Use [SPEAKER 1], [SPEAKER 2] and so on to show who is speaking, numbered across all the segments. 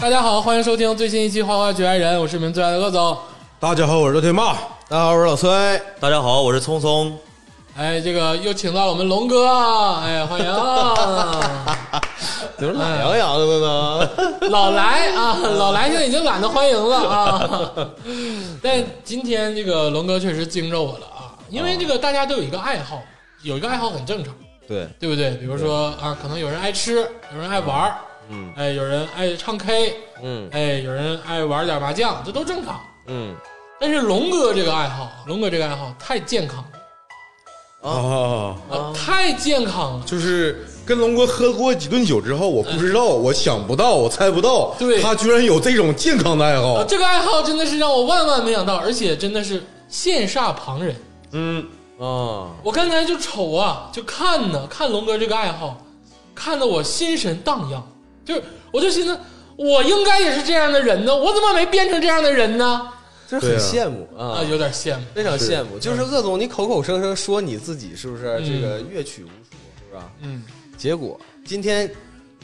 [SPEAKER 1] 大家好，欢迎收听最新一期《花花局爱人》，我是你们最爱的鄂总。
[SPEAKER 2] 大家好，我是热退骂。大家好，我是老崔。
[SPEAKER 3] 大家好，我是聪聪。
[SPEAKER 1] 哎，这个又请到了我们龙哥啊，哎，欢迎啊
[SPEAKER 4] 哎
[SPEAKER 2] 你们懒洋洋的呢？
[SPEAKER 1] 老来啊，老来现在已经懒得欢迎了啊。但今天这个龙哥确实惊着我了啊，因为这个大家都有一个爱好，有一个爱好很正常，
[SPEAKER 2] 对，
[SPEAKER 1] 对不对？比如说啊，可能有人爱吃，有人爱玩，嗯，哎，有人爱唱 K，
[SPEAKER 2] 嗯
[SPEAKER 1] 哎，有人爱玩点麻将，这都正常。
[SPEAKER 2] 嗯
[SPEAKER 1] 但是龙哥这个爱好，龙哥这个爱好太健康了，
[SPEAKER 2] 啊，
[SPEAKER 1] 啊、太健康了。
[SPEAKER 2] 就是跟龙哥喝过几顿酒之后，我不知道，我想不到，我猜不到，
[SPEAKER 1] 对
[SPEAKER 2] 他居然有这种健康的爱
[SPEAKER 1] 啊
[SPEAKER 2] 好。
[SPEAKER 1] 这个爱好真的是让我万万没想到，而且真的是羡煞旁人。
[SPEAKER 2] 嗯
[SPEAKER 4] 哦
[SPEAKER 2] 啊，
[SPEAKER 1] 我刚才就瞅啊，就看呢，看龙哥这个爱好，看得我心神荡漾。就是，我就寻思，我应该也是这样的人呢，我怎么没变成这样的人呢？
[SPEAKER 4] 就是很羡慕
[SPEAKER 1] 啊，
[SPEAKER 4] 啊
[SPEAKER 1] 有点羡慕。
[SPEAKER 4] 非常羡慕。就是鄂总，你口口声声说你自己是不是这个乐曲无数，是不是啊？
[SPEAKER 1] 嗯，
[SPEAKER 4] 结果今天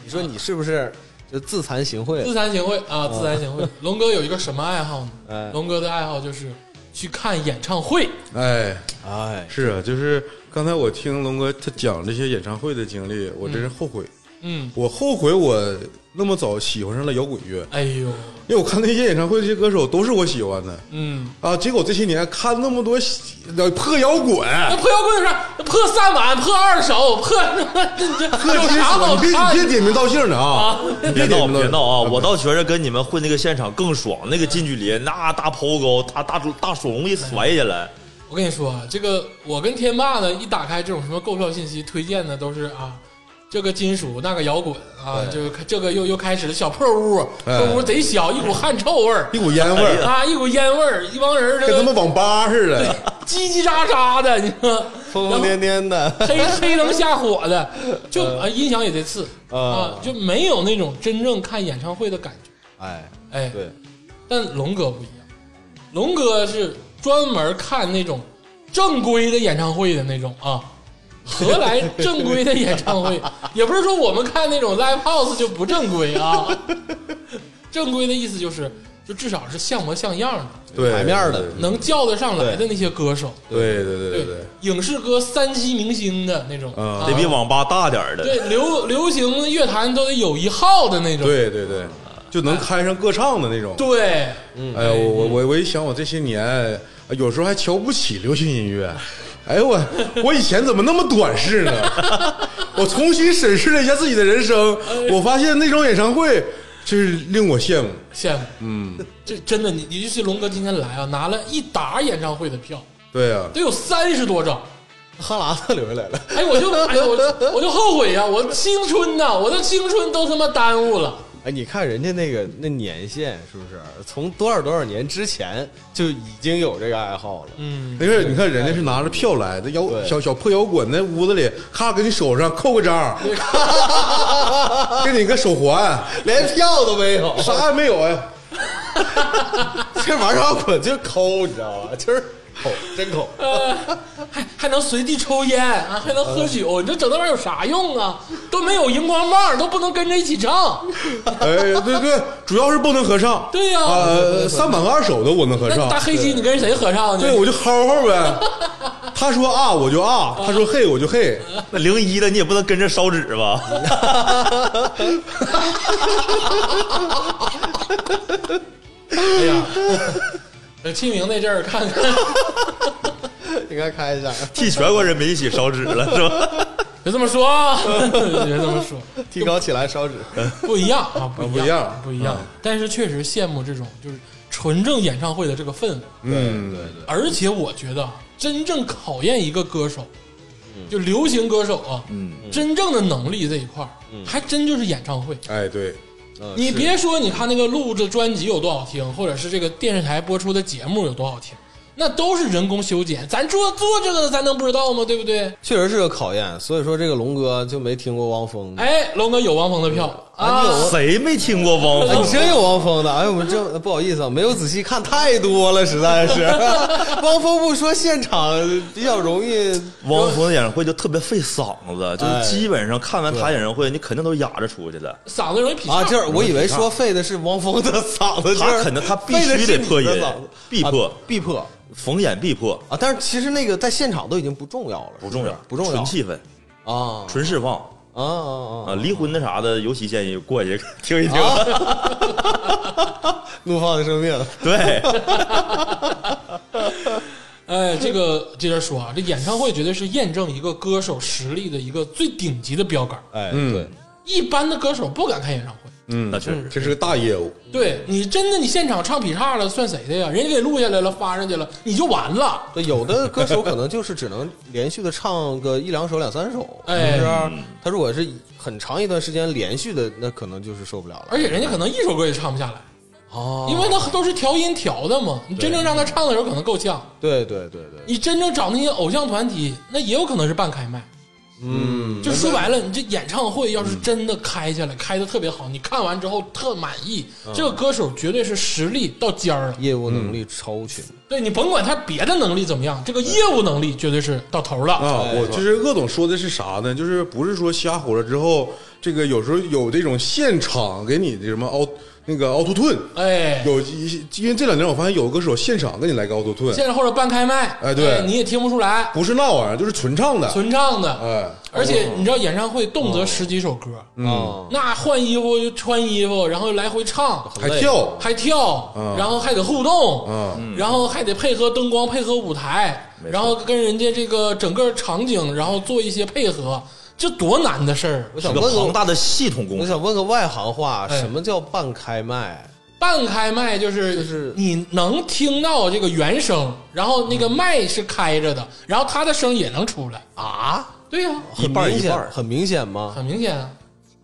[SPEAKER 4] 你说你是不是就自惭形
[SPEAKER 1] 自
[SPEAKER 4] 秽？
[SPEAKER 1] 惭形秽啊，自惭形秽。龙哥有一个什么爱好呢？
[SPEAKER 4] 哎
[SPEAKER 1] 龙哥的爱好就是去看演唱会。
[SPEAKER 2] 哎，
[SPEAKER 4] 哎，
[SPEAKER 2] 是啊，就是刚才我听龙哥他讲这些演唱会的经历，我真是后悔，
[SPEAKER 1] 嗯，
[SPEAKER 2] 我后悔我那么早喜欢上了摇滚乐，
[SPEAKER 1] 哎呦，
[SPEAKER 2] 因为我看那些演唱会，这些歌手都是我喜欢的。
[SPEAKER 1] 嗯，
[SPEAKER 2] 啊！结果这些年看那么多喜破摇 滚，
[SPEAKER 1] 那破摇滚有啥？那破三碗，破二手，破什么？这这
[SPEAKER 2] 特
[SPEAKER 1] 有
[SPEAKER 2] 金
[SPEAKER 1] 啥
[SPEAKER 2] 属，
[SPEAKER 1] 好
[SPEAKER 2] 你别你
[SPEAKER 1] 看
[SPEAKER 2] 别
[SPEAKER 1] 的？
[SPEAKER 2] 点名道姓的啊！你 别
[SPEAKER 3] 别闹
[SPEAKER 2] 点名
[SPEAKER 3] 别闹啊！我
[SPEAKER 2] 倒
[SPEAKER 3] 倒觉着跟你们混那个现场更爽，那个近距离，那大抛高，大大大手容易甩下来。
[SPEAKER 1] 我跟你说啊，这个我跟天霸呢，一打开这种什么购票信息推荐的都是啊，这个金属那个摇滚啊，就是这个又又开始了小破屋，
[SPEAKER 2] 哎
[SPEAKER 1] 破屋贼小，一股汗臭味儿
[SPEAKER 2] 一股烟味
[SPEAKER 3] 哎
[SPEAKER 2] 儿，
[SPEAKER 3] 呀
[SPEAKER 1] 啊，一股烟味儿，一帮人这
[SPEAKER 2] 跟他
[SPEAKER 1] 个
[SPEAKER 2] 们网吧似的。
[SPEAKER 1] 叽叽喳喳的，你说
[SPEAKER 4] 疯疯癫癫的，
[SPEAKER 1] 黑黑灯瞎火的，就
[SPEAKER 2] 嗯
[SPEAKER 1] 啊音响也贼次啊，就没有那种真正看演唱会的感觉，
[SPEAKER 4] 哎，
[SPEAKER 1] 哎，
[SPEAKER 4] 对，
[SPEAKER 1] 但龙哥不一样，龙哥是专门看那种正规的演唱会的那种 啊。何来正规的演唱会？也不是说我们看那种 live house 就不正规 啊。正规的意思就是，就至少是像模像样的，
[SPEAKER 2] 对，
[SPEAKER 4] 牌面的
[SPEAKER 1] 能叫得上来的那些歌手，
[SPEAKER 2] 对对嗯对对对，
[SPEAKER 1] 影视歌三栖明星的那种，
[SPEAKER 2] 嗯
[SPEAKER 1] 啊
[SPEAKER 3] 得比网吧大点儿的。
[SPEAKER 1] 对流流行乐坛都得有一号的那种。
[SPEAKER 2] 对对对，就能开上歌唱的那种。
[SPEAKER 1] 对，
[SPEAKER 2] 哎呀，我我我我一想，我这些年有时候还瞧不起流行音乐。哎呦我我以前怎么那么短视呢？ 我重新审视了一下自己的人生，
[SPEAKER 4] 哎
[SPEAKER 2] 我发现那种演唱会就是令我羡慕。
[SPEAKER 1] 羡慕。嗯，这真的，你你就是龙哥今天来啊，拿了一沓演唱会的票，
[SPEAKER 2] 对啊，
[SPEAKER 1] 得有三十多张。
[SPEAKER 4] 哈喇子流下来了。
[SPEAKER 1] 哎， 我就哎呦，我我就后悔呀、我青春呐、我的青春都他妈耽误了。
[SPEAKER 4] 哎，你看人家那个那年限是不是从多少多少年之前就已经有这个爱好了？
[SPEAKER 1] 嗯，
[SPEAKER 2] 因为你看人家是拿着票来的，摇
[SPEAKER 4] 对
[SPEAKER 2] 小小破摇滚那屋子里，咔给你手上扣个章，给你个手环，
[SPEAKER 4] 连票都没有，
[SPEAKER 2] 啥也没有 哎。
[SPEAKER 4] 这玩意儿摇滚就是抠，你知道吧？就是抠，真 抠。
[SPEAKER 1] 呃还还能随地抽烟啊，还能喝
[SPEAKER 2] 嗯
[SPEAKER 1] 酒，你这整那玩意儿有啥用啊？都没有荧光棒，都不能跟着一起唱。
[SPEAKER 2] 哎，对对，主要是不能合唱。
[SPEAKER 1] 对呀
[SPEAKER 2] 呃，三板二手的我能合
[SPEAKER 1] 那
[SPEAKER 2] 唱
[SPEAKER 1] 大。黑鸡，你跟谁合唱去？
[SPEAKER 2] 对，我就吼吼呗。他说啊，我就啊；他说嘿，我就嘿。
[SPEAKER 1] 啊
[SPEAKER 3] 那零一的你也不能跟着烧 纸吧？
[SPEAKER 1] 哎呀， 等清明那阵儿看看。
[SPEAKER 4] 应该开一下，
[SPEAKER 3] 替全国人民一起烧纸了是吧？
[SPEAKER 1] 别这么说 啊，别这么说，
[SPEAKER 4] 提高起来烧纸。
[SPEAKER 1] 不一样啊，不一
[SPEAKER 2] 啊
[SPEAKER 1] 不一样。但是确实羡慕这种就是纯正演唱会的这个氛围，
[SPEAKER 2] 嗯，
[SPEAKER 1] 而且我觉得啊真正考验一个歌手，就流行歌手啊，真正的能力这一块儿，还真就是演唱会。
[SPEAKER 2] 哎，对，
[SPEAKER 1] 你别说，你看那个录制专辑有多好听，或者是这个电视台播出的节目有多好听，那都是人工修剪，咱做做这个的，咱能不知道吗？对不对？
[SPEAKER 4] 确实是个考验。所以说，这个龙哥就没听过汪峰的。
[SPEAKER 1] 哎，龙哥有汪峰的票
[SPEAKER 4] 嗯
[SPEAKER 1] 啊，
[SPEAKER 3] 谁没听过汪
[SPEAKER 4] 哎，你
[SPEAKER 3] 峰？
[SPEAKER 4] 真有汪峰的？哎，我们这不好意思啊，没有仔细看太多了，实在 是。汪峰不说现场比较容易，
[SPEAKER 3] 汪峰的演唱会就特别费嗓子，就
[SPEAKER 4] 哎
[SPEAKER 3] 是基本上看完他演唱会，你肯定都是哑着出去的。
[SPEAKER 1] 嗓子容易劈叉
[SPEAKER 4] 啊，这儿我以为说废的是汪峰的嗓子，
[SPEAKER 3] 他
[SPEAKER 4] 这儿
[SPEAKER 3] 肯定他必
[SPEAKER 4] 废的
[SPEAKER 3] 须
[SPEAKER 4] 是
[SPEAKER 3] 得
[SPEAKER 4] 你的
[SPEAKER 3] 破音
[SPEAKER 4] 嗓子，
[SPEAKER 3] 必破
[SPEAKER 4] 啊必破
[SPEAKER 3] 逢演必破，
[SPEAKER 4] 啊！但是其实那个在现场都已经不重要了，
[SPEAKER 3] 不重要，
[SPEAKER 4] 不重要
[SPEAKER 3] 纯气氛，
[SPEAKER 4] 啊
[SPEAKER 3] 纯释放
[SPEAKER 4] 啊啊
[SPEAKER 3] 啊！
[SPEAKER 4] 啊！
[SPEAKER 3] 离婚的啥的，尤其建议过去 听一听。
[SPEAKER 4] 怒放的生命，
[SPEAKER 3] 对，
[SPEAKER 1] 哎，这个接着说啊，这演唱会绝对是验证一个歌手实力的一个最顶级的标杆。
[SPEAKER 4] 哎，
[SPEAKER 2] 嗯
[SPEAKER 4] 对，
[SPEAKER 1] 一般的歌手不敢开演唱会。
[SPEAKER 2] 嗯
[SPEAKER 3] 那，确实
[SPEAKER 2] 这是个大业务，
[SPEAKER 1] 对你真的你现场唱劈叉了，算谁的呀？人家给录下来了，发上去了，你就完了。
[SPEAKER 4] 对，有的歌手可能就是只能连续的唱个一两首、两三首，
[SPEAKER 1] 哎
[SPEAKER 4] 是不是？他如果是很长一段时间连续的，那可能就是受不了了。
[SPEAKER 1] 而且人家可能一首歌也唱不下来，
[SPEAKER 4] 哦，
[SPEAKER 1] 因为那都是调音调的嘛。你真正让他唱的时候可能够呛。
[SPEAKER 4] 对对对对，
[SPEAKER 1] 你真正找那些偶像团体，那也有可能是半开麦。
[SPEAKER 4] 嗯，
[SPEAKER 1] 就说白了，你这演唱会要是真的开下来，开的特别好，你看完之后特满意，
[SPEAKER 4] 嗯
[SPEAKER 1] 这个歌手绝对是实力到尖儿了。
[SPEAKER 4] 业务能
[SPEAKER 3] 嗯
[SPEAKER 4] 力超群，
[SPEAKER 1] 对你甭管他别的能力怎么样，这个业务能力绝对是到头了。
[SPEAKER 2] 啊，我就是鄂总说的是啥呢？就是不是说瞎火了之后，这个有时候有这种现场给你的什么凹那个凹凸盾，
[SPEAKER 1] 哎，
[SPEAKER 2] 有一因为这两年我发现有歌手现场给你来个凹凸盾，
[SPEAKER 1] 现在或者半开麦，
[SPEAKER 2] 哎对
[SPEAKER 1] 你也听不出来，
[SPEAKER 2] 不是那玩意儿，就是纯唱的，
[SPEAKER 1] 纯唱的。
[SPEAKER 2] 哎，
[SPEAKER 1] 而且你知道演唱会动辄十几首歌，
[SPEAKER 2] 嗯
[SPEAKER 3] 嗯
[SPEAKER 4] 啊，
[SPEAKER 1] 那换衣服就穿衣服，然后来回唱，
[SPEAKER 2] 还跳，
[SPEAKER 1] 还跳，
[SPEAKER 2] 嗯
[SPEAKER 1] 然后还得互动，
[SPEAKER 2] 嗯，
[SPEAKER 1] 然后还得配合灯光、配合舞台，
[SPEAKER 3] 没错
[SPEAKER 1] 然后跟人家这个整个场景，然后做一些配合，这多难的事儿！
[SPEAKER 4] 我
[SPEAKER 3] 是
[SPEAKER 4] 想
[SPEAKER 3] 个
[SPEAKER 4] 问
[SPEAKER 3] 庞
[SPEAKER 4] 个，
[SPEAKER 3] 大的系统工
[SPEAKER 4] 我
[SPEAKER 3] 程。
[SPEAKER 4] 想问个外行话，
[SPEAKER 1] 哎
[SPEAKER 4] 什么叫半开麦？
[SPEAKER 1] 半开麦就是
[SPEAKER 4] 就是
[SPEAKER 1] 你能听到这个原声，然后那个麦是开着的，然后他的声也能出来。
[SPEAKER 4] 啊，
[SPEAKER 1] 对呀、
[SPEAKER 4] 很
[SPEAKER 3] 一半儿
[SPEAKER 4] 明
[SPEAKER 3] 一半
[SPEAKER 4] 显，
[SPEAKER 3] 儿
[SPEAKER 4] 很明显吗？
[SPEAKER 1] 很明显啊。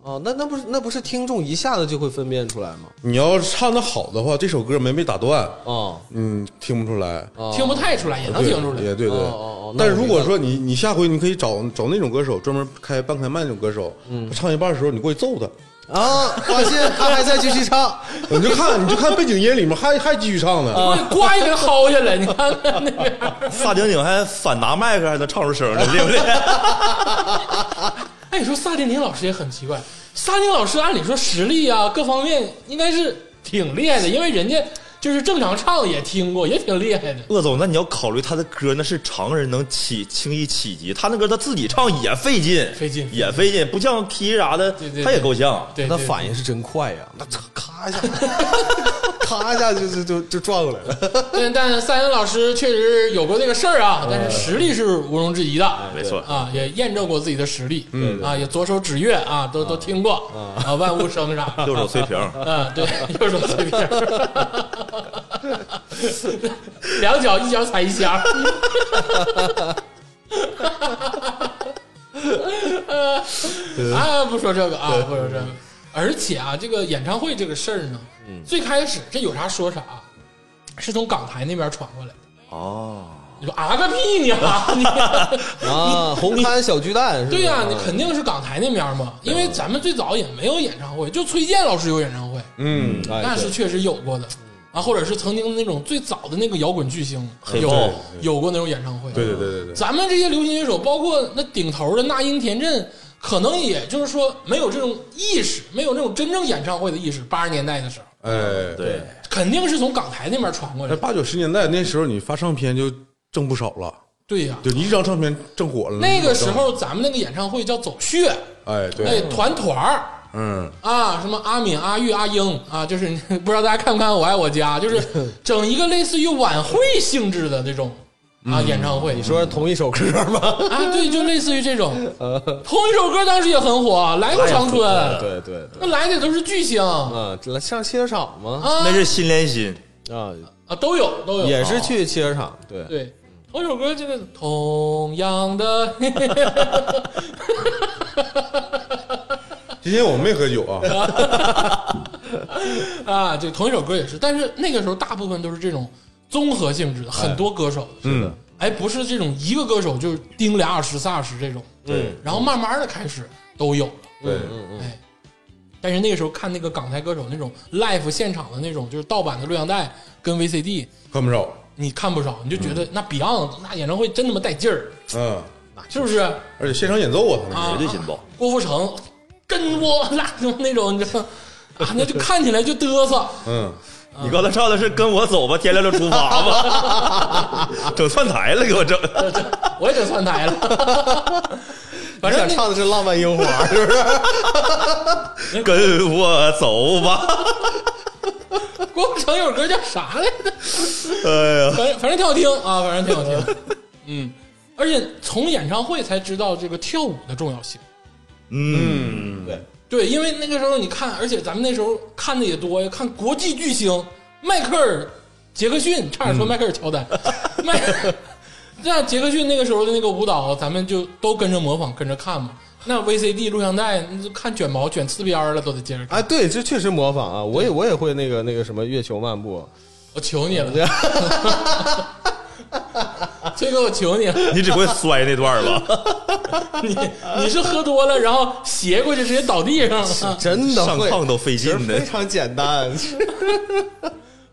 [SPEAKER 4] 哦，那那不是那不是听众一下子就会分辨出来吗？
[SPEAKER 2] 你要唱的好的话，这首歌没被打断，
[SPEAKER 4] 哦，
[SPEAKER 2] 嗯，听不出来，
[SPEAKER 4] 哦
[SPEAKER 1] 听不太出来，也啊能听出来。
[SPEAKER 2] 对也对对。
[SPEAKER 4] 哦哦哦那
[SPEAKER 2] 但
[SPEAKER 4] 我
[SPEAKER 2] 如
[SPEAKER 4] 明
[SPEAKER 2] 果
[SPEAKER 4] 白
[SPEAKER 2] 说你你下回你可以找找那种歌手，专门开半开麦那种歌手，他唱一半的时候你过去揍他，
[SPEAKER 4] 啊，发现他还在继续唱，
[SPEAKER 2] 你就看你就看背景音里面还还继续唱呢，
[SPEAKER 1] 我呱一个薅下来，你看看那边儿。
[SPEAKER 3] 萨顶顶还反拿麦克还能唱出声 来，厉不厉害？
[SPEAKER 1] 哎，你说萨顶顶老师也很奇怪，萨顶老师按理说实力啊各方面应该是挺厉害 的，因为人家就是正常唱也听过，也挺厉害的。
[SPEAKER 3] 鄂总，那你要考虑他的歌，那是常人能起轻易企及，他那歌他自己唱也费劲，
[SPEAKER 1] 费劲
[SPEAKER 3] 也费劲，不像 P 啥的
[SPEAKER 1] 对对，
[SPEAKER 3] 他也够呛。
[SPEAKER 1] 对，
[SPEAKER 4] 那
[SPEAKER 1] 对
[SPEAKER 4] 反应是真快呀，那咔一下，咔一下就就就就转过来了。
[SPEAKER 1] 但但萨顶老师确实有过这个事儿
[SPEAKER 4] 呃
[SPEAKER 1] 啊，但是实力是毋庸置疑的。
[SPEAKER 3] 没错，
[SPEAKER 1] 啊，也验证过自己的实力，嗯啊，也左手指月啊，都都听过啊，万物生啥的，
[SPEAKER 3] 右手吹瓶儿，
[SPEAKER 1] 嗯，对，右手随便， 两脚一脚踩一箱。 啊，不说这个啊，不说这个。而且啊，这个演唱会这个事儿呢，最开始这有啥说啥，啊是从港台那边传过来的。
[SPEAKER 3] 哦，
[SPEAKER 1] 你说啊个屁你啊！你
[SPEAKER 4] 啊，红勘小巨蛋是吧？啊
[SPEAKER 1] 对呀、你肯定是港台那边嘛，因为咱们最早也没有演唱会，就崔健老师有演唱会，
[SPEAKER 2] 嗯，
[SPEAKER 4] 哎
[SPEAKER 1] 那是
[SPEAKER 4] 对
[SPEAKER 1] 确实有过的啊，或者是曾经那种最早的那个摇滚巨星
[SPEAKER 3] 黑豹
[SPEAKER 1] 有有过那种演唱会。
[SPEAKER 2] 对对对对对，
[SPEAKER 1] 咱们这些流行乐手，包括那顶头的那英、田震，可能也就是说没有这种意识，没有那种真正演唱会的意识。八十年代的时候，
[SPEAKER 2] 哎，
[SPEAKER 3] 对，
[SPEAKER 1] 肯定是从港台那边传过来
[SPEAKER 2] 那
[SPEAKER 1] 的。
[SPEAKER 2] 八九十年代那时候你发唱片就挣不少了，
[SPEAKER 1] 对呀、
[SPEAKER 2] 就你一张唱片挣火了。
[SPEAKER 1] 那个时，候咱们那个演唱会叫走穴，
[SPEAKER 2] 哎，
[SPEAKER 1] 哎
[SPEAKER 2] 对，，
[SPEAKER 1] 团团儿。
[SPEAKER 2] 嗯，
[SPEAKER 1] 啊，什么阿敏、阿玉、阿英啊，就是 不知道大家看不看《我爱我家》，就是整一个类似于晚会性质的这种啊演唱会。你
[SPEAKER 4] 你说同一首歌吗？
[SPEAKER 1] 啊，对，就类似于这种，同一首歌当时也很火，来过长春，
[SPEAKER 4] 啊对对对，
[SPEAKER 1] 那来的都是巨星啊
[SPEAKER 4] 啊，这上汽车场吗？
[SPEAKER 3] 那是心连心，
[SPEAKER 4] 啊，
[SPEAKER 1] 啊，都有都有，
[SPEAKER 4] 也是去汽车场，对，
[SPEAKER 1] 对。同一首歌，这个同样的，
[SPEAKER 2] 今天我没喝酒 啊，
[SPEAKER 1] 啊，这同一首歌也是，但是那个时候大部分都是这种综合性质的，很多歌手的，
[SPEAKER 2] 哎嗯，
[SPEAKER 1] 哎，不是这种一个歌手就是盯俩小时、仨小时这种，
[SPEAKER 3] 嗯，
[SPEAKER 1] 然后慢慢的开始都有了，
[SPEAKER 2] 对，
[SPEAKER 1] 哎，但是那个时候看那个港台歌手那种 live 现场的那种，就是盗版的录像带跟 VCD，
[SPEAKER 2] 看不着，
[SPEAKER 1] 你看不少，你就觉得那 Beyond 那演唱会真他妈带劲儿，
[SPEAKER 2] 嗯，
[SPEAKER 1] 是不是？
[SPEAKER 2] 而且现场演奏啊，他
[SPEAKER 1] 啊
[SPEAKER 3] 绝对劲爆。
[SPEAKER 1] 郭富城跟我 拉那种，你知道吗啊，那就看起来就嘚瑟，
[SPEAKER 2] 们是，
[SPEAKER 3] 你刚才唱的是跟我走吧，天亮就出发吧， 整串台了，给我整。
[SPEAKER 1] 我也整窜台了。反正
[SPEAKER 4] 想
[SPEAKER 1] 那
[SPEAKER 4] 唱的是《浪漫樱花》是不是？
[SPEAKER 3] 跟我走吧，
[SPEAKER 1] 郭富城有首歌叫啥来着？
[SPEAKER 3] 哎呀，
[SPEAKER 1] 反正反正挺好听啊，反正挺好听。嗯，而且从演唱会才知道这个跳舞的重要性。
[SPEAKER 2] 嗯，
[SPEAKER 1] 对，
[SPEAKER 4] 对，
[SPEAKER 1] 因为那个时候你看，而且咱们那时候看的也多呀，看国际巨星迈克尔·杰克逊，差点说迈克尔·乔丹，迈克尔。那杰克逊那个时候的那个舞蹈，咱们就都跟着模仿，跟着看嘛。那 VCD 录像带，那就看卷毛卷刺边儿了，都得接着看。
[SPEAKER 4] 啊，对，这确实模仿啊，我也我也会那个那个什么月球漫步，
[SPEAKER 1] 我求你了， 崔哥，我求你了，
[SPEAKER 3] 你只会摔那段吧？
[SPEAKER 1] 你你是喝多了，然后斜过去直接倒地上了，
[SPEAKER 4] 真的
[SPEAKER 3] 上
[SPEAKER 4] 会，
[SPEAKER 3] 炕都费
[SPEAKER 4] 其实
[SPEAKER 3] 劲的
[SPEAKER 4] 非。常简单。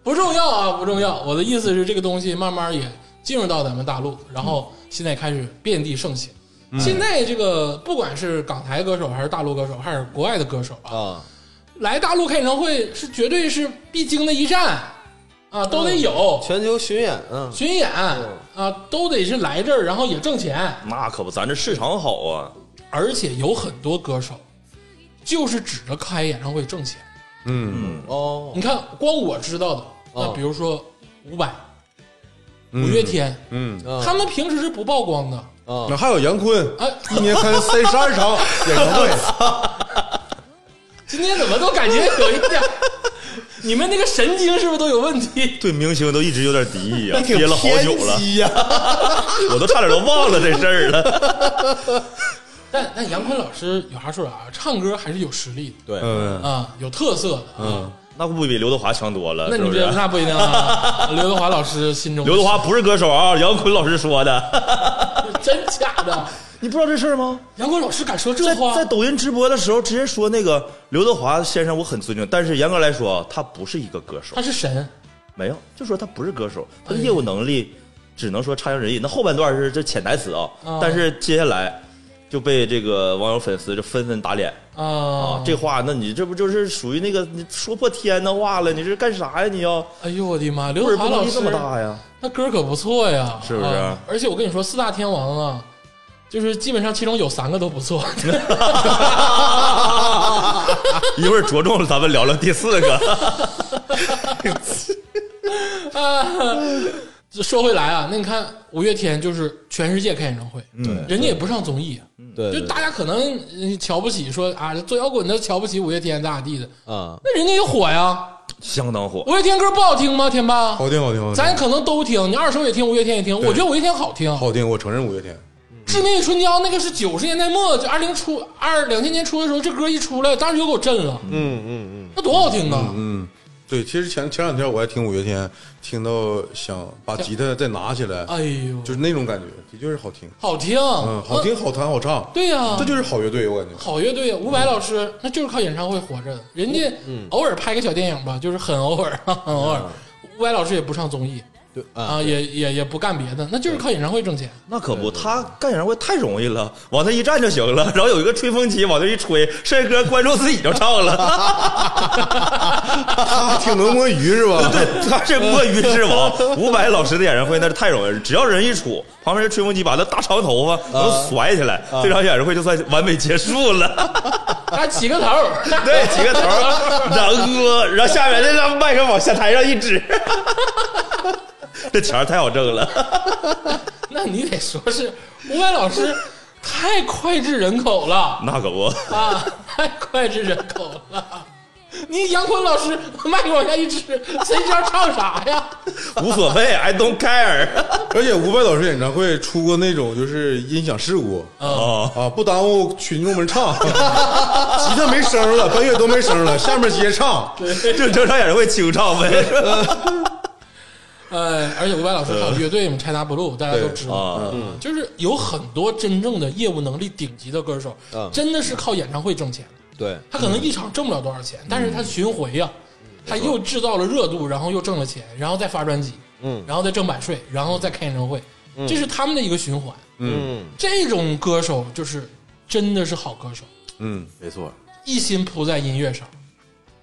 [SPEAKER 1] 不重要啊，不重要。我的意思是，这个东西慢慢也进入到咱们大陆，然后现在开始遍地盛行。现在这个不管是港台歌手，还是大陆歌手，还是国外的歌手啊，
[SPEAKER 4] 啊，
[SPEAKER 1] 来大陆开演唱会是绝对是必经的一站啊，都得有
[SPEAKER 4] 全球巡演，嗯，
[SPEAKER 1] 巡演啊，都得是来这儿，然后也挣钱。
[SPEAKER 3] 那可不，咱这市场好啊，
[SPEAKER 1] 而且有很多歌手就是指着开演唱会挣钱。
[SPEAKER 2] 嗯，
[SPEAKER 4] 哦，
[SPEAKER 1] 你看，光我知道的，那
[SPEAKER 4] 哦
[SPEAKER 1] 比如说伍佰、
[SPEAKER 2] 嗯
[SPEAKER 1] 五月，天，
[SPEAKER 2] 嗯，
[SPEAKER 1] 他们平时是不曝光的。
[SPEAKER 4] 啊
[SPEAKER 2] 那还有杨坤，
[SPEAKER 1] 哎，
[SPEAKER 2] 一年开三十 二场演唱会，
[SPEAKER 1] 今天怎么都感觉有一 点儿，你们那个神经是不是都有问题？
[SPEAKER 3] 对明星都一直有点敌意啊，
[SPEAKER 4] 挺
[SPEAKER 3] 憋了好久
[SPEAKER 4] 偏
[SPEAKER 3] 了，
[SPEAKER 4] 激啊呀，
[SPEAKER 3] 我都差点都忘了这事儿了。
[SPEAKER 1] 但但杨坤老师有啥说啥，唱歌还是有实力
[SPEAKER 4] 对
[SPEAKER 1] 的
[SPEAKER 2] 嗯，
[SPEAKER 1] 啊，有特色的。嗯，
[SPEAKER 3] 那不比刘德华强多了？
[SPEAKER 1] 那
[SPEAKER 3] 是
[SPEAKER 1] 你
[SPEAKER 3] 不
[SPEAKER 1] 这
[SPEAKER 3] 是？
[SPEAKER 1] 那不一定 啊。刘德华老师心中，
[SPEAKER 3] 刘德华不是歌手啊，杨坤老师说的。
[SPEAKER 1] 真假的？
[SPEAKER 3] 你不知道这事儿吗？
[SPEAKER 1] 杨坤老师敢说这
[SPEAKER 3] 在
[SPEAKER 1] 话
[SPEAKER 3] 在？抖音直播的时候，直接说那个刘德华先生，我很尊敬，但是严格来说，他不是一个歌手
[SPEAKER 1] 他，是神，
[SPEAKER 3] 没有，就说他不是歌手，他的业务能力只能说差强人意。那后半段是这潜台词啊
[SPEAKER 1] 啊，
[SPEAKER 3] 但是接下来就被这个网友粉丝就纷纷打脸啊
[SPEAKER 1] 啊，，
[SPEAKER 3] 这话，那你这不就是属于那个你说破天的话了？你这干啥呀？你要
[SPEAKER 1] 哎呦我的妈！刘
[SPEAKER 3] 味儿
[SPEAKER 1] 德
[SPEAKER 3] 不
[SPEAKER 1] 华老
[SPEAKER 3] 能
[SPEAKER 1] 师
[SPEAKER 3] 这么大呀？
[SPEAKER 1] 那歌儿可不错呀，
[SPEAKER 3] 是不是
[SPEAKER 1] 啊而且我跟你说，四大天王啊，就是基本上其中有三个都不 错。
[SPEAKER 3] 一会儿着重了咱们聊聊第四个，
[SPEAKER 1] 说回来啊，那你看五月天就是全世界开演唱会，
[SPEAKER 3] 嗯对嗯
[SPEAKER 1] 人家也不上综艺，啊
[SPEAKER 4] 对，
[SPEAKER 1] 就
[SPEAKER 4] 对
[SPEAKER 1] 大家可能呃瞧不起说啊，做摇滚的瞧不起五月天咋咋地的，
[SPEAKER 3] 嗯
[SPEAKER 4] 啊，
[SPEAKER 1] 那人家也火呀。
[SPEAKER 3] 相当火。
[SPEAKER 1] 五月天歌不好听吗？天霸，
[SPEAKER 2] 好听好听好
[SPEAKER 1] 咱
[SPEAKER 2] 听，
[SPEAKER 1] 可能都听，你二手也听，五月天也听，我觉得五月天好听。
[SPEAKER 2] 好听，我承认五月天，
[SPEAKER 1] 致命与春娇那个是九十年代末，就二零出二两千年初的时候，这歌一出来，当时就给我震了，
[SPEAKER 4] 嗯嗯
[SPEAKER 1] 那多好听啊！
[SPEAKER 2] 嗯。对，其实前前两天我还听五月天，听到想把吉他再拿起来，
[SPEAKER 1] 哎呦，
[SPEAKER 2] 就是那种感觉，的确是好听，
[SPEAKER 1] 好听，
[SPEAKER 2] 嗯，好听，好弹，好唱
[SPEAKER 1] 那。，呃对啊呀、
[SPEAKER 2] 这就是好乐队，我感觉。
[SPEAKER 1] 好乐队啊，伍佰老师那就是靠演唱会活着的，人家
[SPEAKER 4] 嗯
[SPEAKER 1] 偶尔拍个小电影吧，就是很偶尔， 很偶尔。
[SPEAKER 2] 嗯
[SPEAKER 1] 伍佰老师也不上综艺
[SPEAKER 4] 对啊，
[SPEAKER 1] 啊，也也也不干别的，那
[SPEAKER 2] 嗯
[SPEAKER 1] 就是靠演唱会挣钱。
[SPEAKER 3] 那可不，他干演唱会太容易了，往那一站就行了， 然后有一个吹风机往那一吹，帅哥观众自己就唱 了，
[SPEAKER 2] 他挺能摸鱼是吧？
[SPEAKER 3] 他是摸鱼之王。伍佰老师的演唱会那是太容易了，只要人一杵，旁边吹风机把那大长头发能甩起来，这场演唱会就算完美结束了。
[SPEAKER 1] 他起个头儿，
[SPEAKER 3] 对，起个头，然 后然后下面那张麦克往下台上一 指，这钱儿太好挣了。
[SPEAKER 1] 那你得说是伍佰老师太脍炙人口了
[SPEAKER 3] 那可不，
[SPEAKER 1] 啊，太脍炙人口了。你杨坤老师麦克往下一指，谁知道唱啥呀？
[SPEAKER 3] 无所谓，I don't care。
[SPEAKER 2] 而且伍佰老师演唱会出过那种就是音响事故
[SPEAKER 3] 啊，
[SPEAKER 2] 啊，不耽误群众们唱， 吉他没声了，伴乐都
[SPEAKER 3] 哦
[SPEAKER 2] 没声了，下面接着唱，
[SPEAKER 3] 就正常演唱会清唱呗。
[SPEAKER 1] 呃，而且伍佰老师还有
[SPEAKER 4] 嗯
[SPEAKER 1] 乐队嘛，拆搭 blue，大家都知道，嗯
[SPEAKER 3] 啊，
[SPEAKER 1] 就是有很多真正的业务能力顶级的歌手
[SPEAKER 4] 嗯，
[SPEAKER 1] 真的是靠演唱会挣钱的。
[SPEAKER 4] 对，
[SPEAKER 1] 他可能一场挣不了多少钱，但是他巡回呀、
[SPEAKER 4] 嗯
[SPEAKER 1] 他又制造了热度，然后又挣了钱，然后再发专辑，
[SPEAKER 4] 嗯
[SPEAKER 1] 然后再挣版税，然后再开演唱会，这是他们的一个循环。
[SPEAKER 4] 嗯，
[SPEAKER 1] 这种歌手就是真的是好歌手，
[SPEAKER 2] 嗯，没错，
[SPEAKER 1] 一心扑在音乐上。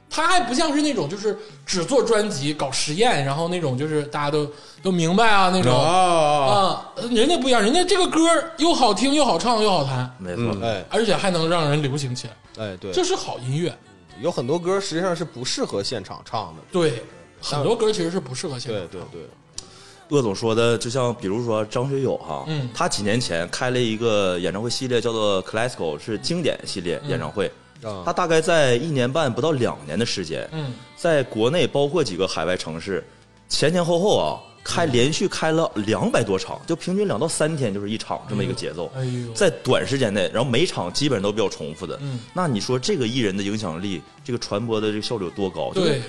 [SPEAKER 1] 他还不像是那种就是只做专辑搞实验，然后那种就是大家都都明白啊那种
[SPEAKER 3] 哦
[SPEAKER 2] 啊，
[SPEAKER 1] 啊，人家不一样，人家这个歌又好听又好唱又好弹，
[SPEAKER 3] 没错，
[SPEAKER 4] 哎
[SPEAKER 1] 而且还能让人流行起来，
[SPEAKER 4] 哎，对，
[SPEAKER 1] 这是好音乐。
[SPEAKER 4] 有很多歌实际上是不适合现场唱的。
[SPEAKER 1] 对，很多歌其实是不适合现场
[SPEAKER 4] 对
[SPEAKER 1] 唱。
[SPEAKER 4] 对对，
[SPEAKER 3] 鄂总说的，就像比如说张学友哈，
[SPEAKER 1] 嗯
[SPEAKER 3] 他几年前开了一个演唱会系列，叫做 Classical，是经典系列
[SPEAKER 1] 嗯
[SPEAKER 3] 演唱会。
[SPEAKER 4] 啊
[SPEAKER 3] 他大概在一年半不到两年的时间，
[SPEAKER 1] 嗯，
[SPEAKER 3] 在国内包括几个海外城市，前前后后啊，开
[SPEAKER 1] 嗯
[SPEAKER 3] 连续开了两百多场，就平均两到三天就是一场这么一个节奏。
[SPEAKER 1] 哎呦，
[SPEAKER 3] 在短时间内，然后每场基本上都比较重复的，
[SPEAKER 1] 嗯
[SPEAKER 3] 那你说这个艺人的影响力，这个传播的这个效率有多高？就是
[SPEAKER 1] 对，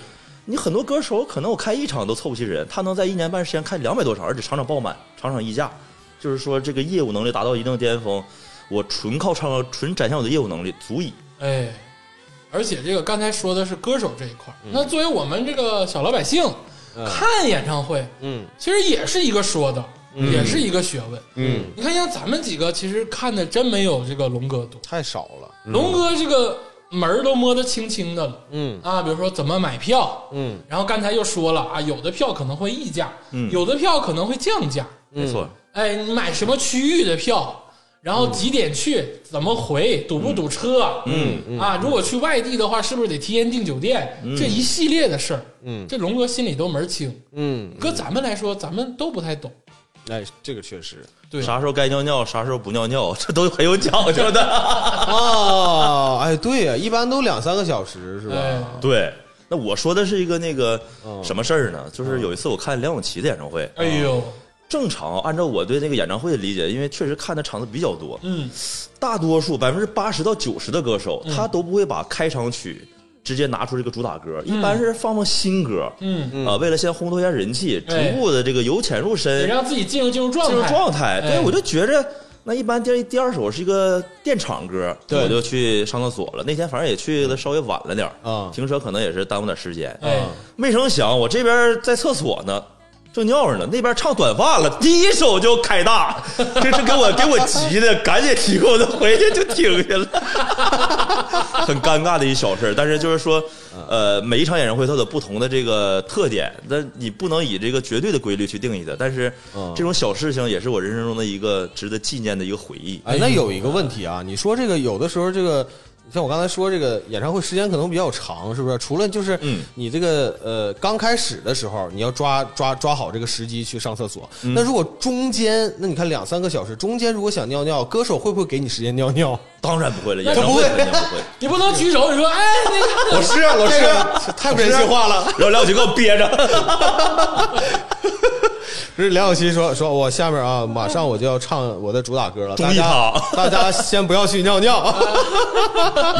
[SPEAKER 3] 你很多歌手可能我开一场都凑不齐人，他能在一年半时间开两百多场，而且场场爆满，场场溢价，就是说这个业务能力达到一定巅峰，我纯靠唱歌，纯展现我的业务能力足以。
[SPEAKER 1] 哎，而且这个刚才说的是歌手这一块儿，
[SPEAKER 4] 嗯
[SPEAKER 1] 那作为我们这个小老百姓看演唱会，
[SPEAKER 4] 嗯
[SPEAKER 1] 其实也是一个说道，也是一个学问。
[SPEAKER 4] 嗯，
[SPEAKER 1] 你看，像咱们几个其实看的真没有这个龙哥多，
[SPEAKER 4] 太少了。
[SPEAKER 1] 龙哥这个门儿都摸得清清的了。
[SPEAKER 4] 嗯
[SPEAKER 1] 啊，比如说怎么买票，
[SPEAKER 4] 嗯，
[SPEAKER 1] 然后刚才又说了啊，有的票可能会溢价，有的票可能会降价，
[SPEAKER 3] 没错，
[SPEAKER 1] 哎，你买什么区域的票，然后几点去，怎么回，堵不堵车？嗯啊，如果去外地的话，是不是得提前订酒店？这一系列的事儿，
[SPEAKER 4] 嗯
[SPEAKER 1] 这龙哥心里都门儿清。
[SPEAKER 4] 嗯，
[SPEAKER 1] 搁咱们来说，咱们都不太懂。
[SPEAKER 4] 哎，这个确实
[SPEAKER 1] 对，
[SPEAKER 3] 啥时候该尿尿，啥时候不尿尿，这都很有讲究的。
[SPEAKER 4] 啊，哎，对呀，一般都两三个小时是
[SPEAKER 1] 哎
[SPEAKER 4] 吧？
[SPEAKER 3] 对，那我说的是一个那个
[SPEAKER 4] 嗯
[SPEAKER 3] 什么事儿呢？就是有一次我看梁咏琪的演唱会，
[SPEAKER 1] 哎呦，
[SPEAKER 3] 正常按照我对那个演唱会的理解，因为确实看的场次比较多，
[SPEAKER 1] 嗯，
[SPEAKER 3] 大多数百分之八十到九十的歌手，他都不会把开场曲直接拿出这个主打歌，一般是放放新歌，
[SPEAKER 1] 嗯
[SPEAKER 3] 啊，为了先烘托一下人气，逐
[SPEAKER 1] 哎
[SPEAKER 3] 步的这个由浅入
[SPEAKER 1] 得
[SPEAKER 3] 深，
[SPEAKER 1] 让自己进入进入状
[SPEAKER 3] 进入
[SPEAKER 1] 态。
[SPEAKER 3] 状
[SPEAKER 1] 哎
[SPEAKER 3] 态。对，我就觉着那一般第第二首是一个电场歌，
[SPEAKER 4] 对
[SPEAKER 3] 我就去上厕所了。那天反正也去的稍微晚了点儿
[SPEAKER 1] 嗯
[SPEAKER 4] 啊
[SPEAKER 3] 停车可能也是耽误点时间。
[SPEAKER 1] 哎，
[SPEAKER 3] 没成想我这边在厕所呢。正尿着呢，那边唱短发了，第一首就开大， 这是给我给我急的，赶紧提裤子回去就挺去了， 很尴尬的一小事儿。但是就是说，呃，每一场演唱会它有不同的这个特点，那你不能以这个绝对的规律去定义的。但是
[SPEAKER 4] 嗯
[SPEAKER 3] 这种小事情也是我人生中的一个值得纪念的一个回忆。
[SPEAKER 4] 哎，那有一个问题啊，你说这个有的时候这个，像我刚才说这个演唱会时间可能比较长，是不是？除了就是
[SPEAKER 3] 嗯
[SPEAKER 4] 你这个呃刚开始的时候，你要抓抓抓好这个时机去上厕所。那如果中间，那你看两三个小时，中间如果想尿尿，歌手会不会给你时间尿 尿？
[SPEAKER 3] 当然不会了，
[SPEAKER 1] 那
[SPEAKER 3] 演唱会
[SPEAKER 4] 不会
[SPEAKER 3] 肯定 不会。
[SPEAKER 1] 你不能举手，你说哎，那
[SPEAKER 4] 老师，老师，太不人性化了。
[SPEAKER 3] 然后梁咏琪给我憋着，
[SPEAKER 4] 这是梁咏琪说说，我下面啊，马上我就要唱我的主打歌了，
[SPEAKER 3] 注
[SPEAKER 4] 大
[SPEAKER 3] 意
[SPEAKER 4] 家
[SPEAKER 3] 他
[SPEAKER 4] 大家先不要去尿尿。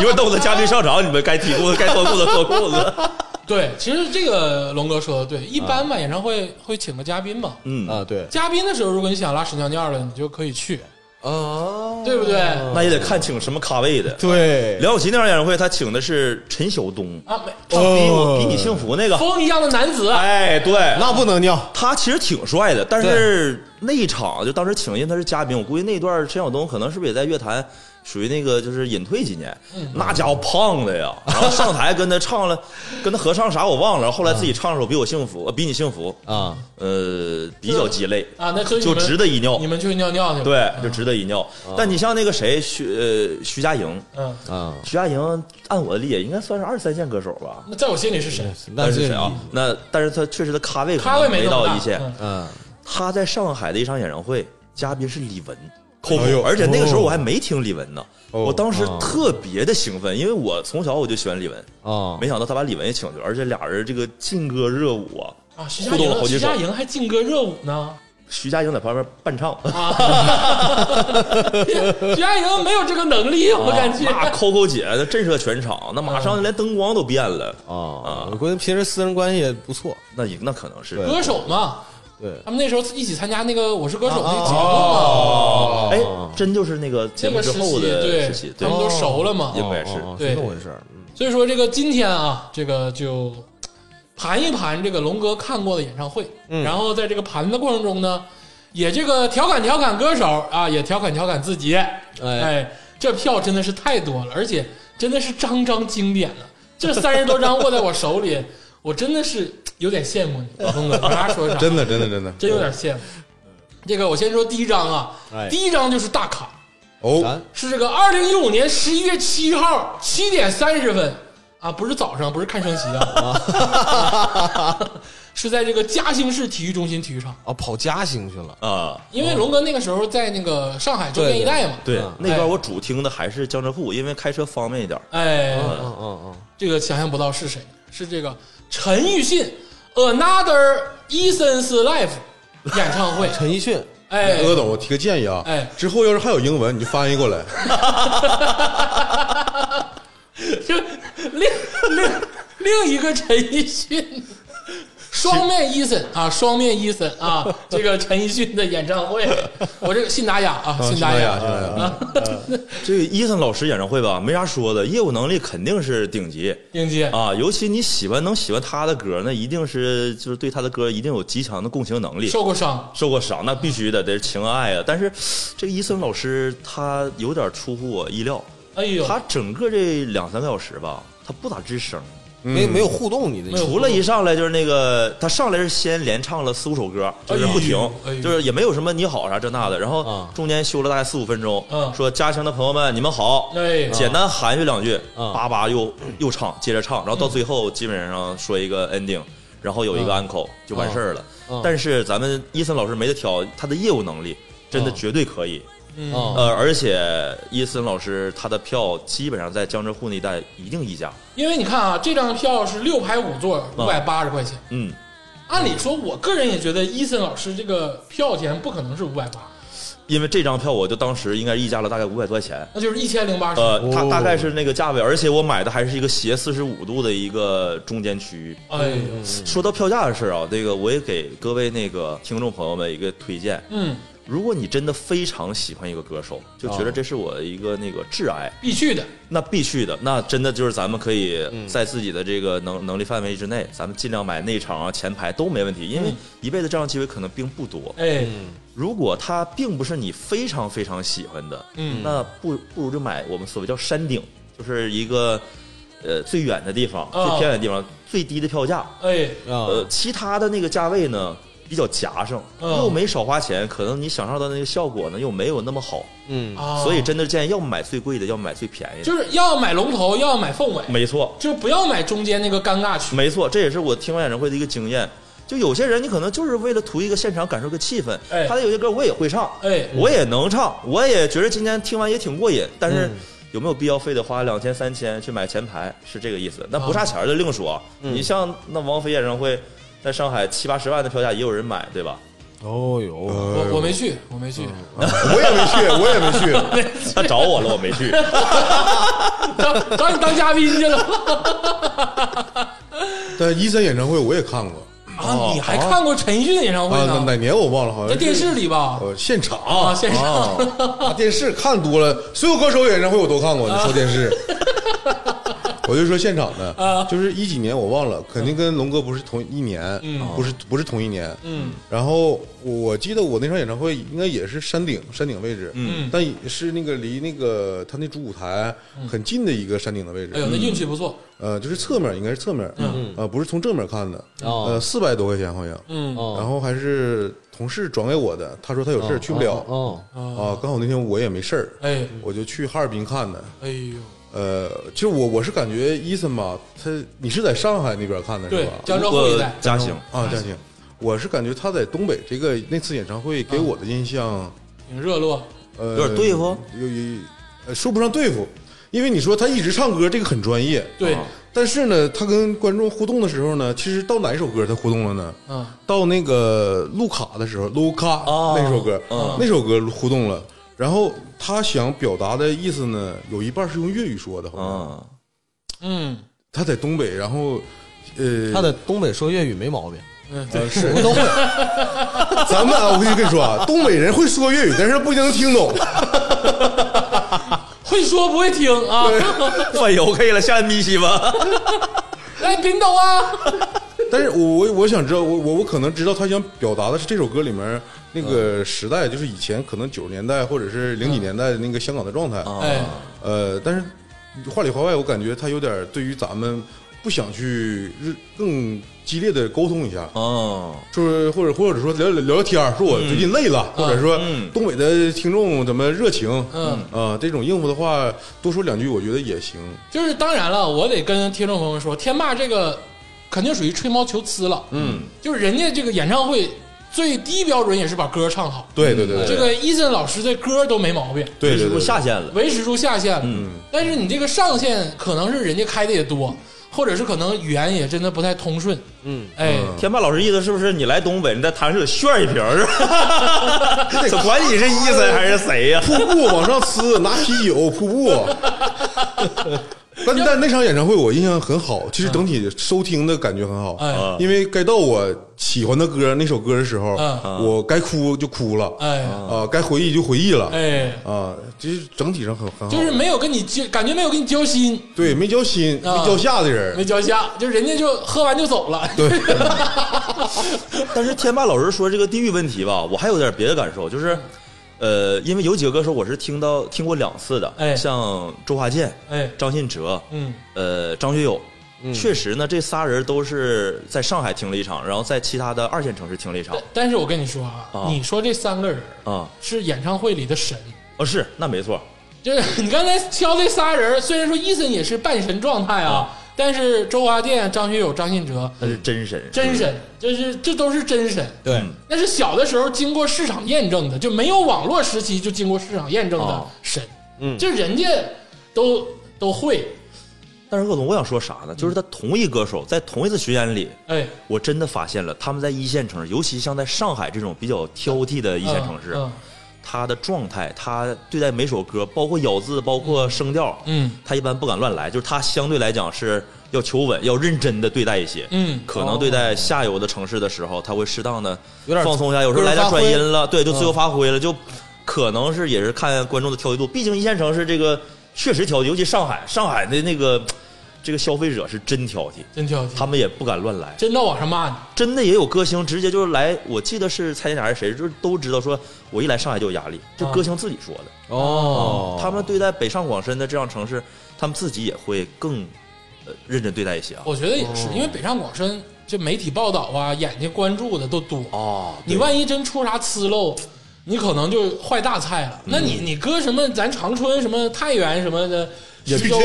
[SPEAKER 3] 一会儿等我的嘉宾上场，你们该提裤子该脱裤子脱裤子。
[SPEAKER 1] 个对，其实这个龙哥说的对，一般嘛，演唱会会请个嘉宾嘛。
[SPEAKER 3] 嗯
[SPEAKER 4] 啊，对
[SPEAKER 1] 嘉宾的时候，如果你想拉屎尿尿了，你就可以去，
[SPEAKER 4] 啊，
[SPEAKER 1] 对不对？
[SPEAKER 3] 那也得看请什么咖位的。
[SPEAKER 4] 对，
[SPEAKER 3] 梁咏琪那场演唱会，他请的是陈晓东，
[SPEAKER 1] 啊，没
[SPEAKER 3] 唱《比我比你幸福》那 个。
[SPEAKER 1] 风一样的男子，
[SPEAKER 3] 哎，对，
[SPEAKER 4] 那不能尿。
[SPEAKER 3] 他其实挺帅的，但是那一场就当时请因他是嘉宾，我估计那段陈晓东可能是不是也在乐坛属于那个就是隐退几年，
[SPEAKER 1] 嗯
[SPEAKER 3] 那家伙胖的呀，然后上台跟他唱了， 跟他合唱啥我忘了，然后后来自己唱了首《比我幸福》，呃，比你幸福，
[SPEAKER 4] 啊，
[SPEAKER 3] 呃，比较鸡肋，
[SPEAKER 1] 啊，那所以你
[SPEAKER 3] 就
[SPEAKER 1] 们
[SPEAKER 3] 值得一尿
[SPEAKER 1] 你。们去嗯尿尿去吧。
[SPEAKER 3] 对，就值得一尿。但你像那个谁，徐呃徐佳莹，
[SPEAKER 1] 嗯，
[SPEAKER 4] 啊，
[SPEAKER 3] 徐佳莹，按我的理解应该算是二三线歌手吧。
[SPEAKER 1] 那在我心里是谁？
[SPEAKER 3] 但
[SPEAKER 4] 那
[SPEAKER 3] 是
[SPEAKER 4] 这
[SPEAKER 3] 谁啊？那但是他确实的咖位可能
[SPEAKER 1] 咖位
[SPEAKER 3] 没
[SPEAKER 1] 那么大
[SPEAKER 3] 到一线。
[SPEAKER 1] 嗯
[SPEAKER 4] 嗯，
[SPEAKER 3] 他在上海的一场演唱会，嘉宾是李玟。口
[SPEAKER 4] 哎呦
[SPEAKER 3] 而且那个时候我还没听李玟呢，
[SPEAKER 4] 哦
[SPEAKER 3] 我当时
[SPEAKER 4] 哦
[SPEAKER 3] 特别的兴奋，因为我从小我就喜欢李玟，
[SPEAKER 4] 啊，
[SPEAKER 3] 没想到他把李玟也请去了，而且俩人这个劲歌热舞啊，
[SPEAKER 1] 啊，徐
[SPEAKER 3] 互
[SPEAKER 1] 佳
[SPEAKER 3] 动了
[SPEAKER 1] 莹，
[SPEAKER 3] 好几
[SPEAKER 1] 徐
[SPEAKER 3] 首
[SPEAKER 1] 佳。莹还劲歌热舞呢。啊
[SPEAKER 3] 徐佳莹在旁边伴唱，
[SPEAKER 1] 徐佳莹没有这个能力，我感觉。
[SPEAKER 3] 啊那 Coco 姐那震慑全场，那马上连灯光都变了
[SPEAKER 4] 啊，我估计平时私人关系也不错，
[SPEAKER 3] 那也那可能是。
[SPEAKER 1] 歌手嘛，
[SPEAKER 4] 对，
[SPEAKER 1] 他们那时候一起参加那个《我是歌手》
[SPEAKER 3] 啊
[SPEAKER 1] 那个节目嘛，
[SPEAKER 3] 哦，哎，真就是那个节
[SPEAKER 1] 这
[SPEAKER 3] 目
[SPEAKER 1] 个
[SPEAKER 3] 之
[SPEAKER 1] 时期
[SPEAKER 3] 后的时期
[SPEAKER 1] 对，，他们，
[SPEAKER 3] 对
[SPEAKER 1] 都熟了嘛。
[SPEAKER 3] 应该是
[SPEAKER 4] 哦哦
[SPEAKER 1] 对
[SPEAKER 4] 是这么回事儿。嗯
[SPEAKER 1] 所以说这个今天啊，这个就盘一盘这个龙哥看过的演唱会，然后在这个盘的过程中呢，也这个调侃调侃歌手啊，也调侃调侃自己，哎，这票真的是太多了，而且真的是张张经典了，这三十多张握在我手里， 我真的是有点羡慕你，龙哥，没啥说啥，
[SPEAKER 2] 真的真的真的
[SPEAKER 1] 真有点羡慕。这个我先说第一张啊，
[SPEAKER 4] 哎
[SPEAKER 1] 第一张就是大卡，
[SPEAKER 2] 哦
[SPEAKER 4] 嗯咱
[SPEAKER 1] 是这个二零一五年十一月七号七点三十分啊，不是早上，不是看升旗啊，是在这个嘉兴市体育中心体育场。
[SPEAKER 4] 啊跑嘉兴去了，
[SPEAKER 3] 啊。
[SPEAKER 1] 因为龙哥那个时候在那个上海周边一带嘛，
[SPEAKER 3] 对
[SPEAKER 4] 嗯，
[SPEAKER 3] 那边我主听的还是江浙沪，因为开车方便一点。
[SPEAKER 1] 哎，
[SPEAKER 4] 嗯嗯
[SPEAKER 1] 这个想象不到是谁，是这个陈奕迅 Another Essence Life 演唱会
[SPEAKER 4] 嗯，，陈奕迅
[SPEAKER 1] 哎，
[SPEAKER 2] 哥总，我提个建议啊，
[SPEAKER 1] 哎
[SPEAKER 2] 之后要是还有英文，你就翻译过 来。啊
[SPEAKER 1] 就另另另一个陈奕迅，啊双面伊森啊，双面伊森啊，这个陈奕迅的演唱会， 我这个信达雅啊，信达
[SPEAKER 2] 大
[SPEAKER 1] 雅
[SPEAKER 2] 雅，，信达雅，
[SPEAKER 3] 这个伊森老师演唱会吧，没啥说的，业务能力肯定是顶级
[SPEAKER 1] 应接
[SPEAKER 3] 啊。尤其你喜欢能喜欢他的歌，那一定是就是对他的歌一定有极强的共情能力。
[SPEAKER 1] 受过伤，
[SPEAKER 3] 受过伤，那必须的，得是情爱啊。但是这个伊森老师他有点出乎我意料，
[SPEAKER 1] 哎呦，
[SPEAKER 3] 他整个这两三个小时吧，他不咋吱声，
[SPEAKER 4] 没没有互动，你的意
[SPEAKER 1] 没有
[SPEAKER 4] 思
[SPEAKER 3] 除了一上来就是那个，他上来是先连唱了四五首歌，就是不停
[SPEAKER 1] 哎呦哎，呦
[SPEAKER 3] 就是也没有什么你好啥这那的，然后
[SPEAKER 4] 啊
[SPEAKER 3] 中间休了大概四五分钟
[SPEAKER 1] 嗯，
[SPEAKER 3] 说家乡的朋友们你们好，
[SPEAKER 1] 哎，
[SPEAKER 3] 简单含蓄两句，
[SPEAKER 4] 啊嗯
[SPEAKER 3] 叭叭又又唱，接着唱，然后到最后基本上说一个 ending，然后有一个 uncle 就完事儿了
[SPEAKER 4] 啊。
[SPEAKER 3] 但是咱们伊森老师没得挑，他的业务能力真的
[SPEAKER 4] 啊
[SPEAKER 3] 绝对可以。
[SPEAKER 1] 嗯，
[SPEAKER 4] 啊
[SPEAKER 3] 呃，而且伊森老师他的票基本上在江浙沪那一带一定溢价。
[SPEAKER 1] 因为你看啊，这张票是六排五座，五百八十块钱。
[SPEAKER 3] 嗯，
[SPEAKER 1] 按理说，我个人也觉得伊森老师这个票钱不可能是五百八，
[SPEAKER 3] 因为这张票我就当时应该溢价了大概五百多块钱。
[SPEAKER 1] 那就是一千零八十。
[SPEAKER 3] 呃，它
[SPEAKER 4] 哦
[SPEAKER 3] 大概是那个价位，而且我买的还是一个斜四十五度的一个中间区域。
[SPEAKER 1] 哎呦，
[SPEAKER 3] 说到票价的事儿啊，这个我也给各位那个听众朋友们一个推荐，
[SPEAKER 1] 嗯，
[SPEAKER 3] 如果你真的非常喜欢一个歌手，就觉得这是我一个那个挚爱，
[SPEAKER 1] 必去的，
[SPEAKER 3] 那必须的，那真的就是咱们可以在自己的这个能能力范围之内，咱们尽量买内场啊、前排都没问题，因为一辈子这样的机会可能并不多。
[SPEAKER 1] 哎，
[SPEAKER 3] 如果它并不是你非常非常喜欢的，
[SPEAKER 1] 嗯
[SPEAKER 3] 那不不如就买我们所谓叫山顶，就是一个呃最远的地方、
[SPEAKER 1] 哦
[SPEAKER 3] 最偏远的地方、最低的票价。
[SPEAKER 1] 哎，
[SPEAKER 4] 啊
[SPEAKER 3] 呃，其他的那个价位呢比较夹生，
[SPEAKER 1] 嗯
[SPEAKER 3] 又没少花钱，可能你享受到的那个效果呢又没有那么好，
[SPEAKER 4] 嗯
[SPEAKER 1] 啊，
[SPEAKER 3] 所以真的建议要买最贵的，要买最便宜的。
[SPEAKER 1] 就是要买龙头，要买凤尾，
[SPEAKER 3] 没错，
[SPEAKER 1] 就不要买中间那个尴尬区。
[SPEAKER 3] 没错，这也是我听完演唱会的一个经验。就有些人，你可能就是为了图一个现场感受个气氛，
[SPEAKER 1] 哎
[SPEAKER 3] 他的有些歌我也会唱，
[SPEAKER 1] 哎
[SPEAKER 3] 我也能唱，我也觉得今天听完也挺过瘾，但是。有没有必要非得花两千三千去买前排？是这个意思。那
[SPEAKER 1] 啊
[SPEAKER 3] 不差钱儿的另说。你像那王菲演唱会，在上海七八十万的票价也有人买，对吧？
[SPEAKER 4] 哦呦，
[SPEAKER 1] 我我没去，我没去，
[SPEAKER 2] 我也没去，我也没去。
[SPEAKER 3] 他找我了，我没去。
[SPEAKER 1] 找找你当 嘉宾去了
[SPEAKER 2] 但伊森演唱会我也看过
[SPEAKER 1] 啊！你还看过陈奕迅的演唱会
[SPEAKER 2] 啊，哪
[SPEAKER 1] 呢？
[SPEAKER 2] 哪年我忘了，好像
[SPEAKER 1] 在
[SPEAKER 2] 是
[SPEAKER 1] 电视里吧？
[SPEAKER 2] 呃现场
[SPEAKER 1] 啊，先
[SPEAKER 4] 哦
[SPEAKER 1] 生，
[SPEAKER 2] 啊电视看多了，所有歌手演唱会我都看过。
[SPEAKER 1] 啊
[SPEAKER 2] 你说 电视，我就说现场
[SPEAKER 1] 啊
[SPEAKER 2] 的，就是一几年我忘了，肯定跟龙哥不是同一年，不是不是同一年。
[SPEAKER 1] 嗯，
[SPEAKER 2] 然后我我记得我那场演唱会应该也是山顶山顶位置，嗯，但也是那个离那个他那主舞台很近的一个山顶的位置
[SPEAKER 1] 嗯哎，呦，那运气不错，
[SPEAKER 2] 呃，就是侧面应该是侧面，嗯，呃，不是从正面看的，
[SPEAKER 4] 哦
[SPEAKER 2] 呃，四百多块钱好像，
[SPEAKER 1] 嗯
[SPEAKER 4] 哦
[SPEAKER 2] 然后还是同事转给我的，他说他有事儿去不了，
[SPEAKER 4] 哦，
[SPEAKER 2] 啊，刚好那天我也没事儿，
[SPEAKER 1] 哎
[SPEAKER 2] 我就去哈尔滨看的。
[SPEAKER 1] 哎呦，
[SPEAKER 2] 呃，其实我我是感觉伊森吧，他你是在上海那边看的是
[SPEAKER 1] 对
[SPEAKER 2] 吧，？
[SPEAKER 1] 江浙
[SPEAKER 3] 如
[SPEAKER 1] 沪
[SPEAKER 3] 果
[SPEAKER 1] 一带，
[SPEAKER 3] 嘉兴，
[SPEAKER 2] 啊，嘉兴，我是感觉他在东北这个那次演唱会给我的印象，
[SPEAKER 1] 挺热络，
[SPEAKER 2] 呃，
[SPEAKER 3] 有点对付，
[SPEAKER 2] 有有，呃说不上对付，因为你说他一直唱歌，这个很专业，
[SPEAKER 1] 对
[SPEAKER 3] 啊
[SPEAKER 2] 但是呢，他跟观众互动的时候呢，其实到哪一首歌他互动了呢？
[SPEAKER 1] 啊，
[SPEAKER 2] 到那个路卡的时候，卢卡
[SPEAKER 3] 嗯哦
[SPEAKER 2] 那首歌
[SPEAKER 3] 嗯，
[SPEAKER 2] 那首歌互动了。然后他想表达的意思呢，有一半是用粤语说的，好像
[SPEAKER 3] 啊，
[SPEAKER 1] 嗯
[SPEAKER 2] 他在东北，然后呃，
[SPEAKER 4] 他在东北说粤语没毛病，
[SPEAKER 1] 嗯，
[SPEAKER 2] 呃是
[SPEAKER 4] 我们都会。
[SPEAKER 2] 咱们 啊，我跟你跟你说啊，东北人会说粤语，但是不一定能听懂。
[SPEAKER 1] 会说不会听啊？
[SPEAKER 3] 哎呦，可以了，下来咪西吧。
[SPEAKER 1] 来冰岛啊，
[SPEAKER 2] 但是我我我想知道，我我我可能知道他想表达的是这首歌里面那个时代，就是以前可能九十年代或者是零几年代的那个香港的状态。
[SPEAKER 1] 哎，
[SPEAKER 2] 呃，但是话里话外，我感觉他有点对于咱们不想去更激烈的沟通一下，
[SPEAKER 3] 哦，
[SPEAKER 2] 就是或者或者说聊聊聊天儿，说我最近累了，或者说
[SPEAKER 3] 嗯
[SPEAKER 2] 东北的听众怎么热情，
[SPEAKER 1] 嗯
[SPEAKER 2] 啊、这种应付的话多说两句，我觉得也行。
[SPEAKER 3] 嗯
[SPEAKER 1] 就是当然了，我得跟听众朋友们说，天霸这个肯定属于吹毛求疵了。嗯，就是人家这个演唱会最低标准也是把歌唱好，
[SPEAKER 2] 对对对，对
[SPEAKER 1] 这个伊森老师这歌都没毛病，
[SPEAKER 2] 对对
[SPEAKER 3] 是
[SPEAKER 2] 对
[SPEAKER 3] 不
[SPEAKER 2] 对
[SPEAKER 3] 是下线了？
[SPEAKER 1] 维持住下限了。嗯，但是你这个上限可能是人家开的也多，或者是可能语言也真的不太通顺。
[SPEAKER 4] 嗯，
[SPEAKER 1] 哎，
[SPEAKER 3] 天霸老师意思是不是你来东北，你在台上得炫一瓶儿？ 是吧管你是伊森还是谁 呀、
[SPEAKER 2] 瀑布往上呲，拿啤酒瀑布。 但但那场演唱会我印象很好，其实整体收听的感觉很好，
[SPEAKER 1] 哎
[SPEAKER 3] 啊
[SPEAKER 2] 因为该到我喜欢的歌那首歌的时候，
[SPEAKER 1] 嗯
[SPEAKER 2] 我该哭就哭了，
[SPEAKER 1] 哎
[SPEAKER 2] 啊，该回忆就回忆了，
[SPEAKER 1] 哎，
[SPEAKER 2] 啊，其实整体上很很好，
[SPEAKER 1] 就是没有跟你交，感觉没有跟你交心，
[SPEAKER 2] 对没交心、
[SPEAKER 1] 啊
[SPEAKER 2] 没交下的人
[SPEAKER 1] 没，交下，就人家就喝完就走了。对，
[SPEAKER 3] 但是天霸老师说这个地域问题吧，我还有点别的感受，就是，呃，因为有几个歌手我是听到听过两次的，
[SPEAKER 1] 哎
[SPEAKER 3] 像周华健、
[SPEAKER 1] 哎，
[SPEAKER 3] 张信哲，
[SPEAKER 1] 嗯
[SPEAKER 3] 呃，张学友。确实呢，这仨人都是在上海听了一场，然后在其他的二线城市听了一场
[SPEAKER 1] 但但是我跟你说啊，
[SPEAKER 3] 啊
[SPEAKER 1] 你说这三个人
[SPEAKER 3] 啊。
[SPEAKER 1] 是演唱会里的神，
[SPEAKER 3] 哦，是，那没错。
[SPEAKER 1] 就是你刚才挑这仨人，虽然说伊森也是半神状态啊，但是周华健、张学友、张信哲
[SPEAKER 3] 那是嗯真神，
[SPEAKER 1] 真神，这是这都是真神。
[SPEAKER 4] 对，
[SPEAKER 1] 那是小的时候经过市场验证的，就没有网络时期就经过市场验证的
[SPEAKER 3] 哦
[SPEAKER 1] 神，
[SPEAKER 4] 嗯
[SPEAKER 1] 就人家都都会，
[SPEAKER 3] 但是鄂总，我想说啥呢？就是他同一歌手在同一次巡演里，
[SPEAKER 1] 哎，
[SPEAKER 3] 我真的发现了他们在一线城市，尤其像在上海这种比较挑剔的一线城市，
[SPEAKER 1] 嗯
[SPEAKER 3] 他的状态，他对待每首歌，包括咬字，包括声调，
[SPEAKER 1] 嗯
[SPEAKER 3] 他一般不敢乱来，就是他相对来讲是要求稳，要认真的对待一些。
[SPEAKER 1] 嗯
[SPEAKER 3] 可能对待下游的城市的时候，他会适当的
[SPEAKER 4] 有点
[SPEAKER 3] 放松一下，有时候
[SPEAKER 4] 自由
[SPEAKER 3] 来点
[SPEAKER 4] 发挥
[SPEAKER 3] 转音了，对，就自由发挥了，就可能是也是看观众的挑剔度。毕竟一线城市这个确实挑剔，尤其上海，上海的那个这个消费者是真挑剔，
[SPEAKER 1] 真挑剔，
[SPEAKER 3] 他们也不敢乱来。
[SPEAKER 1] 真到网上骂你，
[SPEAKER 3] 真的也有歌星直接就是来，我记得是蔡健雅还是谁，就是都知道说，我一来上海就有压力，这
[SPEAKER 1] 啊
[SPEAKER 3] 歌星自己说的。
[SPEAKER 4] 哦，
[SPEAKER 3] 他们对待北上广深的这样城市，他们自己也会更呃认真对待一些啊。
[SPEAKER 1] 我觉得也是，因为北上广深这媒体报道啊，眼睛关注的都多，
[SPEAKER 3] 哦，
[SPEAKER 1] 你万一真出啥纰漏，你可能就坏大菜了。那
[SPEAKER 3] 嗯
[SPEAKER 1] 你你搁什么咱长春什么太原什么的，徐州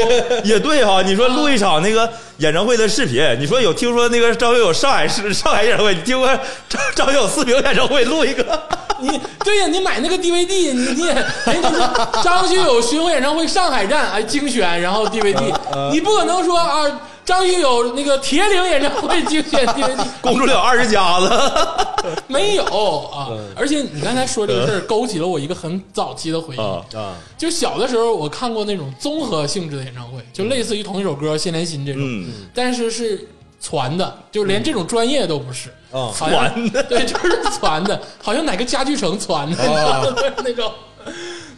[SPEAKER 3] 也对哈、你说录一场那个演唱会的视频，你说有听说那个张学友上海市上海演唱会，你听过张张学友四平演唱会录一个，
[SPEAKER 1] 你对呀，你买那个 DVD，你你也哎，你说张学友巡回演唱会上海站哎精选，然后 DVD，你不可能说啊张学友那个铁岭演唱会精选 DVD
[SPEAKER 3] 供出了二十家子。
[SPEAKER 1] 没有啊。而且你刚才说这个事儿，勾起了我一个很早期的回忆。
[SPEAKER 3] 啊
[SPEAKER 4] 啊，
[SPEAKER 1] 就小的时候，我看过那种综合性质的演唱会，就类似于同一首歌《新连心》这种，
[SPEAKER 3] 嗯
[SPEAKER 1] 但是是传的，就连这种专业都不是。
[SPEAKER 4] 嗯
[SPEAKER 1] 好像
[SPEAKER 3] 传的
[SPEAKER 1] 对，就是传的，好像哪个家具城传的，
[SPEAKER 3] 哦
[SPEAKER 1] 那种，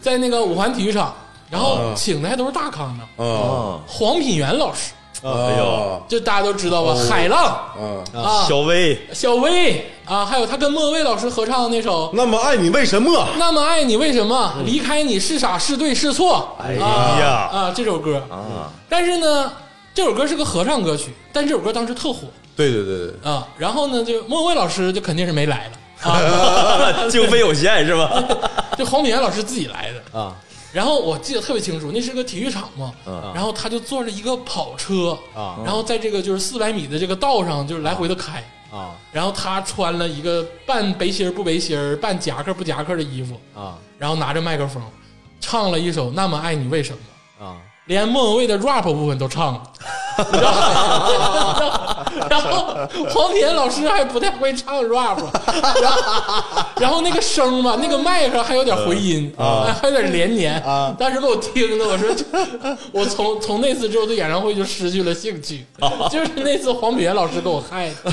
[SPEAKER 1] 在那个五环体育场，然后
[SPEAKER 3] 嗯
[SPEAKER 1] 请的还都是大咖呢，
[SPEAKER 2] 啊
[SPEAKER 3] 啊，
[SPEAKER 1] 黄品源老师，
[SPEAKER 2] 哎
[SPEAKER 3] 呦
[SPEAKER 1] 这大家都知道吧？海浪
[SPEAKER 2] 啊，
[SPEAKER 1] 啊，
[SPEAKER 3] 哦小薇
[SPEAKER 1] 小薇啊，还有他跟莫蔚老师合唱的那首
[SPEAKER 2] 那么爱你为什么？
[SPEAKER 1] 那么爱你为什么？离开你是傻是对是错？哎
[SPEAKER 3] 呀
[SPEAKER 1] 啊，这首歌。
[SPEAKER 3] 啊，
[SPEAKER 1] 但是呢，这首歌是个合唱歌曲，但这首歌当时特火
[SPEAKER 2] 对对对对，
[SPEAKER 1] 啊。然后呢，就莫蔚老师就肯定是没来了啊，
[SPEAKER 3] 呃经费有限是吧？
[SPEAKER 1] 就黄品源老师自己来的。
[SPEAKER 4] 啊
[SPEAKER 1] 然后我记得特别清楚，那是个体育场嘛，然后他就坐着一个跑车
[SPEAKER 4] 啊
[SPEAKER 1] 然后在这个就是四百米的这个道上就是来回的开，
[SPEAKER 4] 啊
[SPEAKER 1] 然后他穿了一个半背心儿不背心儿、半夹克不夹克的衣服，
[SPEAKER 4] 啊
[SPEAKER 1] 然后拿着麦克风唱了一首《那么爱你为什么》。
[SPEAKER 4] 啊！
[SPEAKER 1] 连莫文蔚的 rap 部分都唱了，然后黄铁老师还不太会唱 rap，然 后然后那个声嘛，那个麦克还有点回音啊，还有点连年
[SPEAKER 4] 啊。
[SPEAKER 1] 当时给我听的，我说 这我从从那次之后对演唱会就失去了兴趣，
[SPEAKER 4] 啊
[SPEAKER 1] 就是那次黄铁老师给我害的。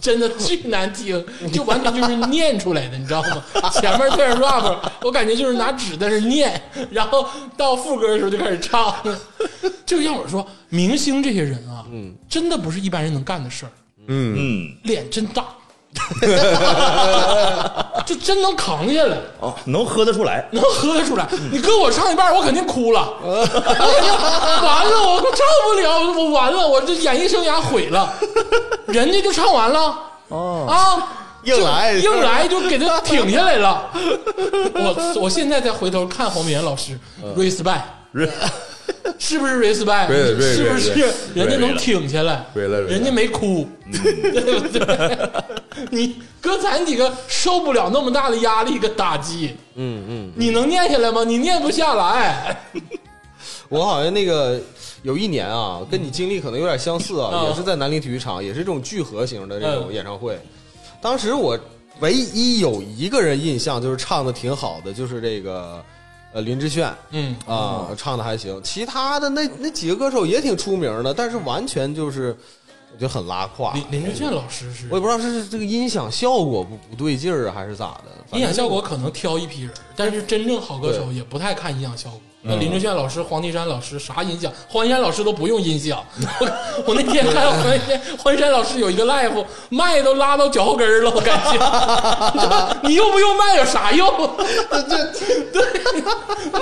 [SPEAKER 1] 真的巨难听，就完全就是念出来的，你知道吗？前面对着 rap，我感觉就是拿纸在那念，然后到副歌的时候就开始唱。这个要我说，明星这些人啊，嗯，真的不是一般人能干的事儿，
[SPEAKER 3] 嗯，
[SPEAKER 1] 脸真大，就真能扛下来，
[SPEAKER 3] 哦，能喝得出来，
[SPEAKER 1] 能喝得出来。你搁我唱一半，我肯定哭了，完了，我唱不了，我完了，我这演艺生涯毁了。人家就唱完了，哦啊。
[SPEAKER 4] 硬来
[SPEAKER 1] 硬来就给他挺下来了。我我现在再回头看黄岩老师，respect，是不是 respect？
[SPEAKER 2] 对对对
[SPEAKER 1] 是不
[SPEAKER 2] 对
[SPEAKER 1] 是人家能挺下来？
[SPEAKER 2] 对了对了嗯
[SPEAKER 1] 人家没哭， 对不对？ 你搁咱几个受不了那么大的压力跟打击，嗯嗯，你能念下来吗？你念不下来。
[SPEAKER 4] 我好像那个有一年啊，跟你经历可能有点相似啊，
[SPEAKER 1] 嗯
[SPEAKER 4] 也是在南陵体育场，也是这种聚合型的这种
[SPEAKER 1] 嗯
[SPEAKER 4] 演唱会。当时我唯一有一个人印象就是唱的挺好的，就是这个呃林志炫。
[SPEAKER 1] 嗯，
[SPEAKER 4] 啊、唱的还行，其他的那那几个歌手也挺出名的，但是完全就是我觉得很拉胯。
[SPEAKER 1] 林林志炫老师是
[SPEAKER 4] 我也不知道是这个音响效果不不对劲儿啊还是咋的，反正
[SPEAKER 1] 音响效果可能挑一批人，但是真正好歌手也不太看音响效果。
[SPEAKER 4] 嗯
[SPEAKER 1] 那林志炫老师、黄绮珊老师啥音响？黄绮珊老师都不用音响。我我那天看黄绮珊黄绮珊老师有一个 live，麦都拉到脚后跟儿了，我感 觉。你用不用麦有啥用？ 对，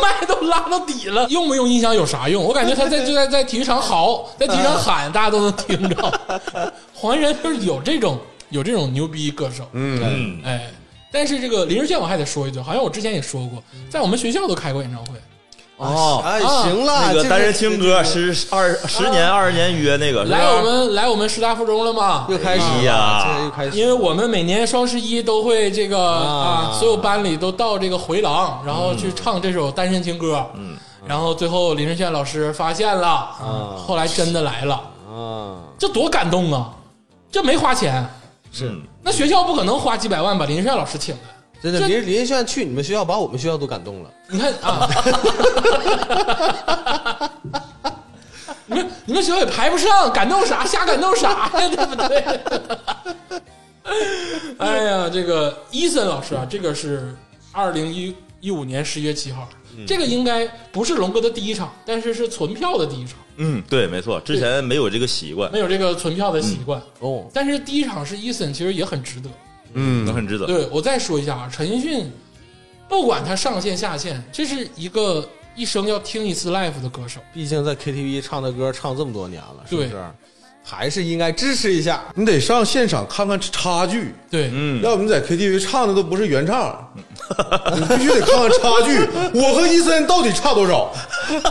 [SPEAKER 1] 麦都拉到底了，用不用音响有啥用？我感觉他在就在在体育场嚎，在体育
[SPEAKER 4] 嗯
[SPEAKER 1] 场喊，大家都能听着。 黄绮珊就是有这种有这种牛逼歌手，嗯。
[SPEAKER 3] 嗯，
[SPEAKER 1] 哎，但是这个林志炫我还得说一句，好像我之前也说过，在我们学校都开过演唱会，
[SPEAKER 3] 哦，
[SPEAKER 4] 哎
[SPEAKER 1] 啊
[SPEAKER 4] 行了，
[SPEAKER 3] 那
[SPEAKER 4] 这啊
[SPEAKER 3] 个单人听歌十二十年二十年约那个，是吧
[SPEAKER 1] 来我们来我们师大附中了吗？
[SPEAKER 4] 又开始
[SPEAKER 3] 哎
[SPEAKER 4] 了，
[SPEAKER 3] 呀
[SPEAKER 4] 现在又开始，
[SPEAKER 1] 因为我们每年双十一都会这个
[SPEAKER 4] 啊
[SPEAKER 1] 啊，所有班里都到这个回廊，然后去唱这首《单身情歌》。嗯，然后最后林志炫老师发现了，啊后来真的来了，
[SPEAKER 4] 啊，
[SPEAKER 1] 这多感动啊！这没花钱，
[SPEAKER 3] 嗯
[SPEAKER 1] 那学校不可能花几百万把林志炫老师请来。
[SPEAKER 4] 真的林林炫去你们学校把我们学校都感动了，
[SPEAKER 1] 你看啊，你们你们学校也排不上，感动啥？瞎感动啥呀？对不对？哎呀，这个伊森老师啊，这个是二零一一五年十月七号，这个应该不是龙哥的第一场，但是是存票的第一场，
[SPEAKER 3] 嗯，对，没错，之前没有这个习惯，
[SPEAKER 1] 没有这个存票的习惯。
[SPEAKER 4] 哦，
[SPEAKER 1] 但是第一场是伊森，其实也很值得。
[SPEAKER 3] 那
[SPEAKER 2] 嗯，
[SPEAKER 3] 很值得，
[SPEAKER 1] 对我再说一下啊，陈奕迅，不管他上线下线，这是一个一生要听一次 live 的歌手。
[SPEAKER 4] 毕竟在 KTV 唱的歌唱这么多年了，是不
[SPEAKER 1] 对
[SPEAKER 4] 是？还是应该支持一下，
[SPEAKER 2] 你得上现场看看差距，
[SPEAKER 1] 对，
[SPEAKER 3] 嗯，
[SPEAKER 2] 要不你在 KTV 唱的都不是原唱， 你必须得看看差距，我和伊森到底差多少？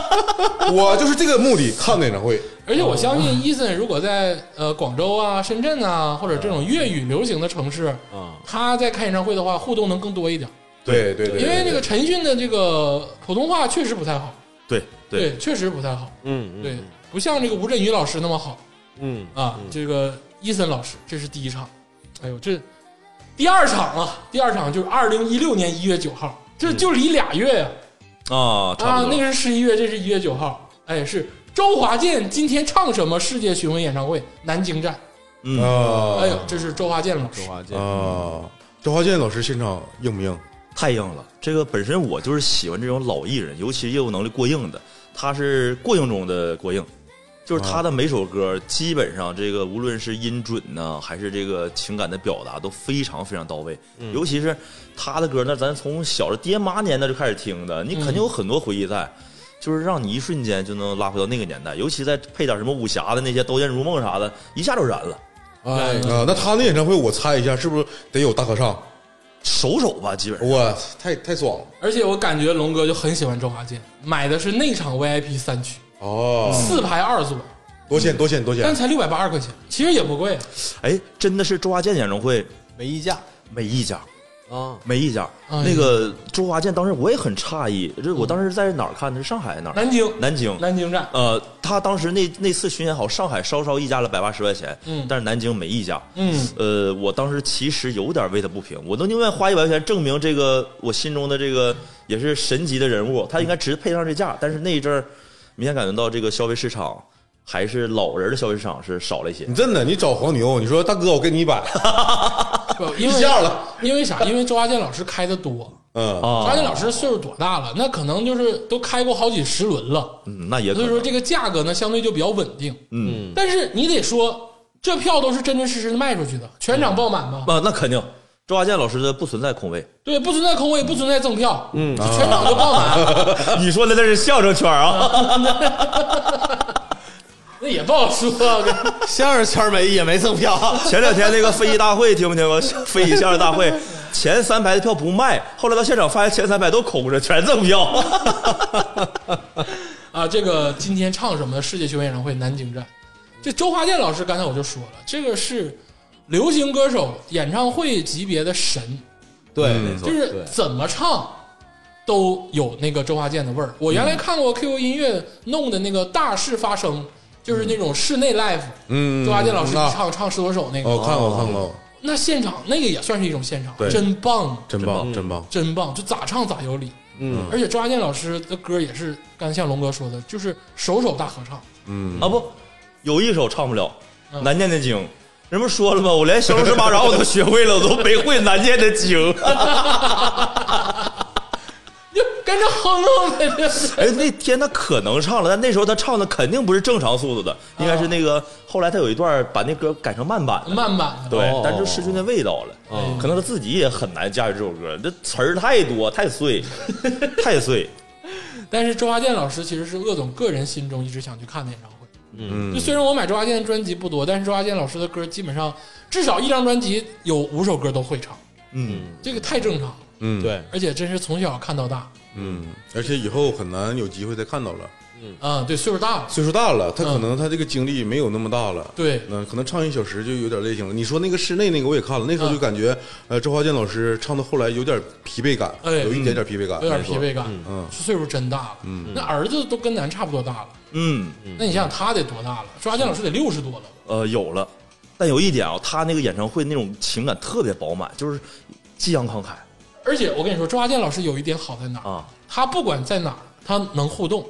[SPEAKER 2] 我就是这个目的看的演唱会，
[SPEAKER 1] 而且我相信伊森如果在呃广州啊、深圳啊，或者这种粤语流行的城市，
[SPEAKER 4] 啊
[SPEAKER 1] 他在开演唱会的话，互动能更多一点。
[SPEAKER 2] 对对对，
[SPEAKER 1] 因为这个陈奕迅的这个普通话确实不太好，
[SPEAKER 3] 对对，
[SPEAKER 1] 对，确实不太好，
[SPEAKER 4] 嗯
[SPEAKER 1] 对，不像这个吴镇宇老师那么好
[SPEAKER 4] 嗯，
[SPEAKER 1] 啊。这个伊森老师，这是第一场，哎呦，这第二场啊，第二场就是二零一六年一月九号，这就离俩月呀、
[SPEAKER 3] 啊，差
[SPEAKER 1] 啊，
[SPEAKER 3] 不
[SPEAKER 1] 那
[SPEAKER 3] 多，
[SPEAKER 1] 个是十一月，这是一月九号，哎，是周华健今天唱什么世界巡回演唱会，南京站，
[SPEAKER 3] 嗯，
[SPEAKER 2] 啊，
[SPEAKER 1] 哎呦，这是周华健老师
[SPEAKER 4] 周，华健，
[SPEAKER 2] 啊，周华健老师现场硬不硬？
[SPEAKER 3] 太硬了。这个本身我就是喜欢这种老艺人，尤其业务能力过硬的，他是过硬中的过硬，就是他的每首歌基本上这个无论是音准呐、还是这个情感的表达都非常非常到位。尤其是他的歌，那咱从小的爹妈年代就开始听的，你肯定有很多回忆在。就是让你一瞬间就能拉回到那个年代，尤其再配点什么武侠的那些《刀剑如梦》啥的，一下就燃了。
[SPEAKER 4] 哎
[SPEAKER 1] 嗯
[SPEAKER 2] 啊，那他那演唱会我猜一下，是不是得有大合唱？
[SPEAKER 3] 首首吧，基本上。
[SPEAKER 2] 我太太爽了
[SPEAKER 1] 而且我感觉龙哥就很喜欢周华健，买的是内场 VIP 三区，
[SPEAKER 2] 哦，
[SPEAKER 1] 四排二座，
[SPEAKER 2] 多钱多钱多
[SPEAKER 1] 但
[SPEAKER 2] 钱，
[SPEAKER 1] 才六百八十块钱，其实也不贵。啊
[SPEAKER 3] 哎，真的是周华健演唱会
[SPEAKER 4] 没溢价，
[SPEAKER 3] 没一家，
[SPEAKER 4] 啊，
[SPEAKER 3] 没意见。
[SPEAKER 1] 哎呀
[SPEAKER 3] 那个周华健当时我也很诧异，这我当时在哪儿看的？是上海哪儿？
[SPEAKER 1] 南京
[SPEAKER 3] 啊南京。
[SPEAKER 1] 南京站，
[SPEAKER 3] 呃，他当时那那次巡演好，上海稍稍溢价了百八十块钱，
[SPEAKER 1] 嗯
[SPEAKER 3] 但是南京没溢价，
[SPEAKER 1] 嗯，
[SPEAKER 3] 呃，我当时其实有点为他不平，我都宁愿花一百块钱证明这个我心中的这个也是神级的人物，他应该值配上这价，但是那一阵儿明显感觉到这个消费市场还是老人的消费市场是少了一些
[SPEAKER 2] 你，真的，你找黄牛，你说大哥，我给你 一百，
[SPEAKER 1] 不因
[SPEAKER 2] 一
[SPEAKER 1] 为
[SPEAKER 2] 下了，
[SPEAKER 1] 因为啥？因为周华健老师开的多，
[SPEAKER 2] 嗯，
[SPEAKER 1] 周
[SPEAKER 3] 啊
[SPEAKER 1] 华健老师岁数多大了？那可能就是都开过好几十轮了，
[SPEAKER 3] 嗯，那也可
[SPEAKER 1] 所以说
[SPEAKER 3] 能，
[SPEAKER 1] 这个价格呢相对就比较稳定。
[SPEAKER 3] 嗯，
[SPEAKER 1] 但是你得说，这票都是真真实实的卖出去的，全场爆满嘛，
[SPEAKER 3] 啊，那肯定，周华健老师的不存在空位，
[SPEAKER 1] 对，不存在空位，不存在赠票，嗯，全场都爆满，
[SPEAKER 3] 你说的那是相声圈啊，
[SPEAKER 1] 那也不好说。我跟
[SPEAKER 4] 相声圈没也没赠票，
[SPEAKER 3] 前两天那个非遗大会听没听过？非遗相声大会前三排的票不卖，后来到现场发现前三排都空着，全赠票。
[SPEAKER 1] 啊，这个今天唱什么世界巡回演唱会南京站，这周华健老师刚才我就说了，这个是流行歌手演唱会级别的神，
[SPEAKER 4] 对，
[SPEAKER 2] 嗯
[SPEAKER 4] 没错
[SPEAKER 1] 就是怎么唱都有那个周华健的味儿。我原来看过 QQ 音乐弄的那个大事发生，就是那种室内 live，
[SPEAKER 2] 嗯
[SPEAKER 1] 周华健老师
[SPEAKER 2] 那
[SPEAKER 1] 一唱嗯唱十多首那个，
[SPEAKER 2] 哦，看过看过，
[SPEAKER 1] 那现场那个也算是一种现场，
[SPEAKER 2] 对
[SPEAKER 1] 真棒，
[SPEAKER 2] 真
[SPEAKER 1] 嗯
[SPEAKER 2] 棒真棒，
[SPEAKER 1] 真棒，就咋唱咋有理。
[SPEAKER 4] 嗯，
[SPEAKER 1] 而且周华健老师的歌也是，刚才像龙哥说的，就是首首大合唱。
[SPEAKER 2] 嗯，
[SPEAKER 3] 啊不，有一首唱不了
[SPEAKER 1] 嗯
[SPEAKER 3] 《难念的经》，人不是说了吗？我连降龙十八掌我都学会了，我都没会《难念的经》。
[SPEAKER 1] 就跟着哼哼呗，这是
[SPEAKER 3] 哎，那天他可能唱了，但那时候他唱的肯定不是正常速度的，应该是那个后来他有一段把那歌改成慢版的，
[SPEAKER 1] 慢版的。
[SPEAKER 3] 对
[SPEAKER 4] 哦，
[SPEAKER 3] 但就失去那味道了。可能他自己也很难驾驭这首歌，这词儿太多，太碎，太碎。
[SPEAKER 1] 但是周华健老师其实是鄂总个人心中一直想去看的演唱会。
[SPEAKER 2] 嗯
[SPEAKER 1] 就虽然我买周华健的专辑不多，但是周华健老师的歌基本上至少一张专辑有五首歌都会唱，
[SPEAKER 3] 嗯，
[SPEAKER 1] 这个太正常了。
[SPEAKER 2] 嗯，
[SPEAKER 4] 对，
[SPEAKER 1] 而且真是从小看到大，
[SPEAKER 2] 嗯，而且以后很难有机会再看到了，
[SPEAKER 1] 啊、对，岁数大了，
[SPEAKER 2] 岁数大了，他可能他这个精力没有那么大了。
[SPEAKER 1] 对
[SPEAKER 2] 嗯，可能唱一小时就有点类型了。你说那个室内那个我也看了，那时候就感觉，呃，周华健老师唱到后来有点疲惫感，
[SPEAKER 1] 哎
[SPEAKER 2] 有一点点疲惫感，
[SPEAKER 1] 有点
[SPEAKER 2] 没
[SPEAKER 1] 疲
[SPEAKER 2] 错。
[SPEAKER 1] 惫感，
[SPEAKER 2] 嗯
[SPEAKER 1] 岁数真大了。那儿子都跟咱差不多大了，
[SPEAKER 3] 嗯，
[SPEAKER 1] 那你想想他得多大了？周华健老师得六十多了吧，
[SPEAKER 3] 呃，有了。但有一点啊，他那个演唱会那种情感特别饱满，就是激昂慷慨
[SPEAKER 1] 而且我跟你说，周华健老师有一点好在哪儿？
[SPEAKER 3] 啊
[SPEAKER 1] 他不管在哪儿，他能互动，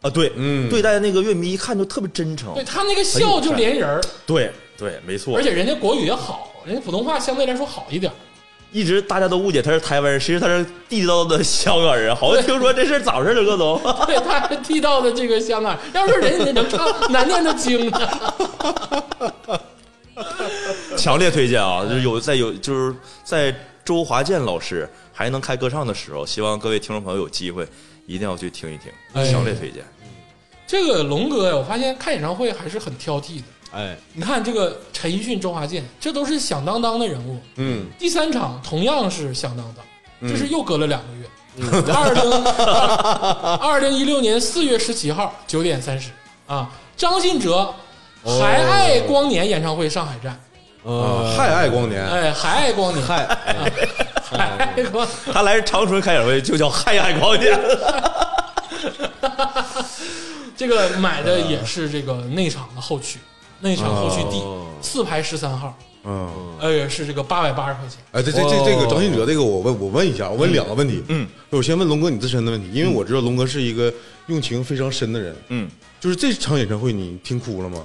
[SPEAKER 3] 啊！对，
[SPEAKER 2] 嗯
[SPEAKER 3] 对待那个乐迷一看就特别真诚
[SPEAKER 1] 对。他那个笑就连人儿，
[SPEAKER 3] 对对，没错。
[SPEAKER 1] 而且人家国语也好，人家普通话相对来说好一点儿。
[SPEAKER 3] 一直大家都误解他是台湾人，其实他是地道的香港人。好像听说这事儿咋回事儿，葛总？
[SPEAKER 1] 对，他是地道的这个香港人，要说人家能唱难念的经啊呢。
[SPEAKER 3] 强烈推荐啊！就是有在有就是在周华健老师还能开歌唱的时候，希望各位听众朋友有机会一定要去听一听，
[SPEAKER 1] 哎
[SPEAKER 3] 强烈推荐。
[SPEAKER 1] 这个龙哥呀，我发现看演唱会还是很挑剔的。
[SPEAKER 4] 哎，
[SPEAKER 1] 你看这个陈奕迅、周华健，这都是响当当的人物。
[SPEAKER 2] 嗯，
[SPEAKER 1] 第三场同样是响当当，
[SPEAKER 4] 嗯
[SPEAKER 1] 这是又隔了两个月。二 零二零一六年四月十七号九点三十啊，张信哲
[SPEAKER 4] 哦
[SPEAKER 1] 《还爱光年》演唱会上海站，
[SPEAKER 2] 啊，
[SPEAKER 4] 呃，
[SPEAKER 2] 还爱光年，
[SPEAKER 1] 哎，还爱光年，啊
[SPEAKER 4] 嗨，哎
[SPEAKER 1] 还爱光，
[SPEAKER 3] 他来长春开演唱会就叫嗨嗨光年，
[SPEAKER 1] 这个买的也是这个内场的后区，内场后区 D
[SPEAKER 4] 哦
[SPEAKER 1] 四排十三号，
[SPEAKER 2] 嗯，
[SPEAKER 1] 呃，是这个八百八十块钱。
[SPEAKER 2] 哎，这这这这个张信哲这个我问我问一下，我问两个问题，
[SPEAKER 3] 嗯，
[SPEAKER 2] 我先问龙哥你自身的问题，因为我知道龙哥是一个用情非常深的人，
[SPEAKER 3] 嗯。
[SPEAKER 2] 就是这场演唱会你听哭了吗？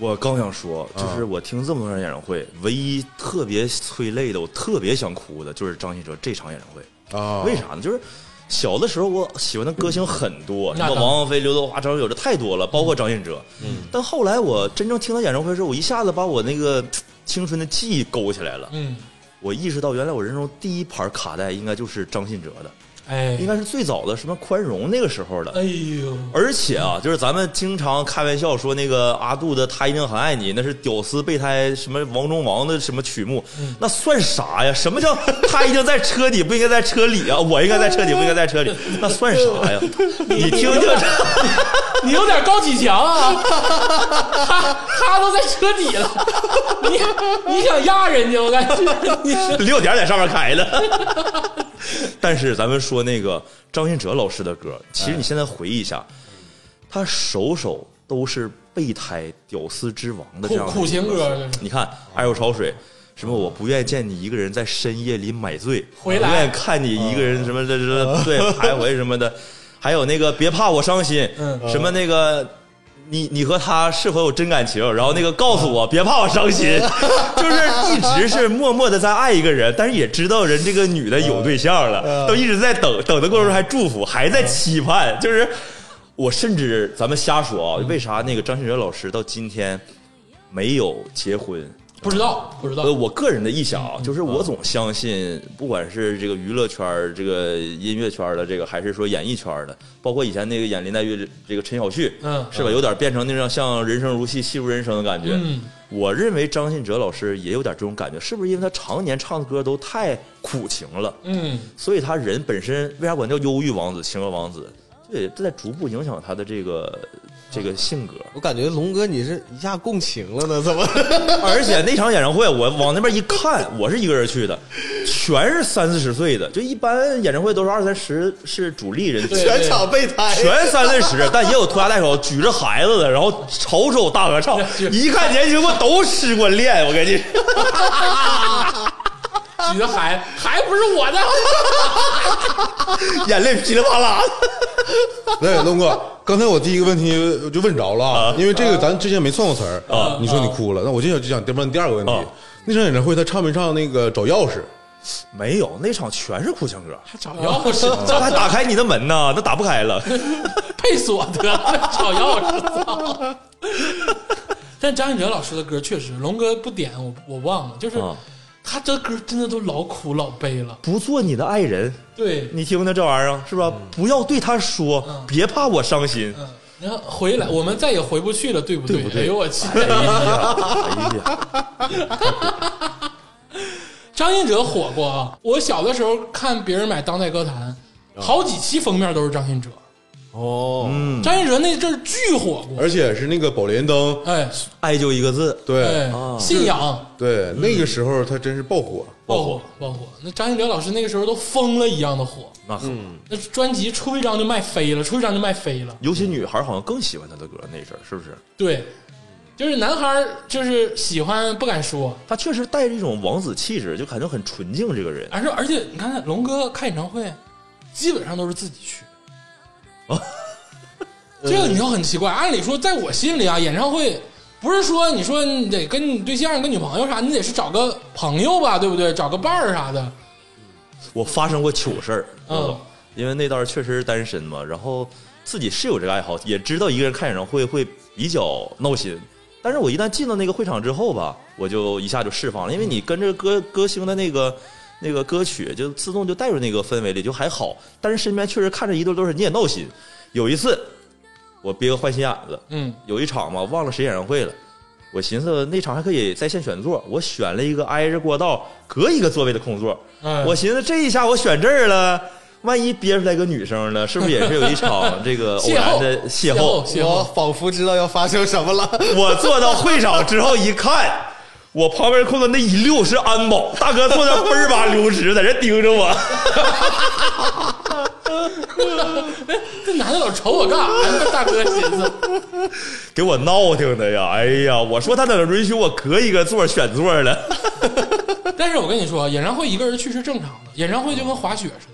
[SPEAKER 3] 我刚想说，就是我听这么多场演唱会，唯一特别催泪的，我特别想哭的，就是张信哲这场演唱会。
[SPEAKER 2] 啊，
[SPEAKER 3] 为？啥呢？就是小的时候我喜欢的歌星很多，什
[SPEAKER 1] 那
[SPEAKER 3] 么
[SPEAKER 1] 当然
[SPEAKER 3] 王王菲、刘德华、张学友，这太多了，包括张信哲。嗯，但后来我真正听他演唱会的时候，我一下子把我那个嘖青春的记忆勾起来了。
[SPEAKER 1] 嗯，
[SPEAKER 3] 我意识到，原来我人生中第一盘卡带应该就是张信哲的。
[SPEAKER 1] 哎
[SPEAKER 3] 应该是最早的什么宽容那个时候
[SPEAKER 1] 哎
[SPEAKER 3] 的。
[SPEAKER 1] 呦，
[SPEAKER 3] 而且啊，就是咱们经常开玩笑说那个阿杜的《他一定很爱你》，那是屌丝备胎什么王中王的什么曲目，
[SPEAKER 1] 嗯
[SPEAKER 3] 那算啥呀？什么叫他一定在车里不应该在车里啊？我应该在车里不应该在 车里？那算啥呀？你听听这。
[SPEAKER 1] 你有点高启强啊！他他都在车底了，你你想压人家，我感觉你是
[SPEAKER 3] 六点在上面开的。 但是咱们说那个张信哲老师的歌，其实你现在回忆一
[SPEAKER 1] 嗯
[SPEAKER 3] 下，他首首都是备胎屌丝之王的这
[SPEAKER 1] 苦
[SPEAKER 3] 样的
[SPEAKER 1] 苦情歌这是
[SPEAKER 3] 你看《爱如潮水》。什么？我不愿见你一个人在深夜里买醉，
[SPEAKER 1] 回来哦
[SPEAKER 3] 我不愿看你一个人什么这这对徘徊什么的，还有那个别怕我伤心，
[SPEAKER 1] 嗯
[SPEAKER 3] 什么那个你你和他是否有真感情？然后那个告诉
[SPEAKER 1] 哦
[SPEAKER 3] 我，别怕我伤心， 就是一直是默默的在爱一个人，但是也知道人这个女的
[SPEAKER 1] 嗯
[SPEAKER 3] 有对象了，都一直在等，等的过程中还祝福，还在期盼，就是我甚至咱们瞎说
[SPEAKER 1] 嗯
[SPEAKER 3] 啊，为啥那个张信哲老师到今天没有结婚？
[SPEAKER 1] 不知道不知道
[SPEAKER 3] 呃，，我个人的臆想啊，
[SPEAKER 1] 嗯
[SPEAKER 3] 就是我总相信，不管是这个娱乐圈儿、这个音乐圈儿的，这个还是说演艺圈儿的，包括以前那个演林黛玉、这个陈小旭，
[SPEAKER 1] 嗯
[SPEAKER 3] 是吧？有点变成那种像人生如戏，戏如人生的感觉。
[SPEAKER 1] 嗯
[SPEAKER 3] 我认为张信哲老师也有点这种感觉，是不是因为他常年唱的歌都太苦情了，
[SPEAKER 1] 嗯，
[SPEAKER 3] 所以他人本身为啥管叫忧郁王子、情歌王子？这也这在逐步影响他的这个这个性格。
[SPEAKER 4] 我感觉龙哥你是一下共情了呢，怎么？
[SPEAKER 3] 而且那场演唱会，我往那边一看，我是一个人去的，全是三四十岁的。就一般演唱会都是二三十是主力人，
[SPEAKER 1] 对
[SPEAKER 4] 全场备胎，
[SPEAKER 3] 全三四十，但也有拖家带口、举着孩子的，然后潮州大合唱，一看年轻过都失过恋。我跟你 说，
[SPEAKER 1] 举着孩还不是我的，
[SPEAKER 3] 眼泪噼里啪啦的。
[SPEAKER 2] 对，龙哥，刚才我第一个问题我就问着了啊
[SPEAKER 3] 啊，
[SPEAKER 2] 因为这个咱之前没算过词儿
[SPEAKER 3] 啊
[SPEAKER 2] 你说你哭了，那我就想就想问第二个问题
[SPEAKER 3] 啊，
[SPEAKER 2] 那场演唱会他唱没唱那个找钥匙？
[SPEAKER 3] 没有，那场全是哭腔歌，
[SPEAKER 1] 找钥匙，
[SPEAKER 3] 这还打开你的门呢，那打不开了。
[SPEAKER 1] 配锁得了，找钥匙，操！但张信哲老师的歌确实，龙哥不点我我忘了，就是、
[SPEAKER 3] 啊
[SPEAKER 1] 他这歌真的都老苦老悲了，
[SPEAKER 3] 不做你的爱人，
[SPEAKER 1] 对，
[SPEAKER 3] 你听听这玩意儿是吧？不要对他说，别怕我伤心。
[SPEAKER 1] 嗯，然后回来我们再也回不去了，对不对？
[SPEAKER 3] 对不对
[SPEAKER 1] 哎呦我去！
[SPEAKER 3] 哎呀，哎呀。
[SPEAKER 1] 张信哲火过啊！我小的时候看别人买《当代歌坛》，好几期封面都是张信哲。
[SPEAKER 4] 哦，
[SPEAKER 1] 张信哲那阵儿巨火过，
[SPEAKER 2] 而且是那个宝莲灯，
[SPEAKER 1] 哎
[SPEAKER 3] 爱就一个字，
[SPEAKER 2] 对
[SPEAKER 1] 哎，嗯信仰
[SPEAKER 2] 对，那个时候他真是爆火，
[SPEAKER 1] 爆火爆火。那张信哲老师那个时候都疯了一样的火，
[SPEAKER 3] 那可不
[SPEAKER 1] 那专辑出一张就卖飞了，出一张就卖飞了。
[SPEAKER 3] 尤其女孩好像更喜欢他的歌，那阵儿是不是？
[SPEAKER 1] 对，就是男孩儿就是喜欢不敢说，
[SPEAKER 3] 他确实带着一种王子气质，就感觉很纯净。这个人，
[SPEAKER 1] 而且而且你看龙哥开演唱会，基本上都是自己去。这个你说很奇怪，按理说在我心里啊，演唱会不是说你说你得跟你对象、跟女朋友啥，你得是找个朋友吧，对不对？找个伴儿啥的。
[SPEAKER 3] 我发生过糗事儿，
[SPEAKER 1] 嗯
[SPEAKER 3] 知道吧因为那段儿确实是单身嘛，然后自己是有这个爱好，也知道一个人看演唱会会比较闹心。但是我一旦进到那个会场之后吧，我就一下就释放了，因为你跟着歌歌星的那个那个歌曲，就自动就带入那个氛围里，就还好。但是身边确实看着一对都是你也闹心。有一次，我憋个坏心眼子，
[SPEAKER 1] 嗯
[SPEAKER 3] 有一场嘛，忘了谁演唱会了。我寻思那场还可以在线选座，我选了一个挨着过道隔一个座位的空座。
[SPEAKER 1] 哎
[SPEAKER 3] 我寻思这一下我选这儿了，万一憋出来个女生呢，是不是也是有一 场这个偶
[SPEAKER 1] 邂
[SPEAKER 3] 然
[SPEAKER 1] 逅
[SPEAKER 3] 的邂
[SPEAKER 1] 逅
[SPEAKER 3] 逅？
[SPEAKER 1] 邂
[SPEAKER 4] 我
[SPEAKER 1] 逅，
[SPEAKER 4] 仿佛知道要发生什么了。
[SPEAKER 3] 我坐到会场之后一看，我旁边空的那一溜是安保大哥，坐那倍儿吧溜直，在这盯着我。
[SPEAKER 1] 这男的老瞅我干啥呀？大哥寻思，
[SPEAKER 3] 给我闹腾的呀！哎呀，我说他怎么允许我隔一个座选座了？
[SPEAKER 1] 但是我跟你说，演唱会一个人去是正常的，演唱会就跟滑雪似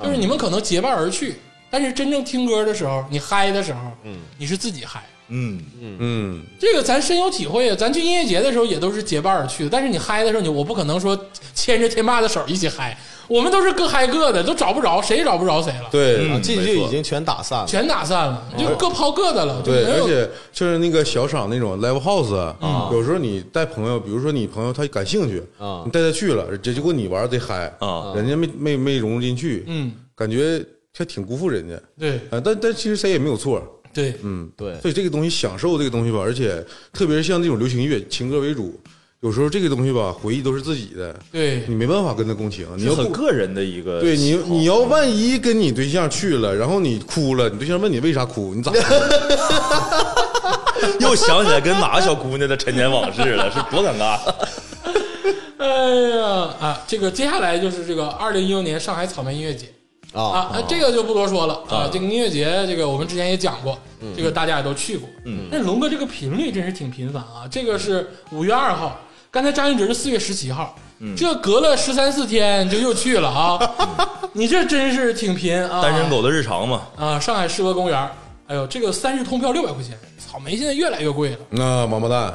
[SPEAKER 1] 的，就是你们可能结伴而去，但是真正听歌的时候，你嗨的时候，嗯，你是自己嗨。
[SPEAKER 3] 嗯，
[SPEAKER 2] 嗯，
[SPEAKER 1] 这个咱深有体会啊，咱去音乐节的时候也都是结伴儿去的，但是你嗨的时候，你我不可能说牵着天霸的手一起嗨，我们都是各嗨各的，都找不着，谁也找不着谁了，，
[SPEAKER 2] 对，
[SPEAKER 3] 嗯
[SPEAKER 4] 啊进去已经全打散了，
[SPEAKER 1] 全打散了，就各抛各的了，就
[SPEAKER 2] 对，
[SPEAKER 1] 没
[SPEAKER 2] 而
[SPEAKER 1] 有
[SPEAKER 2] 且就是那个小厂那种 live house，啊，有时候你带朋友，比如说你朋友他感兴趣
[SPEAKER 4] 啊
[SPEAKER 2] 你带他去了，结结果你玩得嗨
[SPEAKER 3] 啊
[SPEAKER 2] 人家没没没融入进去，
[SPEAKER 1] 嗯，
[SPEAKER 2] 感觉还挺辜负人家
[SPEAKER 1] 对
[SPEAKER 2] 啊。但但其实谁也没有错，
[SPEAKER 1] 对，
[SPEAKER 2] 嗯，
[SPEAKER 4] 对
[SPEAKER 2] 所以这个东西享受这个东西吧，而且特别是像这种流行音乐，情歌为主，有时候这个东西吧，回忆都是自己的，
[SPEAKER 1] 对
[SPEAKER 2] 你没办法跟他共情，你
[SPEAKER 3] 是
[SPEAKER 2] 要
[SPEAKER 3] 很
[SPEAKER 2] 不
[SPEAKER 3] 个人的一个
[SPEAKER 2] 对你
[SPEAKER 3] 喜好
[SPEAKER 2] 你要万一跟你对象去了，然后你哭了，你对象问你为啥哭，你 咋哭？
[SPEAKER 3] 又想起来跟哪个小姑娘的陈年往事了，是多尴尬！
[SPEAKER 1] 哎呀啊，这个接下来就是这个二零一六年上海草莓音乐节
[SPEAKER 4] 啊，
[SPEAKER 1] 啊，啊这个就不多说了啊。这个音乐节，这个我们之前也讲过，这个大家也都去过。嗯，但是龙哥这个频率真是挺频繁啊。这个是五月二号，刚才张云哲是四月十七号，这隔了十三四天就又去了啊。你这真是挺频啊！
[SPEAKER 3] 单身狗的日常嘛，
[SPEAKER 1] 啊，上海世博公园，哎呦，这个三日通票六百块钱，草莓现在越来越贵了。
[SPEAKER 2] 那王八蛋，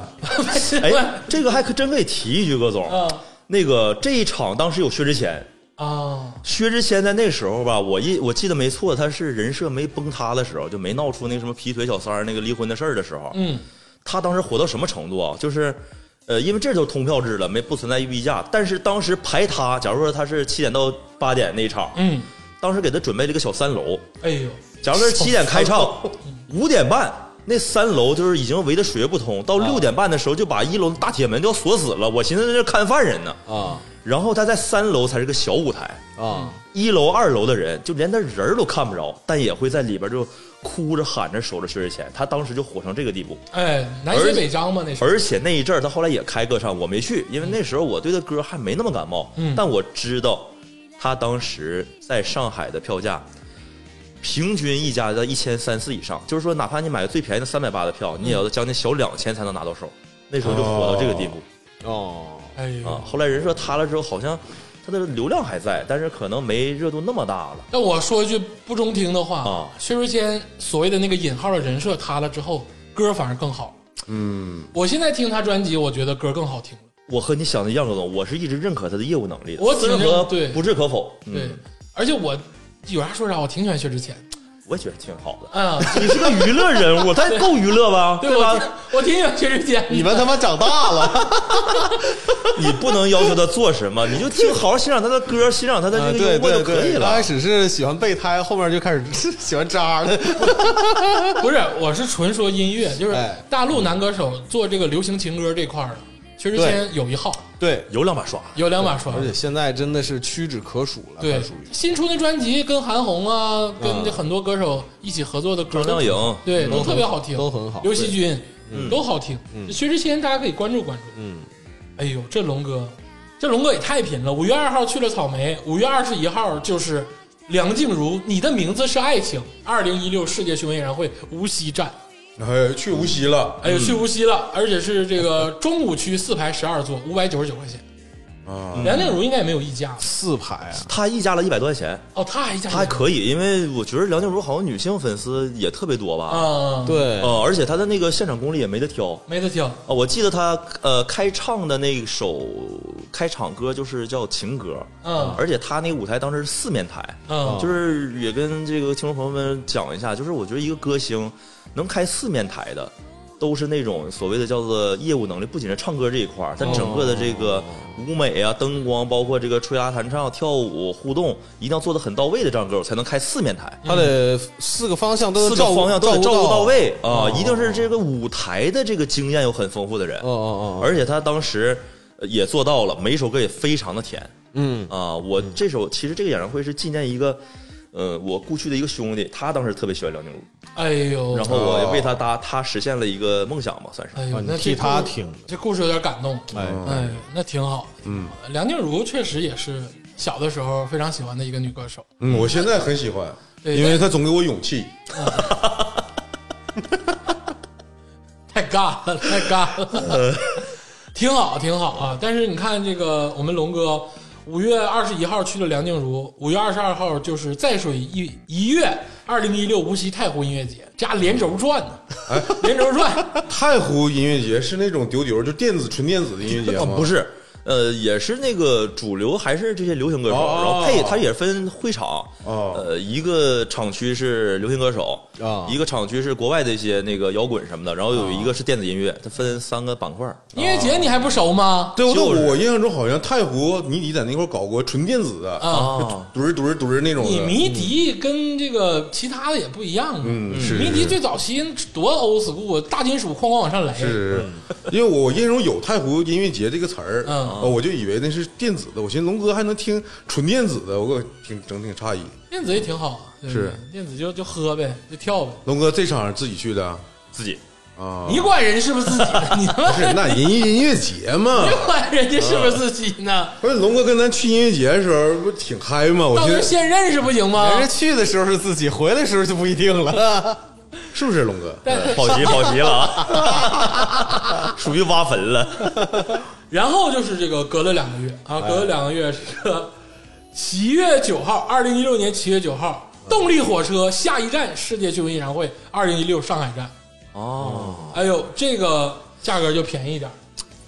[SPEAKER 3] 哎，这个还可真可以提一句，葛总，
[SPEAKER 1] 啊
[SPEAKER 3] 那个这一场当时有薛之谦，
[SPEAKER 1] 啊，
[SPEAKER 3] 薛之谦在那时候吧，我一我记得没错，他是人设没崩塌的时候，就没闹出那个什么劈腿小三儿那个离婚的事儿的时候，
[SPEAKER 1] 嗯，
[SPEAKER 3] 他当时火到什么程度啊？就是，呃，因为这就通票制了，没不存在预议价，但是当时排他，假如说他是七点到八点那一场，
[SPEAKER 1] 嗯，
[SPEAKER 3] 当时给他准备了一个小三楼，
[SPEAKER 1] 哎呦，
[SPEAKER 3] 假如说七点开唱，五点半那三楼就是已经围得水泄不通，到六点半的时候就把一楼的大铁门都要锁死了。我寻思在这看犯人呢，
[SPEAKER 4] 啊
[SPEAKER 3] 然后他在三楼才是个小舞台，
[SPEAKER 4] 啊
[SPEAKER 3] 一楼、二楼的人就连他人儿都看不着，但也会在里边就哭着喊着守着薛之谦。他当时就火成这个地步，
[SPEAKER 1] 哎，南
[SPEAKER 3] 而
[SPEAKER 1] 协
[SPEAKER 3] 且
[SPEAKER 1] 北张嘛，那是。
[SPEAKER 3] 而且那一阵儿他后来也开歌唱，我没去，因为那时候我对他歌还没那么感冒，
[SPEAKER 1] 嗯
[SPEAKER 3] 但我知道他当时在上海的票价。平均一家在一千三四以上，就是说，哪怕你买最便宜的三百八的票，你也要将近小两千才能拿到手。那时候就火到这个地步、
[SPEAKER 4] 哦，
[SPEAKER 1] 哎
[SPEAKER 3] 啊
[SPEAKER 1] 呦！！
[SPEAKER 3] 后来人设塌了之后，好像他的流量还在，但是可能没热度那么大了。
[SPEAKER 1] 但我说一句不中听的话
[SPEAKER 3] 啊
[SPEAKER 1] 薛之谦所谓的那个引号的人设塌了之后，歌反而更好。
[SPEAKER 2] 嗯，
[SPEAKER 1] 我现在听他专辑，我觉得歌更好听了。
[SPEAKER 3] 我和你想的一样，葛总，我是一直认可他的业务能力的，
[SPEAKER 1] 我挺
[SPEAKER 3] 自和
[SPEAKER 1] 认对
[SPEAKER 3] 不置可否。嗯
[SPEAKER 1] 对，，而且我有啥说啥，我挺喜欢薛之谦。
[SPEAKER 3] 我也觉得挺好的。
[SPEAKER 1] 啊，
[SPEAKER 3] 你是个娱乐人物，他够娱乐吧？
[SPEAKER 1] 对我挺
[SPEAKER 3] 吧？
[SPEAKER 1] 我挺喜欢薛之谦。
[SPEAKER 4] 你们他妈长大 了，
[SPEAKER 3] 你不能要求他做什么，你就听好好欣赏他的歌，欣赏他的
[SPEAKER 4] 啊
[SPEAKER 3] 这个
[SPEAKER 4] 对
[SPEAKER 3] 幽默
[SPEAKER 4] 对
[SPEAKER 3] 就可以
[SPEAKER 4] 对，刚开
[SPEAKER 3] 了。
[SPEAKER 4] 始是喜欢备胎，后面就开始喜欢渣了，
[SPEAKER 1] 不是，我是纯说音乐，就是
[SPEAKER 4] 哎
[SPEAKER 1] 大陆男歌手做这个流行情歌这块儿的，薛之谦有一号，
[SPEAKER 4] 对，
[SPEAKER 3] 有两把刷，
[SPEAKER 1] 有两把
[SPEAKER 3] 嗯
[SPEAKER 1] 刷
[SPEAKER 4] 而。且现在真的是屈指可数了，
[SPEAKER 1] 对
[SPEAKER 4] 快属于，
[SPEAKER 1] 新出那专辑跟韩红啊，跟这很多歌手一起合作的歌
[SPEAKER 3] 张
[SPEAKER 1] 都
[SPEAKER 3] 靓颖，
[SPEAKER 1] 对，
[SPEAKER 4] 都
[SPEAKER 1] 都
[SPEAKER 4] 很
[SPEAKER 1] 特别好听，
[SPEAKER 4] 都很好
[SPEAKER 1] 刘惜君
[SPEAKER 3] 嗯
[SPEAKER 1] 都好听，薛之谦大家可以关注关注。
[SPEAKER 4] 嗯，
[SPEAKER 1] 哎呦，这龙哥，这龙哥也太贫了！五月二号去了草莓，五月二十一号就是梁静茹《你的名字是爱情》二零一六世界巡回演唱会无锡站，
[SPEAKER 2] 哎，去无锡了
[SPEAKER 1] 哎呦，去无锡了，而且是这个中五区四排十二座，五百九十九块钱。
[SPEAKER 2] 啊，
[SPEAKER 1] 梁静茹应该也没有溢价吧
[SPEAKER 4] 四排啊，
[SPEAKER 3] 他溢价了一百多块钱，
[SPEAKER 1] 哦，她还加，
[SPEAKER 3] 他还可以，因为我觉得梁静茹好像女性粉丝也特别多吧。
[SPEAKER 1] 啊，，
[SPEAKER 4] 对，
[SPEAKER 3] 呃，而且他的那个现场功力也没得挑。
[SPEAKER 1] 没得挑，
[SPEAKER 3] 啊，我记得他呃开唱的那首开场歌就是叫情
[SPEAKER 4] 啊
[SPEAKER 3] 歌，
[SPEAKER 1] 嗯
[SPEAKER 3] 而且他那个舞台当时是四面台，
[SPEAKER 1] 嗯，
[SPEAKER 3] 就是也跟这个听众朋友们讲一下，就是我觉得一个歌星能开四面台的，都是那种所谓的叫做业务能力，不仅是唱歌这一块儿，但整个的这个舞美啊、灯光，包括这个吹拉弹唱、跳舞互动，一定要做的很到位的这样歌手才能开四面台。
[SPEAKER 4] 他得四个方向都
[SPEAKER 3] 四
[SPEAKER 4] 得
[SPEAKER 3] 个
[SPEAKER 4] 照顾
[SPEAKER 3] 方向都得嗯照
[SPEAKER 4] 照
[SPEAKER 3] 顾到，位啊、
[SPEAKER 4] 哦
[SPEAKER 3] 一定是这个舞台的这个经验有很丰富的人。
[SPEAKER 4] 哦哦哦，
[SPEAKER 3] 而且他当时呃也做到了，每一首歌也非常的甜
[SPEAKER 4] 嗯
[SPEAKER 3] 啊。我这首其实这个演唱会是纪念一个，呃，我故去的一个兄弟，他当时特别喜欢梁静茹，
[SPEAKER 1] 哎
[SPEAKER 2] 哦
[SPEAKER 1] 呦，
[SPEAKER 3] 然后我也为他搭，他实现了一个梦想吧，算是。
[SPEAKER 1] 哎呦，
[SPEAKER 4] 啊你
[SPEAKER 1] 那
[SPEAKER 4] 替
[SPEAKER 1] 这
[SPEAKER 4] 他
[SPEAKER 1] 故事
[SPEAKER 4] 听
[SPEAKER 1] 这故事有点感动。
[SPEAKER 4] 哎
[SPEAKER 1] 哎，那挺好。嗯，梁静茹确实也是小的时候非常喜欢的一个女歌手。
[SPEAKER 2] 嗯，我现在很喜欢，
[SPEAKER 1] 对
[SPEAKER 2] 因为他总给我勇气。
[SPEAKER 1] 太尬了，太尬了，
[SPEAKER 4] 呃
[SPEAKER 1] 挺好，挺好啊。但是你看这个，我们龙哥五月二十一号去了梁静茹，五月二十二号就是再水一一月二零一六无锡太湖音乐节，加连轴转呢，
[SPEAKER 4] 哎
[SPEAKER 1] 连轴转。
[SPEAKER 2] 太湖音乐节是那种丢丢，就电子纯电子的音乐节
[SPEAKER 3] 啊
[SPEAKER 2] 吗？
[SPEAKER 3] 不，是，呃，也是那个主流还是这些流行歌手，
[SPEAKER 2] 哦
[SPEAKER 3] 然后配它也分会场，
[SPEAKER 2] 哦
[SPEAKER 3] 呃，一个厂区是流行歌手，
[SPEAKER 4] 啊
[SPEAKER 3] 一个厂区是国外的一些那个摇滚什么的，然后有一个是电子音乐，它分三个板块儿。
[SPEAKER 1] 音乐节你还不熟吗？
[SPEAKER 2] 对，我
[SPEAKER 3] 就是
[SPEAKER 2] 我印象中好像太湖你你在那块儿搞过纯电子的，
[SPEAKER 1] 啊，
[SPEAKER 4] 哦
[SPEAKER 3] 啊，
[SPEAKER 2] 怼儿怼儿怼儿那种的。
[SPEAKER 1] 你迷笛跟这个其他的也不一样啊。
[SPEAKER 2] 嗯是
[SPEAKER 1] 迷笛最早期多 old school，大金属哐哐往上来。
[SPEAKER 2] 是，因为我我印象中有太湖音乐节这个词儿，
[SPEAKER 1] 嗯
[SPEAKER 2] 呃我就以为那是电子的，我寻思龙哥还能听纯电子的，我挺整挺诧异。
[SPEAKER 1] 电子也挺好，对不对
[SPEAKER 2] 是
[SPEAKER 1] 电子就就喝呗，就跳呗。
[SPEAKER 2] 龙哥这场自己去的
[SPEAKER 3] 自己
[SPEAKER 2] 啊？
[SPEAKER 1] 你管人是不是自己的？ 你他妈
[SPEAKER 2] 不是，那人家音乐节嘛
[SPEAKER 1] 别。管人家是不是自己呢？
[SPEAKER 2] 不是龙哥跟咱去音乐节的时候不挺嗨吗？我
[SPEAKER 1] 到
[SPEAKER 2] 寻
[SPEAKER 1] 时候
[SPEAKER 2] 思
[SPEAKER 1] 现认识不行吗？
[SPEAKER 4] 人家去的时候是自己，回来的时候就不一定了。
[SPEAKER 2] 是不是龙哥？
[SPEAKER 3] 跑 题跑题了啊，属于挖坟了。
[SPEAKER 1] 然后就是这个隔了两个月
[SPEAKER 2] 哎
[SPEAKER 1] 啊，隔了两个月，这个七月九号，二零一六年七月九号，
[SPEAKER 2] 嗯
[SPEAKER 1] 动力火车下一站世界趣闻演唱会，二零一六上海站。
[SPEAKER 3] 哦，
[SPEAKER 1] 哎呦，这个价格就便宜一点儿。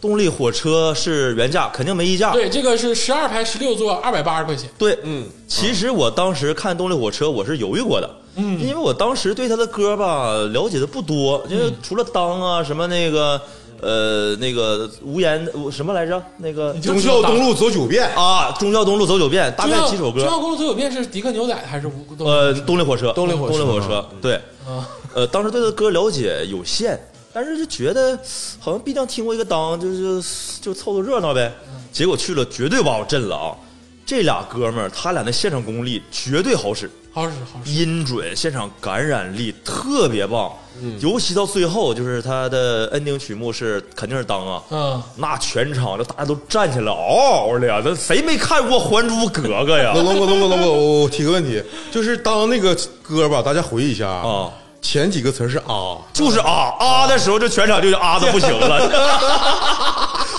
[SPEAKER 3] 动力火车是原价，肯定没溢
[SPEAKER 2] 啊
[SPEAKER 3] 价。
[SPEAKER 1] 对，这个是十二排十六座，二百八十块钱。
[SPEAKER 3] 对，嗯，其实我当时看动力火车，我是犹豫过的，嗯，因为我当时对他的歌吧了解的不多，因为除了当啊什么那个呃那个无言什么来着那个
[SPEAKER 1] 你就
[SPEAKER 2] 忠孝东路走九遍，
[SPEAKER 3] 啊忠孝东路走九遍，大
[SPEAKER 1] 中
[SPEAKER 3] 概
[SPEAKER 1] 央
[SPEAKER 3] 几首
[SPEAKER 1] 中
[SPEAKER 3] 歌，
[SPEAKER 1] 央公路走九遍是迪克牛仔还是吴东？
[SPEAKER 3] 呃，动力火车，
[SPEAKER 4] 动力火车嗯
[SPEAKER 3] 动力火车，对，
[SPEAKER 1] 啊，
[SPEAKER 3] 呃，当时对他的歌了解有限，但是就觉得好像必将听过一个当，就是就凑凑热闹呗。
[SPEAKER 4] 嗯
[SPEAKER 3] 结果去了，绝对把我震了啊！这俩哥们儿，他俩的现场功力绝对好使，
[SPEAKER 1] 好使好使。
[SPEAKER 3] 音准、现场感染力特别棒，
[SPEAKER 4] 嗯
[SPEAKER 3] 尤其到最后，就是他的 ending 曲目是肯定是当啊，
[SPEAKER 1] 嗯，
[SPEAKER 3] 那全场就大家都站起来哦嗷了呀！那谁没看过《还珠格格》呀
[SPEAKER 2] 龙？龙哥龙哥龙哥，我我提个问题，就是当那个歌吧，大家回忆一下
[SPEAKER 1] 哦
[SPEAKER 3] 啊，
[SPEAKER 2] 前几个词儿是啊，
[SPEAKER 3] 就是啊啊的时候，就全场就啊的不行了，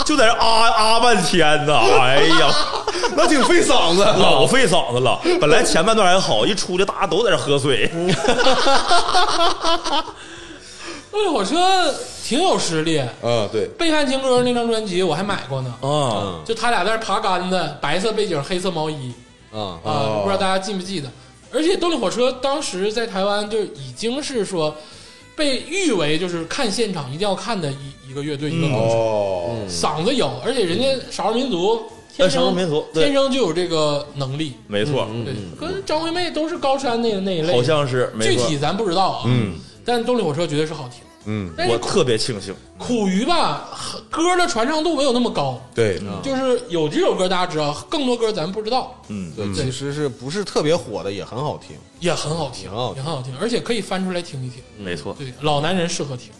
[SPEAKER 3] 就在这啊啊半天呢，哎呀，
[SPEAKER 2] 那挺费嗓子。啊
[SPEAKER 3] 老费嗓子了。本来前半段还好，一出去大家都在这喝水，
[SPEAKER 1] 动力火哎车挺有实力。
[SPEAKER 2] 啊，对，
[SPEAKER 1] 背叛情歌那张专辑我还买过
[SPEAKER 2] 嗯
[SPEAKER 1] 呢，
[SPEAKER 3] 啊，
[SPEAKER 1] 就他俩在那爬杆子，白色背景，黑色毛衣
[SPEAKER 4] 啊
[SPEAKER 1] 啊、不知道大家记不记得？而且动力火车当时在台湾就已经是说被誉为就是看现场一定要看的一一个乐队
[SPEAKER 3] 嗯
[SPEAKER 1] 一个歌手，
[SPEAKER 2] 哦，
[SPEAKER 1] 嗓子有，而且人家少数民族天生
[SPEAKER 3] 呃少数民族对
[SPEAKER 1] 天生就有这个能力，
[SPEAKER 3] 没错，
[SPEAKER 2] 嗯
[SPEAKER 1] 对，跟张惠妹都是高山那那一类，
[SPEAKER 3] 好像是没
[SPEAKER 1] 具
[SPEAKER 3] 错
[SPEAKER 1] 体，咱不知道啊，嗯，但动力火车绝对是好听，
[SPEAKER 2] 嗯，
[SPEAKER 1] 但
[SPEAKER 3] 我
[SPEAKER 1] 是
[SPEAKER 3] 特别庆幸。
[SPEAKER 1] 苦于吧歌的传唱度没有那么高，
[SPEAKER 2] 对，
[SPEAKER 1] 嗯就是有几首歌大家知道，更多歌咱不知道，
[SPEAKER 3] 嗯，
[SPEAKER 4] 对，其实是不是特别火的，也很好听。
[SPEAKER 1] 也很好听，
[SPEAKER 4] 很好
[SPEAKER 1] 也
[SPEAKER 4] 听
[SPEAKER 1] 很好听，而且可以翻出来听一听。
[SPEAKER 3] 没错，
[SPEAKER 1] 对，老男人适合听。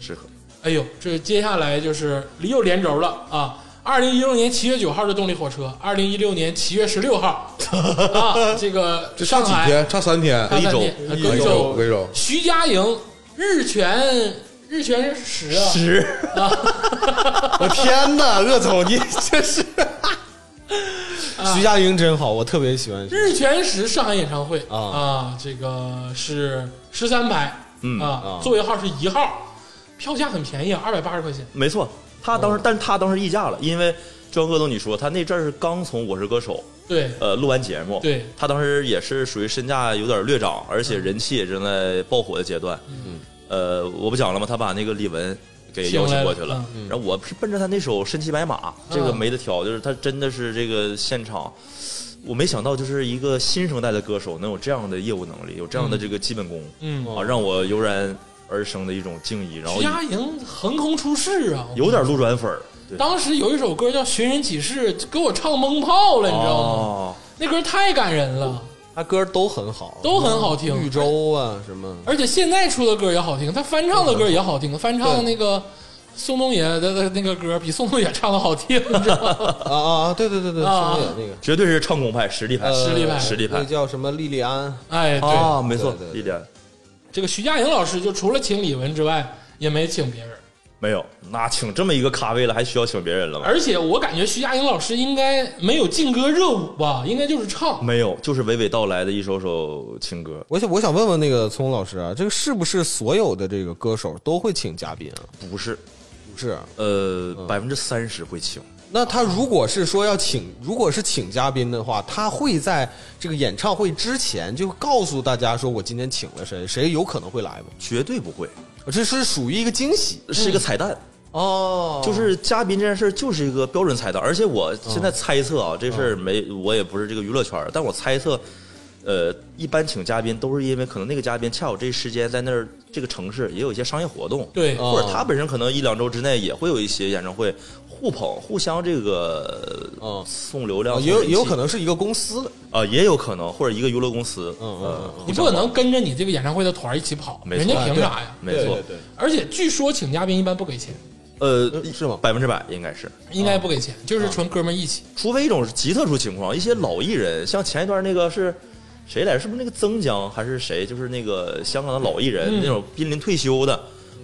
[SPEAKER 3] 适合。
[SPEAKER 1] 哎呦，这接下来就是又连轴了啊！二零一六年七月九号的动力火车，二零一六年七月十六号啊，这个
[SPEAKER 2] 这差
[SPEAKER 1] 上
[SPEAKER 2] 几
[SPEAKER 1] 海
[SPEAKER 2] 天？差三天，
[SPEAKER 1] 隔一周
[SPEAKER 2] 一
[SPEAKER 1] 隔一周
[SPEAKER 2] 周，隔一周。
[SPEAKER 1] 徐佳莹日全日全是十啊，
[SPEAKER 3] 是
[SPEAKER 4] 我天哪，鄂总你这是， 徐佳莹真好，我特别喜欢。
[SPEAKER 1] 日全食上海演唱会
[SPEAKER 4] 啊
[SPEAKER 1] 这个是十三排，
[SPEAKER 3] 嗯
[SPEAKER 1] 啊
[SPEAKER 4] 啊，
[SPEAKER 1] 座位号是一号，票价很便宜啊，二百八十块钱。
[SPEAKER 3] 没错，他
[SPEAKER 2] 哦
[SPEAKER 3] 当时，但是他当时溢价了，因为就像鄂总你说，他那阵儿是刚从《我是歌手》
[SPEAKER 1] 对，
[SPEAKER 3] 呃录完节目，
[SPEAKER 1] 对
[SPEAKER 3] 他当时也是属于身价有点略涨，而且人气也正在爆火的阶段。嗯，呃，我不讲了吗？他把那个李玟给邀请过去
[SPEAKER 1] 请来了
[SPEAKER 3] 了，然后我是奔着他那首《身骑白
[SPEAKER 1] 嗯
[SPEAKER 3] 马》，这个没得挑，就是他真的是这个现场。我没想到，就是一个新生代的歌手能有这样的业务能力，有这样的这个基本功，
[SPEAKER 1] 嗯
[SPEAKER 3] 啊，让我油然而生的一种敬意，然后
[SPEAKER 1] 徐佳莹横空出世啊！
[SPEAKER 3] 有点路转粉儿，对
[SPEAKER 1] 当时有一首歌叫《寻人启事》，给我唱懵泡了，你知道吗？
[SPEAKER 3] 哦
[SPEAKER 1] 那歌太感人了，
[SPEAKER 4] 她歌都很好，
[SPEAKER 1] 都很好听
[SPEAKER 3] 嗯
[SPEAKER 4] 绿洲啊 什么，
[SPEAKER 1] 而且现在出的歌也好听，他翻唱的歌也好听，翻唱那个宋冬野的的那个歌比宋冬野唱的好听，你 知道吗？
[SPEAKER 4] 啊啊啊！对对对对，
[SPEAKER 1] 啊
[SPEAKER 4] 宋冬野那个
[SPEAKER 3] 绝对是唱功派、实力派、
[SPEAKER 4] 呃
[SPEAKER 1] 实力派
[SPEAKER 3] 实力
[SPEAKER 4] 那个
[SPEAKER 3] 派
[SPEAKER 4] 叫什么莉莉安，
[SPEAKER 1] 哎，对，
[SPEAKER 3] 啊，没错
[SPEAKER 4] 对对，对
[SPEAKER 3] 一点
[SPEAKER 1] 这个徐佳莹老师就除了请李玟之外，也没请别人。
[SPEAKER 3] 没有。那请这么一个咖位了，还需要请别人了吗？
[SPEAKER 1] 而且我感觉徐佳莹老师应该没有劲歌热舞吧，应该就是唱。
[SPEAKER 3] 没有，就是娓娓道来的一首首情歌，
[SPEAKER 4] 我想我想问问那个聪老师啊，这个是不是所有的这个歌手都会请嘉宾啊？
[SPEAKER 3] 不是，
[SPEAKER 4] 不是啊，
[SPEAKER 3] 呃，百分之三十会请，
[SPEAKER 4] 那他如果是说要请，如果是请嘉宾的话，他会在这个演唱会之前就告诉大家说，我今天请了谁，谁有可能会来吗？
[SPEAKER 3] 绝对不会，
[SPEAKER 4] 这是属于一个惊喜
[SPEAKER 3] 是一个彩蛋。
[SPEAKER 4] 哦，
[SPEAKER 3] 就是嘉宾这件事儿就是一个标准彩蛋，而且我现在猜测
[SPEAKER 4] 哦
[SPEAKER 3] 啊，这事儿没我也不是这个娱乐圈儿，但我猜测，呃，一般请嘉宾都是因为可能那个嘉宾恰好这时间在那儿这个城市也有一些商业活动，
[SPEAKER 1] 对
[SPEAKER 4] 哦
[SPEAKER 3] 或者他本身可能一两周之内也会有一些演唱会，互捧互相这个呃
[SPEAKER 4] 嗯
[SPEAKER 3] 送流量，
[SPEAKER 4] 也有
[SPEAKER 3] 送
[SPEAKER 4] 也
[SPEAKER 3] 人气
[SPEAKER 4] 有可能是一个公司的，
[SPEAKER 3] 啊，也有可能或者一个娱乐公司，
[SPEAKER 4] 嗯嗯
[SPEAKER 3] 呃
[SPEAKER 1] 你不可能跟着你这个演唱会的团儿一起跑，
[SPEAKER 3] 没
[SPEAKER 1] 人
[SPEAKER 3] 错
[SPEAKER 1] 家凭啥呀？
[SPEAKER 3] 没错，
[SPEAKER 4] 对，
[SPEAKER 1] 而且据说请嘉宾一般不给钱，
[SPEAKER 3] 呃，
[SPEAKER 4] 呃是吗
[SPEAKER 3] 百分之百应该是，
[SPEAKER 1] 应该不给钱，
[SPEAKER 3] 哦
[SPEAKER 1] 就是纯哥们儿一起。
[SPEAKER 3] 除非一种极特殊情况，一些老艺人，像前一段那个是谁来着？是不是那个曾江还是谁？就是那个香港的老艺人，
[SPEAKER 1] 嗯
[SPEAKER 3] 那种濒临退休的，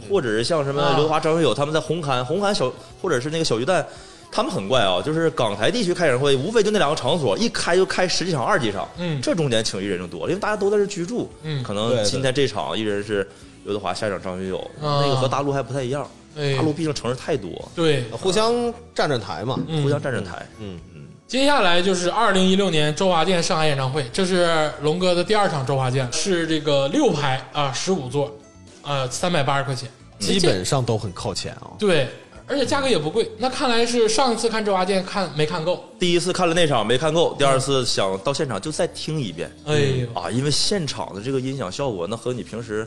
[SPEAKER 3] 或者是像什么
[SPEAKER 1] 啊
[SPEAKER 3] 刘德华、张学友他们在红磡，红磡小或者是那个小巨蛋，他们很怪啊，就是港台地区开演唱会，无非就那两个场所，一开就开十几场、二十几场，
[SPEAKER 1] 嗯
[SPEAKER 3] 这中间请艺人就多了，因为大家都在这居住，
[SPEAKER 1] 嗯
[SPEAKER 3] 可
[SPEAKER 4] 对
[SPEAKER 3] 能
[SPEAKER 4] 对
[SPEAKER 3] 今天这场艺人是刘德华，下一场张学友，
[SPEAKER 1] 啊
[SPEAKER 3] 那个和大陆还不太一样，
[SPEAKER 1] 哎
[SPEAKER 3] 大，陆毕竟城市太多，
[SPEAKER 1] 对，
[SPEAKER 3] 哦
[SPEAKER 4] 呃互相站站台嘛。
[SPEAKER 1] 嗯
[SPEAKER 3] 互相站站台，
[SPEAKER 4] 嗯，
[SPEAKER 1] 接下来就是二零一六年周华健上海演唱会，这是龙哥的第二场周华健，是这个六排啊，十五座，啊，三百八十块钱，
[SPEAKER 4] 基本上都很靠前啊。
[SPEAKER 1] 对，而且价格也不贵。那看来是上一次看周华健看没看够，
[SPEAKER 3] 第一次看了那场没看
[SPEAKER 1] 嗯
[SPEAKER 3] 够，第二次想到现场就再听一遍
[SPEAKER 1] 哎呦，
[SPEAKER 3] 啊，因为现场的这个音响效果，那和你平时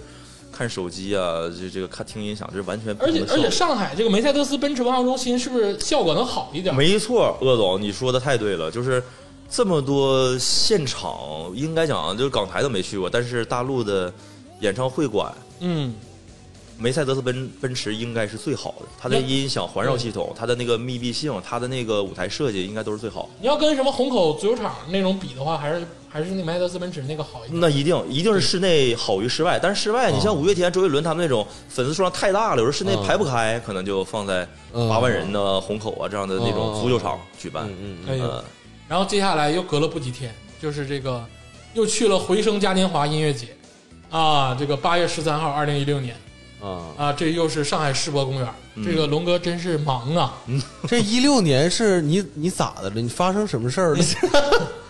[SPEAKER 3] 看手机啊，这这个看听音响，这是完全不
[SPEAKER 1] 而且
[SPEAKER 3] 同的效
[SPEAKER 1] 而且。
[SPEAKER 3] 果
[SPEAKER 1] 上海这个梅赛德斯奔驰文化中心是不是效果能好一点？
[SPEAKER 3] 没错，鄂总，你说的太对了，就是这么多现场，应该讲就是港台都没去过，但是大陆的演唱会馆，
[SPEAKER 1] 嗯，
[SPEAKER 3] 梅赛德斯奔奔驰应该是最好的，它的
[SPEAKER 1] 那
[SPEAKER 3] 音响环绕系统，它的那个密闭性，它的那个舞台设计，应该都是最好。
[SPEAKER 1] 你要跟什么虹口足球场那种比的话，还是还是那梅赛德斯奔驰那个好一点。
[SPEAKER 3] 那一定一定是室内好于室外，但是室外你
[SPEAKER 4] 啊
[SPEAKER 3] 像五月天、周杰伦他们那种粉丝数量太大了，有时候室内排不开，可能就放在
[SPEAKER 4] 嗯
[SPEAKER 3] 八万人的虹口啊这样的那种足球场举办。
[SPEAKER 4] 嗯
[SPEAKER 1] 哎呦
[SPEAKER 3] 呃，，
[SPEAKER 1] 然后接下来又隔了不几天，就是这个又去了回声嘉年华音乐节，啊，这个八月十三号，二零一六年。
[SPEAKER 4] 嗯啊，
[SPEAKER 1] 啊，这又是上海世博公园儿，这个龙哥真是忙啊！
[SPEAKER 4] 这一六年是你你咋的了？你发生什么事儿了？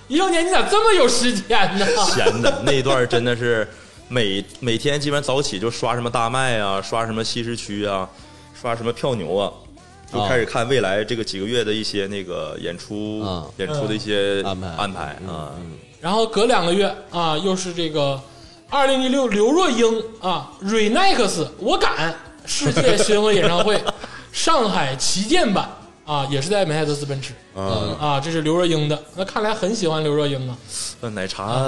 [SPEAKER 1] 一六年你咋这么有时间呢？
[SPEAKER 3] 闲的那一段真的是每每天基本上早起就刷什么大麦啊，刷什么西市区啊，刷什么票牛啊。就
[SPEAKER 4] 啊
[SPEAKER 3] 开始看未来这个几个月的一些那个演出，
[SPEAKER 4] 啊
[SPEAKER 3] 演出的一些
[SPEAKER 4] 安排嗯
[SPEAKER 3] 安排啊，
[SPEAKER 1] 然后隔两个月啊，又是这个二零一六刘若英啊，Renex 我敢世界巡回演唱会， 上海旗舰版啊，也是在梅赛德斯奔驰
[SPEAKER 2] 啊，
[SPEAKER 1] 啊，这是刘若英的。那看来很喜欢刘若英啊，
[SPEAKER 3] 呃奶茶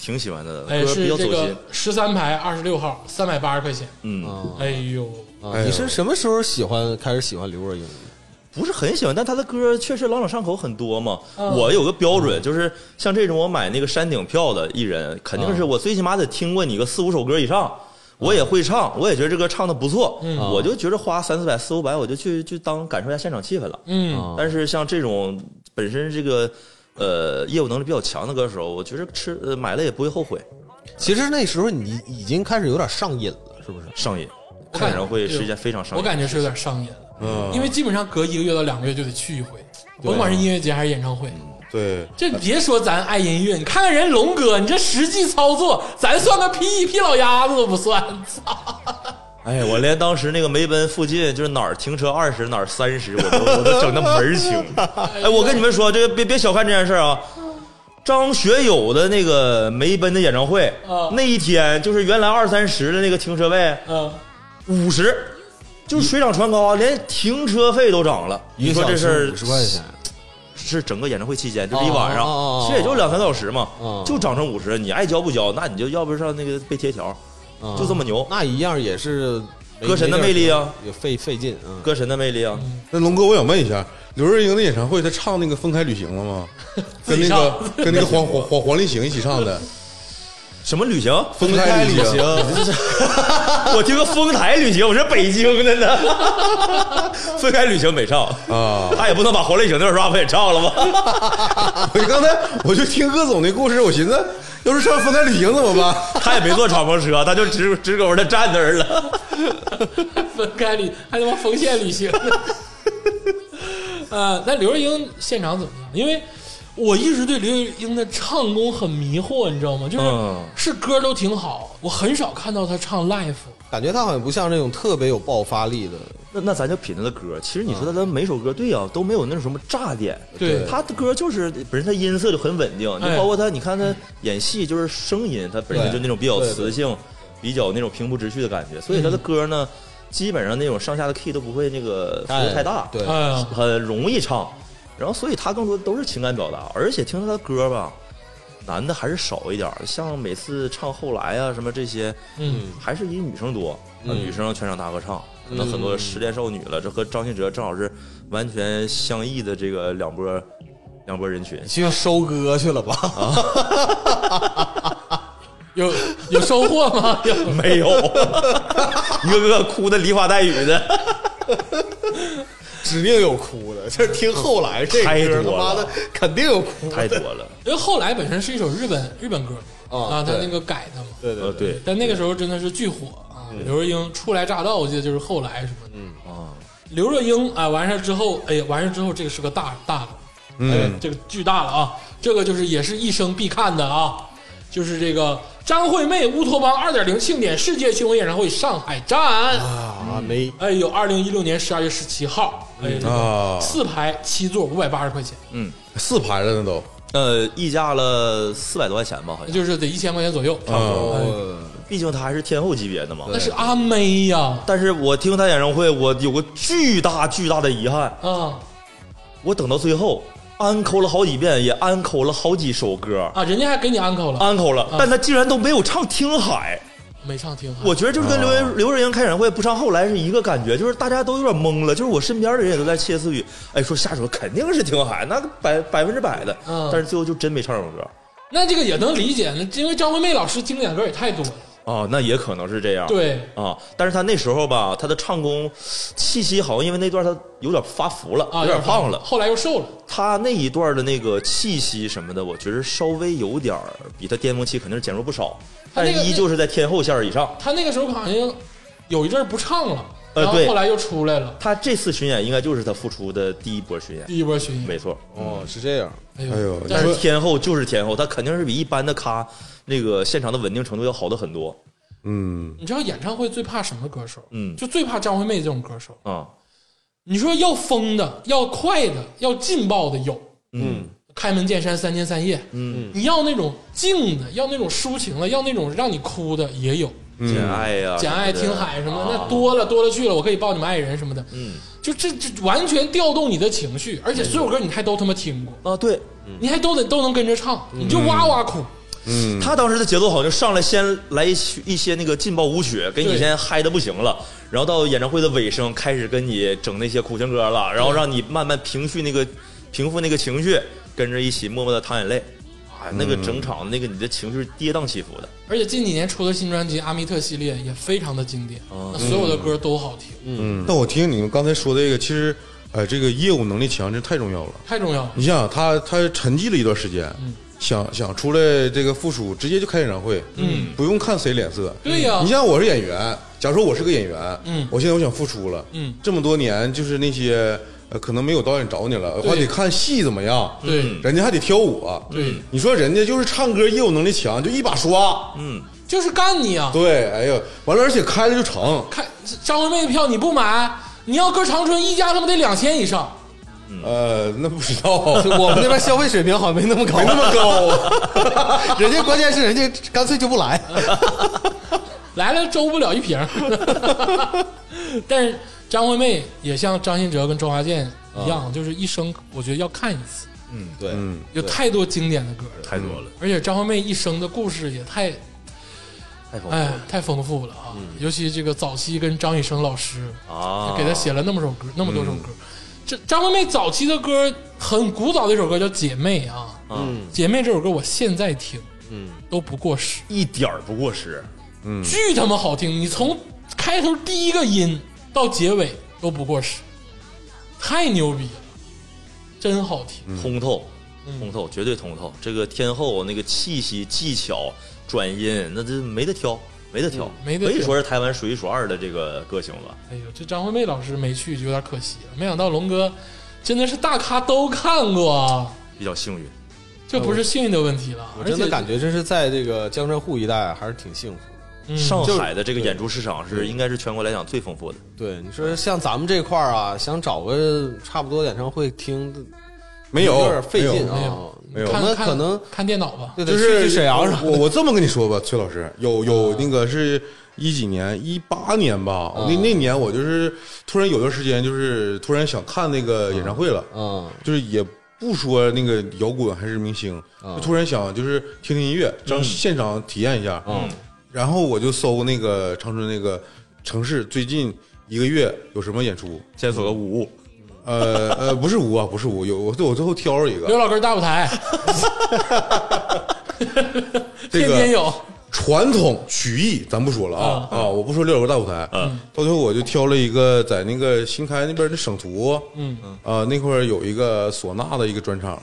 [SPEAKER 3] 挺喜欢的，
[SPEAKER 1] 哎，
[SPEAKER 3] 歌比
[SPEAKER 1] 是
[SPEAKER 3] 较
[SPEAKER 1] 这
[SPEAKER 3] 走心
[SPEAKER 1] 个，十三排二十六号，三百八十块钱。
[SPEAKER 3] 嗯，
[SPEAKER 1] 哎呦，
[SPEAKER 4] 啊，你是什么时候喜欢开始喜欢刘若英的？
[SPEAKER 3] 不是很喜欢，但他的歌确实朗朗上口很多嘛。
[SPEAKER 1] 嗯
[SPEAKER 3] 我有个标准，就是像这种我买那个山顶票的艺人，肯定
[SPEAKER 1] 嗯
[SPEAKER 3] 是我最起码得听过你个四五首歌以上，我也会唱，
[SPEAKER 1] 嗯
[SPEAKER 3] 我也觉得这歌唱的不错，我就觉得花三四百、四五百，我就去去当感受一下现场气氛了。
[SPEAKER 1] 嗯，
[SPEAKER 4] 啊
[SPEAKER 3] 但是像这种本身这个呃业务能力比较强的歌手，我觉得吃呃买了也不会后悔，
[SPEAKER 4] 其实那时候你已经开始有点上瘾了，是不是？
[SPEAKER 3] 上瘾。
[SPEAKER 1] 我
[SPEAKER 3] 看
[SPEAKER 1] 感
[SPEAKER 3] 演唱会是一件非常上
[SPEAKER 1] 我
[SPEAKER 3] 瘾的事情。
[SPEAKER 1] 感觉是有点上瘾了。
[SPEAKER 2] 嗯，
[SPEAKER 1] 因为基本上隔一个月到两个月就得去一回，
[SPEAKER 4] 对
[SPEAKER 1] 甭管是音乐节还是演唱会。
[SPEAKER 3] 嗯
[SPEAKER 2] 对，
[SPEAKER 1] 这你别说咱爱音乐，你看看人龙哥，你这实际操作，咱算个屁，屁老鸭子都不算。操！
[SPEAKER 3] 哎，我连当时那个梅奔附近就是哪儿停车二十哪儿三十，我都我都整的门儿清。哎，我跟你们说，这个别别小看这件事儿啊。张学友的那个梅奔的演唱会，
[SPEAKER 1] 啊
[SPEAKER 3] 那一天就是原来二三十的那个停车位
[SPEAKER 1] 嗯，
[SPEAKER 3] 五十，就是水涨船高啊，连停车费都涨了。你说这事儿
[SPEAKER 4] 五十块钱，啊
[SPEAKER 3] 是整个演唱会期间，就是一晚上，
[SPEAKER 4] 哦哦哦哦哦
[SPEAKER 3] 其实也就两三个小时嘛，
[SPEAKER 4] 嗯
[SPEAKER 3] 就涨成五十，你爱交不交，那你就要不上那个被贴条，
[SPEAKER 4] 啊
[SPEAKER 3] 就这么牛。
[SPEAKER 4] 那一样也是没
[SPEAKER 3] 歌神的魅力啊，
[SPEAKER 4] 没地儿也费费劲啊。
[SPEAKER 3] 歌神的魅力啊，
[SPEAKER 2] 那龙哥，我想问一下，刘若英的演唱会，她唱那个《分开旅行》了吗？跟那个 跟那个黄黄黄黄立行一起唱的《
[SPEAKER 3] 什么旅行？
[SPEAKER 2] 分开旅行》，
[SPEAKER 3] 我听个丰台旅行，我是北京的呢。分开旅行没唱
[SPEAKER 2] 啊
[SPEAKER 3] 他也不能把黄立行那段 rap 也唱了吧？
[SPEAKER 2] 我刚才我就听各总的故事，我寻思要是唱《分开旅行》怎么办？
[SPEAKER 3] 他也没坐敞篷车，他就直直勾的站那儿了。
[SPEAKER 1] 分开旅还他妈缝线旅行。 呃，那刘若英现场怎么样？因为我一直对刘若英的唱功很迷惑，你知道吗？就是、
[SPEAKER 3] 嗯
[SPEAKER 1] 是歌都挺好，我很少看到她唱 l i f e
[SPEAKER 4] 感觉他好像不像那种特别有爆发力的，
[SPEAKER 3] 那那咱就品他的歌，其实你说他的每首歌，对呀、都没有那种什么炸点。
[SPEAKER 1] 对
[SPEAKER 3] 他的歌就是本身他音色就很稳定，你
[SPEAKER 1] 哎
[SPEAKER 3] 包括他，你看他演戏就是声音，他本身就那种比较
[SPEAKER 4] 对对嗯
[SPEAKER 3] 磁性，比较那种平铺直叙的感觉，所以他的歌呢，基本上那种上下的 key 都不会那个浮
[SPEAKER 4] 哎
[SPEAKER 3] 得太大，啊
[SPEAKER 4] 对
[SPEAKER 1] 哎呀，
[SPEAKER 3] 很容易唱。然后，所以他更多的都是情感表达，而且听他的歌吧，男的还是少一点儿，像每次唱后来啊什么这些，
[SPEAKER 1] 嗯，
[SPEAKER 3] 还是以女生多，啊女生全场大合唱，可能很多失恋少女了，这和张信哲正好是完全相异的这个两波两波人群。
[SPEAKER 4] 去收割去了 吧？
[SPEAKER 1] 有有收获吗？ 有
[SPEAKER 3] 没有， 一个个哭的梨花带雨的，
[SPEAKER 4] 指定有哭的，这听后来这
[SPEAKER 3] 太
[SPEAKER 4] 歌，他
[SPEAKER 3] 多
[SPEAKER 4] 妈
[SPEAKER 3] 了
[SPEAKER 4] 的肯定有哭。
[SPEAKER 3] 太多了。
[SPEAKER 1] 因为后来本身是一首日本日本歌
[SPEAKER 4] 啊
[SPEAKER 1] 啊，他
[SPEAKER 4] 对
[SPEAKER 1] 那个改的嘛，
[SPEAKER 4] 对
[SPEAKER 3] 呃，
[SPEAKER 4] 对，
[SPEAKER 3] 对
[SPEAKER 1] 但那个时候真的是巨火啊！刘若英初来乍到，我记得就是后来什么的。嗯
[SPEAKER 3] 啊，
[SPEAKER 1] 刘若英啊，完事儿之后，哎呀，完事儿之后，这个是个大大的，哎
[SPEAKER 2] 嗯，
[SPEAKER 1] 这个巨大了啊！这个就是也是一生必看的啊，就是这个张惠妹乌托邦二点零庆典世界巡回演唱会上海站，
[SPEAKER 4] 啊，没
[SPEAKER 1] 哎有二零一六年十二月十七号，哎，这个
[SPEAKER 2] 啊
[SPEAKER 1] 四排七座五百八十块钱，
[SPEAKER 2] 四排了呢都，
[SPEAKER 3] 呃，溢价了四百多块钱吧，好像。
[SPEAKER 1] 就是得一千块钱左右。
[SPEAKER 2] 嗯，
[SPEAKER 4] 哦，
[SPEAKER 3] 毕竟他还是天后级别的嘛。
[SPEAKER 1] 那是阿妹呀，
[SPEAKER 3] 但是我听他演唱会，我有个巨大巨大的遗憾，
[SPEAKER 1] 啊
[SPEAKER 3] 我等到最后安抠了好几遍，也安抠了好几首歌，
[SPEAKER 1] 啊，人家还给你安 n 了，
[SPEAKER 3] 安抠了，但他竟然都没有唱《听海》。
[SPEAKER 1] 没唱听。啊
[SPEAKER 3] 我觉得就是跟刘若刘若英开演唱会不唱后来是一个感觉，就是大家都有点懵了，就是我身边的人也都在窃窃私语，哎，说下首肯定是听海，那个百百分之百的，
[SPEAKER 1] 嗯
[SPEAKER 3] 但是最后就真没唱这首歌
[SPEAKER 1] 那这个也能理解，那因为张惠妹老师经典歌也太多了。
[SPEAKER 3] 啊，那也可能是这样，
[SPEAKER 1] 对，
[SPEAKER 3] 啊，但是他那时候吧，他的唱功气息好像因为那段他有点发福了，
[SPEAKER 1] 啊，
[SPEAKER 3] 有点胖了，
[SPEAKER 1] 后来又瘦了。
[SPEAKER 3] 他那一段的那个气息什么的，我觉得稍微有点儿比他巅峰期肯定是减弱不少，
[SPEAKER 1] 他
[SPEAKER 3] 但
[SPEAKER 1] 那个
[SPEAKER 3] 依旧是在天后线儿以上。
[SPEAKER 1] 她那个时候好像有一阵儿不唱了，
[SPEAKER 3] 呃
[SPEAKER 1] 然后
[SPEAKER 3] 对
[SPEAKER 1] 后来又出来了，
[SPEAKER 3] 他这次巡演应该就是他复出的第一波巡演，
[SPEAKER 1] 第一波巡演。
[SPEAKER 3] 没错。
[SPEAKER 4] 哦，是这样，
[SPEAKER 1] 哎
[SPEAKER 2] 哎呦
[SPEAKER 1] 但
[SPEAKER 3] 但是
[SPEAKER 1] 是
[SPEAKER 3] 天后就是天后，她肯定是比一般的咖那个现场的稳定程度要好的很多。
[SPEAKER 2] 嗯，
[SPEAKER 1] 你知道演唱会最怕什么歌手？
[SPEAKER 3] 嗯
[SPEAKER 1] 就最怕张惠妹这种歌手。
[SPEAKER 3] 啊，
[SPEAKER 1] 你说要疯的、要快的、要劲爆的有，
[SPEAKER 3] 嗯
[SPEAKER 1] 开门见山三天三夜。
[SPEAKER 3] 嗯，
[SPEAKER 1] 你要那种静的，要那种抒情的，要那种让你哭的也有。
[SPEAKER 3] 简爱呀，
[SPEAKER 1] 嗯简爱、
[SPEAKER 3] 什么的
[SPEAKER 1] 听海什么的，
[SPEAKER 3] 啊
[SPEAKER 1] 那多了多了去了。我可以抱你们爱人什么的，
[SPEAKER 3] 嗯
[SPEAKER 1] 就这这完全调动你的情绪，而且所有歌你还都他妈听过，
[SPEAKER 3] 啊，对
[SPEAKER 1] 你还都得都能跟着唱，
[SPEAKER 3] 嗯
[SPEAKER 1] 你就哇哇哭。嗯
[SPEAKER 3] 他当时的节奏好，就上来先来一曲一些那个劲爆舞曲，给你
[SPEAKER 1] 对
[SPEAKER 3] 先嗨的不行
[SPEAKER 1] 嗯
[SPEAKER 3] 了，然后到演唱会的尾声开始跟你整那些苦情歌了，然后让你慢慢平复那个平复那个情绪，跟着一起默默的淌眼泪。
[SPEAKER 1] 嗯
[SPEAKER 3] 哎，那个整场那个你的情绪是跌宕起伏的。
[SPEAKER 1] 而且近几年出的新专辑《阿密特》系列也非常的经典，
[SPEAKER 3] 嗯
[SPEAKER 1] 那所有的歌都好听，
[SPEAKER 2] 但我听你们刚才说这个，其实，哎，这个业务能力强，这太重要了。
[SPEAKER 1] 太重要了。
[SPEAKER 2] 你想想，他他沉寂了一段时间，
[SPEAKER 1] 嗯
[SPEAKER 2] 想想出来这个复出，直接就开演唱会，嗯，不用看谁脸色。
[SPEAKER 1] 对呀
[SPEAKER 2] 你像我是演员，假如说我是个演员，
[SPEAKER 1] 嗯
[SPEAKER 2] 我现在我想复出了，
[SPEAKER 1] 嗯
[SPEAKER 2] 这么多年就是那些呃，可能没有导演找你了，还得看戏怎么样，嗯
[SPEAKER 1] 对
[SPEAKER 2] 人家还得挑我，嗯
[SPEAKER 1] 对，
[SPEAKER 2] 你说人家就是唱歌业务能力强，就一把刷，
[SPEAKER 3] 嗯，
[SPEAKER 1] 就是干你啊！
[SPEAKER 2] 对，哎呀，完了，而且开了就成，
[SPEAKER 1] 看张惠妹的票你不买，你要搁长春一家他妈得两千以上，嗯
[SPEAKER 2] 呃，那不知道
[SPEAKER 4] 就。我们那边消费水平好像没那么高，
[SPEAKER 2] 没那么 高，
[SPEAKER 4] 人家关键是人家干脆就不来。
[SPEAKER 1] 来了周不了一瓶。 但是张惠妹也像张信哲跟周华健一
[SPEAKER 3] 啊
[SPEAKER 1] 样，就是一生我觉得要看一次，
[SPEAKER 4] 对，
[SPEAKER 1] 有太多经典的歌了。
[SPEAKER 3] 太多了，
[SPEAKER 1] 而且张惠妹一生的故事也太
[SPEAKER 3] 太丰富
[SPEAKER 1] 哎
[SPEAKER 3] 了嗯
[SPEAKER 1] 太丰富了啊！尤其这个早期跟张雨生老师，
[SPEAKER 3] 啊！
[SPEAKER 1] 给他写了那么首歌，那么多首歌。这张惠妹早期的歌很古早的一首歌叫《姐妹》啊，
[SPEAKER 3] 嗯，
[SPEAKER 1] 姐妹》这首歌我现在听，嗯，都不过时，
[SPEAKER 3] 一点儿不过时。嗯
[SPEAKER 1] 巨他妈好听！你从开头第一个音到结尾都不过时，太牛逼了，真好听。
[SPEAKER 3] 通透，
[SPEAKER 1] 嗯
[SPEAKER 3] 通透，绝对通透。这个天后那个气息、技巧、转音，那这没得挑，没得挑，
[SPEAKER 1] 嗯没得挑
[SPEAKER 3] 可以说是台湾数一数二的这个歌星了。
[SPEAKER 1] 啊哎呦，这张惠妹老师没去就有点可惜了，没想到龙哥真的是大咖都看过啊，
[SPEAKER 3] 比较幸运。
[SPEAKER 1] 这不是幸运的问题了。
[SPEAKER 4] 哎我真的感
[SPEAKER 1] 觉，
[SPEAKER 4] 觉真是在这个江浙沪一带还是挺幸福的。
[SPEAKER 1] 嗯
[SPEAKER 3] 上
[SPEAKER 4] 就是
[SPEAKER 3] 海的这个演出市场是应该是全国来讲最丰富的。
[SPEAKER 4] 对，你说像咱们这块儿啊，想找个差不多演唱会听，
[SPEAKER 2] 没有
[SPEAKER 4] 有点费劲
[SPEAKER 1] 没
[SPEAKER 4] 啊
[SPEAKER 1] 有。
[SPEAKER 2] 没有
[SPEAKER 4] 我
[SPEAKER 1] 看
[SPEAKER 4] 们
[SPEAKER 1] 看
[SPEAKER 4] 可能
[SPEAKER 1] 看电脑吧。
[SPEAKER 4] 就得
[SPEAKER 2] 就
[SPEAKER 4] 去
[SPEAKER 2] 是
[SPEAKER 4] 去沈阳啊啥
[SPEAKER 2] 我我这么跟你说吧，崔老师，有有那个是一几年，一八年吧，
[SPEAKER 4] 啊
[SPEAKER 2] 那那年我就是突然有段时间，就是突然想看那
[SPEAKER 4] 啊
[SPEAKER 2] 个演唱会了，
[SPEAKER 4] 嗯
[SPEAKER 2] 就是也不说那个摇滚还是明星，
[SPEAKER 4] 啊
[SPEAKER 2] 就突然想就是听听音乐，让现场体验一下。
[SPEAKER 4] 嗯，
[SPEAKER 2] 然后我就搜那个长春那个城市最近一个月有什么演出，
[SPEAKER 3] 检索个五五，
[SPEAKER 2] 呃呃，不是五啊，不是五，有我我最后挑了一
[SPEAKER 1] 刘
[SPEAKER 2] 个，
[SPEAKER 1] 老根儿大舞 台，
[SPEAKER 2] 这
[SPEAKER 1] 天
[SPEAKER 2] 个
[SPEAKER 1] 天有。
[SPEAKER 2] 传统曲艺咱不说了啊
[SPEAKER 4] 嗯
[SPEAKER 2] 啊，我不说六楼大舞台，
[SPEAKER 3] 嗯，
[SPEAKER 2] 到最后我就挑了一个在那个新开那边的省图，嗯啊那块儿有一个唢呐的一个专 场，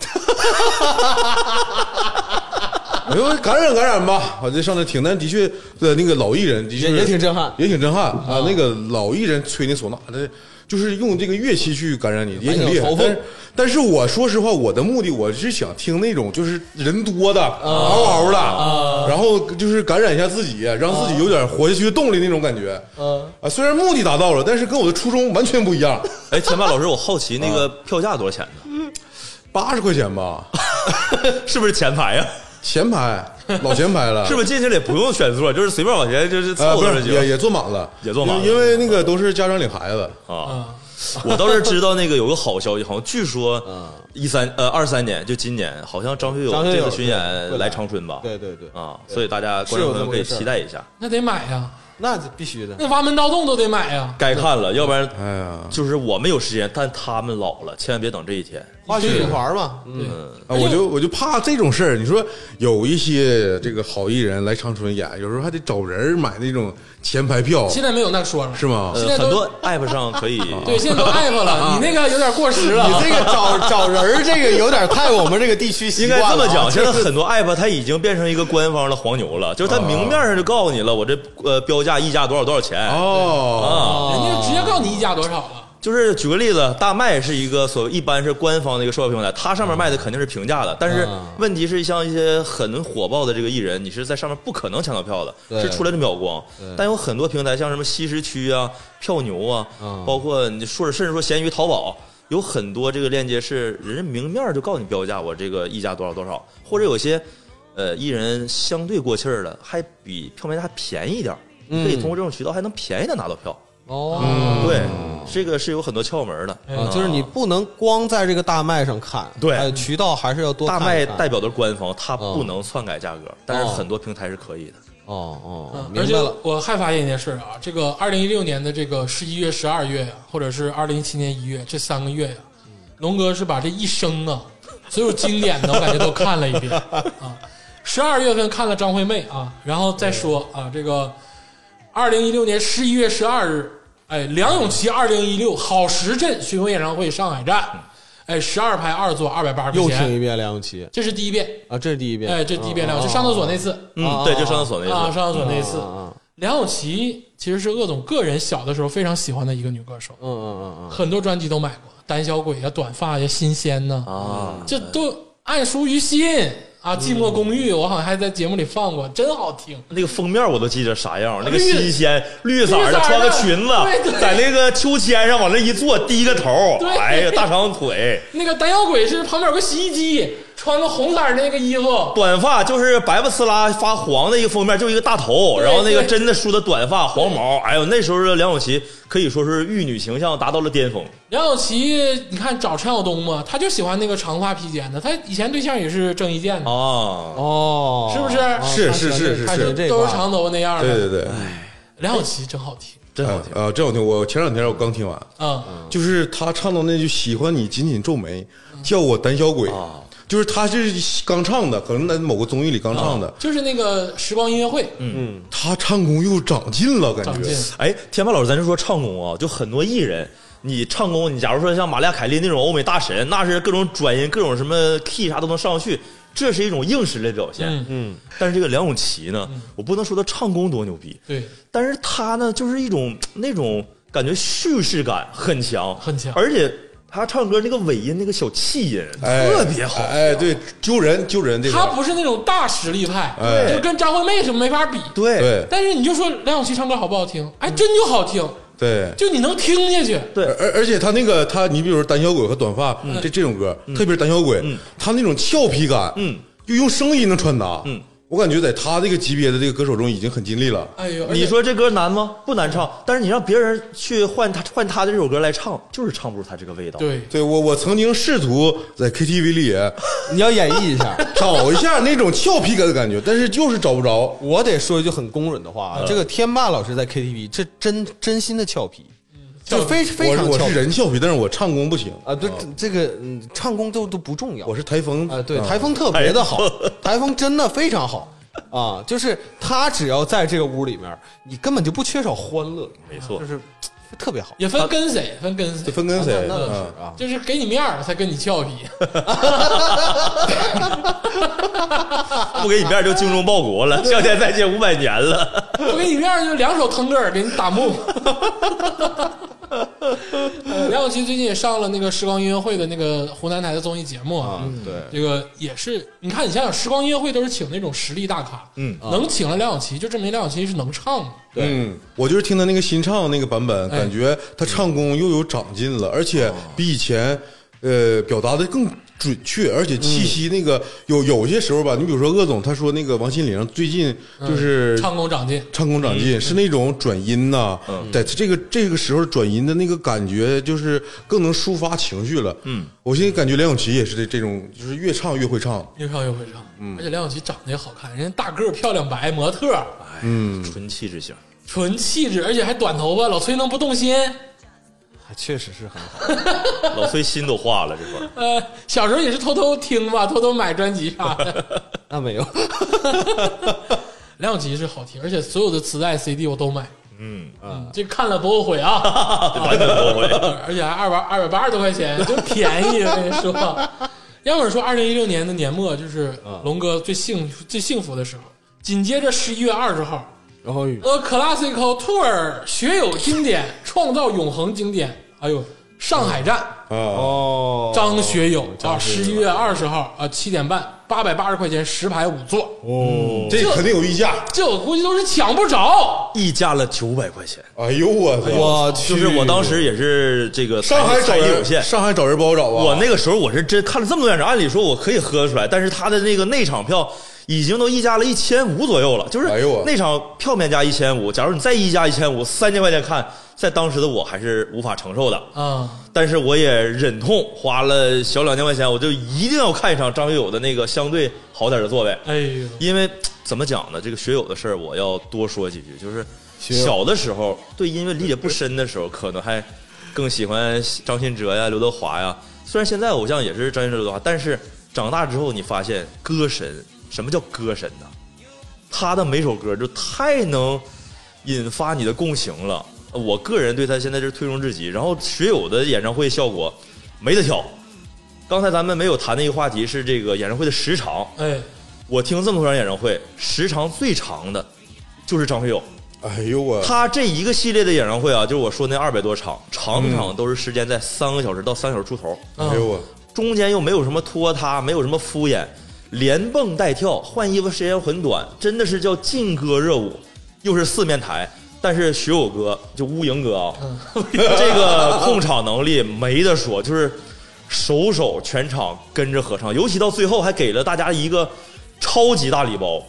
[SPEAKER 2] 我就哎感染感染吧，我就上那听，但的确呃那个老艺人的确
[SPEAKER 4] 也也挺震撼
[SPEAKER 2] 也挺震撼啊，那个老艺人吹那唢呐的。就是用这个乐器去感染你，也挺厉害
[SPEAKER 4] 蛮有。嘲讽
[SPEAKER 2] 但是，但是我说实话，我的目的我是想听那种就是人多的、
[SPEAKER 3] 啊
[SPEAKER 2] 嗷嗷的，然后就是感染一下自己，让自己有点活下去的动力那种感觉。
[SPEAKER 4] 嗯
[SPEAKER 2] 啊，虽然目的达到了，但是跟我的初衷完全不一样。
[SPEAKER 3] 哎，前半老师，我好奇那个票价多少钱呢？
[SPEAKER 2] 八十块钱吧，
[SPEAKER 3] 是不是前排呀？啊
[SPEAKER 2] 前排老前排了，
[SPEAKER 3] 是不是进去了也不用选座，就是随便往前就是
[SPEAKER 2] 啊，
[SPEAKER 3] 凑
[SPEAKER 2] 不
[SPEAKER 3] 合着
[SPEAKER 2] 是
[SPEAKER 3] 就
[SPEAKER 2] 也也坐满了，
[SPEAKER 3] 也坐满了
[SPEAKER 2] 因为因为那个都是家长领孩子。
[SPEAKER 3] 啊？
[SPEAKER 1] 嗯，
[SPEAKER 3] 我倒是知道那个有个好消息，好像据说
[SPEAKER 4] 嗯
[SPEAKER 3] 一三呃二三年就今年，好像张学友
[SPEAKER 4] 张学友
[SPEAKER 3] 这次
[SPEAKER 4] 对
[SPEAKER 3] 巡
[SPEAKER 4] 会
[SPEAKER 3] 演
[SPEAKER 4] 来
[SPEAKER 3] 来长春吧？
[SPEAKER 4] 对对对，
[SPEAKER 3] 啊，所以大家观众朋友可以期待一下，
[SPEAKER 1] 那得买呀，
[SPEAKER 4] 那必须的。
[SPEAKER 1] 那挖门盗洞都得买呀。
[SPEAKER 3] 该看了，要不然
[SPEAKER 2] 哎呀，
[SPEAKER 3] 就是我们有时间，但他们老了，千万别等这一天。
[SPEAKER 4] 化学循环嘛，嗯，
[SPEAKER 2] 啊，我就我就怕这种事儿。你说有一些这个好艺人来长春演，有时候还得找人儿买那种前排票，
[SPEAKER 1] 现在没有那说了，
[SPEAKER 2] 是吗？
[SPEAKER 1] 现
[SPEAKER 3] 呃，
[SPEAKER 1] 在都
[SPEAKER 3] 很多 app 上可以，
[SPEAKER 1] 对，现在都 app 了，你那个有点过时了
[SPEAKER 4] 你
[SPEAKER 1] 啊。
[SPEAKER 4] 这个找找人儿这个有点太我们这个地区习
[SPEAKER 3] 应
[SPEAKER 4] 惯了
[SPEAKER 3] 该
[SPEAKER 4] 啊
[SPEAKER 3] 这么讲，现在很多 app 它已经变成一个官方的黄牛了，就是它明面上就告诉你了，我这呃标价溢价多少多少钱
[SPEAKER 2] 哦，
[SPEAKER 3] 啊。
[SPEAKER 1] 人
[SPEAKER 4] 嗯
[SPEAKER 1] 家直接告诉你溢价多少了。
[SPEAKER 3] 就是举个例子，大麦是一个所谓一般是官方的一个售票平台，它上面卖的肯定是平价的，但是
[SPEAKER 4] 嗯
[SPEAKER 3] 问题是像一些很火爆的这个艺人，你是在上面不可能抢到票
[SPEAKER 4] 对
[SPEAKER 3] 的，是出来这秒光。但有很多平台像什么西时区啊、票牛啊，
[SPEAKER 4] 嗯
[SPEAKER 3] 包括你说甚至说闲鱼、淘宝。有很多这个链接是人家明面就告诉你标价，我这个溢价多少多少，或者有些，呃，艺人相对过气儿了，还比票卖价便宜一点儿，
[SPEAKER 4] 嗯
[SPEAKER 3] 可以通过这种渠道还能便宜的拿到票。
[SPEAKER 4] 哦，
[SPEAKER 3] 对，
[SPEAKER 1] 嗯
[SPEAKER 3] 这个是有很多窍门的。
[SPEAKER 1] 哎
[SPEAKER 4] 啊就是你不能光在这个大麦上看，
[SPEAKER 3] 对
[SPEAKER 4] 哎渠道还是要多看
[SPEAKER 3] 大
[SPEAKER 4] 一看
[SPEAKER 3] 麦代表的是官方，它不能篡改价格，但是
[SPEAKER 1] 哦
[SPEAKER 3] 很多平台是可以的。
[SPEAKER 4] 哦哦哦
[SPEAKER 1] 嗯，
[SPEAKER 4] 明
[SPEAKER 1] 而且
[SPEAKER 4] 白了，
[SPEAKER 1] 我还发现一件事儿啊，这个二零一六年的这个十一月、十二月呀、啊或者是二零一七年一月这三个月呀、啊龙哥是把这一生啊所有经典的我感觉都看了一遍啊。十二月份看了张惠妹啊，然后再说
[SPEAKER 4] 嗯
[SPEAKER 1] 啊，这个二零一六年十一月十二日，哎，梁咏琪二零一六好时阵巡回演唱会上海站，哎，十二排二座二百八十
[SPEAKER 4] 又
[SPEAKER 1] 块
[SPEAKER 4] 听
[SPEAKER 1] 钱，
[SPEAKER 4] 一遍梁咏琪
[SPEAKER 1] 这是第一遍，
[SPEAKER 4] 啊，这是第一遍，
[SPEAKER 1] 哎，这是第一遍梁咏琪
[SPEAKER 4] 哦
[SPEAKER 1] 上厕所那次。
[SPEAKER 3] 嗯，对，就上厕所那
[SPEAKER 1] 啊，
[SPEAKER 3] 个。
[SPEAKER 1] 上厕所那一次，
[SPEAKER 4] 嗯
[SPEAKER 1] 梁咏琪其实是鄂总个人小的时候非常喜欢的一个女歌手，
[SPEAKER 4] 嗯嗯嗯
[SPEAKER 1] 很多专辑都买过，《胆小鬼》呀，《短发》呀，《新鲜》呐，
[SPEAKER 3] 啊，
[SPEAKER 1] 这都爱熟于心啊，《寂寞公寓》我好像还在节目里放过，真好听。
[SPEAKER 3] 那个封面我都记着啥样，那
[SPEAKER 1] 啊绿
[SPEAKER 3] 个新鲜绿色
[SPEAKER 1] 绿色的
[SPEAKER 3] 的，穿个裙
[SPEAKER 1] 对对
[SPEAKER 3] 子，在那个秋千上往那一坐，低个头
[SPEAKER 1] 对，
[SPEAKER 3] 哎呀，大长腿，
[SPEAKER 1] 那个胆小鬼是旁边有个洗衣机，穿个红色儿那个衣服，
[SPEAKER 3] 短发就是白不呲啦发黄的一个封面，就一个大头，
[SPEAKER 1] 对
[SPEAKER 3] 然后那个
[SPEAKER 1] 对
[SPEAKER 3] 真的梳的短发黄毛，哎呦，那时候的梁咏琪可以说是玉女形象达到了巅峰。
[SPEAKER 1] 梁咏琪，你看找陈晓东嘛，他就喜欢那个长发披肩的，他以前对象也是郑伊健的，
[SPEAKER 3] 啊，
[SPEAKER 4] 哦，
[SPEAKER 1] 是不是
[SPEAKER 4] 哦
[SPEAKER 2] 是是是是
[SPEAKER 4] 看起来这
[SPEAKER 1] 都
[SPEAKER 4] 块
[SPEAKER 1] 是长头发那样
[SPEAKER 2] 对对
[SPEAKER 1] 的。
[SPEAKER 2] 对，
[SPEAKER 1] 梁咏琪真好听，
[SPEAKER 3] 啊哎真好
[SPEAKER 2] 啊
[SPEAKER 3] 听，啊
[SPEAKER 2] 啊，真好听！我前两天我刚听完，
[SPEAKER 1] 嗯，
[SPEAKER 2] 就是他唱到那句“喜欢你紧紧皱眉，
[SPEAKER 3] 嗯
[SPEAKER 2] 叫我胆小鬼”，
[SPEAKER 3] 啊
[SPEAKER 2] 就是他是刚唱的，可能在某个综艺里刚唱
[SPEAKER 3] 啊
[SPEAKER 2] 的。
[SPEAKER 1] 啊
[SPEAKER 2] 嗯
[SPEAKER 1] 就是那个时光音乐会，
[SPEAKER 4] 嗯
[SPEAKER 2] 他唱功又长进了，感
[SPEAKER 1] 长
[SPEAKER 2] 觉
[SPEAKER 1] 进。
[SPEAKER 3] 哎，天霸老师，咱就说唱功啊，就很多艺人，你唱功，你假如说像玛利亚凯莉那种欧美大神，那是各种转音、各种什么 key 啥都能上去，这是一种硬实力的表现。
[SPEAKER 1] 嗯
[SPEAKER 3] 嗯，但是这个梁咏琪呢，我不能说他唱功多牛逼，
[SPEAKER 1] 对，
[SPEAKER 3] 但是他呢，就是一种那种感觉叙事感很强，
[SPEAKER 1] 很强
[SPEAKER 3] 而且他唱歌那个尾音，那个小气音
[SPEAKER 2] 哎
[SPEAKER 3] 特别好。啊
[SPEAKER 2] 哎，对，揪人揪人这
[SPEAKER 1] 他
[SPEAKER 2] 个，
[SPEAKER 1] 不是那种大实力派，
[SPEAKER 2] 哎
[SPEAKER 1] 就跟张惠妹什么没法比。
[SPEAKER 3] 对
[SPEAKER 2] 对嗯
[SPEAKER 1] 但是你就说梁咏琪唱歌好不好听？哎，真就好听，
[SPEAKER 2] 对，
[SPEAKER 1] 就你能听下去。
[SPEAKER 3] 对
[SPEAKER 2] 而而而且他那个他，你比如说胆小鬼和短发
[SPEAKER 4] 嗯
[SPEAKER 2] 这这种歌，特别是胆小鬼，他那种俏皮感，
[SPEAKER 3] 嗯，
[SPEAKER 2] 就用声音能传达，
[SPEAKER 3] 嗯，
[SPEAKER 2] 我感觉在他这个级别的这个歌手中已经很尽力了，
[SPEAKER 1] 哎呦，而且
[SPEAKER 3] 你说这歌难吗？不难唱，但是你让别人去换他换他的这首歌来唱，就是唱不出他这个味道。
[SPEAKER 1] 对，
[SPEAKER 2] 对我我曾经试图在 KTV 里也
[SPEAKER 4] 你要演绎一下。
[SPEAKER 2] 找一下那种俏皮感的感觉，但是就是找不着，
[SPEAKER 4] 我得说一句很公允的话啊，这个天霸老师在 KTV 这真真心的俏皮，就非非
[SPEAKER 2] 我是
[SPEAKER 4] 常
[SPEAKER 2] 我
[SPEAKER 4] 俏
[SPEAKER 2] 是
[SPEAKER 4] 皮
[SPEAKER 2] 人俏皮，但是我唱功不行，
[SPEAKER 4] 啊！对，这这个嗯，唱功都都不重要
[SPEAKER 2] 我是台风
[SPEAKER 4] 啊。对，台风特别的好， 台风真的非常 好啊！就是他只要在这个屋里面，你根本就不缺少欢乐，
[SPEAKER 3] 没错
[SPEAKER 4] 就是嘖特别好。
[SPEAKER 1] 也分跟谁，分跟谁
[SPEAKER 2] 这，分跟谁？
[SPEAKER 4] 那那倒
[SPEAKER 2] 嗯
[SPEAKER 4] 是啊，
[SPEAKER 1] 就是给你面儿才跟你俏皮。
[SPEAKER 3] 不给你面儿就精忠报国了，向前再见五百年了。
[SPEAKER 1] 我给你面儿就两手腾格尔给你打木。呃梁咏琪最近也上了那个时光音乐会的那个湖南台的综艺节目啊，
[SPEAKER 4] 对，
[SPEAKER 1] 这个也是，你看你想想，时光音乐会都是请那种实力大咖，
[SPEAKER 3] 嗯
[SPEAKER 1] 能请了梁咏琪，就证明梁咏琪是能唱的。
[SPEAKER 2] 嗯，我就是听他那个新唱那个版本，感觉他唱功又有长进了，而且比以前呃表达的更准确，而且气息那个、有有些时候吧，你比如说鄂总他说那个王心凌最近就是
[SPEAKER 1] 唱功长进，
[SPEAKER 2] 嗯唱嗯功长进，是那种转音呐、在这个这个时候转音的那个感觉，就是更能抒发情绪了。嗯，我现在感觉梁咏琪也是这这种，就是越唱越会唱。
[SPEAKER 1] 越唱越会唱，而且梁咏琪长得也好看，人家大个儿漂亮白模特儿，
[SPEAKER 3] 嗯，纯气 质型，
[SPEAKER 1] 纯气质，而且还短头发，老崔能不动心？
[SPEAKER 4] 还确实是很好。
[SPEAKER 3] 老崔心都化了，这会儿
[SPEAKER 1] 呃，小时候也是偷偷听吧，偷偷买专辑啥的。
[SPEAKER 4] 那没有，
[SPEAKER 1] 梁咏琪是好听，而且所有的磁带、CD 我都买。嗯这看了不后悔啊，
[SPEAKER 3] 完全不会。
[SPEAKER 1] 而且还二百二百八十多块钱，就便宜。我跟你说，要么说二零一六年的年末就是龙哥最幸最幸福的时候，紧接着十一月二十号，
[SPEAKER 4] 然后
[SPEAKER 1] A Classical Tour 学友经典，创造永恒经典。哎呦，上海站，
[SPEAKER 2] 啊，
[SPEAKER 4] 哦，
[SPEAKER 1] 张学友啊，十一月二十号啊，七点半，八百八十块钱，十排五座，
[SPEAKER 2] 这肯定有溢价。
[SPEAKER 1] 这我估计都是抢不着。
[SPEAKER 3] 溢价了九百块钱，
[SPEAKER 2] 哎呦我操！
[SPEAKER 4] 我去，
[SPEAKER 3] 就是我当时也是这个
[SPEAKER 2] 上海找
[SPEAKER 3] 财力有限
[SPEAKER 2] 人，。上海找人不好找啊。
[SPEAKER 3] 我那个时候我是真看了这么多演唱，按理说我可以喝出来，但是他的那个内场票已经都溢价了一千五左右了，就是
[SPEAKER 2] 哎呦我
[SPEAKER 3] 内场票面价一千五，假如你再溢价一千五，三千块钱看，在当时的我还是无法承受的。
[SPEAKER 1] 啊，
[SPEAKER 3] 但是我也忍痛花了小两千块钱，我就一定要看一场张学友的那个相对好点的座位，
[SPEAKER 1] 哎呦，
[SPEAKER 3] 因为怎么讲呢？这个学友的事儿我要多说几句，就是
[SPEAKER 4] 友
[SPEAKER 3] 小的时候对音乐理解不深的时候，可能还更喜欢张信哲呀、刘德华呀。虽然现在偶像也是张信哲、刘德华，但是长大之后你发现歌神，什么叫歌神呢？他的每首歌就太能引发你的共情了。我个人对他现在就是推崇至极。然后学友的演唱会效果没得挑。刚才咱们没有谈的一个话题是这个演唱会的时长，
[SPEAKER 1] 哎，
[SPEAKER 3] 我听这么多场演唱会，时长最长的就是张学友，
[SPEAKER 2] 哎呦我
[SPEAKER 3] 他这一个系列的演唱会啊，就是我说那二百多场，场场都是时间在三个小时到三小时出头，
[SPEAKER 1] 啊
[SPEAKER 2] 哎呦我
[SPEAKER 3] 中间又没有什么拖沓，没有什么敷衍，连蹦带跳，换衣服时间很短，真的是叫劲歌热舞，又是四面台。但是学友哥就乌蝇哥啊， 这个控场能力没得说，就是首首全场跟着合唱，尤其到最后还给了大家一个超级大礼包。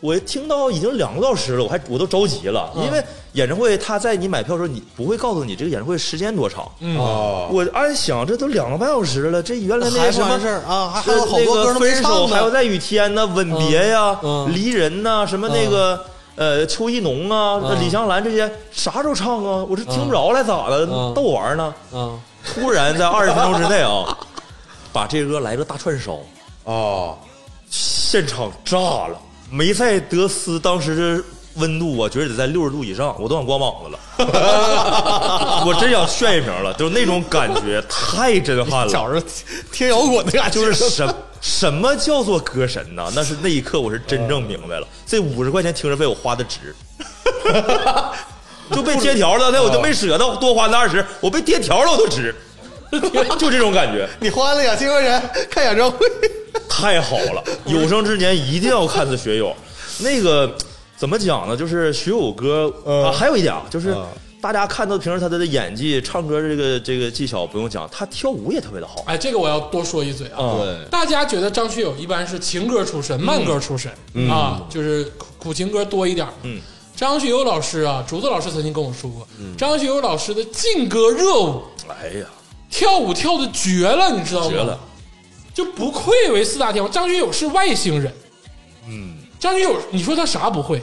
[SPEAKER 3] 我听到已经两个多小时了，我还我都着急了，因为演唱会他在你买票的时候，你不会告诉你这个演唱会时间多长，
[SPEAKER 1] 嗯
[SPEAKER 2] 啊！
[SPEAKER 3] 我暗想，这都两个半小时了，这原来那
[SPEAKER 4] 哦还
[SPEAKER 3] 什
[SPEAKER 4] 不
[SPEAKER 3] 么呃
[SPEAKER 4] 完事儿啊还还有好多歌
[SPEAKER 3] 那
[SPEAKER 4] 都
[SPEAKER 3] 个
[SPEAKER 4] 没
[SPEAKER 3] 分
[SPEAKER 4] 唱
[SPEAKER 3] 手，
[SPEAKER 4] 呢
[SPEAKER 3] 还有在雨天呐，吻别呀、
[SPEAKER 4] 嗯嗯
[SPEAKER 3] 离人呐、什么那个、呃邱一农啊、
[SPEAKER 4] 嗯
[SPEAKER 3] 李香兰这些，啥时候唱啊？我这听不着了，咋的？
[SPEAKER 4] 嗯
[SPEAKER 3] 逗我玩呢？
[SPEAKER 4] 啊，
[SPEAKER 1] 嗯
[SPEAKER 3] 突然在二十分钟之内啊，把这歌来个大串烧，
[SPEAKER 2] 啊，
[SPEAKER 3] 现场炸了。梅赛德斯当时这温度，我觉得得在六十度以上，我都想光膀子了，我真想炫一瓶了，就是那种感觉太震撼 了。
[SPEAKER 4] 找着 听摇滚的呀，
[SPEAKER 3] 就是什什么叫做歌神呐？那是那一刻我是真正明白了，
[SPEAKER 4] 嗯
[SPEAKER 3] 这五十块钱停车费我花的 值，
[SPEAKER 4] 嗯
[SPEAKER 3] 就被贴条了，那我就没舍得多花那二十，我被贴条了我都值。就这种感觉，
[SPEAKER 4] 你花了两千块钱看演唱会，
[SPEAKER 3] 太好了！有生之年一定要看次学友。那个怎么讲呢？就是学友歌、
[SPEAKER 4] 嗯
[SPEAKER 3] 啊，还有一点啊，就是
[SPEAKER 4] 嗯
[SPEAKER 3] 大家看到平时他的演技、唱歌这个这个技巧不用讲，他跳舞也特别的好。
[SPEAKER 1] 哎，这个我要多说一嘴啊。
[SPEAKER 3] 啊，
[SPEAKER 4] 对
[SPEAKER 1] 大家觉得张学友一般是情歌出身、慢歌出身、啊，就是苦情歌多一点。
[SPEAKER 3] 嗯，
[SPEAKER 1] 张学友老师啊，竹子老师曾经跟我说过，张学友老师的劲歌热舞
[SPEAKER 3] 哎呀，
[SPEAKER 1] 跳舞跳的绝了，你知道吗？
[SPEAKER 3] 绝了！
[SPEAKER 1] 就不愧为四大天王，张学友是外星人。嗯，张学友，你说他啥不会？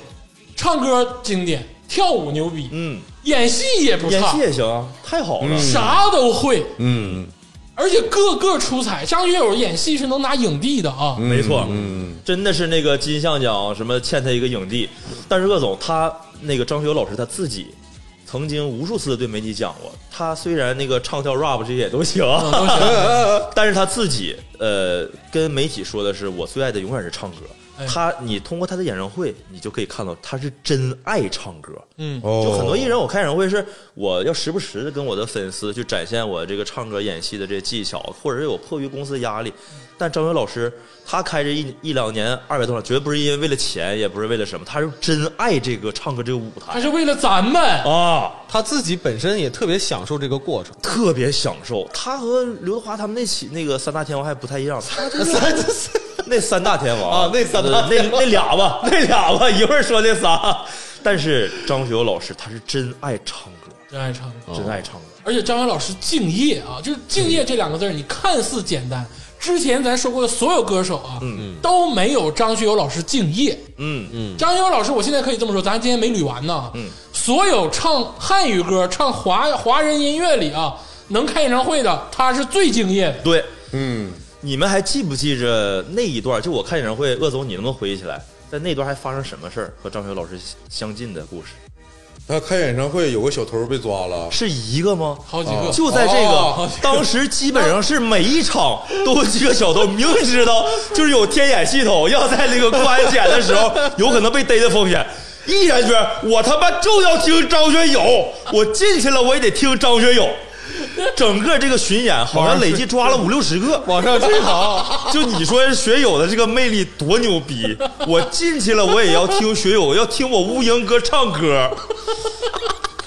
[SPEAKER 1] 唱歌经典，跳舞牛逼，
[SPEAKER 3] 嗯，
[SPEAKER 1] 演戏也不
[SPEAKER 3] 演
[SPEAKER 1] 差
[SPEAKER 3] 戏，也行啊，太好
[SPEAKER 4] 嗯
[SPEAKER 3] 了。
[SPEAKER 1] 啥都会，
[SPEAKER 2] 嗯，
[SPEAKER 1] 而且个个出彩。张学友演戏是能拿影帝的啊。
[SPEAKER 3] 没错，
[SPEAKER 2] 嗯，
[SPEAKER 3] 真的是那个金像奖什么欠他一个影帝，但是鄂总他那个张学友老师他自己曾经无数次地对媒体讲过，他虽然那个唱跳 rap 这些也都行，
[SPEAKER 1] 嗯
[SPEAKER 2] 嗯
[SPEAKER 1] 都行
[SPEAKER 3] 但是他自己呃跟媒体说的是，我最爱的永远是唱歌
[SPEAKER 1] 哎。
[SPEAKER 3] 他你通过他的演唱会，你就可以看到他是真爱唱歌。
[SPEAKER 1] 嗯，
[SPEAKER 2] 哦，
[SPEAKER 3] 就很多艺人，我开演唱会是我要时不时的跟我的粉丝去展现我这个唱歌、演戏的这些技巧，或者是我迫于公司压力。但张学友老师他开这一一两年二百多场，绝对不是因为为了钱，也不是为了什么，他是真爱这个唱歌这个舞
[SPEAKER 1] 他
[SPEAKER 3] 台
[SPEAKER 1] 是为了咱们，
[SPEAKER 3] 啊，
[SPEAKER 4] 他自己本身也特别享受这个过程。
[SPEAKER 3] 特别享受。他和刘德华他们那起那个三大天王还不太一样，他 就是
[SPEAKER 4] 三
[SPEAKER 3] 那三大天王
[SPEAKER 4] 啊那三大
[SPEAKER 3] 呃那那俩吧，那俩吧， 一会儿说那仨。但是张学友老师他是真爱唱歌，
[SPEAKER 1] 真爱唱歌。
[SPEAKER 3] 真爱唱歌。
[SPEAKER 1] 而且张学友老师敬业啊，就是敬业这两个字儿，你看似简单，之前咱说过的所有歌手啊，
[SPEAKER 2] 嗯
[SPEAKER 1] 都没有张学友老师敬业。
[SPEAKER 3] 嗯嗯，
[SPEAKER 1] 张学友老师，我现在可以这么说，咱今天没捋完呢。
[SPEAKER 2] 嗯
[SPEAKER 1] 所有唱汉语歌、唱华华人音乐里啊，能开演唱会的，他是最敬业的。
[SPEAKER 3] 对，
[SPEAKER 2] 嗯，
[SPEAKER 3] 你们还记不记着那一段？就我看演唱会，鄂总你能不能回忆起来，在那段还发生什么事儿和张学友老师相近的故事？
[SPEAKER 2] 他开演唱会有个小偷被抓了，
[SPEAKER 3] 是一个吗？
[SPEAKER 1] 好几个，
[SPEAKER 3] 就在这个，
[SPEAKER 1] 哦
[SPEAKER 3] 当时 基本上是每一场都有几个小偷，明知道就是有天眼系统，要在那个过安检的 时候，有可能被逮的风险，毅然决然，我他妈就要听张学 友，我进去了我也得听张学友。整个这个巡演好像累计 抓了五六十个，
[SPEAKER 4] 网上追逃，
[SPEAKER 3] 就你说学友的这个魅力多牛逼，我进去了我也要听学友，要听我乌蝇哥唱歌，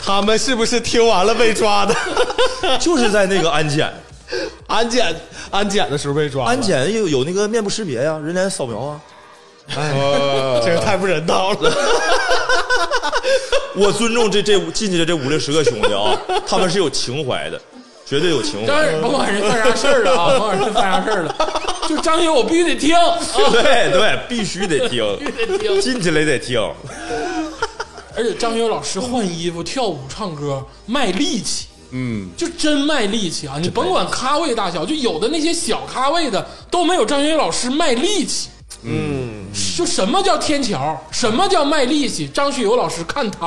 [SPEAKER 4] 他们是不是听完了被抓的？
[SPEAKER 3] 就是在那个安检。
[SPEAKER 4] 安检安检的时候被抓了，
[SPEAKER 3] 安检有有那个面部识别呀、人脸扫描啊。
[SPEAKER 2] 呃
[SPEAKER 4] 这个太不人道了。
[SPEAKER 3] 我尊重这这五进去的这五六十个兄弟啊， 他们是有情怀的，绝对有情
[SPEAKER 1] 当
[SPEAKER 3] 怀。
[SPEAKER 1] 然，甭管人犯啥事儿了啊，甭管人犯啥事儿了，就张学友我必须得听啊，
[SPEAKER 3] 对对，必须得听，
[SPEAKER 1] 必须得听。
[SPEAKER 3] 进去了也得听。
[SPEAKER 1] 而且张学友老师换衣服、跳舞、唱歌卖力气，嗯，就真卖力气啊！你甭管咖位大小，就有的那些小咖位的都没有张学友老师卖力气。嗯，就什么叫天桥，什么叫卖力气？张学友老师看他，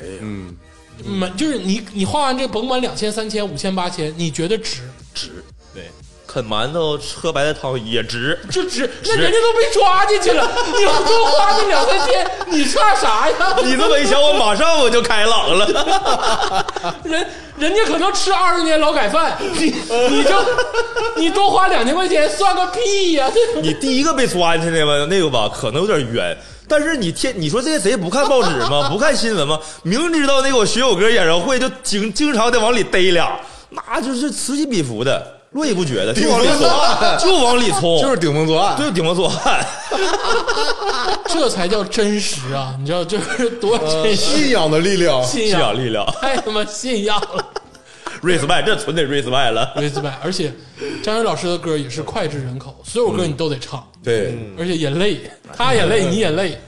[SPEAKER 1] 哎呀，嗯，没就是你你花完这甭管两千、三千、五千、八千，你觉得值？
[SPEAKER 3] 啃馒头喝白菜汤也值，
[SPEAKER 1] 就值，那人家都被抓进去 了，你要多花那两三千，你差啥呀？
[SPEAKER 3] 你这么一想，我马上我就开朗了。
[SPEAKER 1] 人人家可能吃二十年劳改犯， 你你就你多花两千块钱算个屁呀、
[SPEAKER 3] 你第一个被抓进去那吧，那个吧，可能有点冤。但是你天，你说这些贼不看报纸吗？不看新闻吗？明知道那个我学友歌演唱会就经经常得往里逮俩，那就是此起彼伏的，络绎不绝的，就往里
[SPEAKER 2] 顶风作
[SPEAKER 3] 冲，
[SPEAKER 2] 案
[SPEAKER 3] 就往里 冲，
[SPEAKER 2] 就是顶风作案，
[SPEAKER 3] 对顶风作案。
[SPEAKER 1] 这才叫真实啊！你知道这是多真实，
[SPEAKER 2] 信仰的力量，
[SPEAKER 1] 信
[SPEAKER 3] 信仰
[SPEAKER 1] 仰
[SPEAKER 3] 力量
[SPEAKER 1] 太他妈信仰 了
[SPEAKER 3] ，respect，这纯得 respect 了。
[SPEAKER 1] ，respect。而且张学老师的歌也是脍炙人口，所有歌你都得唱，
[SPEAKER 2] 对，
[SPEAKER 1] 而且也累，他也累，你也累。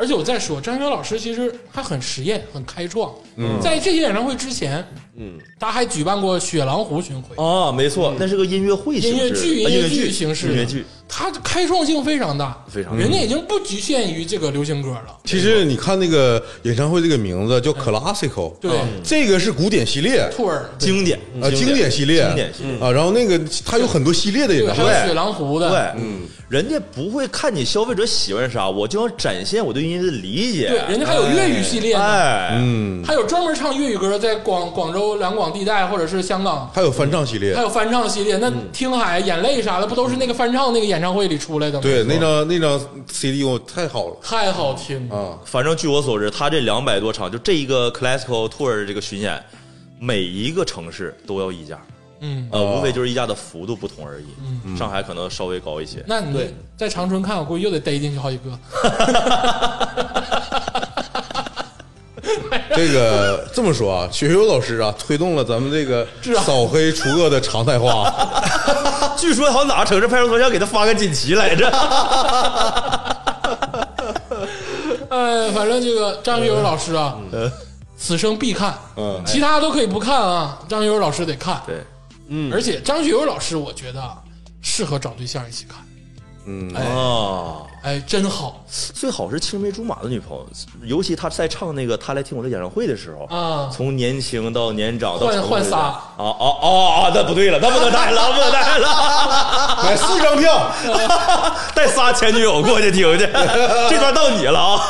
[SPEAKER 1] 而且我再说，张学老师其实他很实验，很开创。
[SPEAKER 3] 嗯
[SPEAKER 1] 在这些演唱会之前，嗯，他还举办过雪狼湖巡回。
[SPEAKER 3] 哦啊，没错，那是个音乐会
[SPEAKER 1] 嗯
[SPEAKER 3] 形式，
[SPEAKER 1] 音乐剧、
[SPEAKER 3] 啊音
[SPEAKER 1] 音
[SPEAKER 3] 乐
[SPEAKER 1] 剧
[SPEAKER 3] 剧
[SPEAKER 1] 形式的，
[SPEAKER 3] 音乐剧。
[SPEAKER 1] 它开创性非常大，
[SPEAKER 3] 非常大
[SPEAKER 1] 人家已经不局限于这个流行歌了。
[SPEAKER 2] 其实你看那个演唱会这个名字叫 classical，
[SPEAKER 1] 对
[SPEAKER 2] 啊这个是古典系列
[SPEAKER 1] 兔儿，
[SPEAKER 3] 经典
[SPEAKER 2] 啊，经典系列，
[SPEAKER 3] 经典系列。
[SPEAKER 2] 啊，然后那个它有很多系列的演
[SPEAKER 1] 对，
[SPEAKER 2] 唱
[SPEAKER 1] 还
[SPEAKER 2] 会
[SPEAKER 1] 有，雪狼湖的，
[SPEAKER 3] 对，嗯，人家不会看你消费者喜欢啥，我就想展现我对音乐的理解。
[SPEAKER 1] 对人家还有粤语系列呢
[SPEAKER 3] 哎，
[SPEAKER 2] 嗯，
[SPEAKER 1] 还有专门唱粤语歌，在广广州两广地带或者是香港，
[SPEAKER 2] 还有翻唱系列
[SPEAKER 1] 还，有翻唱系列，那
[SPEAKER 3] 嗯
[SPEAKER 1] 听海、眼泪啥的，不都是那个翻唱那个演唱会里出来的吗？
[SPEAKER 2] 对，那张那张 CD 我太好了
[SPEAKER 1] 太好听了，
[SPEAKER 2] 啊，
[SPEAKER 3] 反正据我所知，他这两百多场，就这一个 classical tour 这个巡演，每一个城市都要溢价，
[SPEAKER 1] 嗯，
[SPEAKER 3] 呃，
[SPEAKER 2] 哦
[SPEAKER 3] 无非就是溢价的幅度不同而已。上海可能稍微高一些。
[SPEAKER 1] 那你在长春看，我估计又得逮进去好几个。
[SPEAKER 2] 这个这么说啊，雪友老师啊，推动了咱们这个
[SPEAKER 1] 治安
[SPEAKER 2] 扫黑除恶的常态化，
[SPEAKER 3] 据说好像哪个城市派出所想给他发个锦旗 来着，
[SPEAKER 1] 呃，反正这个张学友老师啊，此生必看，
[SPEAKER 2] 嗯
[SPEAKER 1] 其他都可以不看啊，张学友老师得看。
[SPEAKER 3] 对，
[SPEAKER 2] 嗯
[SPEAKER 1] 而且张学友老师，我觉得啊，适合找对象一起看，
[SPEAKER 2] 嗯，
[SPEAKER 3] 啊，
[SPEAKER 1] 哎，真好
[SPEAKER 3] 最好是青梅竹马的女朋友，尤其他在唱那个《他来听我的演唱会》的时候
[SPEAKER 1] 啊
[SPEAKER 3] 从年轻到年长到
[SPEAKER 1] 换
[SPEAKER 3] 成熟
[SPEAKER 1] 换
[SPEAKER 3] 的
[SPEAKER 1] 仨
[SPEAKER 3] 啊哦哦哦，那不对了，那不能带了，不能带了，
[SPEAKER 2] 买四 张票，
[SPEAKER 3] 带仨前女友过去听去，这段到你了啊。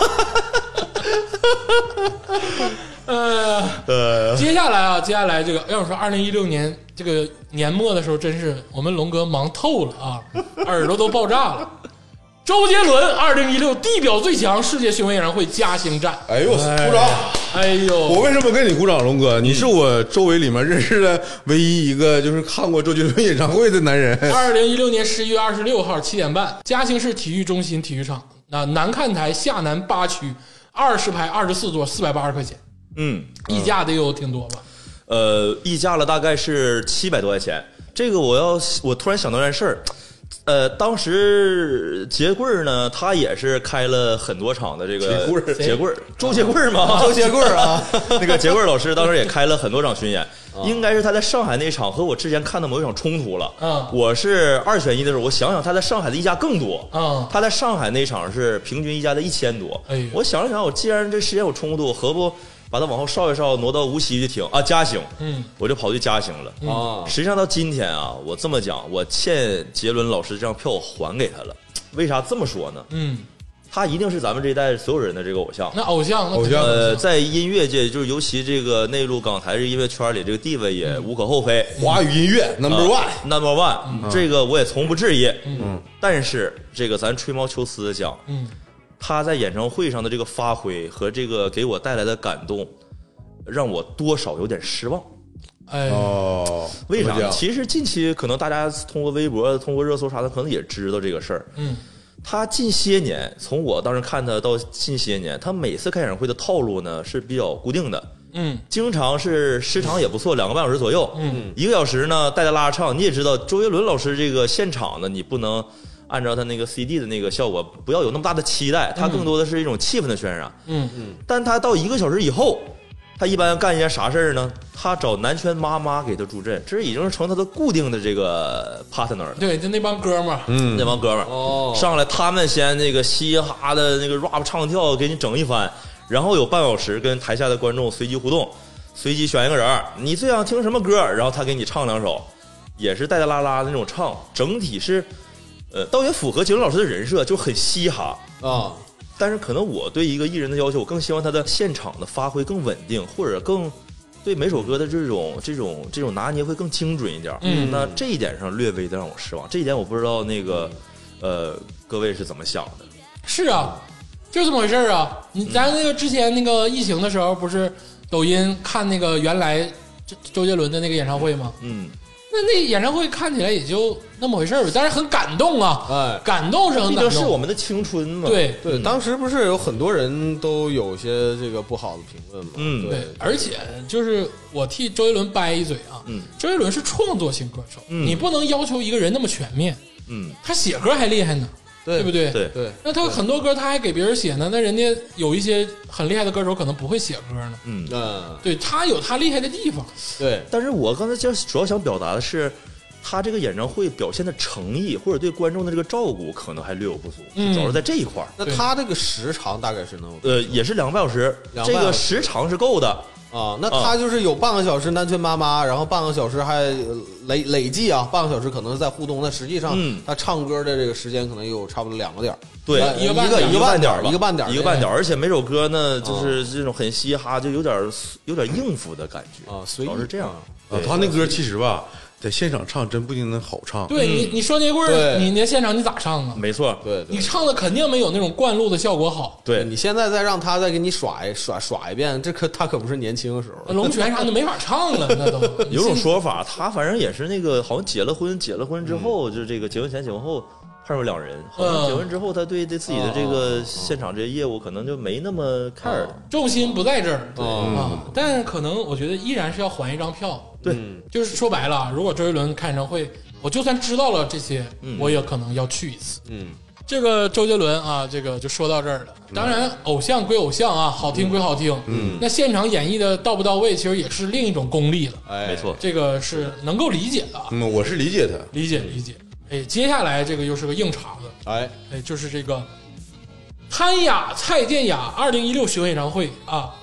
[SPEAKER 3] 呃，
[SPEAKER 1] 接下来啊，接下来这个要我说，二零一六年这个年末的时候，真是我们龙哥忙透了 啊，耳朵都爆炸了。周杰伦二零一六地表最强世界巡回演唱会加星战，
[SPEAKER 2] 哎呦，鼓掌！
[SPEAKER 1] 哎
[SPEAKER 2] 我
[SPEAKER 1] 呦，
[SPEAKER 2] 为什么跟你鼓掌，龙哥？你是我周围里面认识的唯一一个就是看过周杰伦演唱会的 男人。
[SPEAKER 1] 二零一六年十一月二十六号七点半，嘉兴市体育中心体育场，那南看台下南八区二十排二十四桌，四百八十块钱，
[SPEAKER 3] 嗯，
[SPEAKER 1] 溢价得有挺多吧？
[SPEAKER 3] 呃，溢价了大概是七百多块钱。这个我要，我突然想到件事儿，呃，当时杰棍儿呢，他也是开了很多场的这个
[SPEAKER 2] 杰棍儿
[SPEAKER 3] 杰棍儿，周杰棍儿嘛，
[SPEAKER 4] 周杰棍儿啊，
[SPEAKER 3] 那个杰棍儿老师当时也开了很多 场巡演，应该是他在上海那场和我之前看的某一场冲突了。
[SPEAKER 1] 嗯
[SPEAKER 4] 啊
[SPEAKER 3] 我是二选一的时候，我想想他在上海的溢价更多。
[SPEAKER 1] 嗯
[SPEAKER 4] 啊
[SPEAKER 3] 他在上海那场是平均溢价在一千多。
[SPEAKER 1] 哎呦
[SPEAKER 3] 我想了想，我既然这时间有冲突，何不把它往后稍一稍，挪到无锡去听啊？嘉兴，
[SPEAKER 1] 嗯，
[SPEAKER 3] 我就跑去嘉兴了。
[SPEAKER 4] 啊
[SPEAKER 3] 实际上到今天啊，我这么讲，我欠杰伦老师这张票我还给他了。为啥这么说呢？
[SPEAKER 1] 嗯，
[SPEAKER 3] 他一定是咱们这一代所有人的这个偶像。
[SPEAKER 1] 那偶像，那肯定
[SPEAKER 2] 偶像
[SPEAKER 3] 呃，在音乐界，就是尤其这个内陆港台这音乐圈里，这个地位也无可厚非。
[SPEAKER 2] 华语音乐 number
[SPEAKER 1] 啊
[SPEAKER 2] one，
[SPEAKER 3] n u m b e r one，这个我也从不质疑。嗯，但是这个咱吹毛求疵的讲，
[SPEAKER 1] 嗯，
[SPEAKER 3] 他在演唱会上的这个发挥和这个给我带来的感动，让我多少有点失望。
[SPEAKER 1] 哎，
[SPEAKER 2] 哦，
[SPEAKER 3] 为
[SPEAKER 2] 怎么
[SPEAKER 3] 啥
[SPEAKER 2] 讲
[SPEAKER 3] 呢？其实近期可能大家通过微博、通过热搜啥的，可能也知道这个事儿。
[SPEAKER 1] 嗯，
[SPEAKER 3] 他近些年，从我当时看他到近些年，他每次开演唱会的套路呢是比较固定的。
[SPEAKER 1] 嗯，
[SPEAKER 3] 经常是时长也不错，两个半小时左右。
[SPEAKER 1] 嗯，
[SPEAKER 3] 一个小时呢，带带拉拉唱。你也知道，周杰伦老师这个现场呢，你不能按照他那个 CD 的那个效果，不要有那么大的期待。他更多的是一种气氛的渲染。
[SPEAKER 1] 嗯
[SPEAKER 3] 但他到一个小时以后，他一般干一件啥事儿呢？他找南拳妈妈给他助阵，这已经是成他的固定的这个 partner 了。
[SPEAKER 1] 对，就那帮哥们儿，
[SPEAKER 3] 那帮哥们儿
[SPEAKER 4] 哦
[SPEAKER 3] 上来，他们先那个嘻哈的那个 rap 唱跳给你整一番，然后有半小时跟台下的观众随机互动，随机选一个人儿，你最想听什么歌儿？然后他给你唱两首，也是带带拉拉的那种唱，整体是，呃，倒也符合杰伦老师的人设，就很嘻哈。
[SPEAKER 4] 啊，
[SPEAKER 3] 但是可能我对一个艺人的要求，我更希望他的现场的发挥更稳定，或者更对每首歌的这种这种这种拿捏会更精准一点。
[SPEAKER 1] 嗯
[SPEAKER 3] 那这一点上略微的让我失望，这一点我不知道那个呃各位是怎么想的。
[SPEAKER 1] 是啊，就这么回事儿啊。你咱那个之前那个疫情的时候，不是抖音看那个原来周周杰伦的那个演唱会吗？
[SPEAKER 3] 嗯，
[SPEAKER 1] 那那演唱会看起来也就那么回事儿，但是很感动啊，
[SPEAKER 4] 哎，
[SPEAKER 1] 感动是很
[SPEAKER 3] 毕
[SPEAKER 1] 感
[SPEAKER 3] 竟是我
[SPEAKER 1] 动。
[SPEAKER 3] 们的青春嘛。
[SPEAKER 1] 对
[SPEAKER 4] 对，当时不是有很多人都有些这个不好的评论嘛，
[SPEAKER 3] 嗯
[SPEAKER 1] 对
[SPEAKER 4] 对，，
[SPEAKER 1] 而且就是我替周杰伦掰一嘴啊，
[SPEAKER 3] 嗯
[SPEAKER 1] 周杰伦是创作型歌手，
[SPEAKER 3] 嗯
[SPEAKER 1] 你不能要求一个人那么全面，
[SPEAKER 3] 嗯，
[SPEAKER 1] 他写歌还厉害呢，
[SPEAKER 4] 对
[SPEAKER 1] 不对？
[SPEAKER 3] 对，
[SPEAKER 4] 对，
[SPEAKER 1] 那他很多歌他还给别人写呢，那人家有一些很厉害的歌手可能不会写歌呢，
[SPEAKER 3] 嗯。
[SPEAKER 4] 嗯，
[SPEAKER 1] 对他有他厉害的地方，
[SPEAKER 4] 对，
[SPEAKER 3] 但是我刚才就主要想表达的是，他这个演唱会表现的诚意或者对观众的这个照顾，可能还略有不足，
[SPEAKER 1] 嗯
[SPEAKER 3] 主要是在这一块儿。
[SPEAKER 4] 那
[SPEAKER 1] 对
[SPEAKER 4] 他这个时长大概是能
[SPEAKER 3] 呃，也是两个半小时，
[SPEAKER 4] 两个
[SPEAKER 3] 这
[SPEAKER 4] 半
[SPEAKER 3] 个
[SPEAKER 4] 小时
[SPEAKER 3] 时长是够的。
[SPEAKER 4] 啊，那他就是有半个小时南拳妈妈，然后半个小时还累累计啊，半个小时可能是在互动，但实际上
[SPEAKER 3] 嗯
[SPEAKER 4] 他唱歌的这个时间可能有差不多两个点儿，
[SPEAKER 3] 对
[SPEAKER 4] 呃
[SPEAKER 1] 一个
[SPEAKER 4] 一
[SPEAKER 1] 半
[SPEAKER 4] 个
[SPEAKER 1] 点儿
[SPEAKER 4] 个半点
[SPEAKER 3] 儿
[SPEAKER 4] 儿，
[SPEAKER 3] 吧
[SPEAKER 4] 一个半点儿，啊
[SPEAKER 3] 一个半点儿，而且每首歌呢，就是这种很嘻哈，就有点儿有点应付的感觉
[SPEAKER 4] 啊随意
[SPEAKER 3] 主要是这样
[SPEAKER 4] 啊。
[SPEAKER 2] 啊
[SPEAKER 3] 对，
[SPEAKER 2] 他那歌其实吧，在现场唱真不一定能好唱。
[SPEAKER 1] 对你，你双截棍儿，
[SPEAKER 4] 对
[SPEAKER 1] 你那现场你咋唱啊？
[SPEAKER 3] 没错，
[SPEAKER 4] 对对
[SPEAKER 1] 你。唱的肯定没有那种灌录的效果好，
[SPEAKER 3] 对
[SPEAKER 4] 你现在再让他再给你耍一耍耍一遍，这可他可不是年轻的时候了。
[SPEAKER 1] 龙泉啥的没法唱了，那都
[SPEAKER 3] 有种说法，他反正也是那个，好像结了婚，结了婚之
[SPEAKER 4] 嗯
[SPEAKER 3] 后，就是这个结婚前结婚后判若两人。好像结
[SPEAKER 4] 嗯
[SPEAKER 3] 婚之后，他对对自己的这个现场这些业务可能就没那么 care 了。
[SPEAKER 1] 重心不在这儿
[SPEAKER 4] 嗯
[SPEAKER 1] 啊，但可能我觉得依然是要还一张票。
[SPEAKER 3] 对，
[SPEAKER 4] 嗯
[SPEAKER 1] 就是说白了啊，如果周杰伦开演唱会，我就算知道了这些，我也可能要去一次。
[SPEAKER 4] 嗯，
[SPEAKER 1] 这个周杰伦啊，这个就说到这儿了。当然，偶像归偶像啊，好听归好听，嗯，那现场演绎的到不到位，其实也是另一种功力了，
[SPEAKER 4] 哎，
[SPEAKER 3] 没错，
[SPEAKER 1] 这个是能够理解的啊，
[SPEAKER 2] 嗯，我是理解他。
[SPEAKER 1] 理解理解。哎，接下来这个又是个硬茬子，
[SPEAKER 4] 哎，
[SPEAKER 1] 哎，就是这个潘雅、蔡健雅二零一六巡回演唱会啊，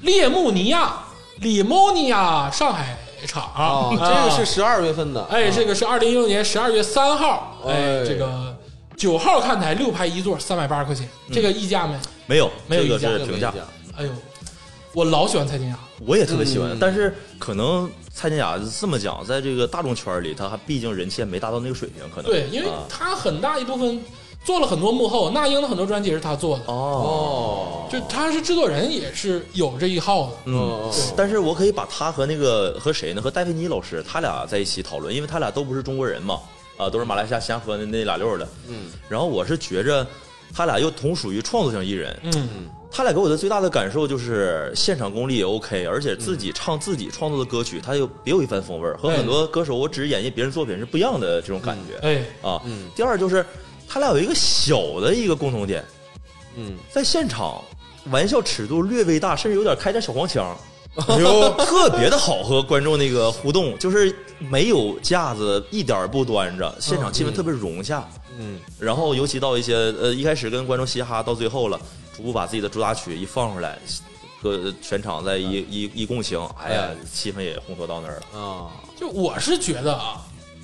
[SPEAKER 1] 列穆尼亚、里莫尼亚上海场，
[SPEAKER 4] 啊，这个是十二月份的，
[SPEAKER 1] 哎，这个是二零一六年十二月三号，哎，
[SPEAKER 4] 哎
[SPEAKER 1] 这个九号看台六排一座，三百八十块钱，这个溢价没？
[SPEAKER 3] 没有，
[SPEAKER 1] 没有
[SPEAKER 3] 这个
[SPEAKER 1] 意见
[SPEAKER 3] 是
[SPEAKER 1] 这
[SPEAKER 3] 评价，
[SPEAKER 1] 哎呦，我老喜欢蔡健雅，
[SPEAKER 3] 我也特别喜欢
[SPEAKER 4] 嗯。
[SPEAKER 3] 但是可能蔡健雅这么讲，在这个大众圈里，他毕竟人气还没达到那个水平，可能
[SPEAKER 1] 对，因为
[SPEAKER 3] 啊
[SPEAKER 1] 她很大一部分做了很多幕后，那英的很多专辑也是她做的，
[SPEAKER 3] 哦，
[SPEAKER 4] 哦，
[SPEAKER 1] 就她是制作人，也是有这一号的。
[SPEAKER 3] 嗯。但是我可以把他和那个和谁呢？和戴菲妮老师，他俩在一起讨论，因为他俩都不是中国人嘛，啊，都是马来西亚新加坡的那俩溜儿的。嗯。然后我是觉着他俩又同属于创作型艺人，
[SPEAKER 1] 嗯，
[SPEAKER 3] 他俩给我的最大的感受就是现场功力也 OK，而且自己唱自己创作的歌曲，他有别有一番风味儿，和
[SPEAKER 1] 哎
[SPEAKER 3] 很多歌手我只是演绎别人作品是不一样的这种感觉。
[SPEAKER 1] 哎，
[SPEAKER 3] 啊。第二就是他俩有一个小的一个共同点，
[SPEAKER 4] 嗯，
[SPEAKER 3] 在现场玩笑尺度略微大，甚至有点开点小黄 腔，
[SPEAKER 2] 哎呦，
[SPEAKER 3] 特别的好和观众那个互动，就是没有架子，一点儿不端着，现场气氛特别融洽。
[SPEAKER 4] 嗯，
[SPEAKER 3] 然后尤其到一些呃一开始跟观众嘻哈，到最后了，逐步把自己的主打曲一放出来。和全场在一一一共情，嗯哎呀，气氛也烘托到那儿了。
[SPEAKER 4] 啊，
[SPEAKER 1] 就我是觉得啊，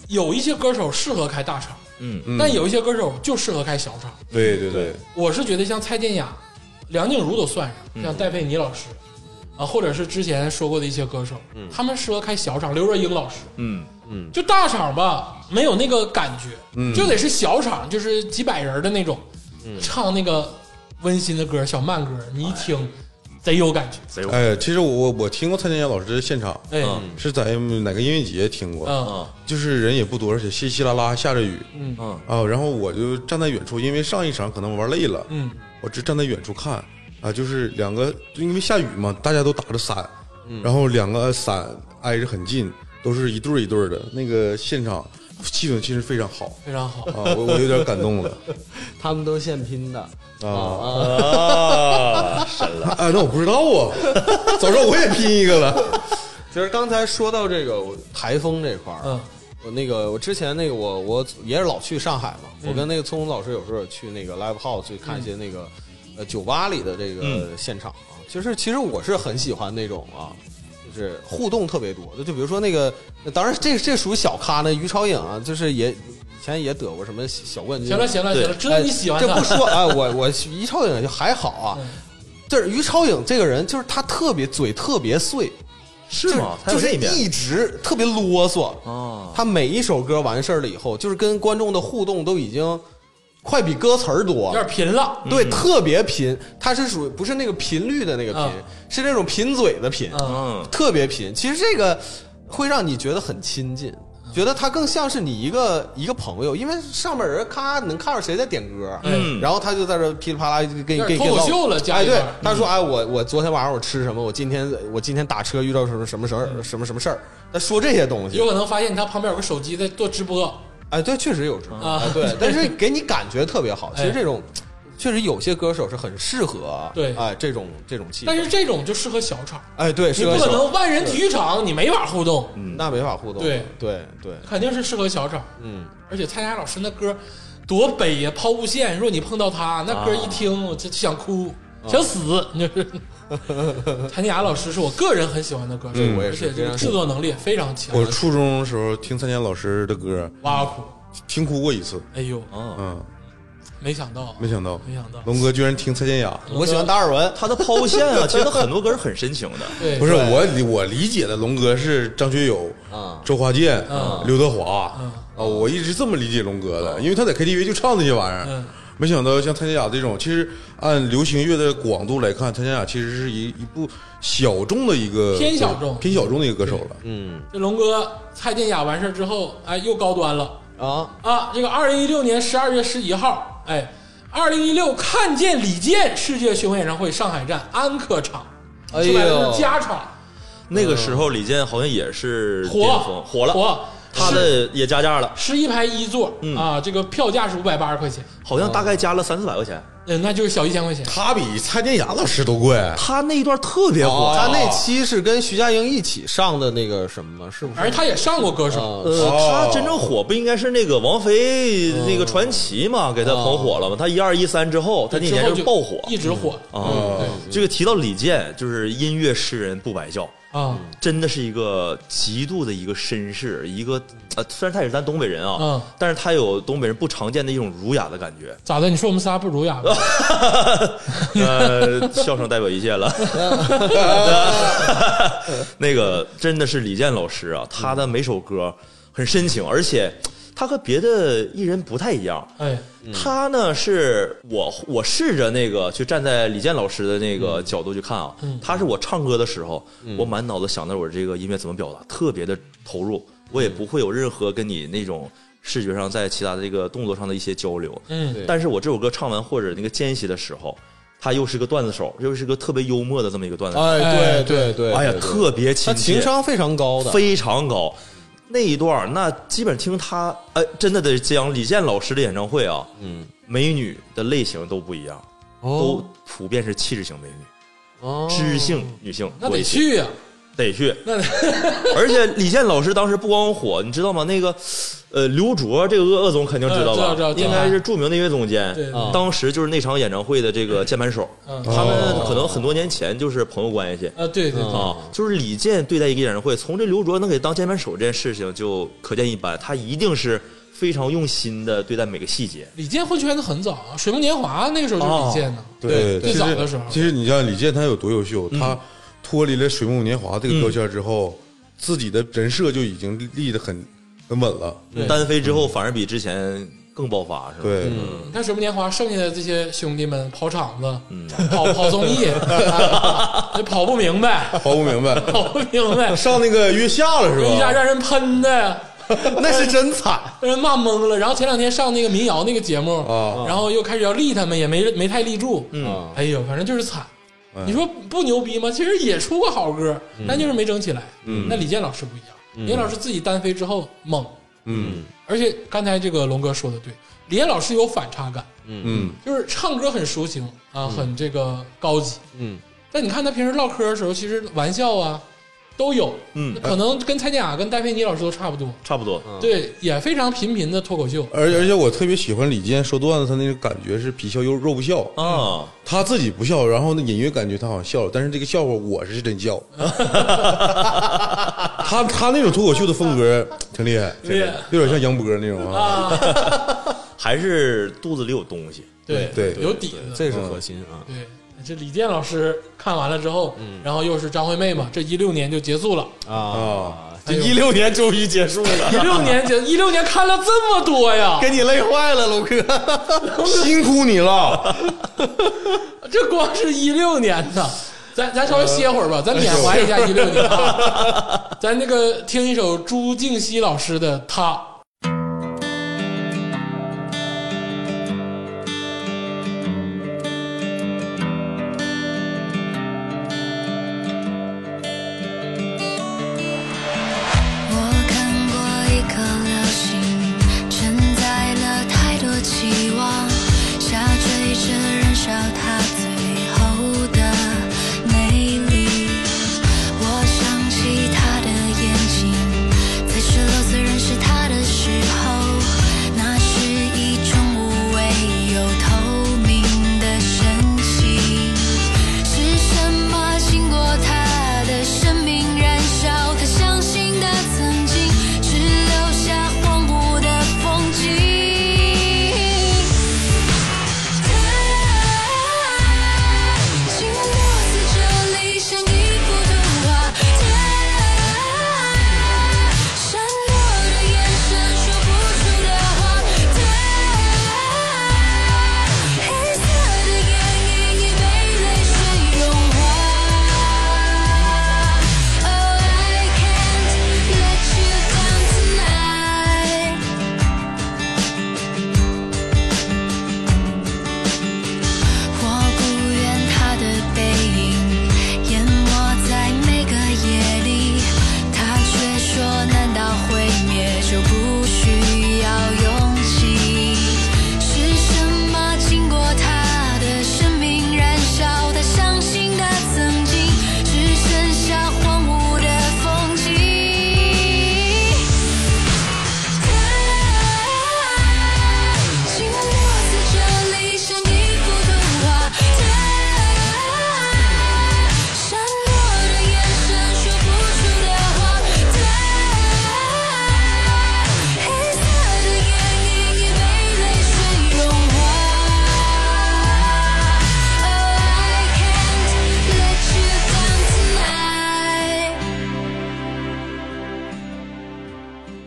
[SPEAKER 1] 有一些歌手适合开大场，
[SPEAKER 3] 嗯，
[SPEAKER 2] 嗯
[SPEAKER 1] 但有一些歌手就适合开小场。
[SPEAKER 2] 对对对，
[SPEAKER 1] 我是觉得像蔡健雅、梁静茹都算上，像戴佩妮老师啊，或者是之前说过的一些歌手，他们适合开小场。刘若英老师
[SPEAKER 3] 嗯，
[SPEAKER 1] 就大场吧，没有那个感觉，
[SPEAKER 2] 嗯
[SPEAKER 1] 就得是小场，就是几百人的那种，唱那个温馨的歌、小慢歌，你一听贼有感觉。
[SPEAKER 3] 贼有
[SPEAKER 2] 哎，其实我我听过蔡健雅老师的现场，
[SPEAKER 1] 哎，
[SPEAKER 3] 嗯
[SPEAKER 2] 是在哪个音乐节听过，
[SPEAKER 1] 嗯
[SPEAKER 3] 啊，
[SPEAKER 2] 就是人也不多，而且稀稀拉拉下着雨
[SPEAKER 1] 嗯
[SPEAKER 3] 嗯
[SPEAKER 2] 啊。然后我就站在远处，因为上一场可能玩累了，
[SPEAKER 1] 嗯，
[SPEAKER 2] 我只站在远处看啊，就是两个，就因为下雨嘛，大家都打着伞，
[SPEAKER 1] 嗯
[SPEAKER 2] 然后两个伞挨着很近，都是一对儿一对儿的，那个现场气氛其实非常好
[SPEAKER 1] 非常好。
[SPEAKER 2] 啊，我我有点感动了
[SPEAKER 4] 他们都现拼的，哦
[SPEAKER 2] 啊。
[SPEAKER 3] 啊，神了！
[SPEAKER 2] 啊，那我不知道啊，早知道我也拼一个了。
[SPEAKER 4] 就是刚才说到这个我台风这块儿，
[SPEAKER 1] 嗯，
[SPEAKER 4] 我那个我之前那个我我也是老去上海嘛，我跟那个聪聪老师有时候也去那个 live house 去看一些那个、呃酒吧里的这个
[SPEAKER 3] 嗯
[SPEAKER 4] 现场啊，就是其实我是很喜欢那种啊。就是互动特别多，就就比如说那个，当然这这属于小咖呢，于超颖啊，就是也以前也得过什么小冠军。啊
[SPEAKER 1] 行了行了行了，
[SPEAKER 3] 对
[SPEAKER 1] 知道你喜欢
[SPEAKER 4] 这不
[SPEAKER 1] 他，
[SPEAKER 4] 说啊，我我于超颖就还好啊
[SPEAKER 1] 嗯，
[SPEAKER 4] 就是于超颖这个人，就是他特别嘴特别碎，
[SPEAKER 3] 是吗？他
[SPEAKER 4] 就
[SPEAKER 3] 有
[SPEAKER 4] 是
[SPEAKER 3] 这一面
[SPEAKER 4] 一直特别啰嗦。
[SPEAKER 3] 哦，
[SPEAKER 4] 他每一首歌完事儿了以后，就是跟观众的互动都已经快比歌词儿
[SPEAKER 1] 有
[SPEAKER 4] 多
[SPEAKER 1] 点，嗯贫了。
[SPEAKER 4] 对，特别贫。他是属于不是那个频率的那个
[SPEAKER 1] 啊
[SPEAKER 4] 贫，是那种贫嘴的贫，
[SPEAKER 1] 嗯，
[SPEAKER 3] 嗯，
[SPEAKER 4] 特别贫。其实这个会让你觉得很亲近。觉得他更像是你一个一个朋友，因为上面人咔能看着谁在点歌，
[SPEAKER 3] 嗯
[SPEAKER 4] 然后他就在这噼里啪啦给你
[SPEAKER 1] 有点
[SPEAKER 4] 给你给
[SPEAKER 1] 脱口
[SPEAKER 4] 唠
[SPEAKER 1] 秀了加
[SPEAKER 4] 哎，
[SPEAKER 1] 一段嗯
[SPEAKER 4] 对，他说哎，我我昨天晚上我吃什么，我今天我今天打车遇到什么什么事儿，什么什么事儿，他说这些东西，
[SPEAKER 1] 有可能发现他旁边有个手机在做直播，
[SPEAKER 4] 哎，对，确实有直播
[SPEAKER 1] 啊
[SPEAKER 4] 哎对，但是给你感觉特别好。其实这种确实有些歌手是很适合啊
[SPEAKER 1] 对
[SPEAKER 4] 哎这种这种气氛，
[SPEAKER 1] 但是这种就适合小场，
[SPEAKER 4] 哎对，
[SPEAKER 1] 你
[SPEAKER 4] 适合
[SPEAKER 1] 不可
[SPEAKER 4] 小嗯
[SPEAKER 1] 能万人体育场你没法互动，
[SPEAKER 4] 那没法互动，
[SPEAKER 1] 对
[SPEAKER 4] 对对，
[SPEAKER 1] 肯定是适合小场。
[SPEAKER 4] 嗯，
[SPEAKER 1] 而且蔡佳老师那歌多北呀，抛物线。如果你碰到他那歌一听，
[SPEAKER 4] 啊
[SPEAKER 1] 我就想哭，想 死。你就是谭雅老师是我个人很喜欢的歌手，
[SPEAKER 4] 我也
[SPEAKER 1] 而且这
[SPEAKER 4] 是非
[SPEAKER 1] 个
[SPEAKER 4] 常
[SPEAKER 1] 制作能力也非常强
[SPEAKER 2] 我。初中的时候听参加老师的歌，
[SPEAKER 1] 哇哭，
[SPEAKER 2] 听哭过一次。
[SPEAKER 1] 哎呦，
[SPEAKER 3] 啊，
[SPEAKER 2] 嗯，
[SPEAKER 1] 没想到，
[SPEAKER 2] 没想到，
[SPEAKER 1] 没想到
[SPEAKER 2] 龙哥居然听蔡健雅。
[SPEAKER 4] 我喜欢达尔文，
[SPEAKER 3] 他的抛物线 啊，其实很多歌是很深情的。
[SPEAKER 1] 对，
[SPEAKER 2] 不是我理我理解的龙哥是张学友
[SPEAKER 4] 啊
[SPEAKER 2] 周华健、
[SPEAKER 1] 嗯
[SPEAKER 2] 刘德华、啊，我一直这么理解龙哥的，因为他在 KTV 就唱那些玩意儿。
[SPEAKER 1] 啊嗯
[SPEAKER 2] 没想到像蔡健雅这种，其实按流行乐的广度来看，蔡健雅其实是一一部小众的一个
[SPEAKER 1] 偏小众
[SPEAKER 2] 偏小众的一个歌手了。
[SPEAKER 4] 嗯
[SPEAKER 1] 这龙哥蔡健雅完事儿之后，哎，又高端了
[SPEAKER 4] 啊，
[SPEAKER 1] 啊！这个二零一六年十二月十一号，哎，二零一六看见李健世界巡回演唱会上海站安可场，
[SPEAKER 4] 哎
[SPEAKER 1] 说白了就
[SPEAKER 4] 呦
[SPEAKER 1] 是，加场，
[SPEAKER 3] 那个时候李健好像也是巅
[SPEAKER 1] 火
[SPEAKER 3] 峰，火了，
[SPEAKER 1] 火，
[SPEAKER 3] 他的也加价了，
[SPEAKER 1] 十一排一座、啊，这个票价是五百八十块钱，
[SPEAKER 3] 好像大概加了三四百块钱。
[SPEAKER 1] 嗯，那就是小一千块钱。
[SPEAKER 2] 他比蔡健雅老师都贵，
[SPEAKER 3] 他那一段特别火，
[SPEAKER 4] 他那期是跟徐佳莹一起上的那个什么，是不是？
[SPEAKER 1] 而他也上过歌手，
[SPEAKER 4] 啊
[SPEAKER 3] 呃，
[SPEAKER 2] 哦
[SPEAKER 3] 他真正火不应该是那个王菲那个传奇嘛，给他捧火了吗？他一二一三之后，他
[SPEAKER 1] 嗯
[SPEAKER 3] 那
[SPEAKER 1] 哦之
[SPEAKER 3] 年
[SPEAKER 1] 后
[SPEAKER 3] 是爆火
[SPEAKER 1] 一直嗯火
[SPEAKER 3] 啊。
[SPEAKER 2] 啊
[SPEAKER 3] 这个提到李健，就是音乐诗人不白叫，
[SPEAKER 1] 啊，
[SPEAKER 3] 真的是一个极度的一个绅士，一个呃，虽然他也是咱东北人啊，
[SPEAKER 1] 嗯
[SPEAKER 3] 但是他有东北人不常见的一种儒雅的感觉，
[SPEAKER 1] 咋的？你说我们仨不儒雅吗？
[SPEAKER 3] 呃，笑声代表一切了。那个真的是李健老师啊，他的每首歌很深情，而且他和别的艺人不太一样。
[SPEAKER 1] 哎，
[SPEAKER 3] 他呢是我我试着那个去站在李健老师的那个角度去看啊，他是我唱歌的时候，我满脑子想着我这个音乐怎么表达，特别的投入，我也不会有任何跟你那种视觉上在其他的这个动作上的一些交流。
[SPEAKER 1] 嗯
[SPEAKER 4] 对
[SPEAKER 3] 但是我这首歌唱完或者那个间隙的时候，他又是个段子手，又是个特别幽默的这么一个段子手，
[SPEAKER 1] 哎
[SPEAKER 4] 哎，对对对，
[SPEAKER 3] 哎呀，
[SPEAKER 4] 对对
[SPEAKER 3] 特别亲
[SPEAKER 4] 他
[SPEAKER 3] 切，
[SPEAKER 4] 情商非常高的，
[SPEAKER 3] 非常高。那一段儿那基本听他，哎，真的得讲李健老师的演唱会啊，
[SPEAKER 4] 嗯，
[SPEAKER 3] 美女的类型都不一样，都
[SPEAKER 4] 哦
[SPEAKER 3] 普遍是气质型美女、
[SPEAKER 4] 哦
[SPEAKER 3] 知性女性
[SPEAKER 1] 那
[SPEAKER 3] 多
[SPEAKER 1] 得
[SPEAKER 3] 一些，
[SPEAKER 1] 去呀、
[SPEAKER 3] 得去。
[SPEAKER 1] 那得
[SPEAKER 3] 而且李健老师当时不光火，你知道吗？那个，呃，刘卓这个鄂鄂总肯定知道吧？
[SPEAKER 1] 嗯知道知道
[SPEAKER 3] 应该是著名的音乐总监。
[SPEAKER 1] 对
[SPEAKER 4] 啊
[SPEAKER 3] 当时就是那场演唱会的这个键盘手，
[SPEAKER 1] 嗯
[SPEAKER 3] 他们可能很多年前就是朋友关系。
[SPEAKER 1] 啊，对对对，
[SPEAKER 4] 嗯
[SPEAKER 3] 啊，就是李健对待一个演唱会，从这刘卓能给当键盘手这件事情就可见一斑，他一定是非常用心的对待每个细节。
[SPEAKER 1] 李健混圈子很早啊，《水木年华》那个时候就是李健呢。
[SPEAKER 2] 对，
[SPEAKER 1] 最
[SPEAKER 2] 其实
[SPEAKER 1] 早的时候嗯
[SPEAKER 2] 其实你像李健他有多优秀，他脱离了水木年华这个标签之后，自己的人设就已经立得很很稳了。
[SPEAKER 1] 对
[SPEAKER 3] 单飞之后反而比之前更爆发，是吧？
[SPEAKER 2] 对，
[SPEAKER 1] 你看《水木年华》剩下的这些兄弟们跑场子，
[SPEAKER 2] 嗯
[SPEAKER 1] 跑跑综 艺，也跑不明白，
[SPEAKER 2] 跑不明白，
[SPEAKER 1] 跑不明白，
[SPEAKER 2] 上那个月下了是
[SPEAKER 1] 一下
[SPEAKER 2] 吧？
[SPEAKER 1] 让人喷的，
[SPEAKER 4] 那是真惨，
[SPEAKER 1] 让人骂懵了。然后前两天上那个民谣那个节目，
[SPEAKER 2] 啊
[SPEAKER 1] 然后又开始要立他们，也没没太立住。
[SPEAKER 4] 嗯
[SPEAKER 1] 哎呦，反正就是惨。
[SPEAKER 2] 嗯
[SPEAKER 1] 你说不牛逼吗？其实也出过好歌，但就是没整起来。那李健老师不一样，李健老师自己单飞之后猛，
[SPEAKER 2] 嗯
[SPEAKER 1] 而且刚才这个龙哥说的对，李健老师有反差感，
[SPEAKER 2] 嗯
[SPEAKER 1] 就是唱歌很抒情啊，很这个高级。
[SPEAKER 4] 嗯，
[SPEAKER 1] 但你看他平时唠嗑的时候，其实玩笑啊都有，
[SPEAKER 3] 嗯
[SPEAKER 1] 可能跟蔡健雅、跟戴佩妮老师都差不多，
[SPEAKER 3] 差不多。
[SPEAKER 2] 嗯
[SPEAKER 1] 对，也非常频频的脱口秀。
[SPEAKER 2] 而而且我特别喜欢李健说段子，他那个感觉是皮笑肉肉不笑，
[SPEAKER 3] 啊，
[SPEAKER 2] 他自己不笑，然后那隐约感觉他好像笑了，但是这个笑话我是真 笑。他他那种脱口秀的风格挺厉害，
[SPEAKER 1] 厉害
[SPEAKER 2] 有点像杨波那种啊。
[SPEAKER 3] 还是肚子里有东西。
[SPEAKER 1] 对
[SPEAKER 2] 对
[SPEAKER 1] 有底子。
[SPEAKER 4] 这是核心啊。
[SPEAKER 1] 对，这李健老师看完了之后，然后又是张惠妹嘛，这一六年就结束 了。
[SPEAKER 2] 啊
[SPEAKER 4] 啊，
[SPEAKER 1] 哎呦
[SPEAKER 4] 六年终于结束
[SPEAKER 1] 一
[SPEAKER 4] 了，
[SPEAKER 1] 六年结，一六年看了这么多 呀，
[SPEAKER 4] 给你累坏了，龙哥。
[SPEAKER 2] 辛苦你了，
[SPEAKER 1] 这光是一六年呢。咱咱稍微歇会儿吧，咱缅怀一下一六年啊。呃 咱那个听一首朱静熙老师的《他》。
[SPEAKER 5] 我看过一颗流星，承载了太多期望，下坠时 Oh,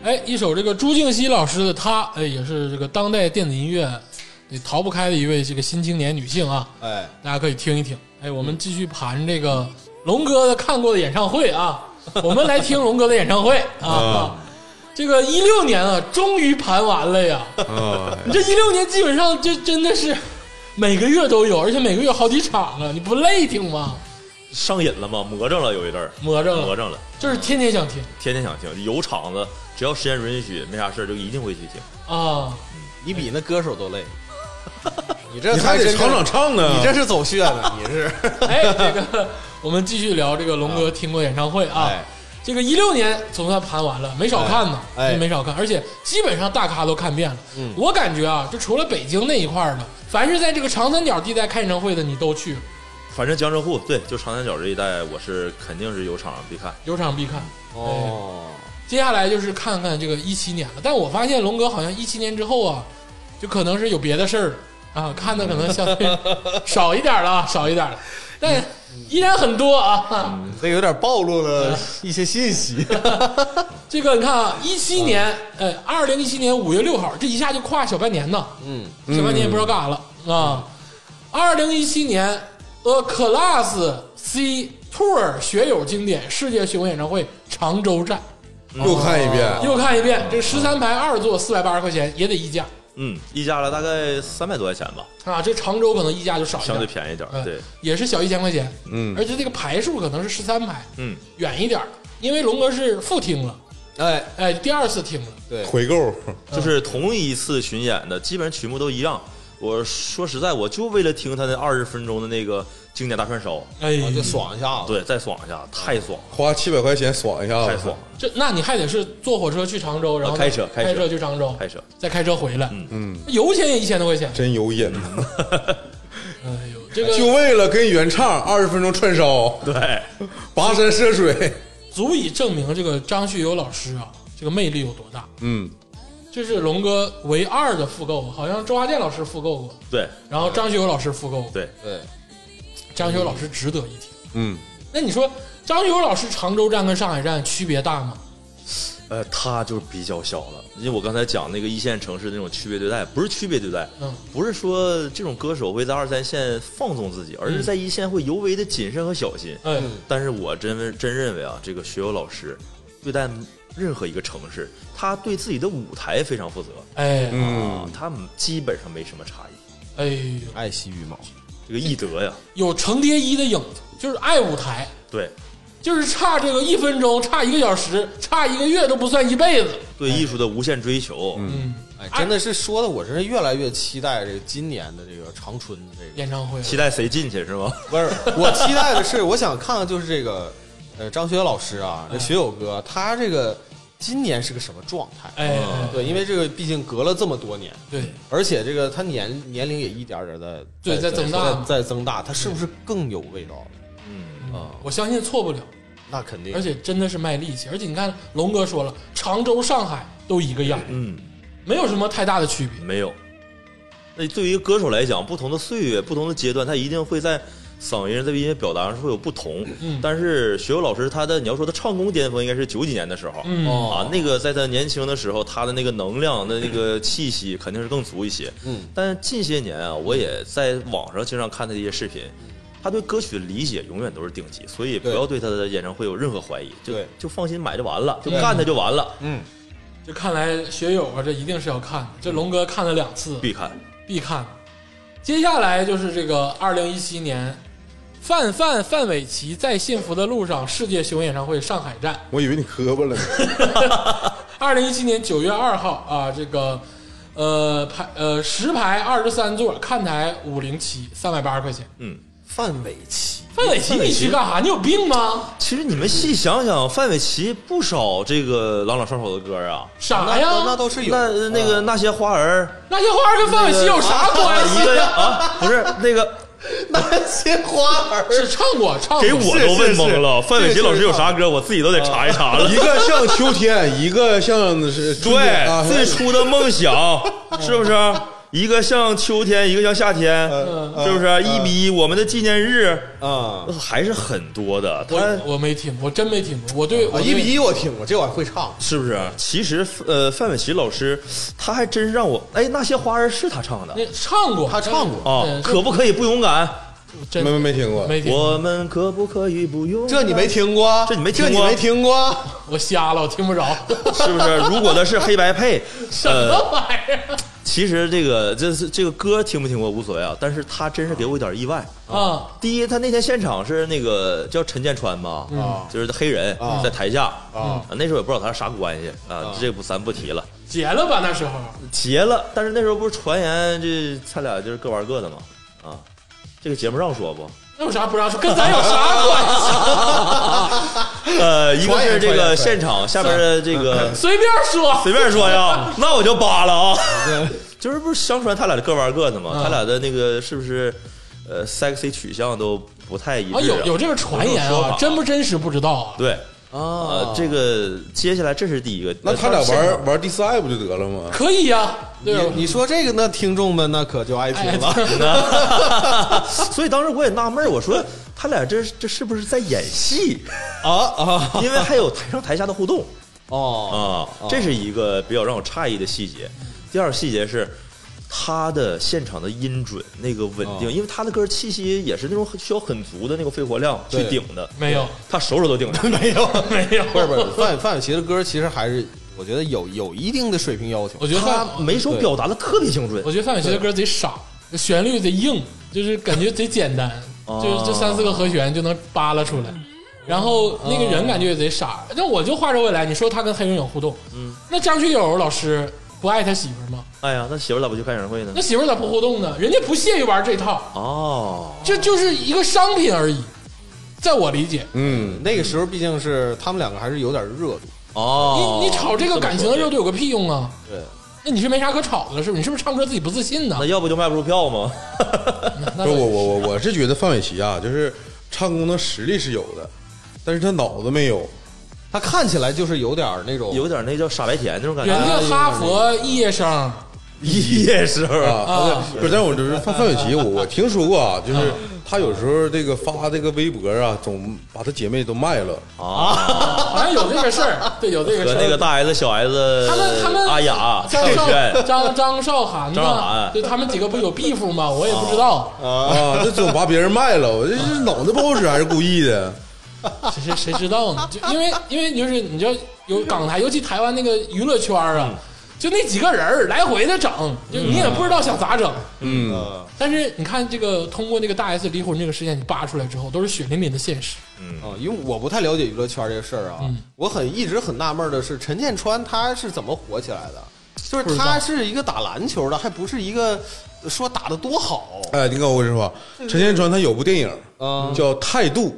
[SPEAKER 1] 哎，一首这个朱静熙老师的《她》，哎，也是这个当代电子音乐得逃不开的一位这个新青年女性啊，
[SPEAKER 4] 哎，
[SPEAKER 1] 大家可以听一听。哎，我们继续盘这个龙哥的看过的演唱会啊，我们来听龙哥的演唱 会啊。这个一六年啊，终于盘完了哎呀！
[SPEAKER 2] 啊，
[SPEAKER 4] 哎
[SPEAKER 1] 你这一六年基本上这真的是每个月都有，而且每个月好几场啊，你不累听吗？
[SPEAKER 3] 上瘾了吗？魔怔了有一阵儿，
[SPEAKER 1] 魔怔了
[SPEAKER 3] 魔怔了，
[SPEAKER 1] 就是天天想听
[SPEAKER 3] 天天想听，有场子，只要时间允许，没啥事儿就一定会去听。
[SPEAKER 1] 啊。
[SPEAKER 4] 你比那歌手都 累，你这
[SPEAKER 2] 你还
[SPEAKER 4] 才
[SPEAKER 2] 得
[SPEAKER 4] 真
[SPEAKER 2] 场场
[SPEAKER 4] 正，
[SPEAKER 2] 唱呢。
[SPEAKER 4] 你这啊是走穴呢，你是，
[SPEAKER 1] 哎，这个我们继续聊这个龙哥听过演唱会啊。
[SPEAKER 4] 哎
[SPEAKER 1] 这个一六年总算盘完了，没少看呢，
[SPEAKER 4] 哎哎嗯
[SPEAKER 1] 真没少看，而且基本上大咖都看遍了。我感觉啊，就除了北京那一块儿的，凡是在这个长三角地带开演唱会的，你都去，
[SPEAKER 3] 反正江浙沪对，就长三角这一带，我是肯定是有场必看。
[SPEAKER 1] 有场必看。
[SPEAKER 4] 哦，
[SPEAKER 1] 接下来就是看看这个一七年了，但我发现龙哥好像一七年之后啊，就可能是有别的事儿了啊，看的可能相 对少一点了啊，少一点了，但
[SPEAKER 4] 嗯
[SPEAKER 1] 依然很多啊。
[SPEAKER 4] 这有点暴露了一些信息，
[SPEAKER 1] 这个你看啊，一七年，呃，二零一七年五月六号，这一下就跨小半年呢，
[SPEAKER 4] 嗯，
[SPEAKER 1] 小半年也不知道干啥了啊。二零一七年，A Class C Tour 学友经典世界巡回演唱会常州站，
[SPEAKER 2] 又看一遍，
[SPEAKER 1] 又看一遍，这十三排二座四百八十块钱也得溢价
[SPEAKER 3] 嗯，溢价了大概三百多块钱吧，
[SPEAKER 1] 啊，这常州可能溢价就少一点，
[SPEAKER 3] 相对便宜点儿。
[SPEAKER 1] 嗯
[SPEAKER 3] 对，
[SPEAKER 1] 也是小一千块钱，
[SPEAKER 2] 嗯
[SPEAKER 1] 而且这个排数可能是十三排，
[SPEAKER 3] 嗯，
[SPEAKER 1] 远一点儿，因为龙哥是复听了，
[SPEAKER 4] 哎，
[SPEAKER 1] 哎，第二次听了，
[SPEAKER 4] 对，
[SPEAKER 2] 回购
[SPEAKER 3] 就是同一次巡演的，基本上曲目都一样。我说实在，我就为了听他那二十分钟的那个经典大串烧，
[SPEAKER 1] 哎，
[SPEAKER 4] 我就爽一下子，
[SPEAKER 3] 对，再爽一下，太爽了，
[SPEAKER 2] 花七百块钱爽一下子，
[SPEAKER 3] 太啊爽了，
[SPEAKER 1] 这那你还得是坐火车去常州，然后
[SPEAKER 3] 呃开车
[SPEAKER 1] 开
[SPEAKER 3] 开车
[SPEAKER 1] 去常州，
[SPEAKER 3] 太扯。
[SPEAKER 1] 再开车回来，
[SPEAKER 3] 嗯
[SPEAKER 2] 嗯，
[SPEAKER 1] 油钱也一千多块钱。
[SPEAKER 2] 真有瘾。
[SPEAKER 1] 哎呦，这个
[SPEAKER 2] 就为了跟原唱二十分钟串烧，
[SPEAKER 3] 对，
[SPEAKER 2] 跋山涉水，
[SPEAKER 1] 足以证明这个张学友老师啊，这个魅力有多大。
[SPEAKER 2] 嗯，
[SPEAKER 1] 这是龙哥唯二的复购，好像周华健老师复购过，
[SPEAKER 3] 对，
[SPEAKER 1] 然后张学友老师复购过。
[SPEAKER 3] 对，
[SPEAKER 4] 对，
[SPEAKER 1] 张学友老师值得一提。
[SPEAKER 2] 嗯，
[SPEAKER 1] 那你说张学友老师常州站跟上海站区别大吗？
[SPEAKER 3] 呃，他就比较小了，因为我刚才讲那个一线城市那种区别对待，不是区别对待，
[SPEAKER 1] 嗯
[SPEAKER 3] 不是说这种歌手会在二三线放纵自己，而是在一线会尤为的谨慎和小心。
[SPEAKER 1] 哎，
[SPEAKER 3] 但是我真真认为啊，这个学友老师对待任何一个城市，他对自己的舞台非常负责，
[SPEAKER 1] 哎，
[SPEAKER 3] 啊，他们基本上没什么差异，
[SPEAKER 1] 哎呦，
[SPEAKER 4] 爱惜羽毛，
[SPEAKER 3] 这个艺德呀，
[SPEAKER 1] 有程蝶衣的影子，就是爱舞台，
[SPEAKER 3] 对
[SPEAKER 1] 就是差这个一分钟，差一个小时，差一个月都不算一辈子。
[SPEAKER 3] 对艺术的无限追求，
[SPEAKER 1] 嗯，
[SPEAKER 4] 哎，真的是说的，我真是越来越期待这个今年的这个长春的这个
[SPEAKER 1] 演唱会
[SPEAKER 3] 期待谁进去是吗？
[SPEAKER 4] 不是，我期待的是，我想看看就是这个，呃，张学友老师
[SPEAKER 1] 哎
[SPEAKER 4] 啊，这学友哥，他这个今年是个什么状态？
[SPEAKER 1] 哎哎
[SPEAKER 4] 啊对，因为这个毕竟隔了这么多年，
[SPEAKER 1] 对，
[SPEAKER 4] 而且这个他年年龄也一点点的
[SPEAKER 1] 对在增大
[SPEAKER 4] 在增大，他是不是更有味道了？
[SPEAKER 3] 嗯，
[SPEAKER 1] 我相信错不了，
[SPEAKER 4] 那肯定，
[SPEAKER 1] 而且真的是卖力气。而且你看，龙哥说了，常州、上海都一个样，
[SPEAKER 3] 嗯，
[SPEAKER 1] 没有什么太大的区别。
[SPEAKER 3] 没有。那对于一个歌手来讲，不同的岁月、不同的阶段，他一定会在嗓音、在音乐表达上会有不同。
[SPEAKER 1] 嗯
[SPEAKER 3] 但是学友老师，他的你要说他唱功巅峰，应该是九几年的时候。
[SPEAKER 1] 嗯
[SPEAKER 3] 啊，那个在他年轻的时候，他的那个能量的那个气息肯定是更足一些。
[SPEAKER 4] 嗯，
[SPEAKER 3] 但近些年啊，我也在网上经常看他的一些视频，他对歌曲的理解永远都是顶级，所以
[SPEAKER 4] 嗯
[SPEAKER 3] 不
[SPEAKER 4] 对
[SPEAKER 3] 要对他的演唱会有任何怀疑，就
[SPEAKER 4] 对
[SPEAKER 3] 就放心买就完了，就
[SPEAKER 4] 对
[SPEAKER 3] 干他就完了，
[SPEAKER 4] 嗯，
[SPEAKER 1] 这看来学友啊，这一定是要看的。这龙哥看了两次，
[SPEAKER 3] 必看。
[SPEAKER 1] 必看。接下来就是这个二零一七年，范范范玮琪在幸福的路上世界巡回演唱会上海站，
[SPEAKER 2] 我以为你磕巴了呢。
[SPEAKER 1] 二零一七年九月二号啊，这个呃排呃十排二十三座，看台五零七，三百八十块钱。
[SPEAKER 3] 嗯，
[SPEAKER 4] 范玮琪，
[SPEAKER 1] 范玮琪，你去干啥？你有病吗？
[SPEAKER 3] 其实你们细想想，范玮琪不少这个朗朗上口的歌啊，
[SPEAKER 1] 啥
[SPEAKER 4] 那
[SPEAKER 1] 哎呀？
[SPEAKER 4] 那都是有
[SPEAKER 3] 那呃那个那些花儿，啊
[SPEAKER 1] 那些花儿跟范玮琪有啥关
[SPEAKER 3] 一
[SPEAKER 1] 系
[SPEAKER 3] 个
[SPEAKER 1] 呀？
[SPEAKER 3] 啊，不是那个
[SPEAKER 4] 那些花儿，
[SPEAKER 1] 是唱过，唱过
[SPEAKER 3] 给我都问懵了，
[SPEAKER 4] 是
[SPEAKER 3] 范玮琪老师有啥歌，我自己都得查一查了
[SPEAKER 2] 一。个像秋天，一个像是春天啊
[SPEAKER 3] 对，最初的梦想是不是？一个像秋天，一个像夏天，
[SPEAKER 4] 嗯
[SPEAKER 3] 是不是？一比一，我们的纪念日
[SPEAKER 4] 啊
[SPEAKER 3] 还是很多的。它
[SPEAKER 1] 我我没听，我真没听过。我对我
[SPEAKER 4] 啊！
[SPEAKER 1] 对
[SPEAKER 4] 一比一我听过，这我还会唱。
[SPEAKER 3] 是不是？其实，呃，范玮琪老师他还真让我，哎，那些花儿是他唱的
[SPEAKER 1] 那唱过，
[SPEAKER 4] 他唱过
[SPEAKER 3] 啊
[SPEAKER 1] 嗯，
[SPEAKER 3] 可不可以不勇敢？
[SPEAKER 1] 真
[SPEAKER 2] 没没没听过，
[SPEAKER 1] 没听，
[SPEAKER 3] 我们可不可以不勇敢？
[SPEAKER 4] 这你没听过？
[SPEAKER 3] 这你没听
[SPEAKER 4] 这你
[SPEAKER 3] 过
[SPEAKER 4] 没听过？
[SPEAKER 1] 我瞎了，我听不着。
[SPEAKER 3] 是不是？如果它是黑白配，
[SPEAKER 1] 什
[SPEAKER 3] 呃，
[SPEAKER 1] 么玩意儿
[SPEAKER 3] 其实这个这是这个歌听不听我无所谓啊，但是他真是给我一点意外。
[SPEAKER 1] 啊？
[SPEAKER 3] 第一，他那天现场是那个叫陈建川吧，
[SPEAKER 4] 啊
[SPEAKER 3] 就是黑人
[SPEAKER 4] 啊
[SPEAKER 3] 在台下
[SPEAKER 4] 啊，
[SPEAKER 3] 那时候也不知道他是啥关系啊，这不咱不提了，
[SPEAKER 1] 结了吧那时候
[SPEAKER 3] 结了。但是那时候不是传言这他俩就是各玩各的嘛，啊，这个节目让说不？
[SPEAKER 1] 那有啥不让说？跟咱有啥关系？
[SPEAKER 3] 呃，一个
[SPEAKER 4] 传言
[SPEAKER 3] 是这
[SPEAKER 4] 传言啊
[SPEAKER 3] 个现场下边的这个
[SPEAKER 1] 随便说
[SPEAKER 3] 随便说呀，那我就扒了啊。就是不是相传他俩各玩各的嘛？
[SPEAKER 1] 嗯
[SPEAKER 3] 他俩的那个是不是呃 sexy 取向都不太一致、
[SPEAKER 1] 啊，有有这个传言
[SPEAKER 3] 有这种说
[SPEAKER 1] 啊
[SPEAKER 3] 法，
[SPEAKER 1] 真不真实不知道啊。
[SPEAKER 3] 对
[SPEAKER 4] 啊
[SPEAKER 3] 呃，这个接下来这是第一个。
[SPEAKER 2] 那他俩
[SPEAKER 3] 呃现场
[SPEAKER 2] 玩玩第三爱不就得了吗？
[SPEAKER 1] 可以呀，对啊吧哎
[SPEAKER 4] 你你说这个，那听众们那可就爱听了。
[SPEAKER 3] 所以当时我也纳闷儿，我说他俩这这是不是在演戏？
[SPEAKER 4] 啊啊
[SPEAKER 3] 因为还有台上台下的互动
[SPEAKER 4] 哦
[SPEAKER 3] 啊，这是一个比较让我诧异的细节。第二个细节是。他的现场的音准那个稳定，
[SPEAKER 4] 哦
[SPEAKER 3] 因为他的歌气息也是那种很需要很足的那个肺活量去
[SPEAKER 4] 对
[SPEAKER 3] 顶的，
[SPEAKER 1] 没有
[SPEAKER 3] 他手指都顶着，没有，
[SPEAKER 1] 没有，
[SPEAKER 4] 不是不是，范范玮琪的歌其实还是我觉得有有一定的水平要求
[SPEAKER 1] 我。觉得范，
[SPEAKER 3] 他每首表达的特别精准
[SPEAKER 1] 我。觉得范玮琪的歌贼傻，旋律贼硬，就是感觉贼简单，
[SPEAKER 3] 哦
[SPEAKER 1] 就是这三四个和弦就能扒拉出来。然后那个人感觉也贼傻。那我就话说回来，你说他跟黑人有互动，嗯，那张学友老师不爱他媳妇儿吗？
[SPEAKER 3] 哎呀，那媳妇儿咋不去看演唱会呢
[SPEAKER 1] 那？媳妇儿咋不互动呢？人家不屑于玩这套，
[SPEAKER 3] 哦，
[SPEAKER 1] 这就是一个商品而已。在我理解，
[SPEAKER 2] 嗯，
[SPEAKER 4] 那个时候毕竟是他们两个还是有点热度，
[SPEAKER 3] 哦，
[SPEAKER 1] 你你炒这个感情的热
[SPEAKER 3] 度，
[SPEAKER 1] 度有个屁用啊！
[SPEAKER 4] 对，
[SPEAKER 1] 那你是没啥可炒的了，是不是？你是不是唱歌自己不自信呢
[SPEAKER 3] 那？要不就卖不出票吗？
[SPEAKER 1] 那
[SPEAKER 2] 不是我我我我是觉得范玮琪啊，就是唱功的实力是有的，但是他脑子没 有。
[SPEAKER 4] 他看起来就是有点那种
[SPEAKER 3] 有点那叫傻白甜那种感
[SPEAKER 1] 人
[SPEAKER 3] 觉。
[SPEAKER 1] 家哈佛毕业生，
[SPEAKER 3] 夜市
[SPEAKER 2] 啊，不是不是，但是我就是范范玮琪，我我听说过 啊，就是他有时候这个发这个微博啊，总把他姐妹都卖了，
[SPEAKER 3] 啊，
[SPEAKER 1] 好像有这个事儿，对，有这个
[SPEAKER 3] 和
[SPEAKER 1] 事儿。
[SPEAKER 3] 那个大 S、小 S，
[SPEAKER 1] 他们他们
[SPEAKER 3] 阿雅、
[SPEAKER 1] 张
[SPEAKER 3] 尚
[SPEAKER 1] 韶
[SPEAKER 3] 轩，
[SPEAKER 1] 张张韶涵
[SPEAKER 3] 张韶
[SPEAKER 1] 嘛
[SPEAKER 3] 涵，
[SPEAKER 1] 对他们几个不有 beef 吗？我也不知道，
[SPEAKER 2] 啊，这总把别人卖了，我这是脑子不好使还是故意的？
[SPEAKER 1] 谁谁谁知道呢？就因为因为就是你知道有港台，尤其台湾那个娱乐圈啊，就那几个人儿来回的整，就你也不知道想咋整。
[SPEAKER 2] 嗯，
[SPEAKER 4] 呃
[SPEAKER 1] 但是你看这个通过那个大 S 离婚这个事件，你扒出来之后，都是血淋淋的现实。
[SPEAKER 4] 啊，因为我不太了解娱乐圈这个事儿啊，
[SPEAKER 1] 嗯
[SPEAKER 4] 我很一直很纳闷的是陈建川他是怎么火起来的？就
[SPEAKER 1] 不知
[SPEAKER 4] 是
[SPEAKER 1] 道
[SPEAKER 4] 他是一个打篮球的，还不是一个说打的多好
[SPEAKER 2] 哎，你跟我说，陈建川他有部电影
[SPEAKER 4] 啊
[SPEAKER 2] 叫《态度》，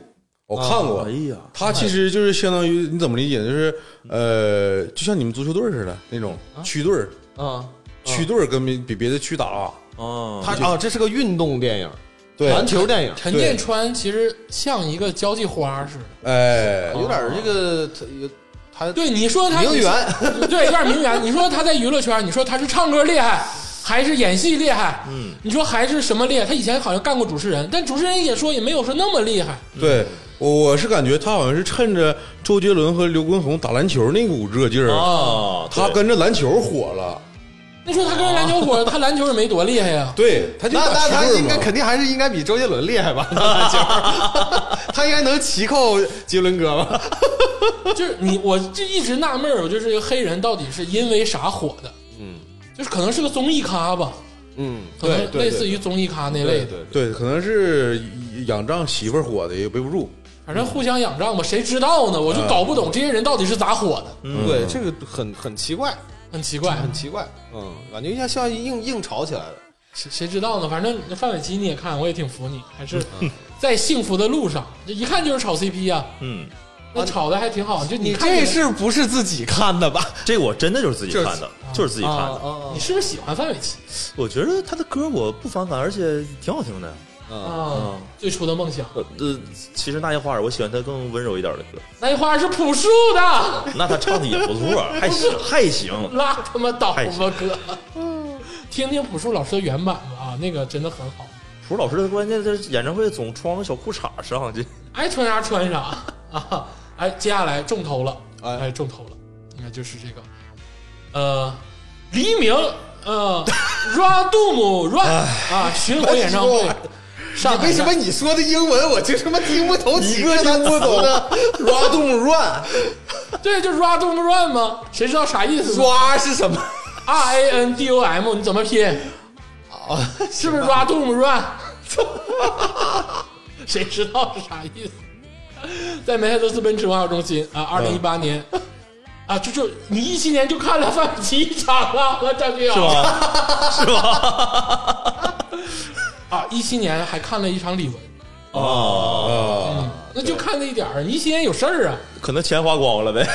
[SPEAKER 2] 我看过，
[SPEAKER 3] 哎呀，
[SPEAKER 2] 他其实就是相当于你怎么理解呢？就是呃，就像你们足球队似的那种区队儿，
[SPEAKER 4] 啊！
[SPEAKER 2] 区队儿跟别比别的区打，
[SPEAKER 3] 哦，
[SPEAKER 4] 他啊，这是个运动电影，
[SPEAKER 2] 对，
[SPEAKER 4] 篮球电影，
[SPEAKER 1] 陈建川其实像一个交际花似的，
[SPEAKER 2] 哎，
[SPEAKER 1] 哦
[SPEAKER 4] 有点这个他有他
[SPEAKER 1] 对你说他
[SPEAKER 4] 名媛，
[SPEAKER 1] 对，有点名媛。你说他在娱乐圈，你说他是唱歌厉害，还是演戏厉害？嗯，你说还是什么厉害？他以前好像干过主持人，但主持人也说也没有说那么厉害。
[SPEAKER 2] 对。我我是感觉他好像是趁着周杰伦和刘畊宏打篮球那股热劲儿，
[SPEAKER 3] 啊，
[SPEAKER 2] 他
[SPEAKER 3] 对
[SPEAKER 2] 跟着篮球火了。
[SPEAKER 1] 那说他跟人篮球火，他篮球也没多厉害呀、
[SPEAKER 2] 对，他就
[SPEAKER 4] 那那
[SPEAKER 2] 打球
[SPEAKER 4] 他
[SPEAKER 2] 儿嘛
[SPEAKER 4] 应该肯定还是应该比周杰伦厉害吧？篮球， 他应该能骑扣杰伦哥吧？嗯
[SPEAKER 1] 就是你，我就一直纳闷儿，我就是这个黑人到底是因为啥火的？
[SPEAKER 4] 嗯
[SPEAKER 1] 就是可能是个综艺咖吧，
[SPEAKER 4] 嗯，
[SPEAKER 1] 可能
[SPEAKER 2] 对对
[SPEAKER 1] 类似于综艺咖那类的，
[SPEAKER 4] 对
[SPEAKER 2] 对，可能是仰仗媳妇儿火的，也背不住。
[SPEAKER 1] 反正互相仰仗吧，谁知道呢？我就搞不懂这些人到底是咋火的，
[SPEAKER 4] 对对，这个很很奇怪，
[SPEAKER 1] 很奇怪，
[SPEAKER 4] 很奇怪，嗯，感觉一下像硬硬吵起来了。
[SPEAKER 1] 谁谁知道呢？反正范玮琪你也看，我也挺服你，还是在幸福的路上，这一看就是炒 CP 啊，
[SPEAKER 3] 嗯，
[SPEAKER 1] 那炒的还挺好。就你看
[SPEAKER 4] 这是不是自己看的吧？
[SPEAKER 3] 这我真的就是自己
[SPEAKER 4] 就是
[SPEAKER 3] 看的，就是自己看的。
[SPEAKER 4] 啊
[SPEAKER 1] 你是不是喜欢范玮琪
[SPEAKER 3] 我觉得他的歌我不反感，而且挺好听的。嗯
[SPEAKER 4] 啊！
[SPEAKER 1] 啊？最初的梦想，
[SPEAKER 3] 呃，呃其实那些花儿，我喜欢他更温柔一点的歌，
[SPEAKER 1] 那花是朴树的，
[SPEAKER 3] 那他唱的也不错，还行，还行。
[SPEAKER 1] 拉他妈倒
[SPEAKER 3] 太
[SPEAKER 1] 吧哥！ 听听朴树老师的原版吧啊，那个真的很好，
[SPEAKER 3] 楚老师的关键是演唱会总穿个小裤衩上去，
[SPEAKER 1] 爱哎穿啥穿啥啊。哎，接下来中头了，
[SPEAKER 4] 哎
[SPEAKER 1] 哎，中头了，应该就是这个，呃，黎明，呃，Run Doom Run
[SPEAKER 4] 哎
[SPEAKER 1] 啊，巡回演唱会，上海
[SPEAKER 4] 为什么你说的英文我就他妈听不懂几个单词呢？Run Doom Run
[SPEAKER 1] 站？对，就 Run Doom Run 吗？谁知道啥意思吗
[SPEAKER 4] 抓是什么？
[SPEAKER 1] ？R A N D O M，你怎么拼？
[SPEAKER 3] 哦
[SPEAKER 4] 啊，
[SPEAKER 1] 是不是 Run Doom Run？谁 知道是啥意思？在梅赛德斯奔驰文化中心
[SPEAKER 3] 嗯
[SPEAKER 1] 啊，二零一八年、啊，就就你一七年就看了范玮琪一场了， 和张学友
[SPEAKER 3] 是吧？是吧？
[SPEAKER 1] 啊，一七年还看了一场李玟，嗯
[SPEAKER 3] 啊，
[SPEAKER 2] 啊，
[SPEAKER 1] 那就看那一点儿。你一七年有事儿啊？
[SPEAKER 3] 可能钱花光了呗。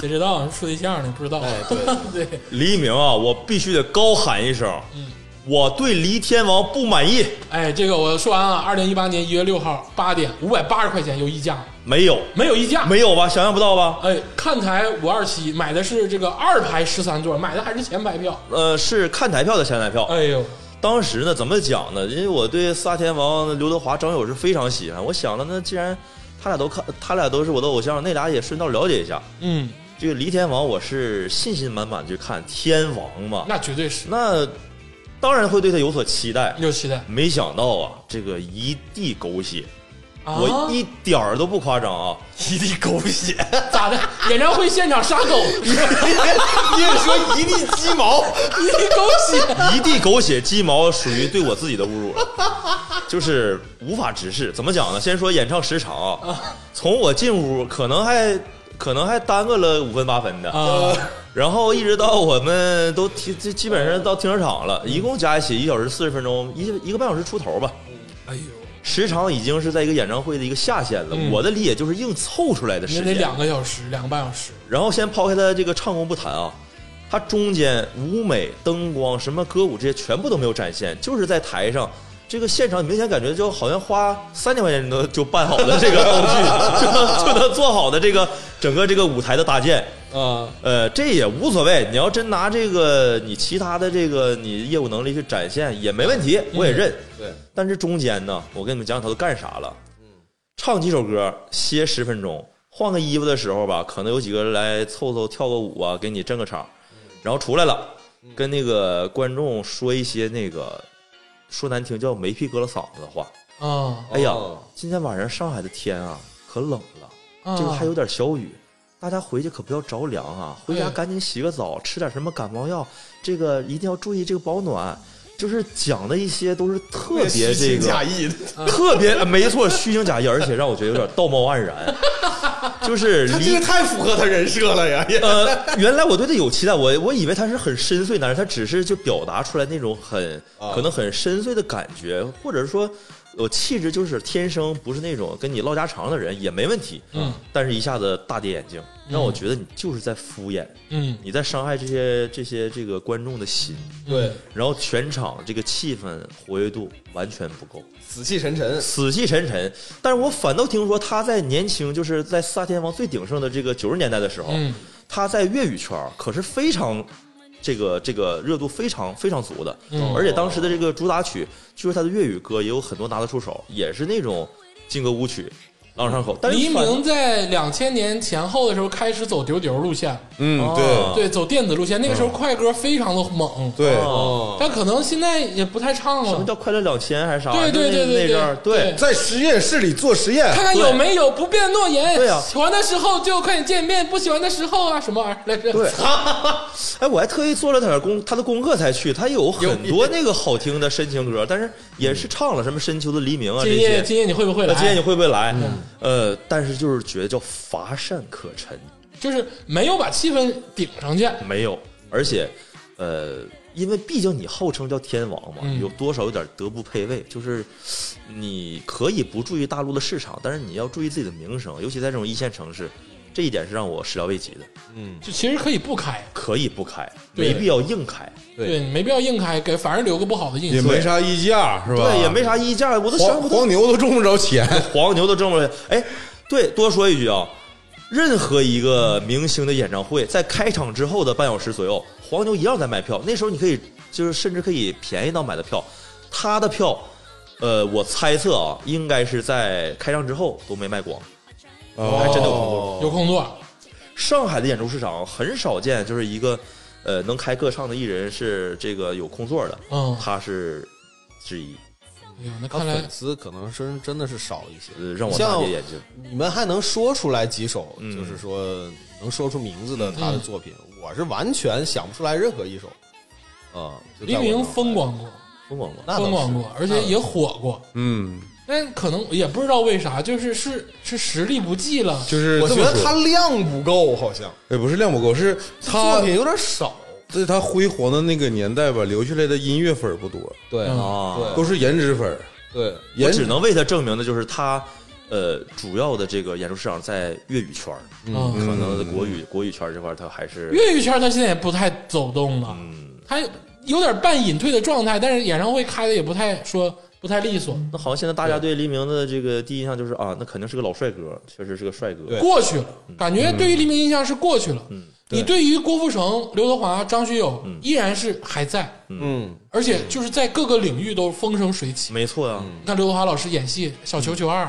[SPEAKER 1] 谁知道处对象呢？不知道。
[SPEAKER 3] 哎
[SPEAKER 1] 对对，
[SPEAKER 3] 黎明啊，我必须得高喊一声，
[SPEAKER 1] 嗯
[SPEAKER 3] 我对黎天王不满意，
[SPEAKER 1] 哎，这个我说完了。二零一八年一月六号八点，五百八十块钱有溢价，
[SPEAKER 3] 没有，
[SPEAKER 1] 没有溢价。
[SPEAKER 3] 没有吧？想象不到吧？
[SPEAKER 1] 哎，看台五二七买的是这个二排十三座，买的还是前排票。
[SPEAKER 3] 呃，是看台票的前台票。
[SPEAKER 1] 哎呦，
[SPEAKER 3] 当时呢，怎么讲呢？因为我对四大天王刘德华、张学友是非常喜欢。我想了，那既然他俩都看，他俩都是我的偶像，那俩也顺道了解一下。
[SPEAKER 1] 嗯，
[SPEAKER 3] 这个《离天王》，我是信心满满去看天王嘛，
[SPEAKER 1] 那绝对是
[SPEAKER 3] 那当然会对他有所期待。
[SPEAKER 1] 有期待。
[SPEAKER 3] 没想到啊，这个一地狗血，
[SPEAKER 1] 啊、
[SPEAKER 3] 我一点儿都不夸张啊！
[SPEAKER 4] 一地狗血，
[SPEAKER 1] 咋的？演唱会现场杀狗，一
[SPEAKER 4] 你也说一地鸡毛，
[SPEAKER 1] 滴狗血。
[SPEAKER 3] 一地狗血鸡毛属于对我自己的侮辱了，就是无法直视。怎么讲呢？先说演唱时长啊，从我进屋可能还可能还耽搁了五分八分的，
[SPEAKER 1] 啊，
[SPEAKER 3] 然后一直到我们都停，这基本上到停车场了，一共加一起一小时四十分钟，一一个半小时出头吧。
[SPEAKER 1] 哎呦，
[SPEAKER 3] 时长已经是在一个演唱会的一个下限了，
[SPEAKER 1] 嗯
[SPEAKER 3] 我的理解就是硬凑出来的时
[SPEAKER 1] 那
[SPEAKER 3] 间。
[SPEAKER 1] 得两个小时，两个半小时。
[SPEAKER 3] 然后先抛开他这个唱功不谈啊，他中间舞美、灯光、什么歌舞这些全部都没有展现，就是在台上。这个现场明显感觉就好像花三千块钱都就办好了这个道具，就能就能做好的这个整个这个舞台的搭建，
[SPEAKER 4] 啊，
[SPEAKER 3] 呃，这也无所谓。你要真拿这个你其他的这个你业务能力去展现也没问题，我也认。
[SPEAKER 4] 对，
[SPEAKER 3] 但是中间呢，我跟你们讲讲他都干啥了。唱几首歌，歇十分钟，换个衣服的时候吧，可能有几个人来凑凑跳个舞啊，给你镇个场，然后出来了，跟那个观众说一些那个说难听叫没屁搁了嗓子的话。
[SPEAKER 1] 啊，
[SPEAKER 3] 哎呀
[SPEAKER 4] 哦，
[SPEAKER 3] 今天晚上上海的天啊，可冷了，
[SPEAKER 1] 啊
[SPEAKER 3] 这个还有点小雨。大家回去可不要着凉啊！回家
[SPEAKER 1] 哎
[SPEAKER 3] 赶紧洗个澡，吃点什么感冒药，这个一定要注意这个保暖。就是讲的一些都是特别这
[SPEAKER 4] 虚情
[SPEAKER 3] 个
[SPEAKER 4] 假意的，
[SPEAKER 3] 特别呃没错，虚情假意，而且让我觉得有点道貌 岸然，就是
[SPEAKER 4] 他这
[SPEAKER 3] 离
[SPEAKER 4] 个。太符合他人设了呀，也
[SPEAKER 3] 呃，原来我对他有期待，我我以为他是很深邃男人，他只是就表达出来那种很
[SPEAKER 4] 啊
[SPEAKER 3] 可能很深邃的感觉，或者说我气质就是天生不是那种跟你唠家常的人也没问题，
[SPEAKER 1] 嗯，
[SPEAKER 3] 但是一下子大跌眼镜，
[SPEAKER 4] 嗯
[SPEAKER 3] 让我觉得你就是在敷衍，
[SPEAKER 1] 嗯，
[SPEAKER 3] 你在伤害这些这些这个观众的心，
[SPEAKER 4] 对，
[SPEAKER 3] 然后全场这个气氛活跃度完全不够，
[SPEAKER 4] 死气沉沉，
[SPEAKER 3] 死气沉沉。但是我反倒听说他在年轻，就是在四大天王最鼎盛的这个九十年代的时候，
[SPEAKER 1] 嗯
[SPEAKER 3] 他在粤语圈儿可是非常这个这个热度非常非常足的，
[SPEAKER 1] 嗯
[SPEAKER 3] 而且当时的这个主打曲，据说他的粤语歌也有很多拿得出手，也是那种劲歌舞曲。朗朗上口，但是
[SPEAKER 1] 黎
[SPEAKER 3] 反
[SPEAKER 1] 明在两千年前后的时候开始走丢丢路线，
[SPEAKER 2] 嗯，
[SPEAKER 3] 哦
[SPEAKER 2] 对
[SPEAKER 1] 对，走电子路线。那个时候快歌非常的猛，
[SPEAKER 2] 对，
[SPEAKER 3] 哦，
[SPEAKER 1] 但可能现在也不太唱
[SPEAKER 3] 什么
[SPEAKER 1] 了。
[SPEAKER 3] 叫快乐两千还是啥？
[SPEAKER 1] 对对对
[SPEAKER 3] 那
[SPEAKER 1] 对
[SPEAKER 3] 那阵儿
[SPEAKER 1] 对
[SPEAKER 3] 对
[SPEAKER 1] 对
[SPEAKER 2] 在实验室里做实验
[SPEAKER 1] 看，看有没有不变诺言。
[SPEAKER 3] 对啊
[SPEAKER 1] 喜欢的时候就快点见面，不喜欢的时候啊，什么玩意儿来着？
[SPEAKER 3] 对，
[SPEAKER 4] 啊
[SPEAKER 3] 哎，我还特意做了点功，他的功课才去。他有很多那个好听的深情歌，但是也是唱了什么深秋的黎明啊这
[SPEAKER 1] 今夜
[SPEAKER 3] 些。
[SPEAKER 1] 今夜你会不会
[SPEAKER 3] 那
[SPEAKER 1] 来？嗯
[SPEAKER 3] 今天你会不会来？呃，但是就是觉得叫乏善可陈，
[SPEAKER 1] 就是没有把气氛顶上去。
[SPEAKER 3] 没有，而且，呃，因为毕竟你号称叫天王嘛，
[SPEAKER 1] 嗯
[SPEAKER 3] 有多少有点德不配位，就是你可以不注意大陆的市场，但是你要注意自己的名声，尤其在这种一线城市，这一点是让我始料未及的。
[SPEAKER 1] 就其实可以不开，
[SPEAKER 3] 可以不开，
[SPEAKER 1] 对
[SPEAKER 3] 没必要硬开。
[SPEAKER 4] 对
[SPEAKER 1] 对，没必要硬开，给反而留个不好的印
[SPEAKER 2] 也
[SPEAKER 1] 象。
[SPEAKER 2] 没啥溢价是吧？
[SPEAKER 3] 对，也没啥溢价，我都想
[SPEAKER 2] 黄
[SPEAKER 3] 不通
[SPEAKER 2] 黄牛都挣不着钱，
[SPEAKER 3] 黄牛都挣不着钱。哎，对，多说一句啊，任何一个明星的演唱会，在开场之后的半小时左右，黄牛一样在卖票。那时候你可以就是甚至可以便宜到买的票，他的票，呃，我猜测啊，应该是在开张之后都没卖光。
[SPEAKER 2] 哦，
[SPEAKER 3] 哎还真的有
[SPEAKER 1] 有空哎座，
[SPEAKER 3] 上海的演出市场很少见，就是一个呃能开个唱的艺人是这个有空座的，
[SPEAKER 1] 嗯，
[SPEAKER 3] 他是之一，
[SPEAKER 1] 哎呦，那
[SPEAKER 4] 他
[SPEAKER 1] 看来
[SPEAKER 4] 粉丝可能是真的是少一些。
[SPEAKER 3] 呃，让我
[SPEAKER 4] 像
[SPEAKER 3] 大跌眼镜。
[SPEAKER 4] 你们还能说出来几首，
[SPEAKER 3] 嗯
[SPEAKER 4] 就是说能说出名字的他的作品，我是完全想不出来任何一首。啊、就在
[SPEAKER 1] 黎
[SPEAKER 4] 我
[SPEAKER 1] 明
[SPEAKER 4] 脑海
[SPEAKER 1] 风，光过，
[SPEAKER 3] 疯狂吗？
[SPEAKER 4] 那倒
[SPEAKER 1] 风光
[SPEAKER 4] 是
[SPEAKER 1] 过，而且也火过，
[SPEAKER 2] 嗯，
[SPEAKER 1] 但可能也不知道为啥，就是是是实力不济了，
[SPEAKER 2] 就是
[SPEAKER 4] 我
[SPEAKER 2] 这
[SPEAKER 4] 觉
[SPEAKER 2] 么
[SPEAKER 4] 得
[SPEAKER 2] 说
[SPEAKER 4] 他量不够，好像
[SPEAKER 2] 也不是量不够，是
[SPEAKER 4] 作
[SPEAKER 2] 他
[SPEAKER 4] 品有点少。
[SPEAKER 2] 在他辉煌的那个年代吧，留下来的音乐粉儿不多，
[SPEAKER 4] 对
[SPEAKER 1] 嗯
[SPEAKER 3] 啊，
[SPEAKER 2] 都是颜值粉儿，
[SPEAKER 4] 对，
[SPEAKER 3] 我
[SPEAKER 2] 颜
[SPEAKER 3] 只能为他证明的就是他，呃，主要的这个演出市场在粤语圈儿，
[SPEAKER 1] 嗯，
[SPEAKER 3] 可能国语国语圈儿这块儿他还是
[SPEAKER 1] 粤语圈他现在也不太走动了，
[SPEAKER 3] 嗯，
[SPEAKER 1] 他有点半隐退的状态，但是演唱会开的也不太说不太利索，
[SPEAKER 3] 那好像现在大家对黎明的这个第一印象就是啊，那肯定是个老帅哥，确实是个帅哥。
[SPEAKER 4] 对
[SPEAKER 1] 过去了，感觉对于黎明印象是过去了。
[SPEAKER 3] 嗯
[SPEAKER 1] 你对于郭富城、刘德华、张学友
[SPEAKER 3] 嗯
[SPEAKER 1] 依然是还在，
[SPEAKER 4] 嗯，
[SPEAKER 1] 而且就是在各个领域都风生水起。
[SPEAKER 3] 没嗯错啊，
[SPEAKER 1] 你看刘德华老师演戏《小球球二》，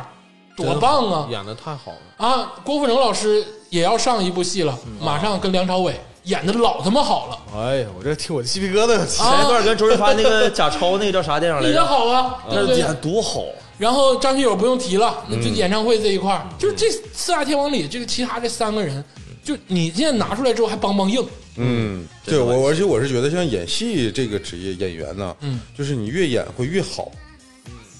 [SPEAKER 1] 多棒啊！
[SPEAKER 4] 演的太好了。
[SPEAKER 1] 啊，郭富城老师也要上一部戏了，
[SPEAKER 3] 嗯
[SPEAKER 1] 马上跟梁朝伟演的老他妈好了，
[SPEAKER 4] 哎呀，我这听我鸡皮疙瘩都起。
[SPEAKER 1] 啊
[SPEAKER 3] 前一段跟周润发那个贾超那个叫啥电影来
[SPEAKER 1] 演的
[SPEAKER 3] 着？
[SPEAKER 1] 好啊，对
[SPEAKER 3] 那
[SPEAKER 1] 不对？
[SPEAKER 3] 演多好，
[SPEAKER 4] 啊
[SPEAKER 1] 然后张学友不用提了，
[SPEAKER 2] 嗯
[SPEAKER 1] 那就演唱会这一块儿，就是这四大天王里，这个其他这三个人，就你现在拿出来之后还梆梆硬，
[SPEAKER 2] 嗯，对我，而且我是觉得像演戏这个职业演员呢，
[SPEAKER 1] 嗯，
[SPEAKER 2] 就是你越演会越好。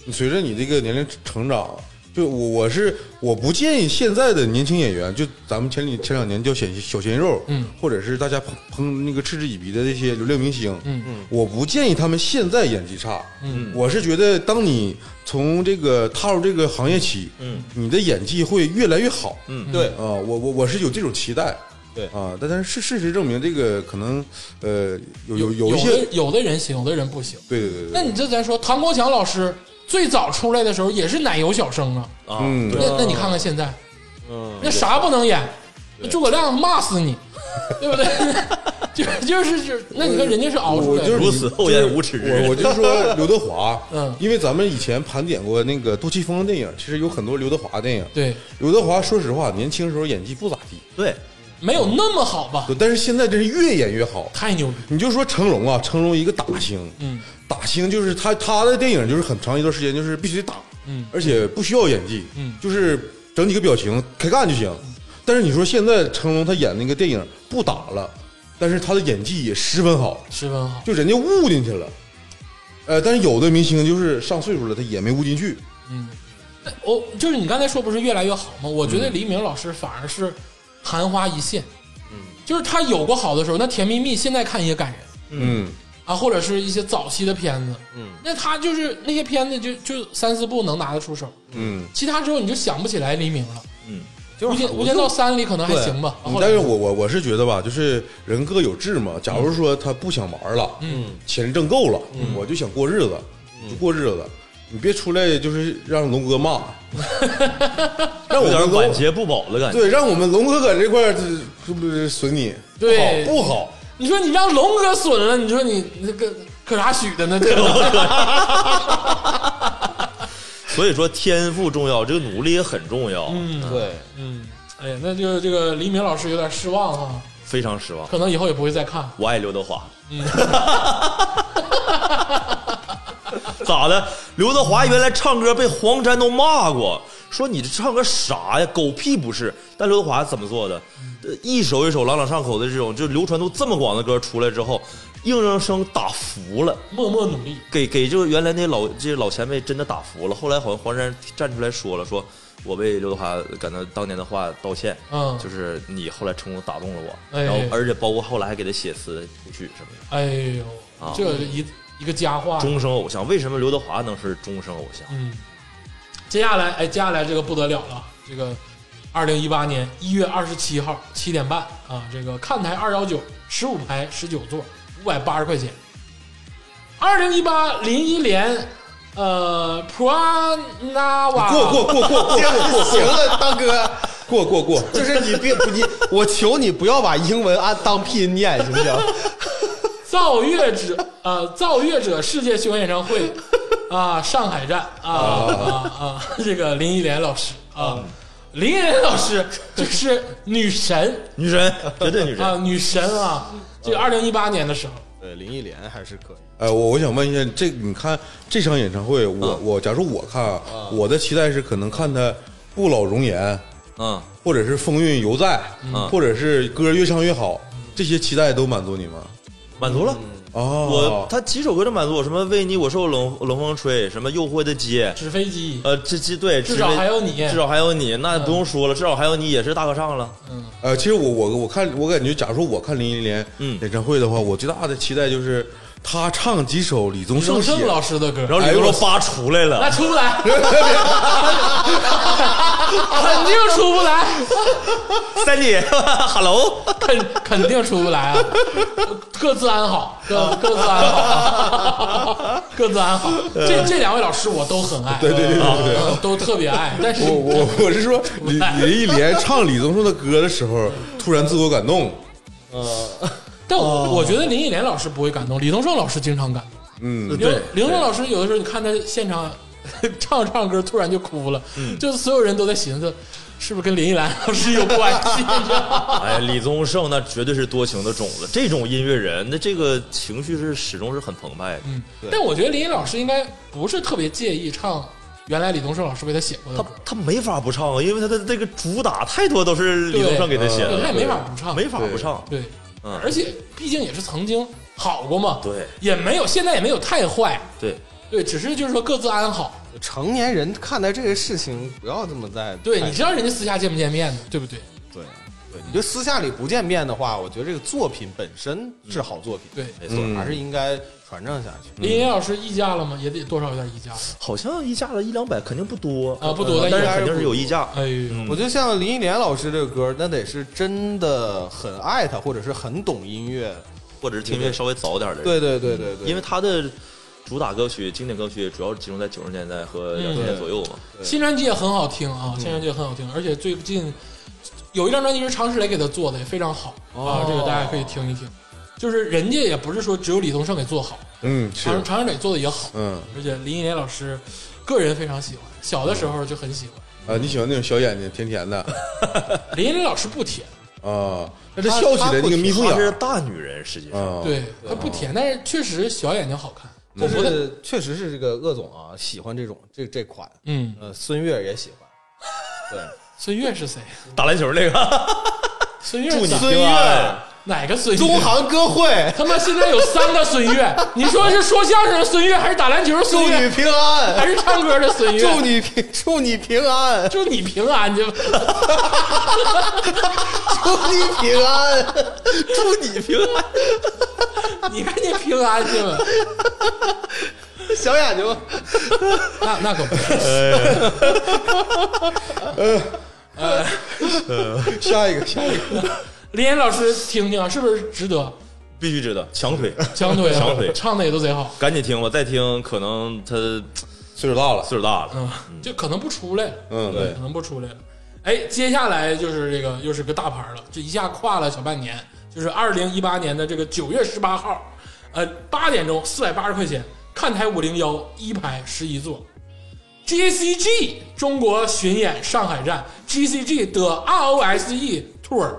[SPEAKER 2] 你随着你这个年龄成长，就我我是我不建议现在的年轻演员，就咱们前里前两年叫小小鲜肉，
[SPEAKER 1] 嗯，
[SPEAKER 2] 或者是大家抨抨那个嗤之以鼻的这些流量明星，
[SPEAKER 1] 嗯
[SPEAKER 2] 嗯，我不建议他们现在演技差，
[SPEAKER 1] 嗯，
[SPEAKER 2] 我是觉得当你从这个踏入这个行业起，
[SPEAKER 3] 嗯，
[SPEAKER 2] 你的演技会越来越好，嗯
[SPEAKER 4] 对
[SPEAKER 2] 啊，我我我是有这种期待，
[SPEAKER 4] 对
[SPEAKER 2] 啊，但但是事实证明，这个可能呃有有
[SPEAKER 1] 有
[SPEAKER 2] 一些，
[SPEAKER 1] 的有的人行，有的人不行。
[SPEAKER 2] 对对对对，
[SPEAKER 1] 那你这咱说，唐国强老师最早出来的时候也是奶油小生啊，
[SPEAKER 3] 啊，
[SPEAKER 2] 嗯
[SPEAKER 3] 对
[SPEAKER 1] 那那你看看现在，
[SPEAKER 4] 嗯，
[SPEAKER 1] 那啥不能演，那诸葛亮骂死 你，对不对？就就是就是，那你看人家是熬出
[SPEAKER 2] 我
[SPEAKER 1] 来
[SPEAKER 2] 就是
[SPEAKER 1] 的，，
[SPEAKER 3] 如此厚颜无耻之人
[SPEAKER 2] 我我就 说刘德华
[SPEAKER 1] 嗯
[SPEAKER 2] 因为咱们以前盘点过那个杜琪峰的电影，其实有很多刘德华的电影。
[SPEAKER 1] 对，
[SPEAKER 2] 刘德华说实话，年轻时候演技不咋地，
[SPEAKER 3] 对，
[SPEAKER 1] 没有那么好吧？
[SPEAKER 2] 但是现在真是越演越好。
[SPEAKER 1] 太牛逼，
[SPEAKER 2] 你就说成龙啊，成龙一个打星，
[SPEAKER 1] 嗯
[SPEAKER 2] 打星就是他他的电影就是很长一段时间就是必须得打，
[SPEAKER 1] 嗯
[SPEAKER 2] 而且不需要演技，
[SPEAKER 1] 嗯
[SPEAKER 2] 就是整几个表情开干就行。但是你说现在成龙他演那个电影不打了，但是他的演技也十分好，
[SPEAKER 1] 十分好，
[SPEAKER 2] 就人家悟进去了。呃，但是有的明星就是上岁数了，他也没悟进去。
[SPEAKER 1] 嗯，那我就是你刚才说不是越来越好吗？我觉
[SPEAKER 2] 嗯
[SPEAKER 1] 得黎明老师反而是昙花一现，嗯，就是他有过好的时候，那《甜蜜蜜》现在看也感人
[SPEAKER 2] 嗯，
[SPEAKER 1] 啊，或者是一些早期的片子，
[SPEAKER 4] 嗯，
[SPEAKER 1] 那他就是那些片子就就三四部能拿得出手，
[SPEAKER 2] 嗯，
[SPEAKER 1] 其他之后你就想不起来黎明了。
[SPEAKER 3] 嗯，
[SPEAKER 1] 无间无间道三里可能还行吧，后来
[SPEAKER 2] 嗯但是我我我是觉得吧，就是人各有志嘛。假如说他不想玩了，
[SPEAKER 1] 嗯，
[SPEAKER 2] 钱挣够了，我就想过日子，就过日子。你别出来就是让龙哥骂，让我
[SPEAKER 3] 有点
[SPEAKER 2] 们
[SPEAKER 3] 晚
[SPEAKER 2] 龙
[SPEAKER 3] 节不保的感觉。
[SPEAKER 2] 对，让我们龙哥搁这块儿这是不是损你？
[SPEAKER 1] 对
[SPEAKER 2] 不好，
[SPEAKER 1] 你说你让龙哥损了，你说你那个可啥许的呢？对 吧？
[SPEAKER 3] 所以说天赋重要，这个努力也很重要，
[SPEAKER 1] 嗯
[SPEAKER 4] 对，
[SPEAKER 1] 嗯，哎呀，那就这个黎明老师有点失望哈、
[SPEAKER 3] 非常失望。
[SPEAKER 1] 可能以后也不会再看。
[SPEAKER 3] 我爱刘德华。 咋的？刘德华原来唱歌被黄沾都骂过，说你这唱歌啥呀，狗屁不是。但刘德华怎么做的？呃一首一首朗朗上口的这种，就流传度这么广的歌出来之后，硬生生打服了，
[SPEAKER 1] 默默努力，
[SPEAKER 3] 给给这个原来那老这老前辈真的打服了。后来好像黄沾站出来说了，说我为刘德华感到当年的话道歉，
[SPEAKER 1] 嗯
[SPEAKER 3] 就是你后来成功打动了我，
[SPEAKER 1] 哎
[SPEAKER 3] 然后而且包括后来还给他写词谱曲什么的。
[SPEAKER 1] 哎呦，
[SPEAKER 3] 啊
[SPEAKER 1] 这一一个佳话。
[SPEAKER 3] 终生偶像，为什么刘德华能是终生偶像？
[SPEAKER 1] 嗯，接下来，哎，接下来这个不得了了，这个二零一八年一月二十七号七点半啊，这个看台二幺九十五排十九座，五百八十块钱。二零一八林忆莲，呃，普拉纳瓦
[SPEAKER 2] 过过过过过过过过，
[SPEAKER 4] 行了，大哥，
[SPEAKER 2] 过过过，
[SPEAKER 4] 就是你别不你，我求你不要把英文按当拼音念，行不行？
[SPEAKER 1] 造乐者啊，造乐者世界巡回演唱会啊，上海站啊啊啊，这个林忆莲老师啊，林忆莲老师这是女神
[SPEAKER 3] 女神， 绝对 女
[SPEAKER 1] 啊，
[SPEAKER 3] 神。
[SPEAKER 1] 女神啊！这二零一八年的时候，
[SPEAKER 4] 呃，林忆莲还是可以，
[SPEAKER 2] 哎，我我想问一下，这你看这场演唱会，我、我假如我看啊，我的期待是可能看他不老容颜，
[SPEAKER 1] 啊
[SPEAKER 3] 嗯，
[SPEAKER 2] 或者是风韵犹在，
[SPEAKER 3] 嗯
[SPEAKER 2] 或者是歌越唱越好，这些期待都满足你吗？
[SPEAKER 3] 满足了。
[SPEAKER 2] 哦
[SPEAKER 1] 嗯
[SPEAKER 3] 我，他几首歌都满足我，什么为你我受冷冷风吹，什么诱惑的街，
[SPEAKER 1] 纸飞机，
[SPEAKER 3] 呃，这这对，
[SPEAKER 1] 至少还有你嗯
[SPEAKER 3] 至少还有你，那不用说了，至少还有你也是大合唱了。
[SPEAKER 2] 呃，其实我我我看我感觉，假如说我看林忆莲
[SPEAKER 3] 嗯
[SPEAKER 2] 演唱会的话，我最大的期待就是她唱几首李宗
[SPEAKER 1] 郑
[SPEAKER 2] 盛写
[SPEAKER 1] 胜
[SPEAKER 2] 的。
[SPEAKER 1] 老师的歌，啊
[SPEAKER 3] 然后
[SPEAKER 2] 哎
[SPEAKER 3] 李
[SPEAKER 2] 呦
[SPEAKER 3] 宗
[SPEAKER 2] 我
[SPEAKER 3] 盛发出来
[SPEAKER 1] 那
[SPEAKER 3] 了，
[SPEAKER 1] 出不来，肯定出不来，
[SPEAKER 3] 三 姐 ，Hello，
[SPEAKER 1] 肯肯定出不来啊！各自安好，各各自安好啊，各自安好。这这两位老师我都很爱，
[SPEAKER 2] 嗯对对对对对对，
[SPEAKER 1] 嗯都特别爱，但是
[SPEAKER 2] 我我我 是说李林忆莲唱李宗盛的歌的时候，突然自我感动。
[SPEAKER 1] 但
[SPEAKER 2] 啊
[SPEAKER 1] 我我觉得林忆莲老师不会感动，李宗盛老师经常感动。
[SPEAKER 2] 嗯，
[SPEAKER 1] 对，林宗盛老师有的时候你看他现场 唱着唱着歌突然就哭了，
[SPEAKER 2] 嗯
[SPEAKER 1] 就是所有人都在寻思是不是跟林忆莲老师有关系， 你知道吗
[SPEAKER 3] 哎呀，李宗盛那绝对是多情的种子，这种音乐人，那这个情绪是始终是很澎湃的。
[SPEAKER 1] 嗯但我觉得林忆莲老师应该不是特别介意唱原来李宗盛老师为他写过的
[SPEAKER 3] 他
[SPEAKER 1] 歌，
[SPEAKER 3] 他没法不唱啊，因为他的这个主打太多都是李宗盛给他写
[SPEAKER 1] 对他也
[SPEAKER 3] 的，
[SPEAKER 1] 没法不唱，
[SPEAKER 3] 没法不唱。
[SPEAKER 1] 对，
[SPEAKER 3] 嗯
[SPEAKER 1] 而且毕竟也是曾经好过嘛，
[SPEAKER 3] 对
[SPEAKER 1] 也没有现在也没有太坏，
[SPEAKER 3] 对，
[SPEAKER 1] 对，只是就是说各自安好，
[SPEAKER 4] 成年人看待这个事情不要这么在，
[SPEAKER 1] 对，
[SPEAKER 4] 太
[SPEAKER 1] 你知道人家私下见不见面的，对不对？
[SPEAKER 4] 对对，你就私下里不见面的话，我觉得这个作品本身是好作品，
[SPEAKER 1] 对，
[SPEAKER 3] 没错。
[SPEAKER 2] 嗯
[SPEAKER 4] 还是应该传承下去。
[SPEAKER 1] 林忆莲老师溢价了吗？也得多少有点溢价了，
[SPEAKER 3] 好像溢价了一两百，肯定不多
[SPEAKER 1] 啊不多
[SPEAKER 3] 嗯但是
[SPEAKER 1] 但
[SPEAKER 3] 肯
[SPEAKER 4] 应该是
[SPEAKER 3] 定是有溢价。
[SPEAKER 1] 哎呦，
[SPEAKER 4] 我觉得像林忆莲老师这个歌，那得是真的很爱她，或者是很懂音乐。
[SPEAKER 3] 或者是听音乐稍微早点的人，
[SPEAKER 4] 对对对对对，
[SPEAKER 3] 因为他的主打歌曲、经典歌曲主要集中在九十年代和两
[SPEAKER 1] 嗯
[SPEAKER 3] 千年左右嘛。
[SPEAKER 1] 新专辑也很好听啊，新专辑也很好听，而且最近有一张专辑是常石磊给他做的，也非常好啊
[SPEAKER 4] 哦，
[SPEAKER 1] 这个大家可以听一听。就是人家也不是说只有李宗盛给做好，
[SPEAKER 2] 嗯是，
[SPEAKER 3] 啊
[SPEAKER 1] 常常石磊做的也好，
[SPEAKER 2] 嗯
[SPEAKER 1] 而且林忆莲老师个人非常喜欢，小的时候就很喜欢。
[SPEAKER 2] 啊，你喜欢那种小眼睛甜甜的
[SPEAKER 1] 林忆莲老师不甜，
[SPEAKER 2] 啊？那这笑起来那个眯缝
[SPEAKER 3] 她是
[SPEAKER 2] 眼
[SPEAKER 3] 大女人，实际上、
[SPEAKER 4] 哦
[SPEAKER 2] 啊，，
[SPEAKER 1] 对，她不甜，但是确实小眼睛好看。
[SPEAKER 4] 就
[SPEAKER 1] 我不太
[SPEAKER 4] 是确实是这个鄂总啊，喜欢这种这这款，
[SPEAKER 1] 嗯，
[SPEAKER 4] 呃，孙悦也喜欢。对，
[SPEAKER 1] 孙悦是谁？
[SPEAKER 3] 打篮球那个，
[SPEAKER 1] 孙悦
[SPEAKER 3] 祝你
[SPEAKER 1] 咋
[SPEAKER 4] 孙
[SPEAKER 3] 平安。
[SPEAKER 1] 哪个孙悦？
[SPEAKER 4] 中韩歌会，
[SPEAKER 1] 他妈现在有三个孙悦，你说是说相声的孙悦，还是打篮球的
[SPEAKER 4] 祝
[SPEAKER 1] 孙
[SPEAKER 4] 你
[SPEAKER 1] 悦，
[SPEAKER 4] 平安，
[SPEAKER 1] 还是唱歌的孙悦？
[SPEAKER 4] 祝你平，祝你平安，
[SPEAKER 1] 祝你平安去吧。
[SPEAKER 4] 祝你平安。
[SPEAKER 3] 祝你平安。
[SPEAKER 1] 你赶紧平安去吧。
[SPEAKER 4] 小眼睛，
[SPEAKER 1] 那那可不是，
[SPEAKER 2] 下一个下一个，
[SPEAKER 1] 林岩老师听听啊，是不是值得？
[SPEAKER 3] 必须知道，强推，
[SPEAKER 1] 强腿啊，
[SPEAKER 3] 强腿
[SPEAKER 1] 唱的也都贼好，
[SPEAKER 3] 赶紧听吧，再听可能他
[SPEAKER 2] 岁数大了，
[SPEAKER 3] 岁数大了。
[SPEAKER 1] 嗯，就可能不出来了，
[SPEAKER 2] 嗯对
[SPEAKER 1] 可，能不出来了。哎，接下来就是这个又是个大牌了，这一下跨了小半年，就是二零一八年的这个九月十八号，呃，八点钟四百八十块钱，看台五零幺一排十一座。JCG 中国巡演上海站，GCG 的 ROSE E Tour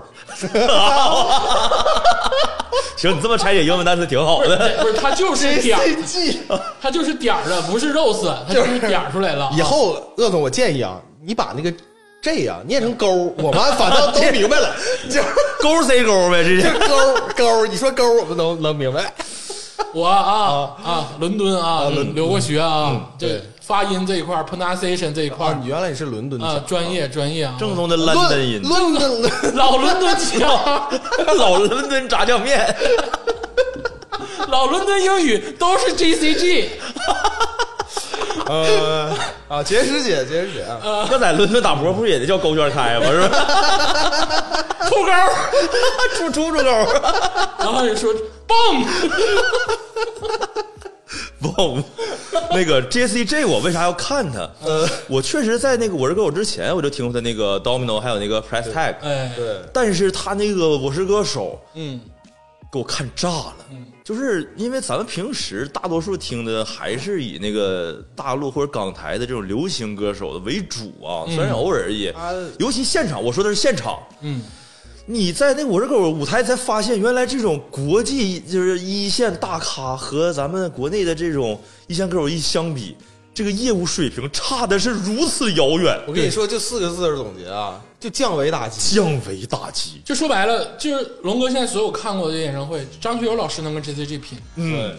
[SPEAKER 3] 行，你这么拆解英文单词挺好的。
[SPEAKER 1] 不是，它就是点儿，
[SPEAKER 4] 记。
[SPEAKER 1] 它就是点儿的，不是 rose，它就是点儿出来了。
[SPEAKER 4] 以后鄂总，我建议啊，你把那个这呀念成勾，我们反倒都明白了，就是
[SPEAKER 3] 勾 C 勾呗，
[SPEAKER 4] 就是
[SPEAKER 3] 这
[SPEAKER 4] 是勾勾，你说勾，我们能能明白。
[SPEAKER 1] 我啊啊，伦敦啊，留过学啊，这
[SPEAKER 4] 对
[SPEAKER 1] 发音这一块儿，pronunciation 这一块
[SPEAKER 4] 啊，
[SPEAKER 1] 儿
[SPEAKER 4] 你原来你是伦敦
[SPEAKER 1] 啊
[SPEAKER 4] 腔，，
[SPEAKER 1] 专业专业啊，
[SPEAKER 3] 正宗的伦敦
[SPEAKER 4] 伦
[SPEAKER 3] 音，
[SPEAKER 4] 伦敦伦
[SPEAKER 1] 老伦敦腔，
[SPEAKER 3] 老伦敦炸酱面。
[SPEAKER 1] 老伦敦英语都是 GCG，
[SPEAKER 4] 呃啊，杰师姐，杰师姐啊，
[SPEAKER 3] 那在伦敦打波不是也得叫勾圈开吗？是吧？
[SPEAKER 1] 出钩，
[SPEAKER 3] 出出出勾。
[SPEAKER 1] 然后人说蹦，
[SPEAKER 3] 不，那个 J C J 我为啥要看他？呃，我确实在那个《我是歌手》之前我就听过他那个 Domino，还有那个 Press Tag，
[SPEAKER 1] 哎，
[SPEAKER 2] 对，
[SPEAKER 3] 但是他那个《我是歌手
[SPEAKER 1] 嗯》
[SPEAKER 3] 给我看炸了，就是因为咱们平时大多数听的还是以那个大陆或者港台的这种流行歌手的为主啊，虽然偶尔也，
[SPEAKER 4] 他
[SPEAKER 3] 尤其现场，我说的是现场，
[SPEAKER 1] 嗯，
[SPEAKER 3] 你在那个我是狗舞台才发现，原来这种国际就是一线大咖和咱们国内的这种一线歌手一相比，这个业务水平差的是如此遥远，
[SPEAKER 4] 我跟你说，就四个字儿总结啊，就降维打击。
[SPEAKER 3] 降维打击。
[SPEAKER 1] 就说白了，就是龙哥现在所有看过的演唱会，张学友老师能跟 J C G 拼，
[SPEAKER 3] 嗯，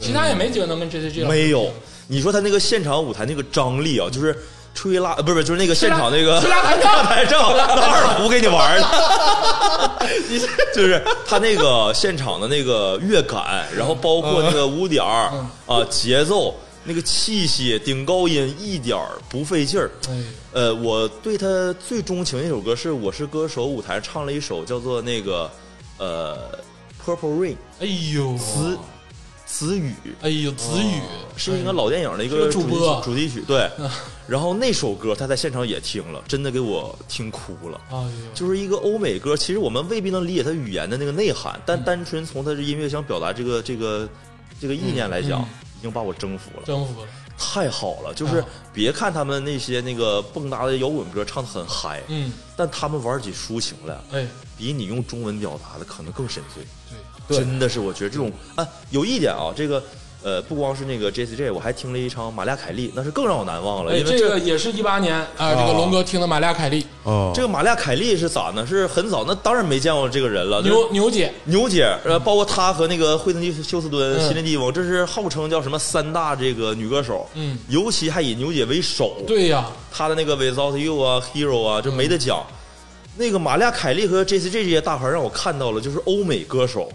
[SPEAKER 1] 其他也没几个能跟 J C G 了。
[SPEAKER 3] 没有。你说他那个现场舞台那个张力啊，就是吹拉呃不是就是那个现场那个
[SPEAKER 1] 吹拉 弹唱
[SPEAKER 3] 弹唱，那二胡给你玩儿的， 就是他那个现场的那个乐感，然后包括那个舞点儿
[SPEAKER 1] 嗯
[SPEAKER 3] 啊节奏。那个气息顶高音一点儿不费劲儿，
[SPEAKER 1] 哎，
[SPEAKER 3] 呃，我对他最钟情的一首歌是《我是歌手》舞台唱了一首叫做那个呃《Purple Rain》
[SPEAKER 1] 哎呦，
[SPEAKER 3] 词词语，
[SPEAKER 1] 哎呦，子宇，
[SPEAKER 3] 是一个老电影的一
[SPEAKER 1] 是
[SPEAKER 3] 个
[SPEAKER 1] 个
[SPEAKER 3] 主
[SPEAKER 1] 主
[SPEAKER 3] 题曲
[SPEAKER 1] 播嗯
[SPEAKER 3] 主题曲，对。 然后那首歌他在现场也听了，真的给我听哭了。
[SPEAKER 1] 哎呦，
[SPEAKER 3] 就是一个欧美歌，其实我们未必能理解它语言的那个内涵，
[SPEAKER 1] 嗯
[SPEAKER 3] 但单纯从它的音乐想表达这个这个这个意念来
[SPEAKER 1] 嗯
[SPEAKER 3] 讲，已经把我征服了。
[SPEAKER 1] 征服了。
[SPEAKER 3] 太好了，就是
[SPEAKER 1] 啊
[SPEAKER 3] 别看他们那些那个蹦跶的摇滚歌唱的很嗨，
[SPEAKER 1] 嗯，
[SPEAKER 3] 但他们玩起抒情来，
[SPEAKER 1] 哎，
[SPEAKER 3] 比你用中文表达的可能更深邃。
[SPEAKER 1] 对，
[SPEAKER 3] 真的是我觉得这种啊，有一点啊，这个呃，不光是那个 J C J，我还听了一场玛利亚凯莉，那是更让我难忘了，
[SPEAKER 1] 哎，
[SPEAKER 3] 因为
[SPEAKER 1] 这
[SPEAKER 3] 这
[SPEAKER 1] 个也是一八年啊，这个龙哥听的玛利亚凯莉，
[SPEAKER 2] 哦，
[SPEAKER 3] 这个玛利亚凯莉是咋呢？是很早，那当然没见过这个人了，就是
[SPEAKER 1] 牛牛姐，
[SPEAKER 3] 牛姐，呃，包括她和那个惠特尼休斯顿、
[SPEAKER 1] 嗯
[SPEAKER 3] 席琳迪翁，这是号称叫什么三大这个女歌手，
[SPEAKER 1] 嗯
[SPEAKER 3] 尤其还以牛姐为首，
[SPEAKER 1] 对呀，
[SPEAKER 3] 她的那个 Without You 啊、Hero 啊，这没得讲。
[SPEAKER 1] 嗯
[SPEAKER 3] 那个玛利亚凯莉和 J C J 这些大牌让我看到了，就是欧美歌手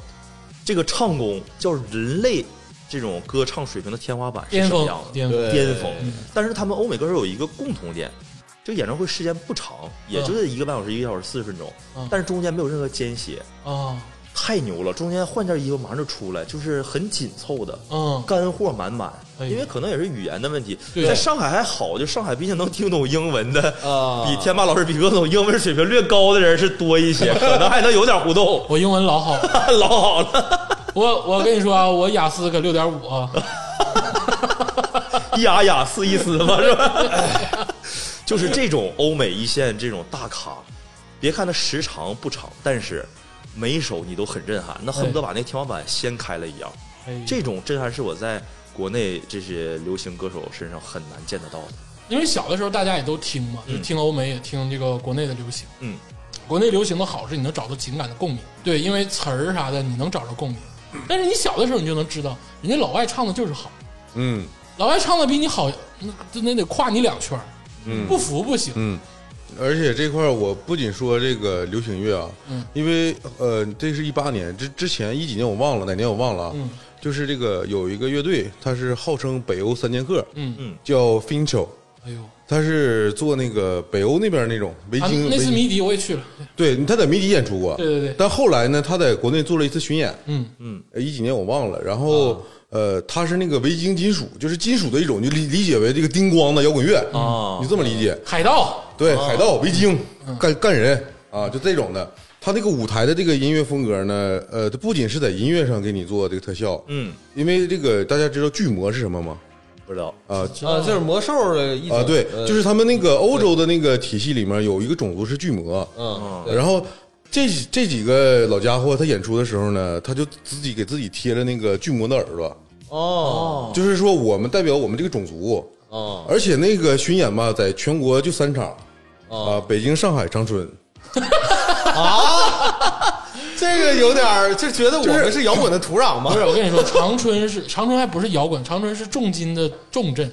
[SPEAKER 3] 这个唱功叫人类这种歌唱水平的天花板是
[SPEAKER 1] 巅
[SPEAKER 3] 什么
[SPEAKER 1] 峰
[SPEAKER 3] 样，的？
[SPEAKER 1] 巅峰，
[SPEAKER 4] 对
[SPEAKER 3] 巅峰。但是他们欧美歌手有一个共同点，这个演唱会时间不长，也就是一个半小时、一个小时四十分钟
[SPEAKER 1] 嗯，
[SPEAKER 3] 但是中间没有任何间歇，
[SPEAKER 1] 啊，
[SPEAKER 3] 太牛了！中间换件衣服马上就出来，就是很紧凑的。
[SPEAKER 1] 嗯，
[SPEAKER 3] 干货满满，
[SPEAKER 1] 哎呀
[SPEAKER 3] 因为可能也是语言的问题。
[SPEAKER 1] 对
[SPEAKER 3] 在上海还好，就上海毕竟能听懂英文的，
[SPEAKER 4] 啊
[SPEAKER 3] 比天霸老师、比各种英文水平略高的人是多一 些，可能还能有点互动。
[SPEAKER 1] 我英文老好了，
[SPEAKER 3] 老好了，
[SPEAKER 1] 我我跟你说啊，我雅思可六点五 啊，
[SPEAKER 3] 一雅雅思一思嘛，是吧？哎 就是这种欧美一线这种大咖，别看它时长不长，但是每一首你都很震撼，那恨不得把那个天花板掀开了一样。
[SPEAKER 1] 哎
[SPEAKER 3] 这种震撼是我在国内这些流行歌手身上很难见得到的。
[SPEAKER 1] 因为小的时候大家也都听嘛，就
[SPEAKER 3] 嗯
[SPEAKER 1] 听欧美也听这个国内的流行，
[SPEAKER 3] 嗯，
[SPEAKER 1] 国内流行的好是你能找到情感的共鸣，对，因为词儿啥的你能找着共鸣，
[SPEAKER 3] 嗯
[SPEAKER 1] 但是你小的时候你就能知道，人家老外唱的就是好，
[SPEAKER 2] 嗯
[SPEAKER 1] 老外唱的比你好，那那得跨你两圈儿，
[SPEAKER 2] 嗯
[SPEAKER 1] 不服不行，
[SPEAKER 2] 嗯，而且这块儿我不仅说这个流行乐啊，
[SPEAKER 1] 嗯
[SPEAKER 2] 因为呃，这是一八年之之前一几年我忘了哪年我忘了啊，
[SPEAKER 1] 嗯
[SPEAKER 2] 就是这个有一个乐队，它是号称北欧三剑客，
[SPEAKER 1] 嗯
[SPEAKER 3] 嗯
[SPEAKER 2] 叫 Fincho，
[SPEAKER 1] 哎呦，
[SPEAKER 2] 他是做那个北欧那边那种维
[SPEAKER 1] 啊
[SPEAKER 2] 京，
[SPEAKER 1] 那次
[SPEAKER 2] 维
[SPEAKER 1] 迷笛我也去了，
[SPEAKER 2] 对他在迷笛演出过，
[SPEAKER 1] 对对对
[SPEAKER 2] 但后来呢，他在国内做了一次巡演，
[SPEAKER 1] 嗯
[SPEAKER 2] 呃一几年我忘了，然后、
[SPEAKER 1] 啊
[SPEAKER 2] 呃，它是那个维京金属，就是金属的一种，你就理理解为这个叮咣的摇滚乐
[SPEAKER 1] 啊
[SPEAKER 3] 哦
[SPEAKER 2] 你这么理解？
[SPEAKER 1] 海盗，
[SPEAKER 2] 对，
[SPEAKER 4] 啊
[SPEAKER 2] 海盗、维京、
[SPEAKER 4] 嗯
[SPEAKER 2] 干干人啊，就这种的。他那个舞台的这个音乐风格呢，呃，它不仅是在音乐上给你做这个特效，
[SPEAKER 3] 嗯，
[SPEAKER 2] 因为这个大家知道巨魔是什么吗？
[SPEAKER 3] 不知道。
[SPEAKER 2] 啊
[SPEAKER 4] 啊，就是魔兽的一种
[SPEAKER 2] 啊，对，
[SPEAKER 4] 呃
[SPEAKER 2] 就是他们那个欧洲的那个体系里面有一个种族是巨魔，
[SPEAKER 4] 嗯，对
[SPEAKER 2] 然后这几这几个老家伙他演出的时候呢，他就自己给自己贴了那个巨魔的耳朵，
[SPEAKER 4] 哦
[SPEAKER 2] 就是说我们代表我们这个种族，
[SPEAKER 4] 哦
[SPEAKER 2] 而且那个巡演吧，在全国就三场，啊
[SPEAKER 4] 哦，
[SPEAKER 2] 北京、上海、长春，
[SPEAKER 4] 这个有点儿就觉得我们是摇滚的土壤吗
[SPEAKER 1] 不？是，我跟你说，长春是长春还不是摇滚，长春是重金的重镇，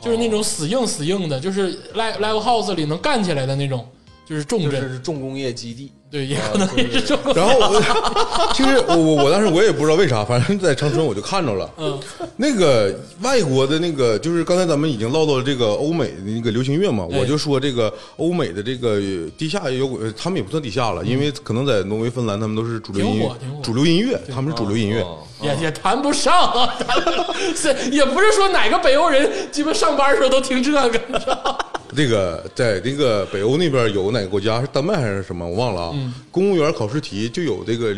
[SPEAKER 1] 就是那种死硬死硬的，就是 live live house 里能干起来的那种。就是重
[SPEAKER 4] 就
[SPEAKER 1] 镇，
[SPEAKER 4] 是重工业基地，
[SPEAKER 1] 对，也可能是重
[SPEAKER 2] 然后我其实我我我当时我也不知道为啥，反正在长春我就看着了。
[SPEAKER 1] 嗯，
[SPEAKER 2] 那个外国的那个，就是刚才咱们已经唠到了这个欧美的那个流行乐嘛，
[SPEAKER 1] 哎
[SPEAKER 2] 我就说这个欧美的这个呃地下摇滚，呃他们也不算地下了，因为可能在挪威、芬兰他们都是主流音
[SPEAKER 1] 嗯挺
[SPEAKER 2] 乐
[SPEAKER 1] 火挺火，
[SPEAKER 2] 主流音乐，他们是主流音乐。
[SPEAKER 3] 哦
[SPEAKER 1] 也也谈不上啊，谈不上是也不是说哪个北欧人鸡巴上班的时候都听这个，你知道吗
[SPEAKER 2] 这个在那个北欧那边有哪个国家是丹麦还是什么，我忘了啊。
[SPEAKER 1] 嗯
[SPEAKER 2] 公务员考试题就有这个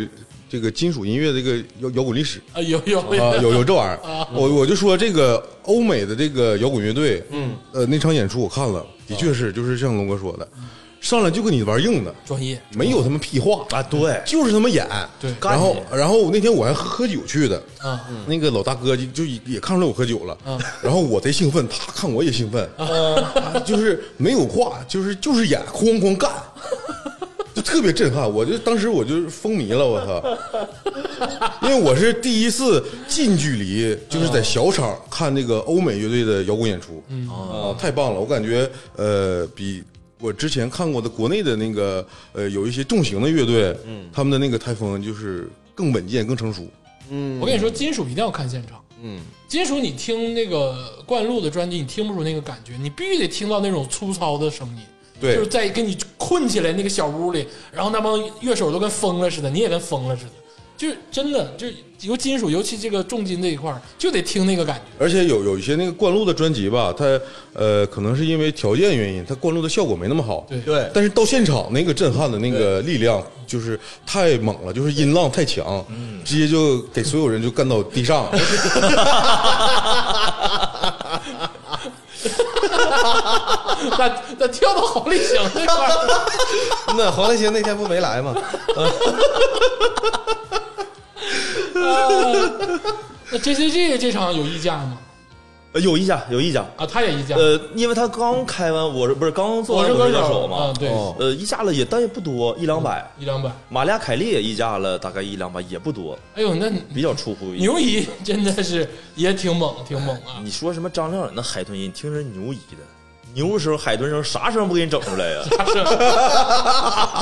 [SPEAKER 2] 这个金属音乐这个摇摇滚历史。
[SPEAKER 1] 啊，有有
[SPEAKER 2] 啊，
[SPEAKER 1] 有，
[SPEAKER 2] 有有这玩意儿，我我就说这个欧美的这个摇滚乐队，嗯，呃，那场演出我看了，的确是，就是像龙哥说的，上来就跟你玩硬的，
[SPEAKER 1] 专业
[SPEAKER 2] 没有他妈屁话，
[SPEAKER 3] 啊，对，
[SPEAKER 2] 就是他妈演，
[SPEAKER 1] 对
[SPEAKER 2] 然后然后那天我还喝喝酒去的，
[SPEAKER 1] 啊，
[SPEAKER 2] 那个老大哥就就也看出来我喝酒了，
[SPEAKER 1] 嗯
[SPEAKER 2] 然后我贼兴奋，他看我也兴奋，啊就是没有话，就是就是演，哐哐 干，就特别震撼。我就当时我就风靡了，我操！ 因为我是第一次近距离，就是在小场看那个欧美乐队的摇滚演出，啊，太棒了！我感觉呃比。我之前看过的国内的那个，呃，有一些重型的乐队，嗯，他们的那个台风就是更稳健、更成熟，
[SPEAKER 1] 我跟你说，金属一定要看现场。
[SPEAKER 4] 嗯，
[SPEAKER 1] 金属你听那个灌录的专辑，你听不出那个感觉，你必须得听到那种粗糙的声音。
[SPEAKER 2] 对
[SPEAKER 1] 就是在给你困起来那个小屋里，然后那帮乐手都跟疯了似的，你也跟疯了似的，就是真的，就是尤金属，尤其这个重金这一块儿，就得听那个感觉。
[SPEAKER 2] 而且有有一些那个灌录的专辑吧，它呃可能是因为条件原因，它灌录的效果没那么好。
[SPEAKER 1] 对
[SPEAKER 4] 对
[SPEAKER 2] 但是到现场那个震撼的那个力量就是太猛了，就是音浪太强，直接就给所有人就干到地上。
[SPEAKER 1] 那那跳到红绿行这块儿，
[SPEAKER 4] 那黄立行那天不没来吗？
[SPEAKER 1] 那 J C G 这场有溢价吗？
[SPEAKER 3] 呃有一家有一家，
[SPEAKER 1] 啊，他也溢价。
[SPEAKER 3] 呃，因为他刚开完，我是不是刚做
[SPEAKER 1] 我
[SPEAKER 3] 完
[SPEAKER 1] 是
[SPEAKER 3] 《我
[SPEAKER 1] 歌
[SPEAKER 3] 是歌
[SPEAKER 1] 手
[SPEAKER 3] 手》
[SPEAKER 1] 嘛，
[SPEAKER 3] 嘛
[SPEAKER 1] 啊，？对，
[SPEAKER 4] 哦
[SPEAKER 3] 呃，溢价了也，但也不多，一两百。
[SPEAKER 1] 一两百。
[SPEAKER 3] 玛利亚·凯莉也溢价了，大概一两百，也不多，
[SPEAKER 1] 哎呦，那
[SPEAKER 3] 比较出乎意料。
[SPEAKER 1] 牛姨真的是也挺猛，挺猛啊！
[SPEAKER 3] 你说什么张靓颖那海豚音，听着牛姨的，牛声、海豚声，啥声不给你整出来 呀、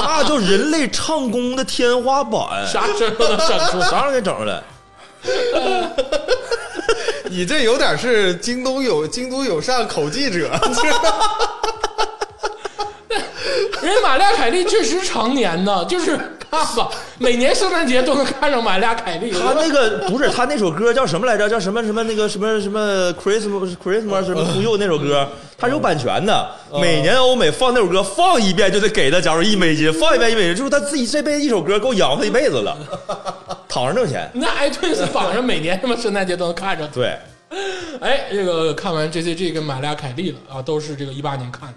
[SPEAKER 3] 那叫人类唱功的天花板，
[SPEAKER 1] 啥事儿都能整出。
[SPEAKER 3] 啥声给你整出来？
[SPEAKER 4] 你这有点是京东有京都有善口技者，
[SPEAKER 1] 人家玛利亚凯莉确实常年呢，就是看吧，每年圣诞节都能看上玛利亚凯莉。
[SPEAKER 3] 他那个不是他那首歌叫什么来着？叫什么什么那个什么什么 Christmas Christmas 什么 to you 那首歌，他有版权的。每年欧美放那首歌放一遍就得给他，假如一美金，放一遍一美金，就是他自己这辈子一首歌够养活他一辈子了，躺着挣钱。
[SPEAKER 1] 那 iTunes 榜上每年他妈圣诞节都能看上。
[SPEAKER 3] 对，
[SPEAKER 1] 哎，这个看完 J C G 跟玛利亚凯莉了啊，都是这个一八年看的。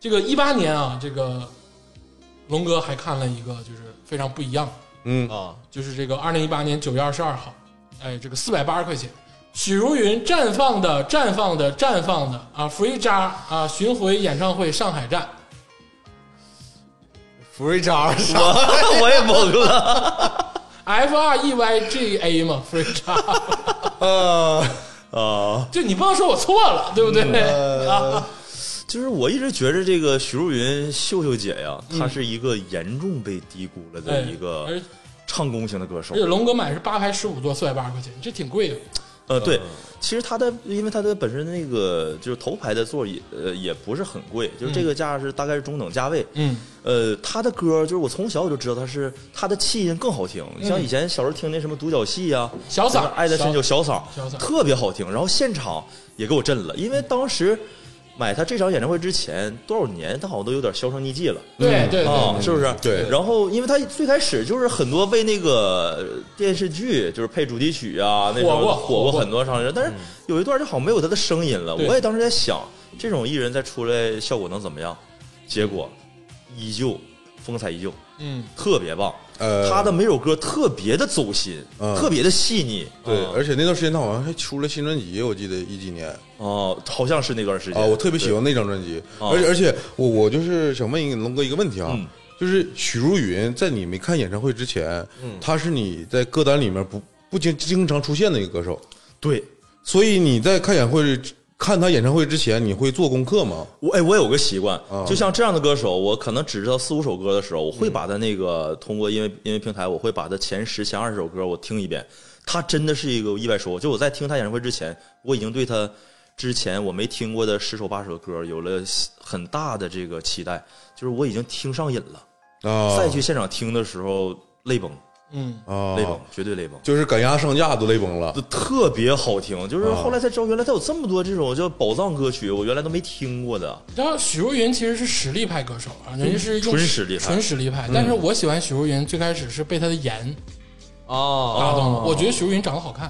[SPEAKER 1] 这个一八年啊，这个龙哥还看了一个，就是非常不一样的
[SPEAKER 2] 嗯，
[SPEAKER 4] 啊，
[SPEAKER 1] 就是这个二零一八年九月二十二号，哎，这个四百八十块钱，许茹芸绽放的绽放的绽放的啊，Free 渣啊巡回演唱会上海站，
[SPEAKER 4] 福瑞渣是吧？
[SPEAKER 3] 我我也懵 了。
[SPEAKER 1] F R E Y G A 嘛，Free 渣，
[SPEAKER 4] 呃，
[SPEAKER 3] 啊，
[SPEAKER 1] 就你不能说我错了，对不对？
[SPEAKER 3] 嗯
[SPEAKER 4] 呃
[SPEAKER 1] 啊，
[SPEAKER 3] 就是我一直觉着这个徐若云秀秀姐呀，她是一个严重被低估了的
[SPEAKER 1] 哎
[SPEAKER 3] 一个
[SPEAKER 1] 而
[SPEAKER 3] 唱功型的歌手
[SPEAKER 1] 而且。龙哥买是八拍十五座，四百八十块钱，这挺贵的。
[SPEAKER 3] 呃，
[SPEAKER 1] 嗯
[SPEAKER 3] 对，其实它的，因为它的本身那个就是头排的座椅，呃，也不是很贵，就是这个价是大概是中等价位。
[SPEAKER 1] 嗯，
[SPEAKER 3] 呃，他的歌就是我从小我就知道他是他的气音更好听，你像以前小时候听那什么独角戏呀、
[SPEAKER 1] 嗯小嗓
[SPEAKER 3] 什么爱的深
[SPEAKER 1] 小
[SPEAKER 3] 秋小嗓，
[SPEAKER 1] 小嗓
[SPEAKER 3] 特别好听。然后现场也给我震了，因为当时买他这场演唱会之前多少年，他好像都有点销声匿迹了。
[SPEAKER 1] 对对
[SPEAKER 3] 啊、
[SPEAKER 1] 对，
[SPEAKER 3] 是不是？
[SPEAKER 2] 对
[SPEAKER 3] 然后，因为他最开始就是很多为那个电视剧就是配主题曲啊，那时
[SPEAKER 1] 火过
[SPEAKER 3] 候火
[SPEAKER 1] 火过
[SPEAKER 3] 过很多唱人，但是有一段就好像没有他的声音了。
[SPEAKER 1] 对
[SPEAKER 3] 我也当时在想，这种艺人再出来效果能怎么样？结果依旧风采依旧，
[SPEAKER 1] 嗯，
[SPEAKER 3] 特别棒。
[SPEAKER 2] 呃，
[SPEAKER 3] 他的每首歌特别的走心，
[SPEAKER 2] 嗯
[SPEAKER 3] 特别的细腻。
[SPEAKER 2] 对，
[SPEAKER 3] 啊
[SPEAKER 2] 而且那段时间他好像还出了新专辑，我记得一几年
[SPEAKER 3] 哦、好像是那段时间
[SPEAKER 2] 啊，我特别喜欢那张专辑，
[SPEAKER 3] 啊
[SPEAKER 2] 而且而且我我就是想问一个龙哥一个问题啊，
[SPEAKER 3] 嗯
[SPEAKER 2] 就是许茹芸在你没看演唱会之前，
[SPEAKER 1] 嗯
[SPEAKER 2] 她是你在歌单里面不不经经常出现的一个歌手，
[SPEAKER 3] 对。对
[SPEAKER 2] 所以你在看演唱会看他演唱会之前，你会做功课吗？
[SPEAKER 3] 我哎，我有个习惯
[SPEAKER 2] 啊，嗯
[SPEAKER 3] 就像这样的歌手，我可能只知道四五首歌的时候，我会把他那个通过音乐音乐平台，我会把他前十、前二十首歌我听一遍。他真的是一个意外收获。就我在听他演唱会之前，我已经对他之前我没听过的十首八首歌有了很大的这个期待，就是我已经听上瘾了。
[SPEAKER 2] 啊，
[SPEAKER 3] 再去现场听的时候，泪崩，
[SPEAKER 1] 嗯，
[SPEAKER 2] 啊
[SPEAKER 3] 泪，崩，绝对泪崩。
[SPEAKER 2] 就是赶鸭上架都泪崩了
[SPEAKER 3] 就特别好听，
[SPEAKER 2] 啊
[SPEAKER 3] 就是后来才知道，原来他有这么多这种叫宝藏歌曲，我原来都没听过的。
[SPEAKER 1] 你知道许茹芸其实是实力派歌手啊，人家是用
[SPEAKER 3] 纯实力派
[SPEAKER 1] 纯实力派。但是我喜欢许茹芸，最开始是被她的颜
[SPEAKER 4] 哦，
[SPEAKER 1] 打动了。我觉得许茹芸长得好看，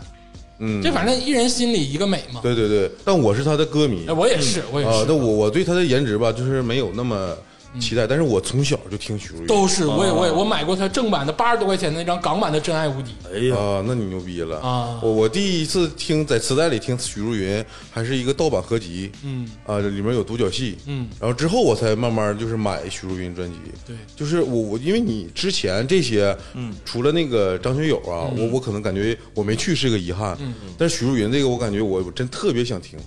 [SPEAKER 2] 嗯
[SPEAKER 1] 这，反正一人心里一个美嘛。
[SPEAKER 2] 对对对，但我是他的歌迷
[SPEAKER 1] 哎，
[SPEAKER 2] 啊，
[SPEAKER 1] 我也是，我也是，
[SPEAKER 2] 但我我对他的颜值吧，就是没有那么期
[SPEAKER 1] 嗯
[SPEAKER 2] 待，但是我从小就听许茹芸
[SPEAKER 1] 都是我也我也我买过她正版的八十多块钱的那张港版的《真爱无敌》。
[SPEAKER 3] 哎呀，
[SPEAKER 2] 啊，那你牛逼了
[SPEAKER 1] 啊
[SPEAKER 2] 我我第一次听在磁带里听许茹芸，还是一个盗版合集，
[SPEAKER 1] 嗯
[SPEAKER 2] 啊，里面有独角戏，
[SPEAKER 1] 嗯，
[SPEAKER 2] 然后之后我才慢慢就是买许茹芸专辑，
[SPEAKER 1] 对，
[SPEAKER 2] 就是我我因为你之前这些，嗯，除了那个张学友啊，
[SPEAKER 1] 嗯
[SPEAKER 2] 我我可能感觉我没去是个遗憾，嗯，但是许茹芸这个我感觉我我真特别想听，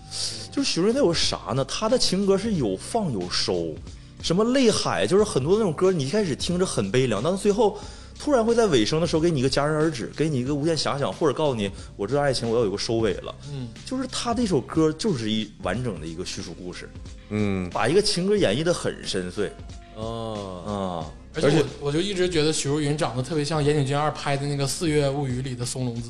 [SPEAKER 3] 就是许茹芸她有啥呢？她的情歌是有放有收，什么泪海，就是很多那种歌，你一开始听着很悲凉，但是最后突然会在尾声的时候给你一个戛然而止，给你一个无限遐想，或者告诉你我这段爱情我要有个收尾了。嗯，就是她这首歌就是一完整的一个叙述故事，
[SPEAKER 2] 嗯，
[SPEAKER 3] 把一个情歌演绎的很深邃
[SPEAKER 4] 哦，
[SPEAKER 3] 啊。
[SPEAKER 1] 而
[SPEAKER 2] 而
[SPEAKER 1] 且
[SPEAKER 2] 且
[SPEAKER 1] 我我就一直觉得许茹芸长得特别像岩井俊二拍的那个《四月物语》里的松隆子，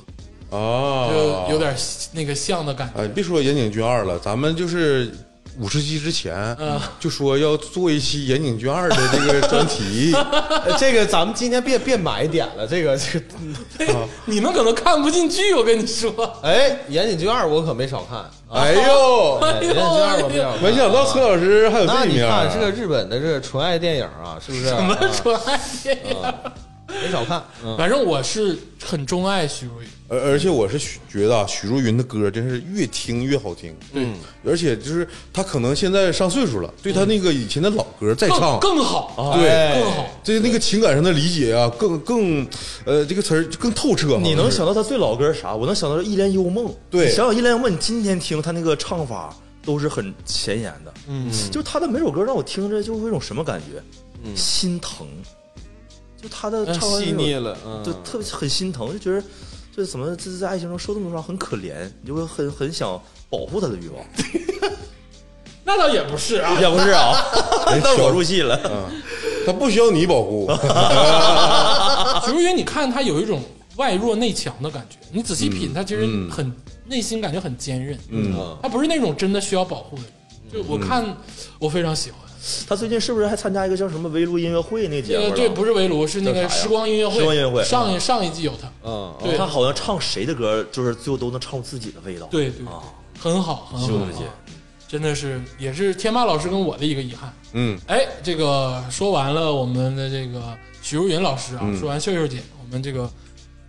[SPEAKER 2] 啊，
[SPEAKER 1] 就有点那个像的感觉。
[SPEAKER 2] 哎，别说岩井俊二了，咱们就是五十期之前
[SPEAKER 1] 嗯
[SPEAKER 2] 就说要做一期岩井俊二的这个专 题，
[SPEAKER 4] 这个咱们今天别别埋点了，这个这个，
[SPEAKER 1] 哎你们可能看不进去，我跟你说。
[SPEAKER 4] 哎，岩井俊二我可没少看，啊，
[SPEAKER 2] 哎 呦，
[SPEAKER 4] 哎岩井俊二我没少看，
[SPEAKER 2] 没想到崔老师还有
[SPEAKER 4] 那
[SPEAKER 2] 这一
[SPEAKER 4] 你
[SPEAKER 2] 面啊儿，
[SPEAKER 4] 看这个日本的这个纯爱电影啊，是不是？
[SPEAKER 1] 什么纯爱电影？
[SPEAKER 4] 没少看，嗯，
[SPEAKER 1] 反正我是很钟爱许茹芸，
[SPEAKER 2] 而而且我是许觉得啊，许茹芸的歌真是越听越好听，
[SPEAKER 4] 嗯
[SPEAKER 2] 对，而且就是她可能现在上岁数了，对她那个以前的老歌再唱
[SPEAKER 1] 更更
[SPEAKER 4] 哦
[SPEAKER 1] 好，
[SPEAKER 4] 哎
[SPEAKER 2] 对。
[SPEAKER 1] 更好。
[SPEAKER 2] 这那个情感上的理解啊，更更，呃，这个词儿就更透彻好像是。
[SPEAKER 3] 你能想到他最老歌是啥？我能想到《一帘幽梦》。
[SPEAKER 2] 对
[SPEAKER 3] 你想想《一帘幽梦》，你今天听他那个唱法都是很前沿的。嗯，就是他的每首歌让我听着就会有一种什么感觉？嗯，心疼。就他的唱完
[SPEAKER 4] 细腻，了，嗯，
[SPEAKER 3] 就特别很心疼，就觉得这怎么这在爱情中受这么多伤，很可怜，你就会很很想保护他的欲望。
[SPEAKER 1] 那倒也不是啊，
[SPEAKER 3] 也不是 啊，那我入戏了。
[SPEAKER 2] 她不需要你保护，
[SPEAKER 1] 许茹芸，你看她有一种外弱内强的感觉，你仔细
[SPEAKER 3] 嗯
[SPEAKER 1] 品，她其实很、内心感觉很坚韧，
[SPEAKER 2] 嗯，
[SPEAKER 1] 她不是那种真的需要保护的人。
[SPEAKER 3] 嗯
[SPEAKER 1] 就我看，我非常喜欢。
[SPEAKER 3] 他最近是不是还参加一个叫什么围炉音乐会那节目
[SPEAKER 1] 呃，
[SPEAKER 3] 了？
[SPEAKER 1] 对，不是围炉，是那个
[SPEAKER 3] 叫啥呀
[SPEAKER 1] 时光音乐会。
[SPEAKER 3] 时光音乐会嗯
[SPEAKER 1] 上一上一季有她，
[SPEAKER 4] 嗯，
[SPEAKER 1] 对
[SPEAKER 3] 他好像唱谁的歌，就是最后都能唱出自己的味道。
[SPEAKER 1] 对对，
[SPEAKER 3] 啊，
[SPEAKER 1] 很好，很好。
[SPEAKER 3] 兄弟姐
[SPEAKER 1] 啊真的是也是天霸老师跟我的一个遗憾。
[SPEAKER 2] 嗯，
[SPEAKER 1] 哎，这个说完了我们的这个许茹芸老师啊，说完秀秀姐，我们这个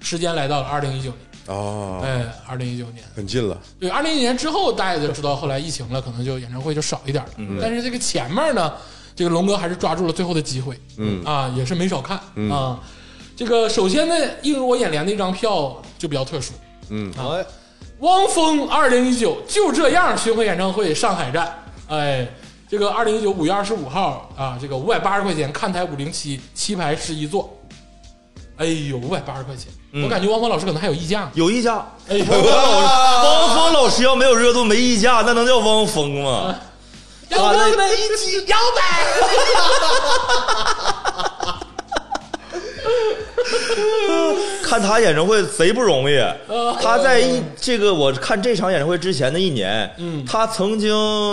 [SPEAKER 1] 时间来到了二零一九年。
[SPEAKER 2] 啊，
[SPEAKER 1] 哎，二零一九年，
[SPEAKER 2] 很近了，
[SPEAKER 1] 对，二零一九年之后，大家也就知道，后来疫情了，可能就演唱会就少一点了。但是这个前面呢，这个龙哥还是抓住了最后的机会，
[SPEAKER 2] 嗯
[SPEAKER 1] 啊，也是没少看、啊。这个首先呢，映入我眼帘的一张票就比较特殊，
[SPEAKER 4] 哎，
[SPEAKER 1] 汪峰二零一九就这样巡回演唱会上海站，哎，这个二零一九五月二十五号啊，这个五百八十块钱看台五零七七排十一座，哎呦，五百八十块钱，
[SPEAKER 3] 嗯
[SPEAKER 1] 我感觉汪峰老师可能还有溢价呢，
[SPEAKER 3] 有一家
[SPEAKER 1] 哎 呦。
[SPEAKER 3] 汪峰老师要没有热度没溢价，那能叫汪峰吗？
[SPEAKER 1] 让
[SPEAKER 3] 啊
[SPEAKER 1] 我们一起摇摆。
[SPEAKER 3] 看他演唱会贼不容易。他在一这个我看这场演唱会之前的一年，嗯，他曾经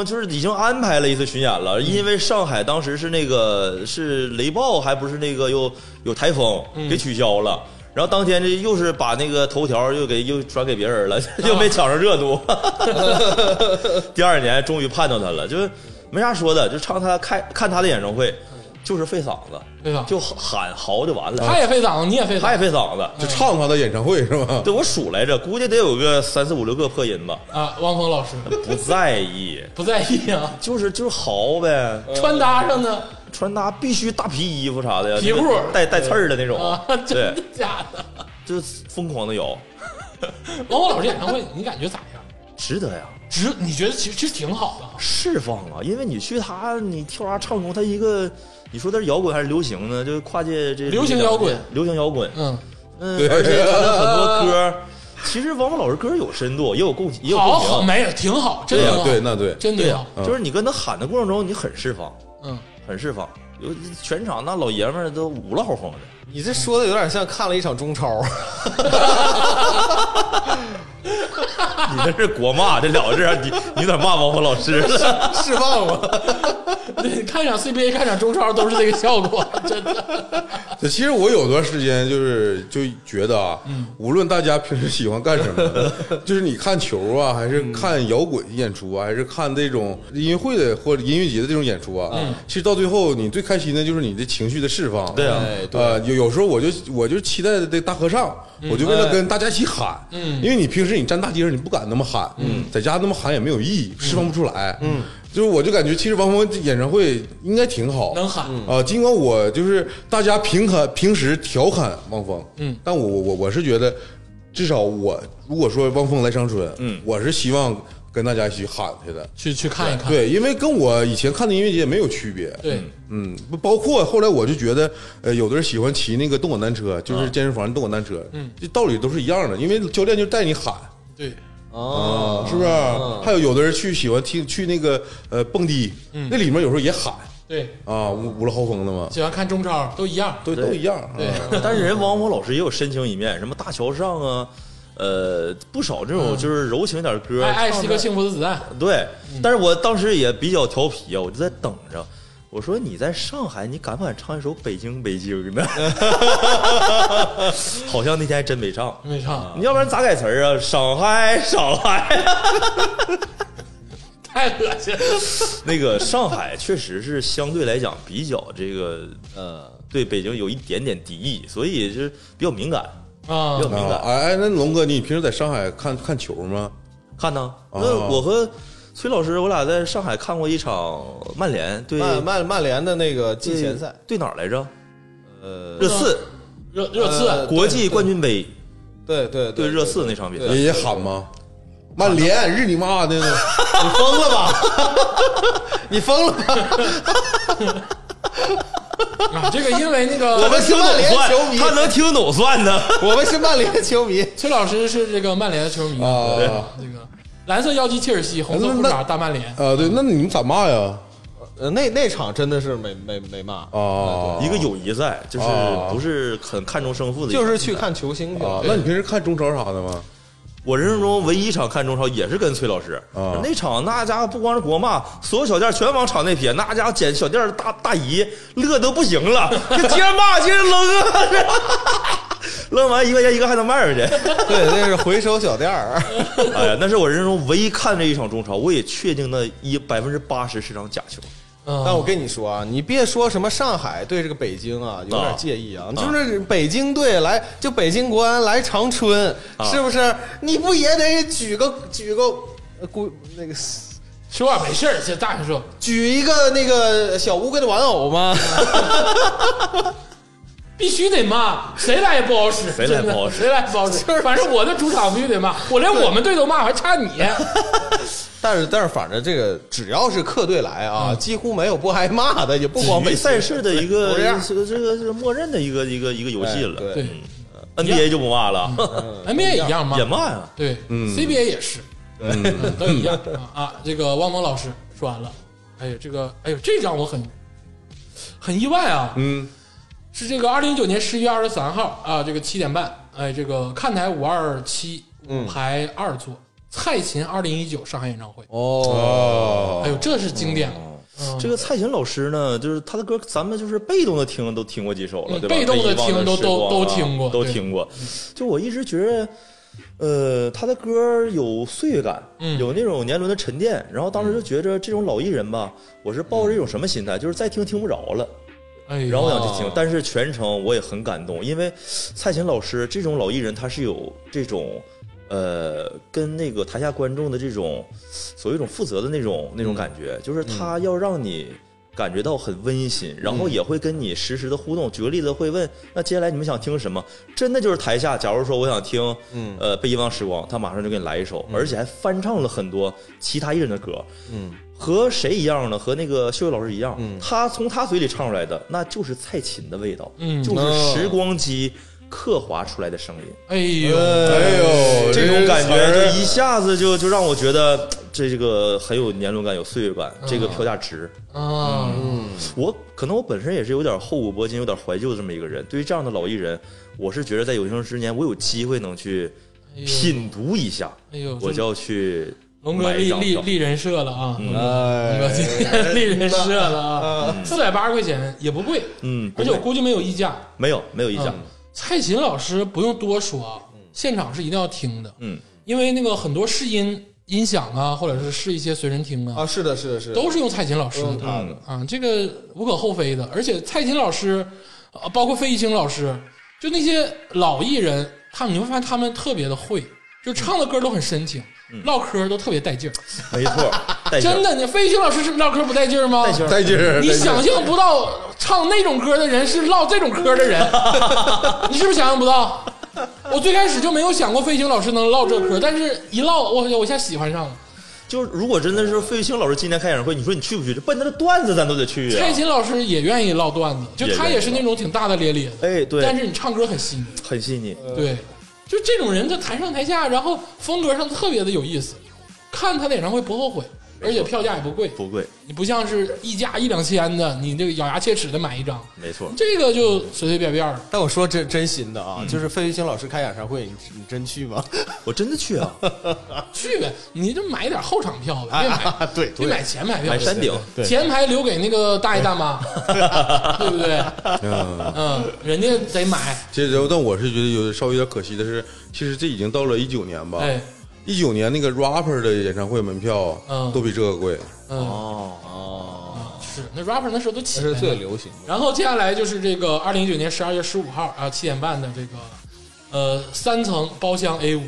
[SPEAKER 3] 就是已经安排了一次巡演了，因为上海当时是那个是雷暴，还不是那个又有台风给取消了。然后当天这又是把那个头条又给又转给别人了， 又没抢上热度。 第二年终于盼到他了，就是没啥说的，就唱他看看他的演唱会，就是费嗓子，
[SPEAKER 1] 费嗓子
[SPEAKER 3] 就喊嚎就完了。
[SPEAKER 1] 他也费嗓子，你也费
[SPEAKER 3] 他
[SPEAKER 1] 嗓
[SPEAKER 3] 也
[SPEAKER 1] 子
[SPEAKER 3] 费嗓子，
[SPEAKER 2] 就唱她的演唱会是吧？
[SPEAKER 3] 对我数来着，估计得有个三四五六个破音吧，
[SPEAKER 1] 啊！汪峰老师
[SPEAKER 3] 不在意，
[SPEAKER 1] 不在意啊，
[SPEAKER 3] 就是就是嚎呗，
[SPEAKER 1] 穿搭上呢
[SPEAKER 3] 穿搭必须大皮衣服啥的呀，
[SPEAKER 1] 皮裤
[SPEAKER 3] 那个带带刺儿的那种，
[SPEAKER 1] 啊，真
[SPEAKER 3] 对
[SPEAKER 1] 的，假的？
[SPEAKER 3] 就是疯狂的摇，
[SPEAKER 1] 汪峰老师演唱会你感觉咋样？
[SPEAKER 3] 值得呀，
[SPEAKER 1] 值你觉得其实其实挺好的啊，
[SPEAKER 3] 释放啊！因为你去他，你跳他唱功，他一个，你说他是摇滚还是流行呢？就是跨界这
[SPEAKER 1] 流行摇滚，
[SPEAKER 3] 流行摇滚，
[SPEAKER 1] 嗯，
[SPEAKER 3] 嗯，而且他的 很多歌，其实王蒙老师歌有深度，也有共也有
[SPEAKER 1] 好
[SPEAKER 3] 共
[SPEAKER 1] 好
[SPEAKER 3] 鸣，
[SPEAKER 1] 没有挺好，真
[SPEAKER 2] 对
[SPEAKER 1] 挺
[SPEAKER 2] 呀
[SPEAKER 1] 好，
[SPEAKER 2] 对，那对，
[SPEAKER 1] 啊真
[SPEAKER 3] 对
[SPEAKER 1] 挺
[SPEAKER 3] 呀
[SPEAKER 1] 好，，
[SPEAKER 3] 就是你跟他喊的过程中，你很释放，
[SPEAKER 1] 嗯，
[SPEAKER 3] 很释放，有全场那老爷们儿都捂了吼吼的。
[SPEAKER 4] 你这说的有点像看了一场中超，
[SPEAKER 3] 你这是 国骂这俩字儿，你 你咋骂王峰老师了？
[SPEAKER 4] 释放了。
[SPEAKER 1] 对， 看场 CBA，看场中超都是这个效果，真的。
[SPEAKER 2] 其实我有段时间就是就觉得啊，无论大家平时喜欢干什么，就是你看球啊，还是看摇滚演出啊，还是看这种音乐会的或者音乐节的这种演出啊，其实到最后你最开心的就是你的情绪的释放。
[SPEAKER 3] 对啊
[SPEAKER 4] 哎对
[SPEAKER 2] 呃，有有时候我就我就期待这大合唱，我就为了跟大家一起喊，嗯哎嗯，因为你平时你站大街上你不敢那么喊，嗯，在家那么喊也没有意义，释放不出来，嗯，就是我就感觉其实王峰演唱会应该挺好，
[SPEAKER 1] 能喊嗯
[SPEAKER 2] 啊，尽管我就是大家平侃平时调侃汪峰，
[SPEAKER 1] 嗯，
[SPEAKER 2] 但我我我我是觉得，至少我如果说汪峰来长春，
[SPEAKER 3] 嗯
[SPEAKER 2] 我是希望跟大家一起喊去的，
[SPEAKER 1] 去去看一看，
[SPEAKER 2] 对，因为跟我以前看的音乐节也没有区别，
[SPEAKER 1] 啊对
[SPEAKER 2] 嗯，不包括后来我就觉得，呃，有的人喜欢骑那个动感单车，就是
[SPEAKER 1] 啊
[SPEAKER 2] 健身房动感单车，嗯，这道理都是一样的，因为教练就带你喊
[SPEAKER 1] 对，
[SPEAKER 4] 哦，
[SPEAKER 2] 是不是？还有有的人去喜欢听去那个呃蹦迪，
[SPEAKER 1] 嗯
[SPEAKER 2] 那里面有时候也喊
[SPEAKER 1] 对，
[SPEAKER 2] 啊，五五了豪风的嘛，
[SPEAKER 1] 喜欢看中超都一样，
[SPEAKER 2] 都都一样，
[SPEAKER 1] 对
[SPEAKER 2] 啊
[SPEAKER 3] 但是人王峰老师也有深情一面，什么大桥上啊，呃，不少这种就是柔情点歌。
[SPEAKER 1] 嗯爱爱
[SPEAKER 3] 唱
[SPEAKER 1] 是
[SPEAKER 3] 着
[SPEAKER 1] 个嗯幸福的子弹，
[SPEAKER 3] 对，但是我当时也比较调皮啊，我就在等着。我说你在上海，你敢不敢唱一首《北京北京》 呢？好像那天还真没唱，
[SPEAKER 1] 没唱，
[SPEAKER 3] 你要不然咋改词儿啊？上海，上海。
[SPEAKER 1] 太恶心了。
[SPEAKER 3] 那个上海确实是相对来讲比较这个
[SPEAKER 4] 嗯
[SPEAKER 3] 呃，对北京有一点点敌意，所以就是比较敏感。
[SPEAKER 1] 啊
[SPEAKER 3] 要不，明白
[SPEAKER 2] 啊，哎哎，那龙哥，你平时在上海看看球吗？
[SPEAKER 3] 看呢，
[SPEAKER 2] 哦
[SPEAKER 3] 那我和崔老师，我俩在上海看过一场曼联对
[SPEAKER 4] 曼曼曼联的那个季前赛，
[SPEAKER 3] 对哪儿来着？
[SPEAKER 4] 呃，
[SPEAKER 3] 热刺
[SPEAKER 1] 热热刺
[SPEAKER 4] 呃
[SPEAKER 3] 国际冠军杯
[SPEAKER 4] 对对
[SPEAKER 3] 对热刺那场比赛
[SPEAKER 2] 也，也喊吗？曼联日你妈的 呢！
[SPEAKER 4] 你疯了吧？ 你疯了吧？
[SPEAKER 1] 啊，这个因为那
[SPEAKER 3] 我
[SPEAKER 1] 个
[SPEAKER 3] 们听懂
[SPEAKER 4] 曼联
[SPEAKER 3] 算
[SPEAKER 4] 球，迷
[SPEAKER 3] 他能听懂算呢。
[SPEAKER 4] 我们是曼联球迷，
[SPEAKER 1] 崔老师是这个曼联的球迷，
[SPEAKER 2] 啊
[SPEAKER 1] 这个蓝色妖姬切尔西，红色裤衩大曼联，
[SPEAKER 2] 啊，对，那你们咋骂呀？
[SPEAKER 4] 呃，那那场真的是没没没骂，
[SPEAKER 2] 啊，
[SPEAKER 4] 哦
[SPEAKER 3] 一个友谊赛就是
[SPEAKER 2] 哦
[SPEAKER 3] 不是很看重胜负的一场，
[SPEAKER 4] 就是去看球星去
[SPEAKER 2] 啊
[SPEAKER 4] 了，。
[SPEAKER 2] 那你平时看中超啥的 吗？
[SPEAKER 3] 我人生中唯一一场看中超也是跟崔老师，
[SPEAKER 2] 啊
[SPEAKER 3] 那场那家伙不光是国骂，所有小店全往场内撇，那家伙捡小店的大大姨乐都不行了，就接着骂，接着扔啊， 扔完一块钱一个还能卖出去。
[SPEAKER 4] 对，那是回收小店儿。
[SPEAKER 3] 哎呀，那是我人生中唯一看这一场中超，我也确定那一百分之八十是场假球。
[SPEAKER 1] 嗯，
[SPEAKER 4] 但我跟你说啊，你别说什么上海对这个北京啊有点介意啊，就是北京队来，就北京国安来长春，
[SPEAKER 3] 啊
[SPEAKER 4] 是不是？你不也得举个举个呃鼓那个
[SPEAKER 1] 说话没事儿，这大声说，
[SPEAKER 4] 举一个那个小乌龟的玩偶吗？
[SPEAKER 1] 必须得骂，谁来也不好使，
[SPEAKER 3] 谁来也不好
[SPEAKER 1] 真的
[SPEAKER 3] 使
[SPEAKER 1] 谁来也不好使。反正我的主场必须得骂，我连我们队都骂，还差你？
[SPEAKER 4] 但是但是，反正这个只要是客队来啊，几乎没有不挨骂的，也不光
[SPEAKER 3] 嗯体育
[SPEAKER 4] 没
[SPEAKER 3] 赛事的一
[SPEAKER 4] 都
[SPEAKER 3] 个
[SPEAKER 4] 这样
[SPEAKER 3] 这个这个是默认的一个一个一个游戏了。
[SPEAKER 4] 哎
[SPEAKER 1] 对嗯
[SPEAKER 4] 对
[SPEAKER 3] ，NBA 就不骂了，
[SPEAKER 1] ，NBA 也一样骂
[SPEAKER 3] 也，啊骂呀。
[SPEAKER 1] 对，CBA 也是，嗯都一样啊啊。这个汪峰老师说完了，哎呀，这个哎呦，这让我很很意外啊，
[SPEAKER 2] 嗯，
[SPEAKER 1] 是这个二零一九年十一月二十三号啊，这个七点半，哎，这个看台五二七排二座，蔡琴二零一九上海演唱会，
[SPEAKER 4] 哦，
[SPEAKER 2] 哦
[SPEAKER 1] 哎，呦，这是经典了。
[SPEAKER 3] 这个蔡琴老师呢，就是她的歌，咱们就是被动的听都听过几首了，
[SPEAKER 1] 嗯
[SPEAKER 3] 对吧？
[SPEAKER 1] 被动地
[SPEAKER 3] 这以往
[SPEAKER 1] 听都
[SPEAKER 3] 时光
[SPEAKER 1] 都
[SPEAKER 3] 啊
[SPEAKER 1] 都听过
[SPEAKER 3] 都
[SPEAKER 1] 对
[SPEAKER 3] 听过。就我一直觉得，呃，她的歌有岁月感，
[SPEAKER 1] 嗯
[SPEAKER 3] 有那种年轮的沉淀。然后当时就觉着这种老艺人吧，我是抱着一种什么心态，就是再听听不着了，
[SPEAKER 1] 哎呦，
[SPEAKER 3] 然后我想
[SPEAKER 4] 啊
[SPEAKER 3] 去听。但是全程我也很感动，因为蔡琴老师这种老艺人，他是有这种。呃，跟那个台下观众的这种所谓一种负责的那种那种感觉，就是他要让你感觉到很温馨，然后也会跟你实时的互动。举个例子，会问那接下来你们想听什么？真的就是台下，假如说我想听，嗯，呃，被遗忘时光，他马上就给你来一首，而且还翻唱了很多其他艺人的歌，嗯。和谁一样呢？和那个秀秀老师一样，他从他嘴里唱出来的，那就是蔡琴的味道，
[SPEAKER 1] 嗯
[SPEAKER 3] 就是时光机刻划出来的声音。
[SPEAKER 1] 哎呦，
[SPEAKER 2] 哎呦，
[SPEAKER 3] 哦这种感觉
[SPEAKER 2] 这
[SPEAKER 3] 就一下子就就让我觉得这这个很有年轮感，有岁月感，这个票价值。
[SPEAKER 1] 啊，
[SPEAKER 3] 我可能我本身也是有点厚古薄今、有点怀旧的这么一个人。对于这样的老艺人，我是觉得在有生之年，我有机会能去
[SPEAKER 1] 哎呦
[SPEAKER 3] 品读一下，
[SPEAKER 1] 哎呦，
[SPEAKER 3] 嗯我就要去
[SPEAKER 1] 龙哥
[SPEAKER 3] 买一
[SPEAKER 1] 立
[SPEAKER 3] 张
[SPEAKER 1] 立
[SPEAKER 3] 票。嗯
[SPEAKER 1] 立人设了啊，龙
[SPEAKER 2] 哎
[SPEAKER 1] 哥今 天 立人设了啊， 四百八十块钱也不贵，
[SPEAKER 3] 嗯，
[SPEAKER 1] 而且我估计没有溢价。
[SPEAKER 3] 没有没有意向
[SPEAKER 1] 嗯。蔡琴老师不用多说啊，现场是一定要听的，
[SPEAKER 3] 嗯，
[SPEAKER 1] 因为那个很多试音音响啊，或者是试一些随身听啊，
[SPEAKER 4] 啊，是的，是的，是的，
[SPEAKER 1] 都是用蔡琴老师的。
[SPEAKER 3] 嗯
[SPEAKER 1] 啊，这个无可厚非的。而且蔡琴老师，啊，包括费玉清老师，就那些老艺人，他们你会发现他们特别的会，就唱的歌都很深情，唠嗑都特别带劲儿。
[SPEAKER 3] 没错， 带劲儿
[SPEAKER 1] 真的，你费玉清老师是唠嗑不带劲儿吗？带劲
[SPEAKER 2] 带 劲儿，
[SPEAKER 1] 你
[SPEAKER 2] 带劲儿
[SPEAKER 1] 想象不到唱那种歌的人是唠这种嗑的人，你是不是想象不到？我最开始就没有想过费玉清老师能唠这嗑，但是一唠，我我一下喜欢上了。
[SPEAKER 3] 就是如果真的是费玉清老师今天开演唱会，你说你去不去？这奔着这段子咱都得去啊
[SPEAKER 1] 蔡！琴老师也愿意唠段子，就
[SPEAKER 3] 也
[SPEAKER 1] 他
[SPEAKER 3] 愿意
[SPEAKER 1] 也是那种挺大大咧咧的，
[SPEAKER 3] 哎，
[SPEAKER 1] 但
[SPEAKER 3] 对，呃
[SPEAKER 1] 是你唱歌很细腻。
[SPEAKER 3] 很细腻。
[SPEAKER 4] 嗯
[SPEAKER 1] 对，就这种人在台上台下，然后风格上特别的有意思，看他的演唱会不后悔，而且票价也不贵，
[SPEAKER 3] 不贵，
[SPEAKER 1] 你不像是溢价一两千的，你这个咬牙切齿的买一张，
[SPEAKER 3] 没错。
[SPEAKER 1] 这个就随随便便儿了。
[SPEAKER 4] 但我说真真心的
[SPEAKER 3] 嗯
[SPEAKER 4] 啊，就是费玉清老师开演唱会，你你真去 吗？
[SPEAKER 3] 我真的 去啊，
[SPEAKER 1] 去呗，你就买点后场票呗，别
[SPEAKER 3] 啊
[SPEAKER 1] 买，
[SPEAKER 4] 啊对
[SPEAKER 1] 别买前排票，
[SPEAKER 3] 买山顶，
[SPEAKER 4] 对
[SPEAKER 1] 前排留给那个大爷大 妈，对不对？
[SPEAKER 2] 嗯，
[SPEAKER 1] 嗯，人家得买，
[SPEAKER 2] 其实但我是觉得有点稍微有点可惜的是，其实这已经到了一九年吧，
[SPEAKER 1] 哎，
[SPEAKER 2] 一九年那个 rapper 的演唱会门票
[SPEAKER 1] 嗯
[SPEAKER 2] 都比这个贵，
[SPEAKER 1] 嗯，
[SPEAKER 4] 哦，
[SPEAKER 1] 是那 rapper 那时候都起
[SPEAKER 4] 这
[SPEAKER 1] 来
[SPEAKER 4] 是
[SPEAKER 1] 了
[SPEAKER 4] 最流行的。
[SPEAKER 1] 然后接下来就是这个二零一九年十二月十五号啊七点半的这个呃三层包厢 A 五，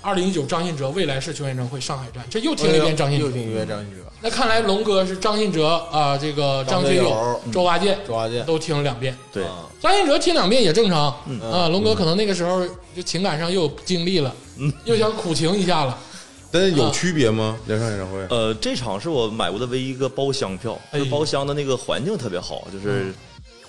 [SPEAKER 1] 二零一九张信哲未来世巡演唱会上海站，这又听了一遍张信
[SPEAKER 4] 哎又
[SPEAKER 1] 哲。
[SPEAKER 4] 听一遍张信哲，
[SPEAKER 1] 那看来龙哥是张信哲啊、这个张学
[SPEAKER 4] 张学
[SPEAKER 1] 友
[SPEAKER 4] 友、嗯
[SPEAKER 1] 周华
[SPEAKER 3] 嗯
[SPEAKER 1] 健、
[SPEAKER 4] 周华健
[SPEAKER 1] 都听了两遍。
[SPEAKER 3] 对，
[SPEAKER 4] 嗯
[SPEAKER 1] 张信哲听两遍也正常啊，龙哥可能那个时候就情感上又有经历了，
[SPEAKER 4] 嗯
[SPEAKER 1] 又想苦情一下了。
[SPEAKER 2] 但是
[SPEAKER 3] 嗯
[SPEAKER 2] 有区别吗？两场演唱会，
[SPEAKER 3] 呃，这场是我买过的唯一一个包厢票，
[SPEAKER 1] 哎
[SPEAKER 3] 就包厢的那个环境特别好，就是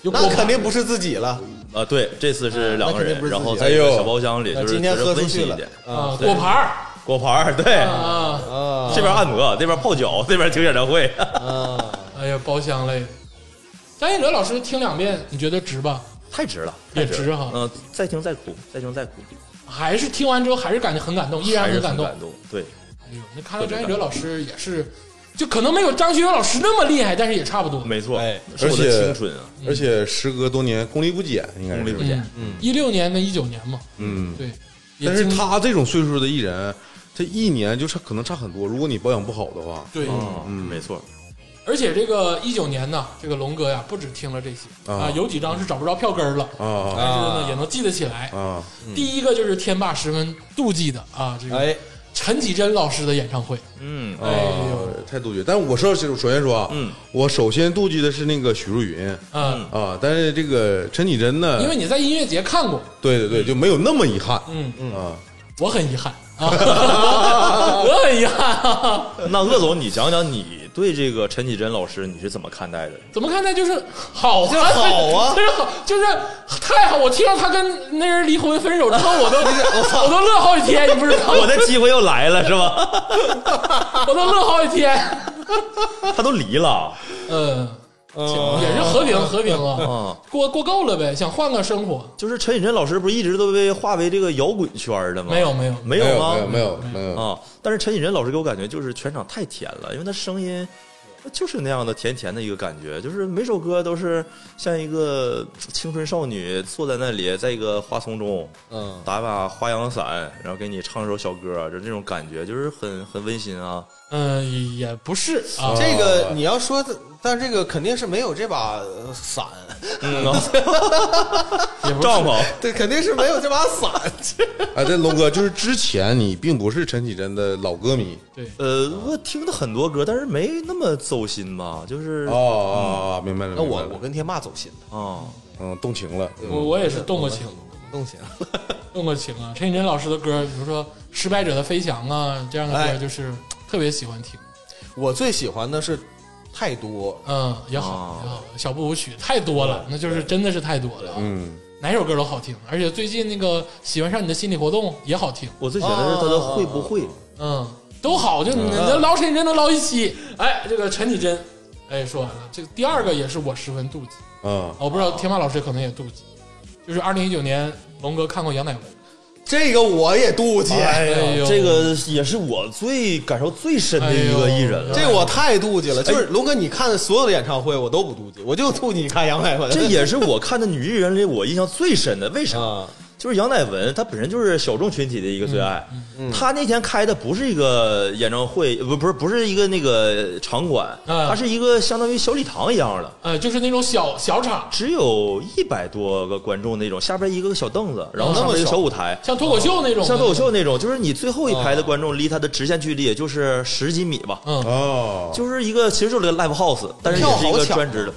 [SPEAKER 1] 又
[SPEAKER 4] 那肯定不是自己了，
[SPEAKER 3] 啊，对，这次是两
[SPEAKER 4] 嗯那
[SPEAKER 3] 个
[SPEAKER 4] 肯定
[SPEAKER 3] 人，
[SPEAKER 4] 不是自
[SPEAKER 3] 然
[SPEAKER 4] 己
[SPEAKER 3] 后在一
[SPEAKER 2] 哎
[SPEAKER 3] 个
[SPEAKER 2] 呦
[SPEAKER 3] 小包厢里，
[SPEAKER 4] 那
[SPEAKER 3] 就是
[SPEAKER 4] 今天
[SPEAKER 3] 觉
[SPEAKER 4] 喝
[SPEAKER 3] 得
[SPEAKER 4] 出
[SPEAKER 3] 温
[SPEAKER 4] 去
[SPEAKER 3] 馨一
[SPEAKER 4] 了
[SPEAKER 3] 点。
[SPEAKER 1] 啊，
[SPEAKER 3] 对
[SPEAKER 1] 果盘儿
[SPEAKER 3] 果盘儿，对，
[SPEAKER 4] 哎
[SPEAKER 1] 啊，
[SPEAKER 4] 啊
[SPEAKER 3] 这边按摩，那边泡脚，那边听演唱会，
[SPEAKER 4] 啊，
[SPEAKER 1] 哎呀，包厢类的。张信哲老师听两遍，你觉得值吧？
[SPEAKER 3] 太值了，
[SPEAKER 1] 也
[SPEAKER 3] 太值
[SPEAKER 1] 值
[SPEAKER 3] 了
[SPEAKER 1] 哈
[SPEAKER 3] 嗯，再听再哭，再听再哭，
[SPEAKER 1] 还是听完之后还是感觉很感动，依然
[SPEAKER 3] 还是
[SPEAKER 1] 感
[SPEAKER 3] 很
[SPEAKER 1] 动。
[SPEAKER 3] 感动。对，
[SPEAKER 1] 哎呦，那看来张信哲老师也是，就可能没有张学友老师那么厉害，但是也差不多。
[SPEAKER 3] 没错
[SPEAKER 4] 哎，
[SPEAKER 3] 是我
[SPEAKER 2] 而且
[SPEAKER 3] 的青春啊，
[SPEAKER 2] 而且时隔多年功力不减，应该是
[SPEAKER 3] 功力不减
[SPEAKER 1] 嗯。一六年跟一九年嘛，
[SPEAKER 2] 嗯，
[SPEAKER 1] 对。也
[SPEAKER 2] 但是
[SPEAKER 1] 经
[SPEAKER 2] 他这种岁数的艺人，他一年就差可能差很多，如果你保养不好的话
[SPEAKER 1] 对，
[SPEAKER 3] 嗯，没错，
[SPEAKER 1] 而且这个一九年呢，这个龙哥呀，不止听了这些
[SPEAKER 2] 啊
[SPEAKER 1] 啊，有几张是找不着票根儿了，
[SPEAKER 2] 啊
[SPEAKER 1] 但是呢也能记得起来。
[SPEAKER 2] 啊，
[SPEAKER 3] 嗯
[SPEAKER 1] 第一个就是天霸十分妒忌的啊，这个
[SPEAKER 4] 哎，
[SPEAKER 1] 陈绮贞老师的演唱会，
[SPEAKER 3] 嗯，
[SPEAKER 1] 哎呦，
[SPEAKER 2] 太妒忌。但我说首先说啊，
[SPEAKER 3] 嗯，
[SPEAKER 2] 我首先妒忌的是那个许茹芸
[SPEAKER 1] 嗯，
[SPEAKER 2] 啊，但是这个陈绮贞呢，
[SPEAKER 1] 因为你在音乐节看过，
[SPEAKER 2] 对对对，就没有那么遗憾，
[SPEAKER 1] 嗯，
[SPEAKER 2] 啊，
[SPEAKER 1] 我很遗憾 啊，我很遗憾啊。
[SPEAKER 3] 那鄂总，你讲讲你对这个陈绮贞老师你是怎么看待的？
[SPEAKER 1] 怎么看待就是好啊，
[SPEAKER 4] 这好 啊
[SPEAKER 1] 就是好，就是太好。我听到他跟那人离婚分手之后，我都我都乐好几天，你不知道，
[SPEAKER 3] 我的机会又来了，是吧？
[SPEAKER 1] 我都乐好几天。
[SPEAKER 3] 他都离了，
[SPEAKER 1] 嗯，也是和平和平啊
[SPEAKER 3] 嗯，
[SPEAKER 1] 过过够了呗，想换个生活。
[SPEAKER 3] 就是陈绮贞老师不是一直都被划为这个摇滚圈儿的吗？
[SPEAKER 1] 没有没有
[SPEAKER 3] 没
[SPEAKER 2] 没
[SPEAKER 3] 有
[SPEAKER 2] 有
[SPEAKER 3] 吗？
[SPEAKER 2] 没有没有没有，
[SPEAKER 3] 啊！但是陈绮贞老师给我感觉就是全场太甜了，因为她声音就是那样的甜甜的一个感觉，就是每首歌都是像一个青春少女坐在那里，在一个花丛中
[SPEAKER 4] 嗯，
[SPEAKER 3] 打把花阳伞，然后给你唱一首小歌，就这种感觉，就是很很温馨啊。
[SPEAKER 1] 嗯，也也不是啊，
[SPEAKER 2] 这
[SPEAKER 4] 这个你要说但这个肯定是没有这把呃伞，
[SPEAKER 3] 嗯啊，帐篷
[SPEAKER 4] 对，肯定是没有这把伞。
[SPEAKER 2] 哎，对，龙哥，就是之前你并不是陈绮贞的老歌迷
[SPEAKER 1] 对，
[SPEAKER 3] 呃，我听的很多歌，但是没那么走心吧，就是
[SPEAKER 2] 哦哦哦，明白了。
[SPEAKER 4] 那我
[SPEAKER 2] 明白
[SPEAKER 4] 我
[SPEAKER 2] 了
[SPEAKER 4] 跟天霸走心的，
[SPEAKER 3] 啊，
[SPEAKER 2] 嗯动情了，嗯
[SPEAKER 1] 我我也是动过情，
[SPEAKER 4] 动心。
[SPEAKER 1] 动过情啊。陈绮贞老师的歌，比如说《失败者的飞翔》啊，这样的歌
[SPEAKER 4] 哎
[SPEAKER 1] 就是特别喜欢听。
[SPEAKER 4] 我最喜欢的是太多，
[SPEAKER 1] 嗯，也好
[SPEAKER 3] 哦，
[SPEAKER 1] 也好小步舞曲太多了，那就是真的是太多了，
[SPEAKER 2] 嗯，
[SPEAKER 1] 哪首歌都好听。而且最近那个《喜欢上你的心理活动》也好听，
[SPEAKER 3] 我最喜欢的是他的会不会，
[SPEAKER 1] 嗯，都好，就你能捞陈绮贞能捞一期。 哎，这个陈绮贞，哎，说完了，这个第二个也是我十分妒忌，哦
[SPEAKER 2] 啊，
[SPEAKER 1] 我不知道天霸老师可能也妒忌，就是二零一九年龙哥看过杨乃文，
[SPEAKER 4] 这个我也妒忌，
[SPEAKER 3] 哎
[SPEAKER 1] 哎呦
[SPEAKER 3] 呀，这个也是我最感受最深的一个艺人了。
[SPEAKER 4] 这我太妒忌了。就是龙哥，你看所有的演唱会我都不妒忌，我就妒忌你看杨乃 文。
[SPEAKER 3] 这也是我看的女艺人里我印象最深的，为 啥？
[SPEAKER 4] 啊，
[SPEAKER 3] 就是杨乃文，她本身就是小众群体的一个最爱。
[SPEAKER 4] 嗯
[SPEAKER 3] 她那天开的不是一个演唱会，不不是不是一个那个场馆，
[SPEAKER 4] 啊
[SPEAKER 1] 嗯
[SPEAKER 3] 它是一个相当于小礼堂一样的，
[SPEAKER 1] 呃，就是那种小小场，
[SPEAKER 3] 只有一百多个观众那种，下边一个小凳子，然后
[SPEAKER 4] 嗯
[SPEAKER 3] 上面
[SPEAKER 4] 那
[SPEAKER 3] 一个
[SPEAKER 4] 么
[SPEAKER 3] 小
[SPEAKER 4] 小
[SPEAKER 3] 舞台，
[SPEAKER 1] 像脱口秀那种，
[SPEAKER 3] 哦像脱口，秀
[SPEAKER 4] 嗯
[SPEAKER 3] 那种，就是你最后一
[SPEAKER 4] 啊
[SPEAKER 3] 排的观众离他的直线距离也就是十几米吧，
[SPEAKER 1] 嗯，
[SPEAKER 2] 哦，
[SPEAKER 3] 就是一个其实就是个 live house，但是也是一
[SPEAKER 4] 票好
[SPEAKER 3] 个
[SPEAKER 4] 抢
[SPEAKER 3] 专职的，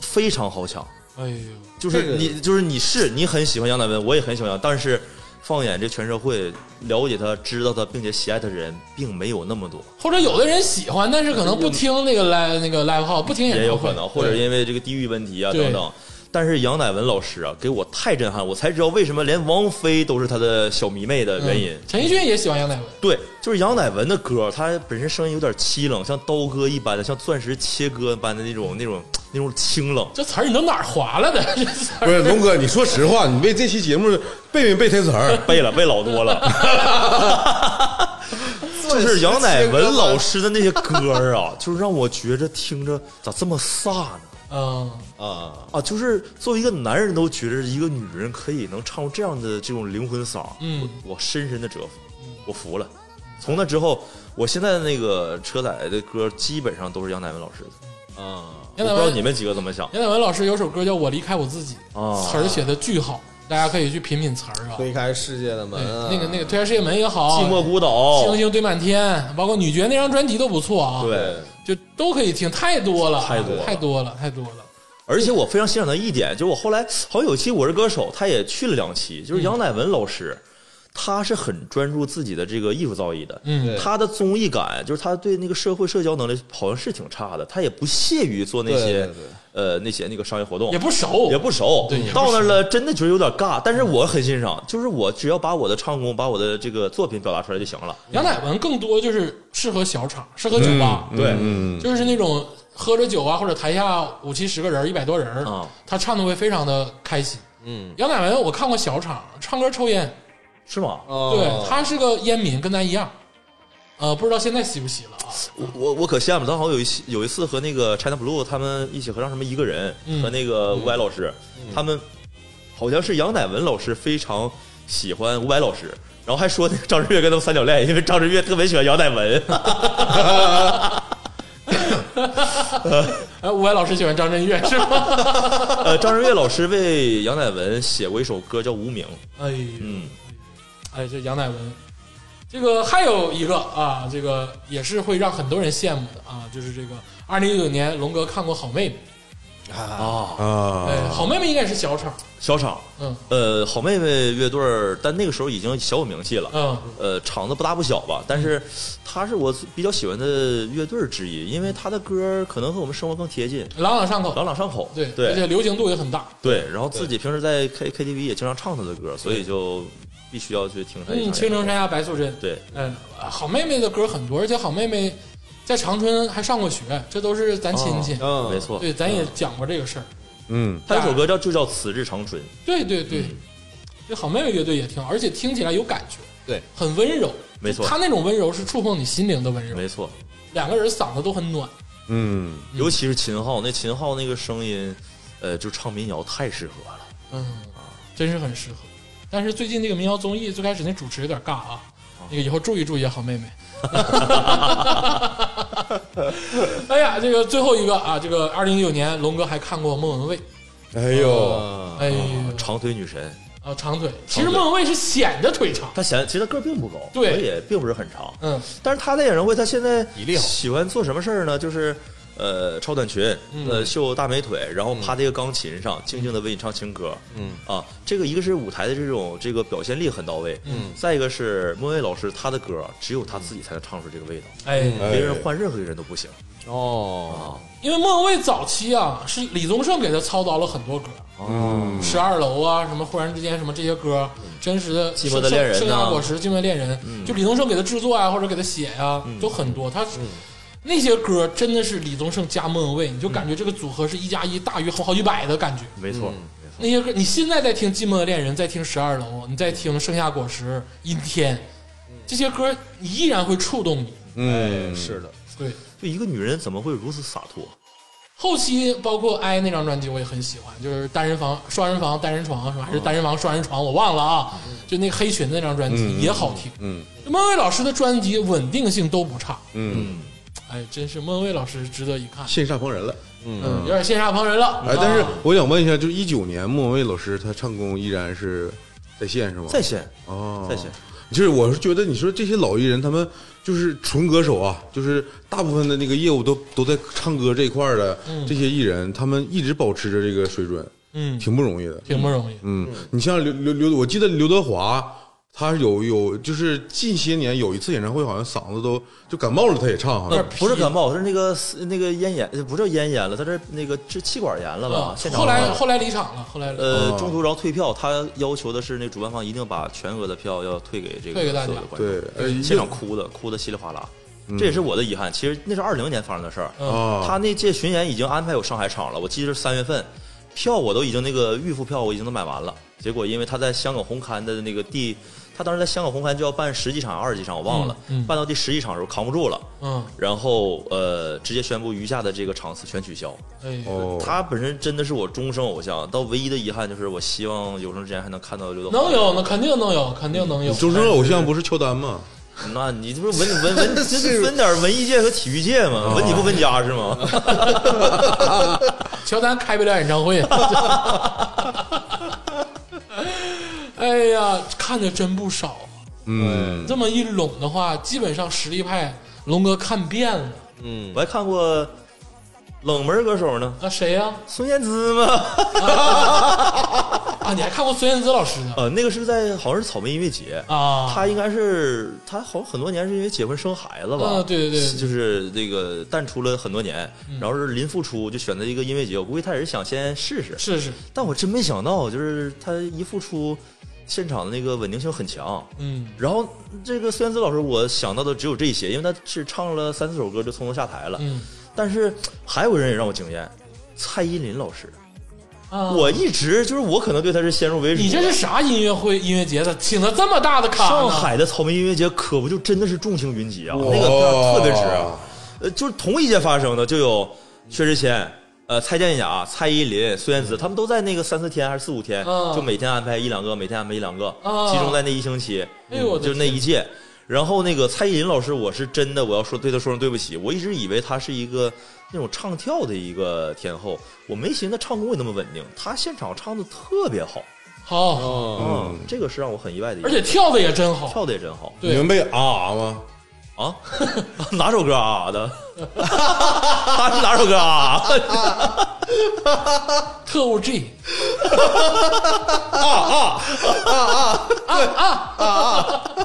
[SPEAKER 3] 非常好抢。
[SPEAKER 1] 哎呦，
[SPEAKER 3] 就是
[SPEAKER 4] 这个
[SPEAKER 3] 你，就是你是你很喜欢杨乃文，我也很喜欢杨，但是放眼这全社会，了解他、知道他并且喜爱他的人，并没有那么多，
[SPEAKER 1] 或者有的人喜欢，但是可能不听那个 live 那个 live house，不听演唱会，
[SPEAKER 3] 也有可能，或者
[SPEAKER 1] 对
[SPEAKER 3] 因为这个地域问题啊
[SPEAKER 1] 对
[SPEAKER 3] 等等。但是杨乃文老师啊，给我太震撼，我才知道为什么连王菲都是他的小迷妹的原因。
[SPEAKER 1] 嗯陈奕迅也喜欢杨乃文，
[SPEAKER 3] 对，就是杨乃文的歌，他本身声音有点凄冷，像刀割一般的，像钻石切割般的那种、那种、那种清冷。
[SPEAKER 1] 这词儿你都哪儿划了的？这词
[SPEAKER 2] 不
[SPEAKER 1] 儿
[SPEAKER 2] 是龙哥，你说实话，你为这期节目背没背台词儿？
[SPEAKER 3] 背了，背老多了。就是杨乃文老师的那些歌儿啊，就是让我觉着听着咋这么飒呢？
[SPEAKER 1] 嗯，
[SPEAKER 4] 啊，
[SPEAKER 3] 啊，就是作为一个男人都觉着一个女人可以能唱出这样的这种灵魂嗓，
[SPEAKER 1] 嗯
[SPEAKER 3] 我，我深深的折服，我服了。从那之后，我现在的那个车载的歌基本上都是杨乃文老师的。
[SPEAKER 4] 啊，
[SPEAKER 3] 我
[SPEAKER 1] 杨
[SPEAKER 3] 不
[SPEAKER 1] 乃
[SPEAKER 3] 知道
[SPEAKER 1] 文
[SPEAKER 3] 你们几个怎么想
[SPEAKER 1] 杨乃文老师有首歌叫《我离开我自己》，
[SPEAKER 3] 啊
[SPEAKER 1] 词儿写的巨好，大家可以去品品词儿啊。
[SPEAKER 4] 推开世界的门
[SPEAKER 1] 对
[SPEAKER 4] 啊，
[SPEAKER 1] 哎那个那个推开世界门也好，
[SPEAKER 3] 寂寞孤岛，
[SPEAKER 1] 星星堆满天，包括女爵那张专辑都不错啊。，
[SPEAKER 3] 对，
[SPEAKER 1] 就都可以听，太多了，
[SPEAKER 3] 太多了
[SPEAKER 1] 太多了，太多了。
[SPEAKER 3] 而且我非常欣赏他一点，就是我后来好像有期《我是歌手》，他也去了两期，就是杨乃文老师，他是很专注自己的这个艺术造诣的。
[SPEAKER 1] 嗯
[SPEAKER 4] 对
[SPEAKER 3] 他的综艺感，就是他对那个社会社交能力好像是挺差的，他也不屑于做那
[SPEAKER 4] 对
[SPEAKER 3] 些
[SPEAKER 4] 对对
[SPEAKER 3] 呃那些那个商业活动
[SPEAKER 1] 也，不熟，
[SPEAKER 3] 也不熟
[SPEAKER 1] 对也不，熟
[SPEAKER 3] 到那儿了真的觉得有点尬，但是我很欣赏，就是我只要把我的唱功、把我的这个作品表达出来就行了。
[SPEAKER 1] 杨乃文更多就是适合小场，适合酒吧，
[SPEAKER 3] 对
[SPEAKER 2] 嗯，
[SPEAKER 1] 就是那种喝着酒啊，或者台下五七十个人、一百多人儿
[SPEAKER 3] 啊
[SPEAKER 1] 他唱的会非常的开心。
[SPEAKER 4] 嗯，
[SPEAKER 1] 杨乃文我看过小场，唱歌抽烟，
[SPEAKER 3] 是吗？
[SPEAKER 4] 哦
[SPEAKER 1] 对他是个烟民，跟咱一样。呃，不知道现在吸不吸了啊？
[SPEAKER 3] 我我我可羡慕他，好像有一期有一次和那个 China Blue 他们一起合唱什么一个人，
[SPEAKER 1] 嗯
[SPEAKER 3] 和那个伍佰老师，他们好像是杨乃文老师非常喜欢伍佰老师，然后还说那个张震岳跟他们三角恋，因为张震岳特别喜欢杨乃 文，
[SPEAKER 1] 哎，伍佰老师喜欢张震岳是吗？
[SPEAKER 3] 呃，张震岳老师为杨乃文写过一首歌叫《无名》，
[SPEAKER 1] 哎呦，
[SPEAKER 3] 嗯，
[SPEAKER 1] 哎，这杨乃文，这个还有一个啊，这个也是会让很多人羡慕的啊，就是这个二零一九年龙哥看过《好妹妹》，
[SPEAKER 3] 啊，
[SPEAKER 1] 哎，
[SPEAKER 2] 啊，
[SPEAKER 1] 好妹妹应该是小场，
[SPEAKER 3] 小厂，
[SPEAKER 1] 嗯
[SPEAKER 3] 呃，好妹妹乐队儿，但那个时候已经小有名气了，
[SPEAKER 1] 嗯
[SPEAKER 3] 呃，场子不大不小吧，但是他是我比较喜欢的乐队之一，因为他的歌儿可能和我们生活更贴近，
[SPEAKER 1] 朗朗上口，
[SPEAKER 3] 朗朗上口，
[SPEAKER 1] 对而且
[SPEAKER 3] 对
[SPEAKER 1] 流行度也很大。
[SPEAKER 3] 对，然后自己平时在 K K T V 也经常唱他的歌，所以就必须要去听他一
[SPEAKER 1] 嗯，
[SPEAKER 3] 场。
[SPEAKER 1] 青城山下白素贞，
[SPEAKER 3] 对，
[SPEAKER 1] 嗯，好妹妹的歌很多，而且好妹妹在长春还上过学，这都是咱亲戚。
[SPEAKER 4] 嗯
[SPEAKER 3] 没错，
[SPEAKER 1] 对，咱也讲过这个事儿。
[SPEAKER 2] 嗯，
[SPEAKER 3] 他有首歌叫就叫《此致长春》，
[SPEAKER 1] 对对对，这好妹妹乐队也挺好，而且听起来有感觉，
[SPEAKER 4] 对，
[SPEAKER 1] 很温柔。
[SPEAKER 3] 没错
[SPEAKER 1] 她那种温柔是触碰你心灵的温柔。
[SPEAKER 3] 没错，
[SPEAKER 1] 两个人嗓子都很暖。
[SPEAKER 2] 嗯，
[SPEAKER 3] 尤其是秦昊，那秦昊那个声音，呃，就唱民谣太适合了。
[SPEAKER 1] 嗯，真是很适合。但是最近这个民谣综艺最开始那主持有点尬啊，那个以后注意注意啊，好妹妹。哎呀，这个最后一个啊，这个二零一九年龙哥还看过莫文蔚，
[SPEAKER 2] 哎呦，
[SPEAKER 4] 嗯
[SPEAKER 1] 哎呦
[SPEAKER 3] 长腿女神，
[SPEAKER 1] 啊长腿，其实莫文蔚是显得腿长，
[SPEAKER 3] 她显其实她个儿并不高，
[SPEAKER 1] 对
[SPEAKER 3] 腿也并不是很长，
[SPEAKER 1] 嗯
[SPEAKER 3] 但是她在演唱会，她现在
[SPEAKER 4] 比例好
[SPEAKER 3] 喜欢做什么事儿呢？就是呃，超短裙，呃，秀大美腿，然后趴在一个钢琴上，静静的为你唱情歌，
[SPEAKER 4] 嗯
[SPEAKER 3] 啊，这个一个是舞台的这种这个表现力很到位，嗯，再一个是莫文蔚老师她的歌，只有她自己才能唱出这个味道，
[SPEAKER 1] 哎，
[SPEAKER 2] 哎
[SPEAKER 3] 别人换任何一个人都不行
[SPEAKER 4] 哦，
[SPEAKER 1] 因为莫文蔚早期啊是李宗盛给他操刀了很多歌，
[SPEAKER 2] 嗯，
[SPEAKER 1] 十二楼啊，什么忽然之间什么这些歌，真实的
[SPEAKER 3] 寂寞的恋人啊嗯
[SPEAKER 1] 盛夏
[SPEAKER 3] 呐
[SPEAKER 1] 果实、寂寞的恋人，就李宗盛给他制作啊，或者给他写呀、
[SPEAKER 3] 嗯
[SPEAKER 1] 都很多。他是那些歌真的是李宗盛加莫文蔚，你就感觉这个组合是一加一大于好好几百的感觉。
[SPEAKER 3] 没错，没错
[SPEAKER 1] 那些歌，你现在在听《寂寞的恋人》，在听《十二楼》，你在听《盛夏果实》《阴天》，这些歌你依然会触动你。
[SPEAKER 2] 嗯，
[SPEAKER 4] 哎是的，
[SPEAKER 1] 对，
[SPEAKER 3] 就一个女人怎么会如此洒脱？
[SPEAKER 1] 后期包括《哀》那张专辑，我也很喜欢，就是单人房、双人房、单人床什么，还是单人房、双人床，我忘了啊。就那个黑裙那张专辑也好听。
[SPEAKER 2] 嗯
[SPEAKER 1] 莫文蔚老师的专辑稳定性都不差，
[SPEAKER 2] 嗯，
[SPEAKER 1] 哎，真是莫文蔚老师值得一看。
[SPEAKER 2] 羡煞旁人了。
[SPEAKER 1] 嗯，有点羡煞旁人了。
[SPEAKER 2] 哎，但是
[SPEAKER 3] 哦
[SPEAKER 1] 啊
[SPEAKER 2] 我想问一下，就一九年莫文蔚老师他唱功依然是在线是吗？
[SPEAKER 3] 在线，
[SPEAKER 2] 哦，
[SPEAKER 3] 在线。
[SPEAKER 2] 就是我是觉得，你说这些老艺人，他们就是纯歌手啊，就是大部分的那个业务都都在唱歌这一块儿的、
[SPEAKER 3] 嗯
[SPEAKER 2] 这些艺人，他们一直保持着这个水准，
[SPEAKER 1] 嗯，
[SPEAKER 2] 挺不容易的。
[SPEAKER 1] 挺不容易。
[SPEAKER 2] 嗯，你像刘刘刘，我记得刘德华，他有有就是近些年有一次演唱会，好像嗓子都就感冒了，他也唱，好
[SPEAKER 3] 呃
[SPEAKER 2] 像
[SPEAKER 3] 不是感冒，是那个那个咽炎，呃不叫咽炎了，他这那个是气管炎了吧？
[SPEAKER 1] 嗯
[SPEAKER 3] 现场
[SPEAKER 1] 后来
[SPEAKER 3] 啊
[SPEAKER 1] 后来离场了，后来离
[SPEAKER 3] 呃
[SPEAKER 2] 哦
[SPEAKER 3] 中途然后退票，他要求的是那主办方一定把全额的票要退给这个
[SPEAKER 1] 退给大家
[SPEAKER 3] 所有的观众
[SPEAKER 2] 对，嗯呃
[SPEAKER 3] 现场哭的哭的稀里哗啦，这也是我的遗憾。其实那是二零年发生的事儿，
[SPEAKER 1] 嗯
[SPEAKER 2] 啊，
[SPEAKER 3] 他那届巡演已经安排有上海场了，我记得是三月份，票我都已经那个预付票我已经都买完了，结果因为他在香港红磡的那个第，他当时在香港红磡就要办十几场二十几场我忘了，
[SPEAKER 1] 嗯嗯
[SPEAKER 3] 办到第十一场的时候扛不住了，
[SPEAKER 1] 嗯，
[SPEAKER 3] 然后呃直接宣布余下的这个场次全取消。
[SPEAKER 1] 哎，
[SPEAKER 2] 哦，
[SPEAKER 3] 他本身真的是我终生偶像，但唯一的遗憾就是我希望有生之年还能看到刘德华。
[SPEAKER 1] 能有，那肯定能有，肯定能有。
[SPEAKER 2] 终身偶像不是乔丹吗？
[SPEAKER 3] 那你这不是 文文文，这是分点文艺界和体育界吗？文体不分家是吗？
[SPEAKER 1] 哎乔丹开不了演唱 会。哎呀，看的真不少啊！
[SPEAKER 2] 嗯，
[SPEAKER 1] 这么一拢的话，基本上实力派龙哥看遍了。
[SPEAKER 4] 嗯，
[SPEAKER 3] 我还看过冷门歌手呢，
[SPEAKER 1] 那、谁呀、
[SPEAKER 3] 孙燕姿吗？
[SPEAKER 1] 啊？你还看过孙燕姿老师的
[SPEAKER 3] 呃，那个是在好像是草莓音乐节，
[SPEAKER 1] 啊？
[SPEAKER 3] 他应该是他好像很多年是因为结婚生孩子吧？
[SPEAKER 1] 啊对对对嗯对
[SPEAKER 3] 就是那个淡出了很多年，然后是临复出就选择一个音乐节，我估计他也是想先试试。
[SPEAKER 1] 是是，
[SPEAKER 3] 但我真没想到，就是他一复出，现场的那个稳定性很强。
[SPEAKER 1] 嗯
[SPEAKER 3] 然后这个孙燕姿老师，我想到的只有这些，因为他是唱了三四首歌就匆匆下台了。
[SPEAKER 1] 嗯
[SPEAKER 3] 但是还有人也让我惊艳，蔡依林老师。
[SPEAKER 1] 啊，
[SPEAKER 3] 我一直就是我可能对她是先入为主。
[SPEAKER 1] 你这是啥音乐会音乐节的？请了这么大的卡呢
[SPEAKER 3] 上海的草莓音乐节可不就真的是众星云集啊，
[SPEAKER 2] 哇
[SPEAKER 3] 那个地儿特别值啊。呃，就是同一届发生的就有薛之谦。呃，蔡健雅、蔡依林、孙燕姿，他们都在那个三四天还是四五天，
[SPEAKER 1] 嗯啊
[SPEAKER 3] 就每天安排一两个，每天安排一两个，
[SPEAKER 1] 啊
[SPEAKER 3] 集中在那一星期，嗯
[SPEAKER 1] 哎呦我的
[SPEAKER 3] 就那一届。然后那个蔡依林老师，我是真的，我要说对她说声对不起，我一直以为她是一个那种唱跳的一个天后，我没寻思她唱功也那么稳定，她现场唱的特别好，
[SPEAKER 1] 好，
[SPEAKER 4] 哦，
[SPEAKER 3] 嗯，这个是让我很意外的一个，
[SPEAKER 1] 而且跳的也真好。
[SPEAKER 3] 跳的也真好
[SPEAKER 2] 你
[SPEAKER 1] 对
[SPEAKER 2] 们被啊吗？
[SPEAKER 3] 啊， 哪首歌啊 啊的？哪首歌啊？
[SPEAKER 1] 特务 G
[SPEAKER 2] 啊
[SPEAKER 1] 啊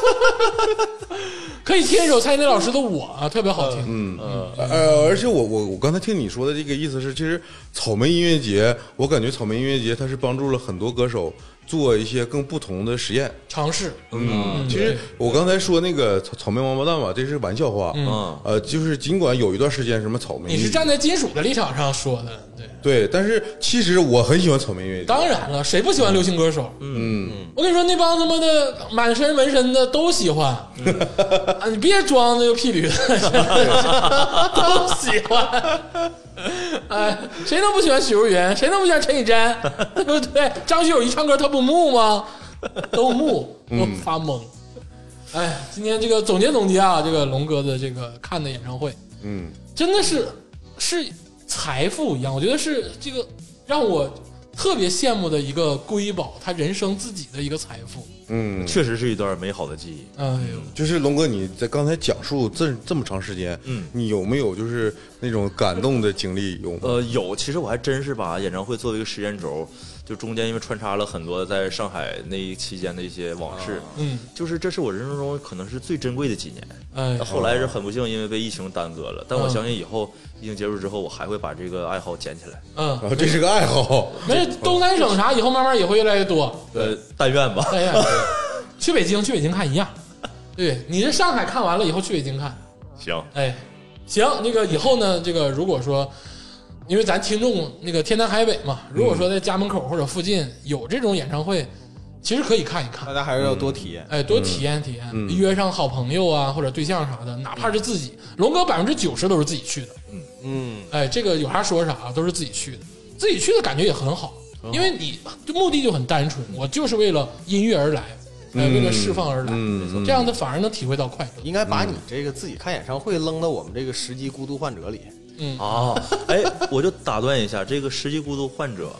[SPEAKER 2] 哎
[SPEAKER 1] 可以听一首蔡依林老师的《我》啊，特别好听。嗯，
[SPEAKER 2] 呃，而且我我我刚才听你说的这个意思是，其实草莓音乐节，我感觉草莓音乐节它是帮助了很多歌手做一些更不同的实验。
[SPEAKER 1] 尝试。
[SPEAKER 2] 嗯，其实我刚才说那个草草莓王八蛋吧，这是玩笑话。
[SPEAKER 3] 嗯
[SPEAKER 2] 呃，就是尽管有一段时间什么草莓，
[SPEAKER 1] 你是站在金属的立场上说的，对。
[SPEAKER 2] 对，但是其实我很喜欢草莓音乐节。
[SPEAKER 1] 当然了，谁不喜欢流行歌手？嗯，我跟你说，那帮他妈的满身纹身的都喜欢，啊，你别装那个屁驴子，都喜欢。哎，谁能不喜欢许茹芸？谁能不喜欢陈绮贞？对不对？张学友一唱歌他不木吗？都木，都发懵。哎，今天这个总结总结啊，这个龙哥的这个看的演唱会，
[SPEAKER 2] 嗯，
[SPEAKER 1] 真的是是财富一样，我觉得是这个让我特别羡慕的一个瑰宝，他人生自己的一个财富。
[SPEAKER 2] 嗯，
[SPEAKER 3] 确实是一段美好的记忆。
[SPEAKER 1] 哎呦，
[SPEAKER 2] 就是龙哥，你在刚才讲述这这么长时间，
[SPEAKER 3] 嗯
[SPEAKER 2] 你有没有就是那种感动的经历？有吗？
[SPEAKER 3] 呃，有，其实我还真是把演唱会作为一个时间轴，就中间因为穿插了很多在上海那一期间的一些往事，
[SPEAKER 1] 嗯，
[SPEAKER 3] 就是这是我人生中可能是最珍贵的几年。
[SPEAKER 1] 哎啊
[SPEAKER 3] 那，后来是很不幸，因为被疫情耽搁了。但我相信以后疫情结束之后，我还会把这个爱好捡起来。
[SPEAKER 1] 嗯，
[SPEAKER 2] 然后这是个爱好，
[SPEAKER 1] 没事，东三省啥以后慢慢也会越来越多。
[SPEAKER 3] 呃，但愿吧。
[SPEAKER 1] 哎呀，去北京，去北京看一样。对，你是上海看完了以后去北京看，
[SPEAKER 3] 行，
[SPEAKER 1] 哎，行，那个以后呢，这个如果说，因为咱听众那个天南海北嘛，如果说在家门口或者附近有这种演唱会，其实可以看一看
[SPEAKER 4] 大，家还是要多体验。
[SPEAKER 1] 哎，多体验体验，约上好朋友啊或者对象啥的，哪怕是自己，龙哥百分之九十都是自己去的，
[SPEAKER 4] 嗯，
[SPEAKER 1] 哎，这个有啥说啥，都是自己去的，自己去的感觉也很好，因为你目的就很单纯，我就是为了音乐而来，哎，为了释放而来，
[SPEAKER 2] 嗯，
[SPEAKER 1] 这样的反而能体会到快乐。
[SPEAKER 4] 应该把你这个自己看演唱会扔到我们这个十级孤独患者里。
[SPEAKER 3] 啊，哎，我就打断一下，这个十级孤独患者，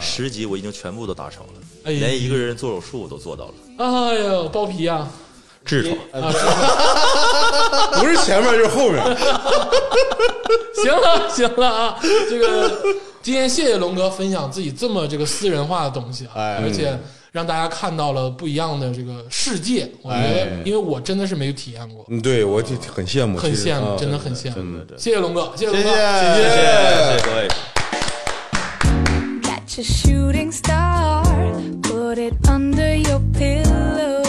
[SPEAKER 3] 十级我已经全部都达成了，
[SPEAKER 1] 哎
[SPEAKER 3] 连一个人做手术我都做到了，
[SPEAKER 1] 哎呦，包皮啊！
[SPEAKER 3] 痔疮。
[SPEAKER 4] 呃，
[SPEAKER 2] 不是前面就是后面。
[SPEAKER 1] 行了，行了啊！这个今天谢谢龙哥分享自己这么这个私人化的东西啊，
[SPEAKER 4] 哎
[SPEAKER 1] 而且让大家看到了不一样的这个世界。我觉得，因为我真的是没有体验过，
[SPEAKER 2] 嗯，对我挺很羡慕，
[SPEAKER 1] 很
[SPEAKER 2] 其实
[SPEAKER 1] 羡慕，
[SPEAKER 2] 啊
[SPEAKER 1] 嗯哦真的很羡慕。
[SPEAKER 3] 对
[SPEAKER 1] 谢谢龙哥，谢谢龙
[SPEAKER 2] 谢
[SPEAKER 1] 哥，
[SPEAKER 2] 谢
[SPEAKER 3] 谢谢谢
[SPEAKER 2] 谢
[SPEAKER 3] 谢各位。
[SPEAKER 5] Catch a shooting star, put it under your pillow.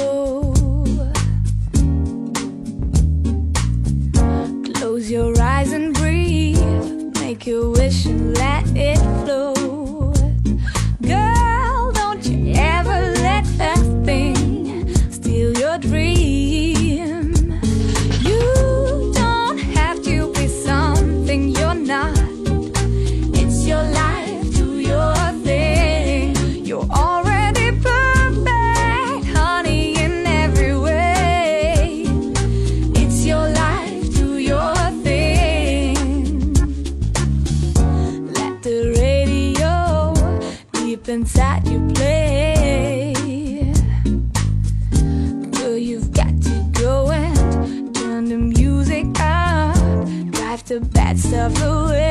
[SPEAKER 5] Close your eyes and breathe, make your wish and let it flow. Girl, don't you ever let that thing steal your dream. You don't have to be something you're not. It's your life, do your thing. You're already perfect, honey, in every way. It's your life, do your thing. Let the radio deep inside you play. Girl, you've got to go and turn the music up, drive the bad stuff away. oh,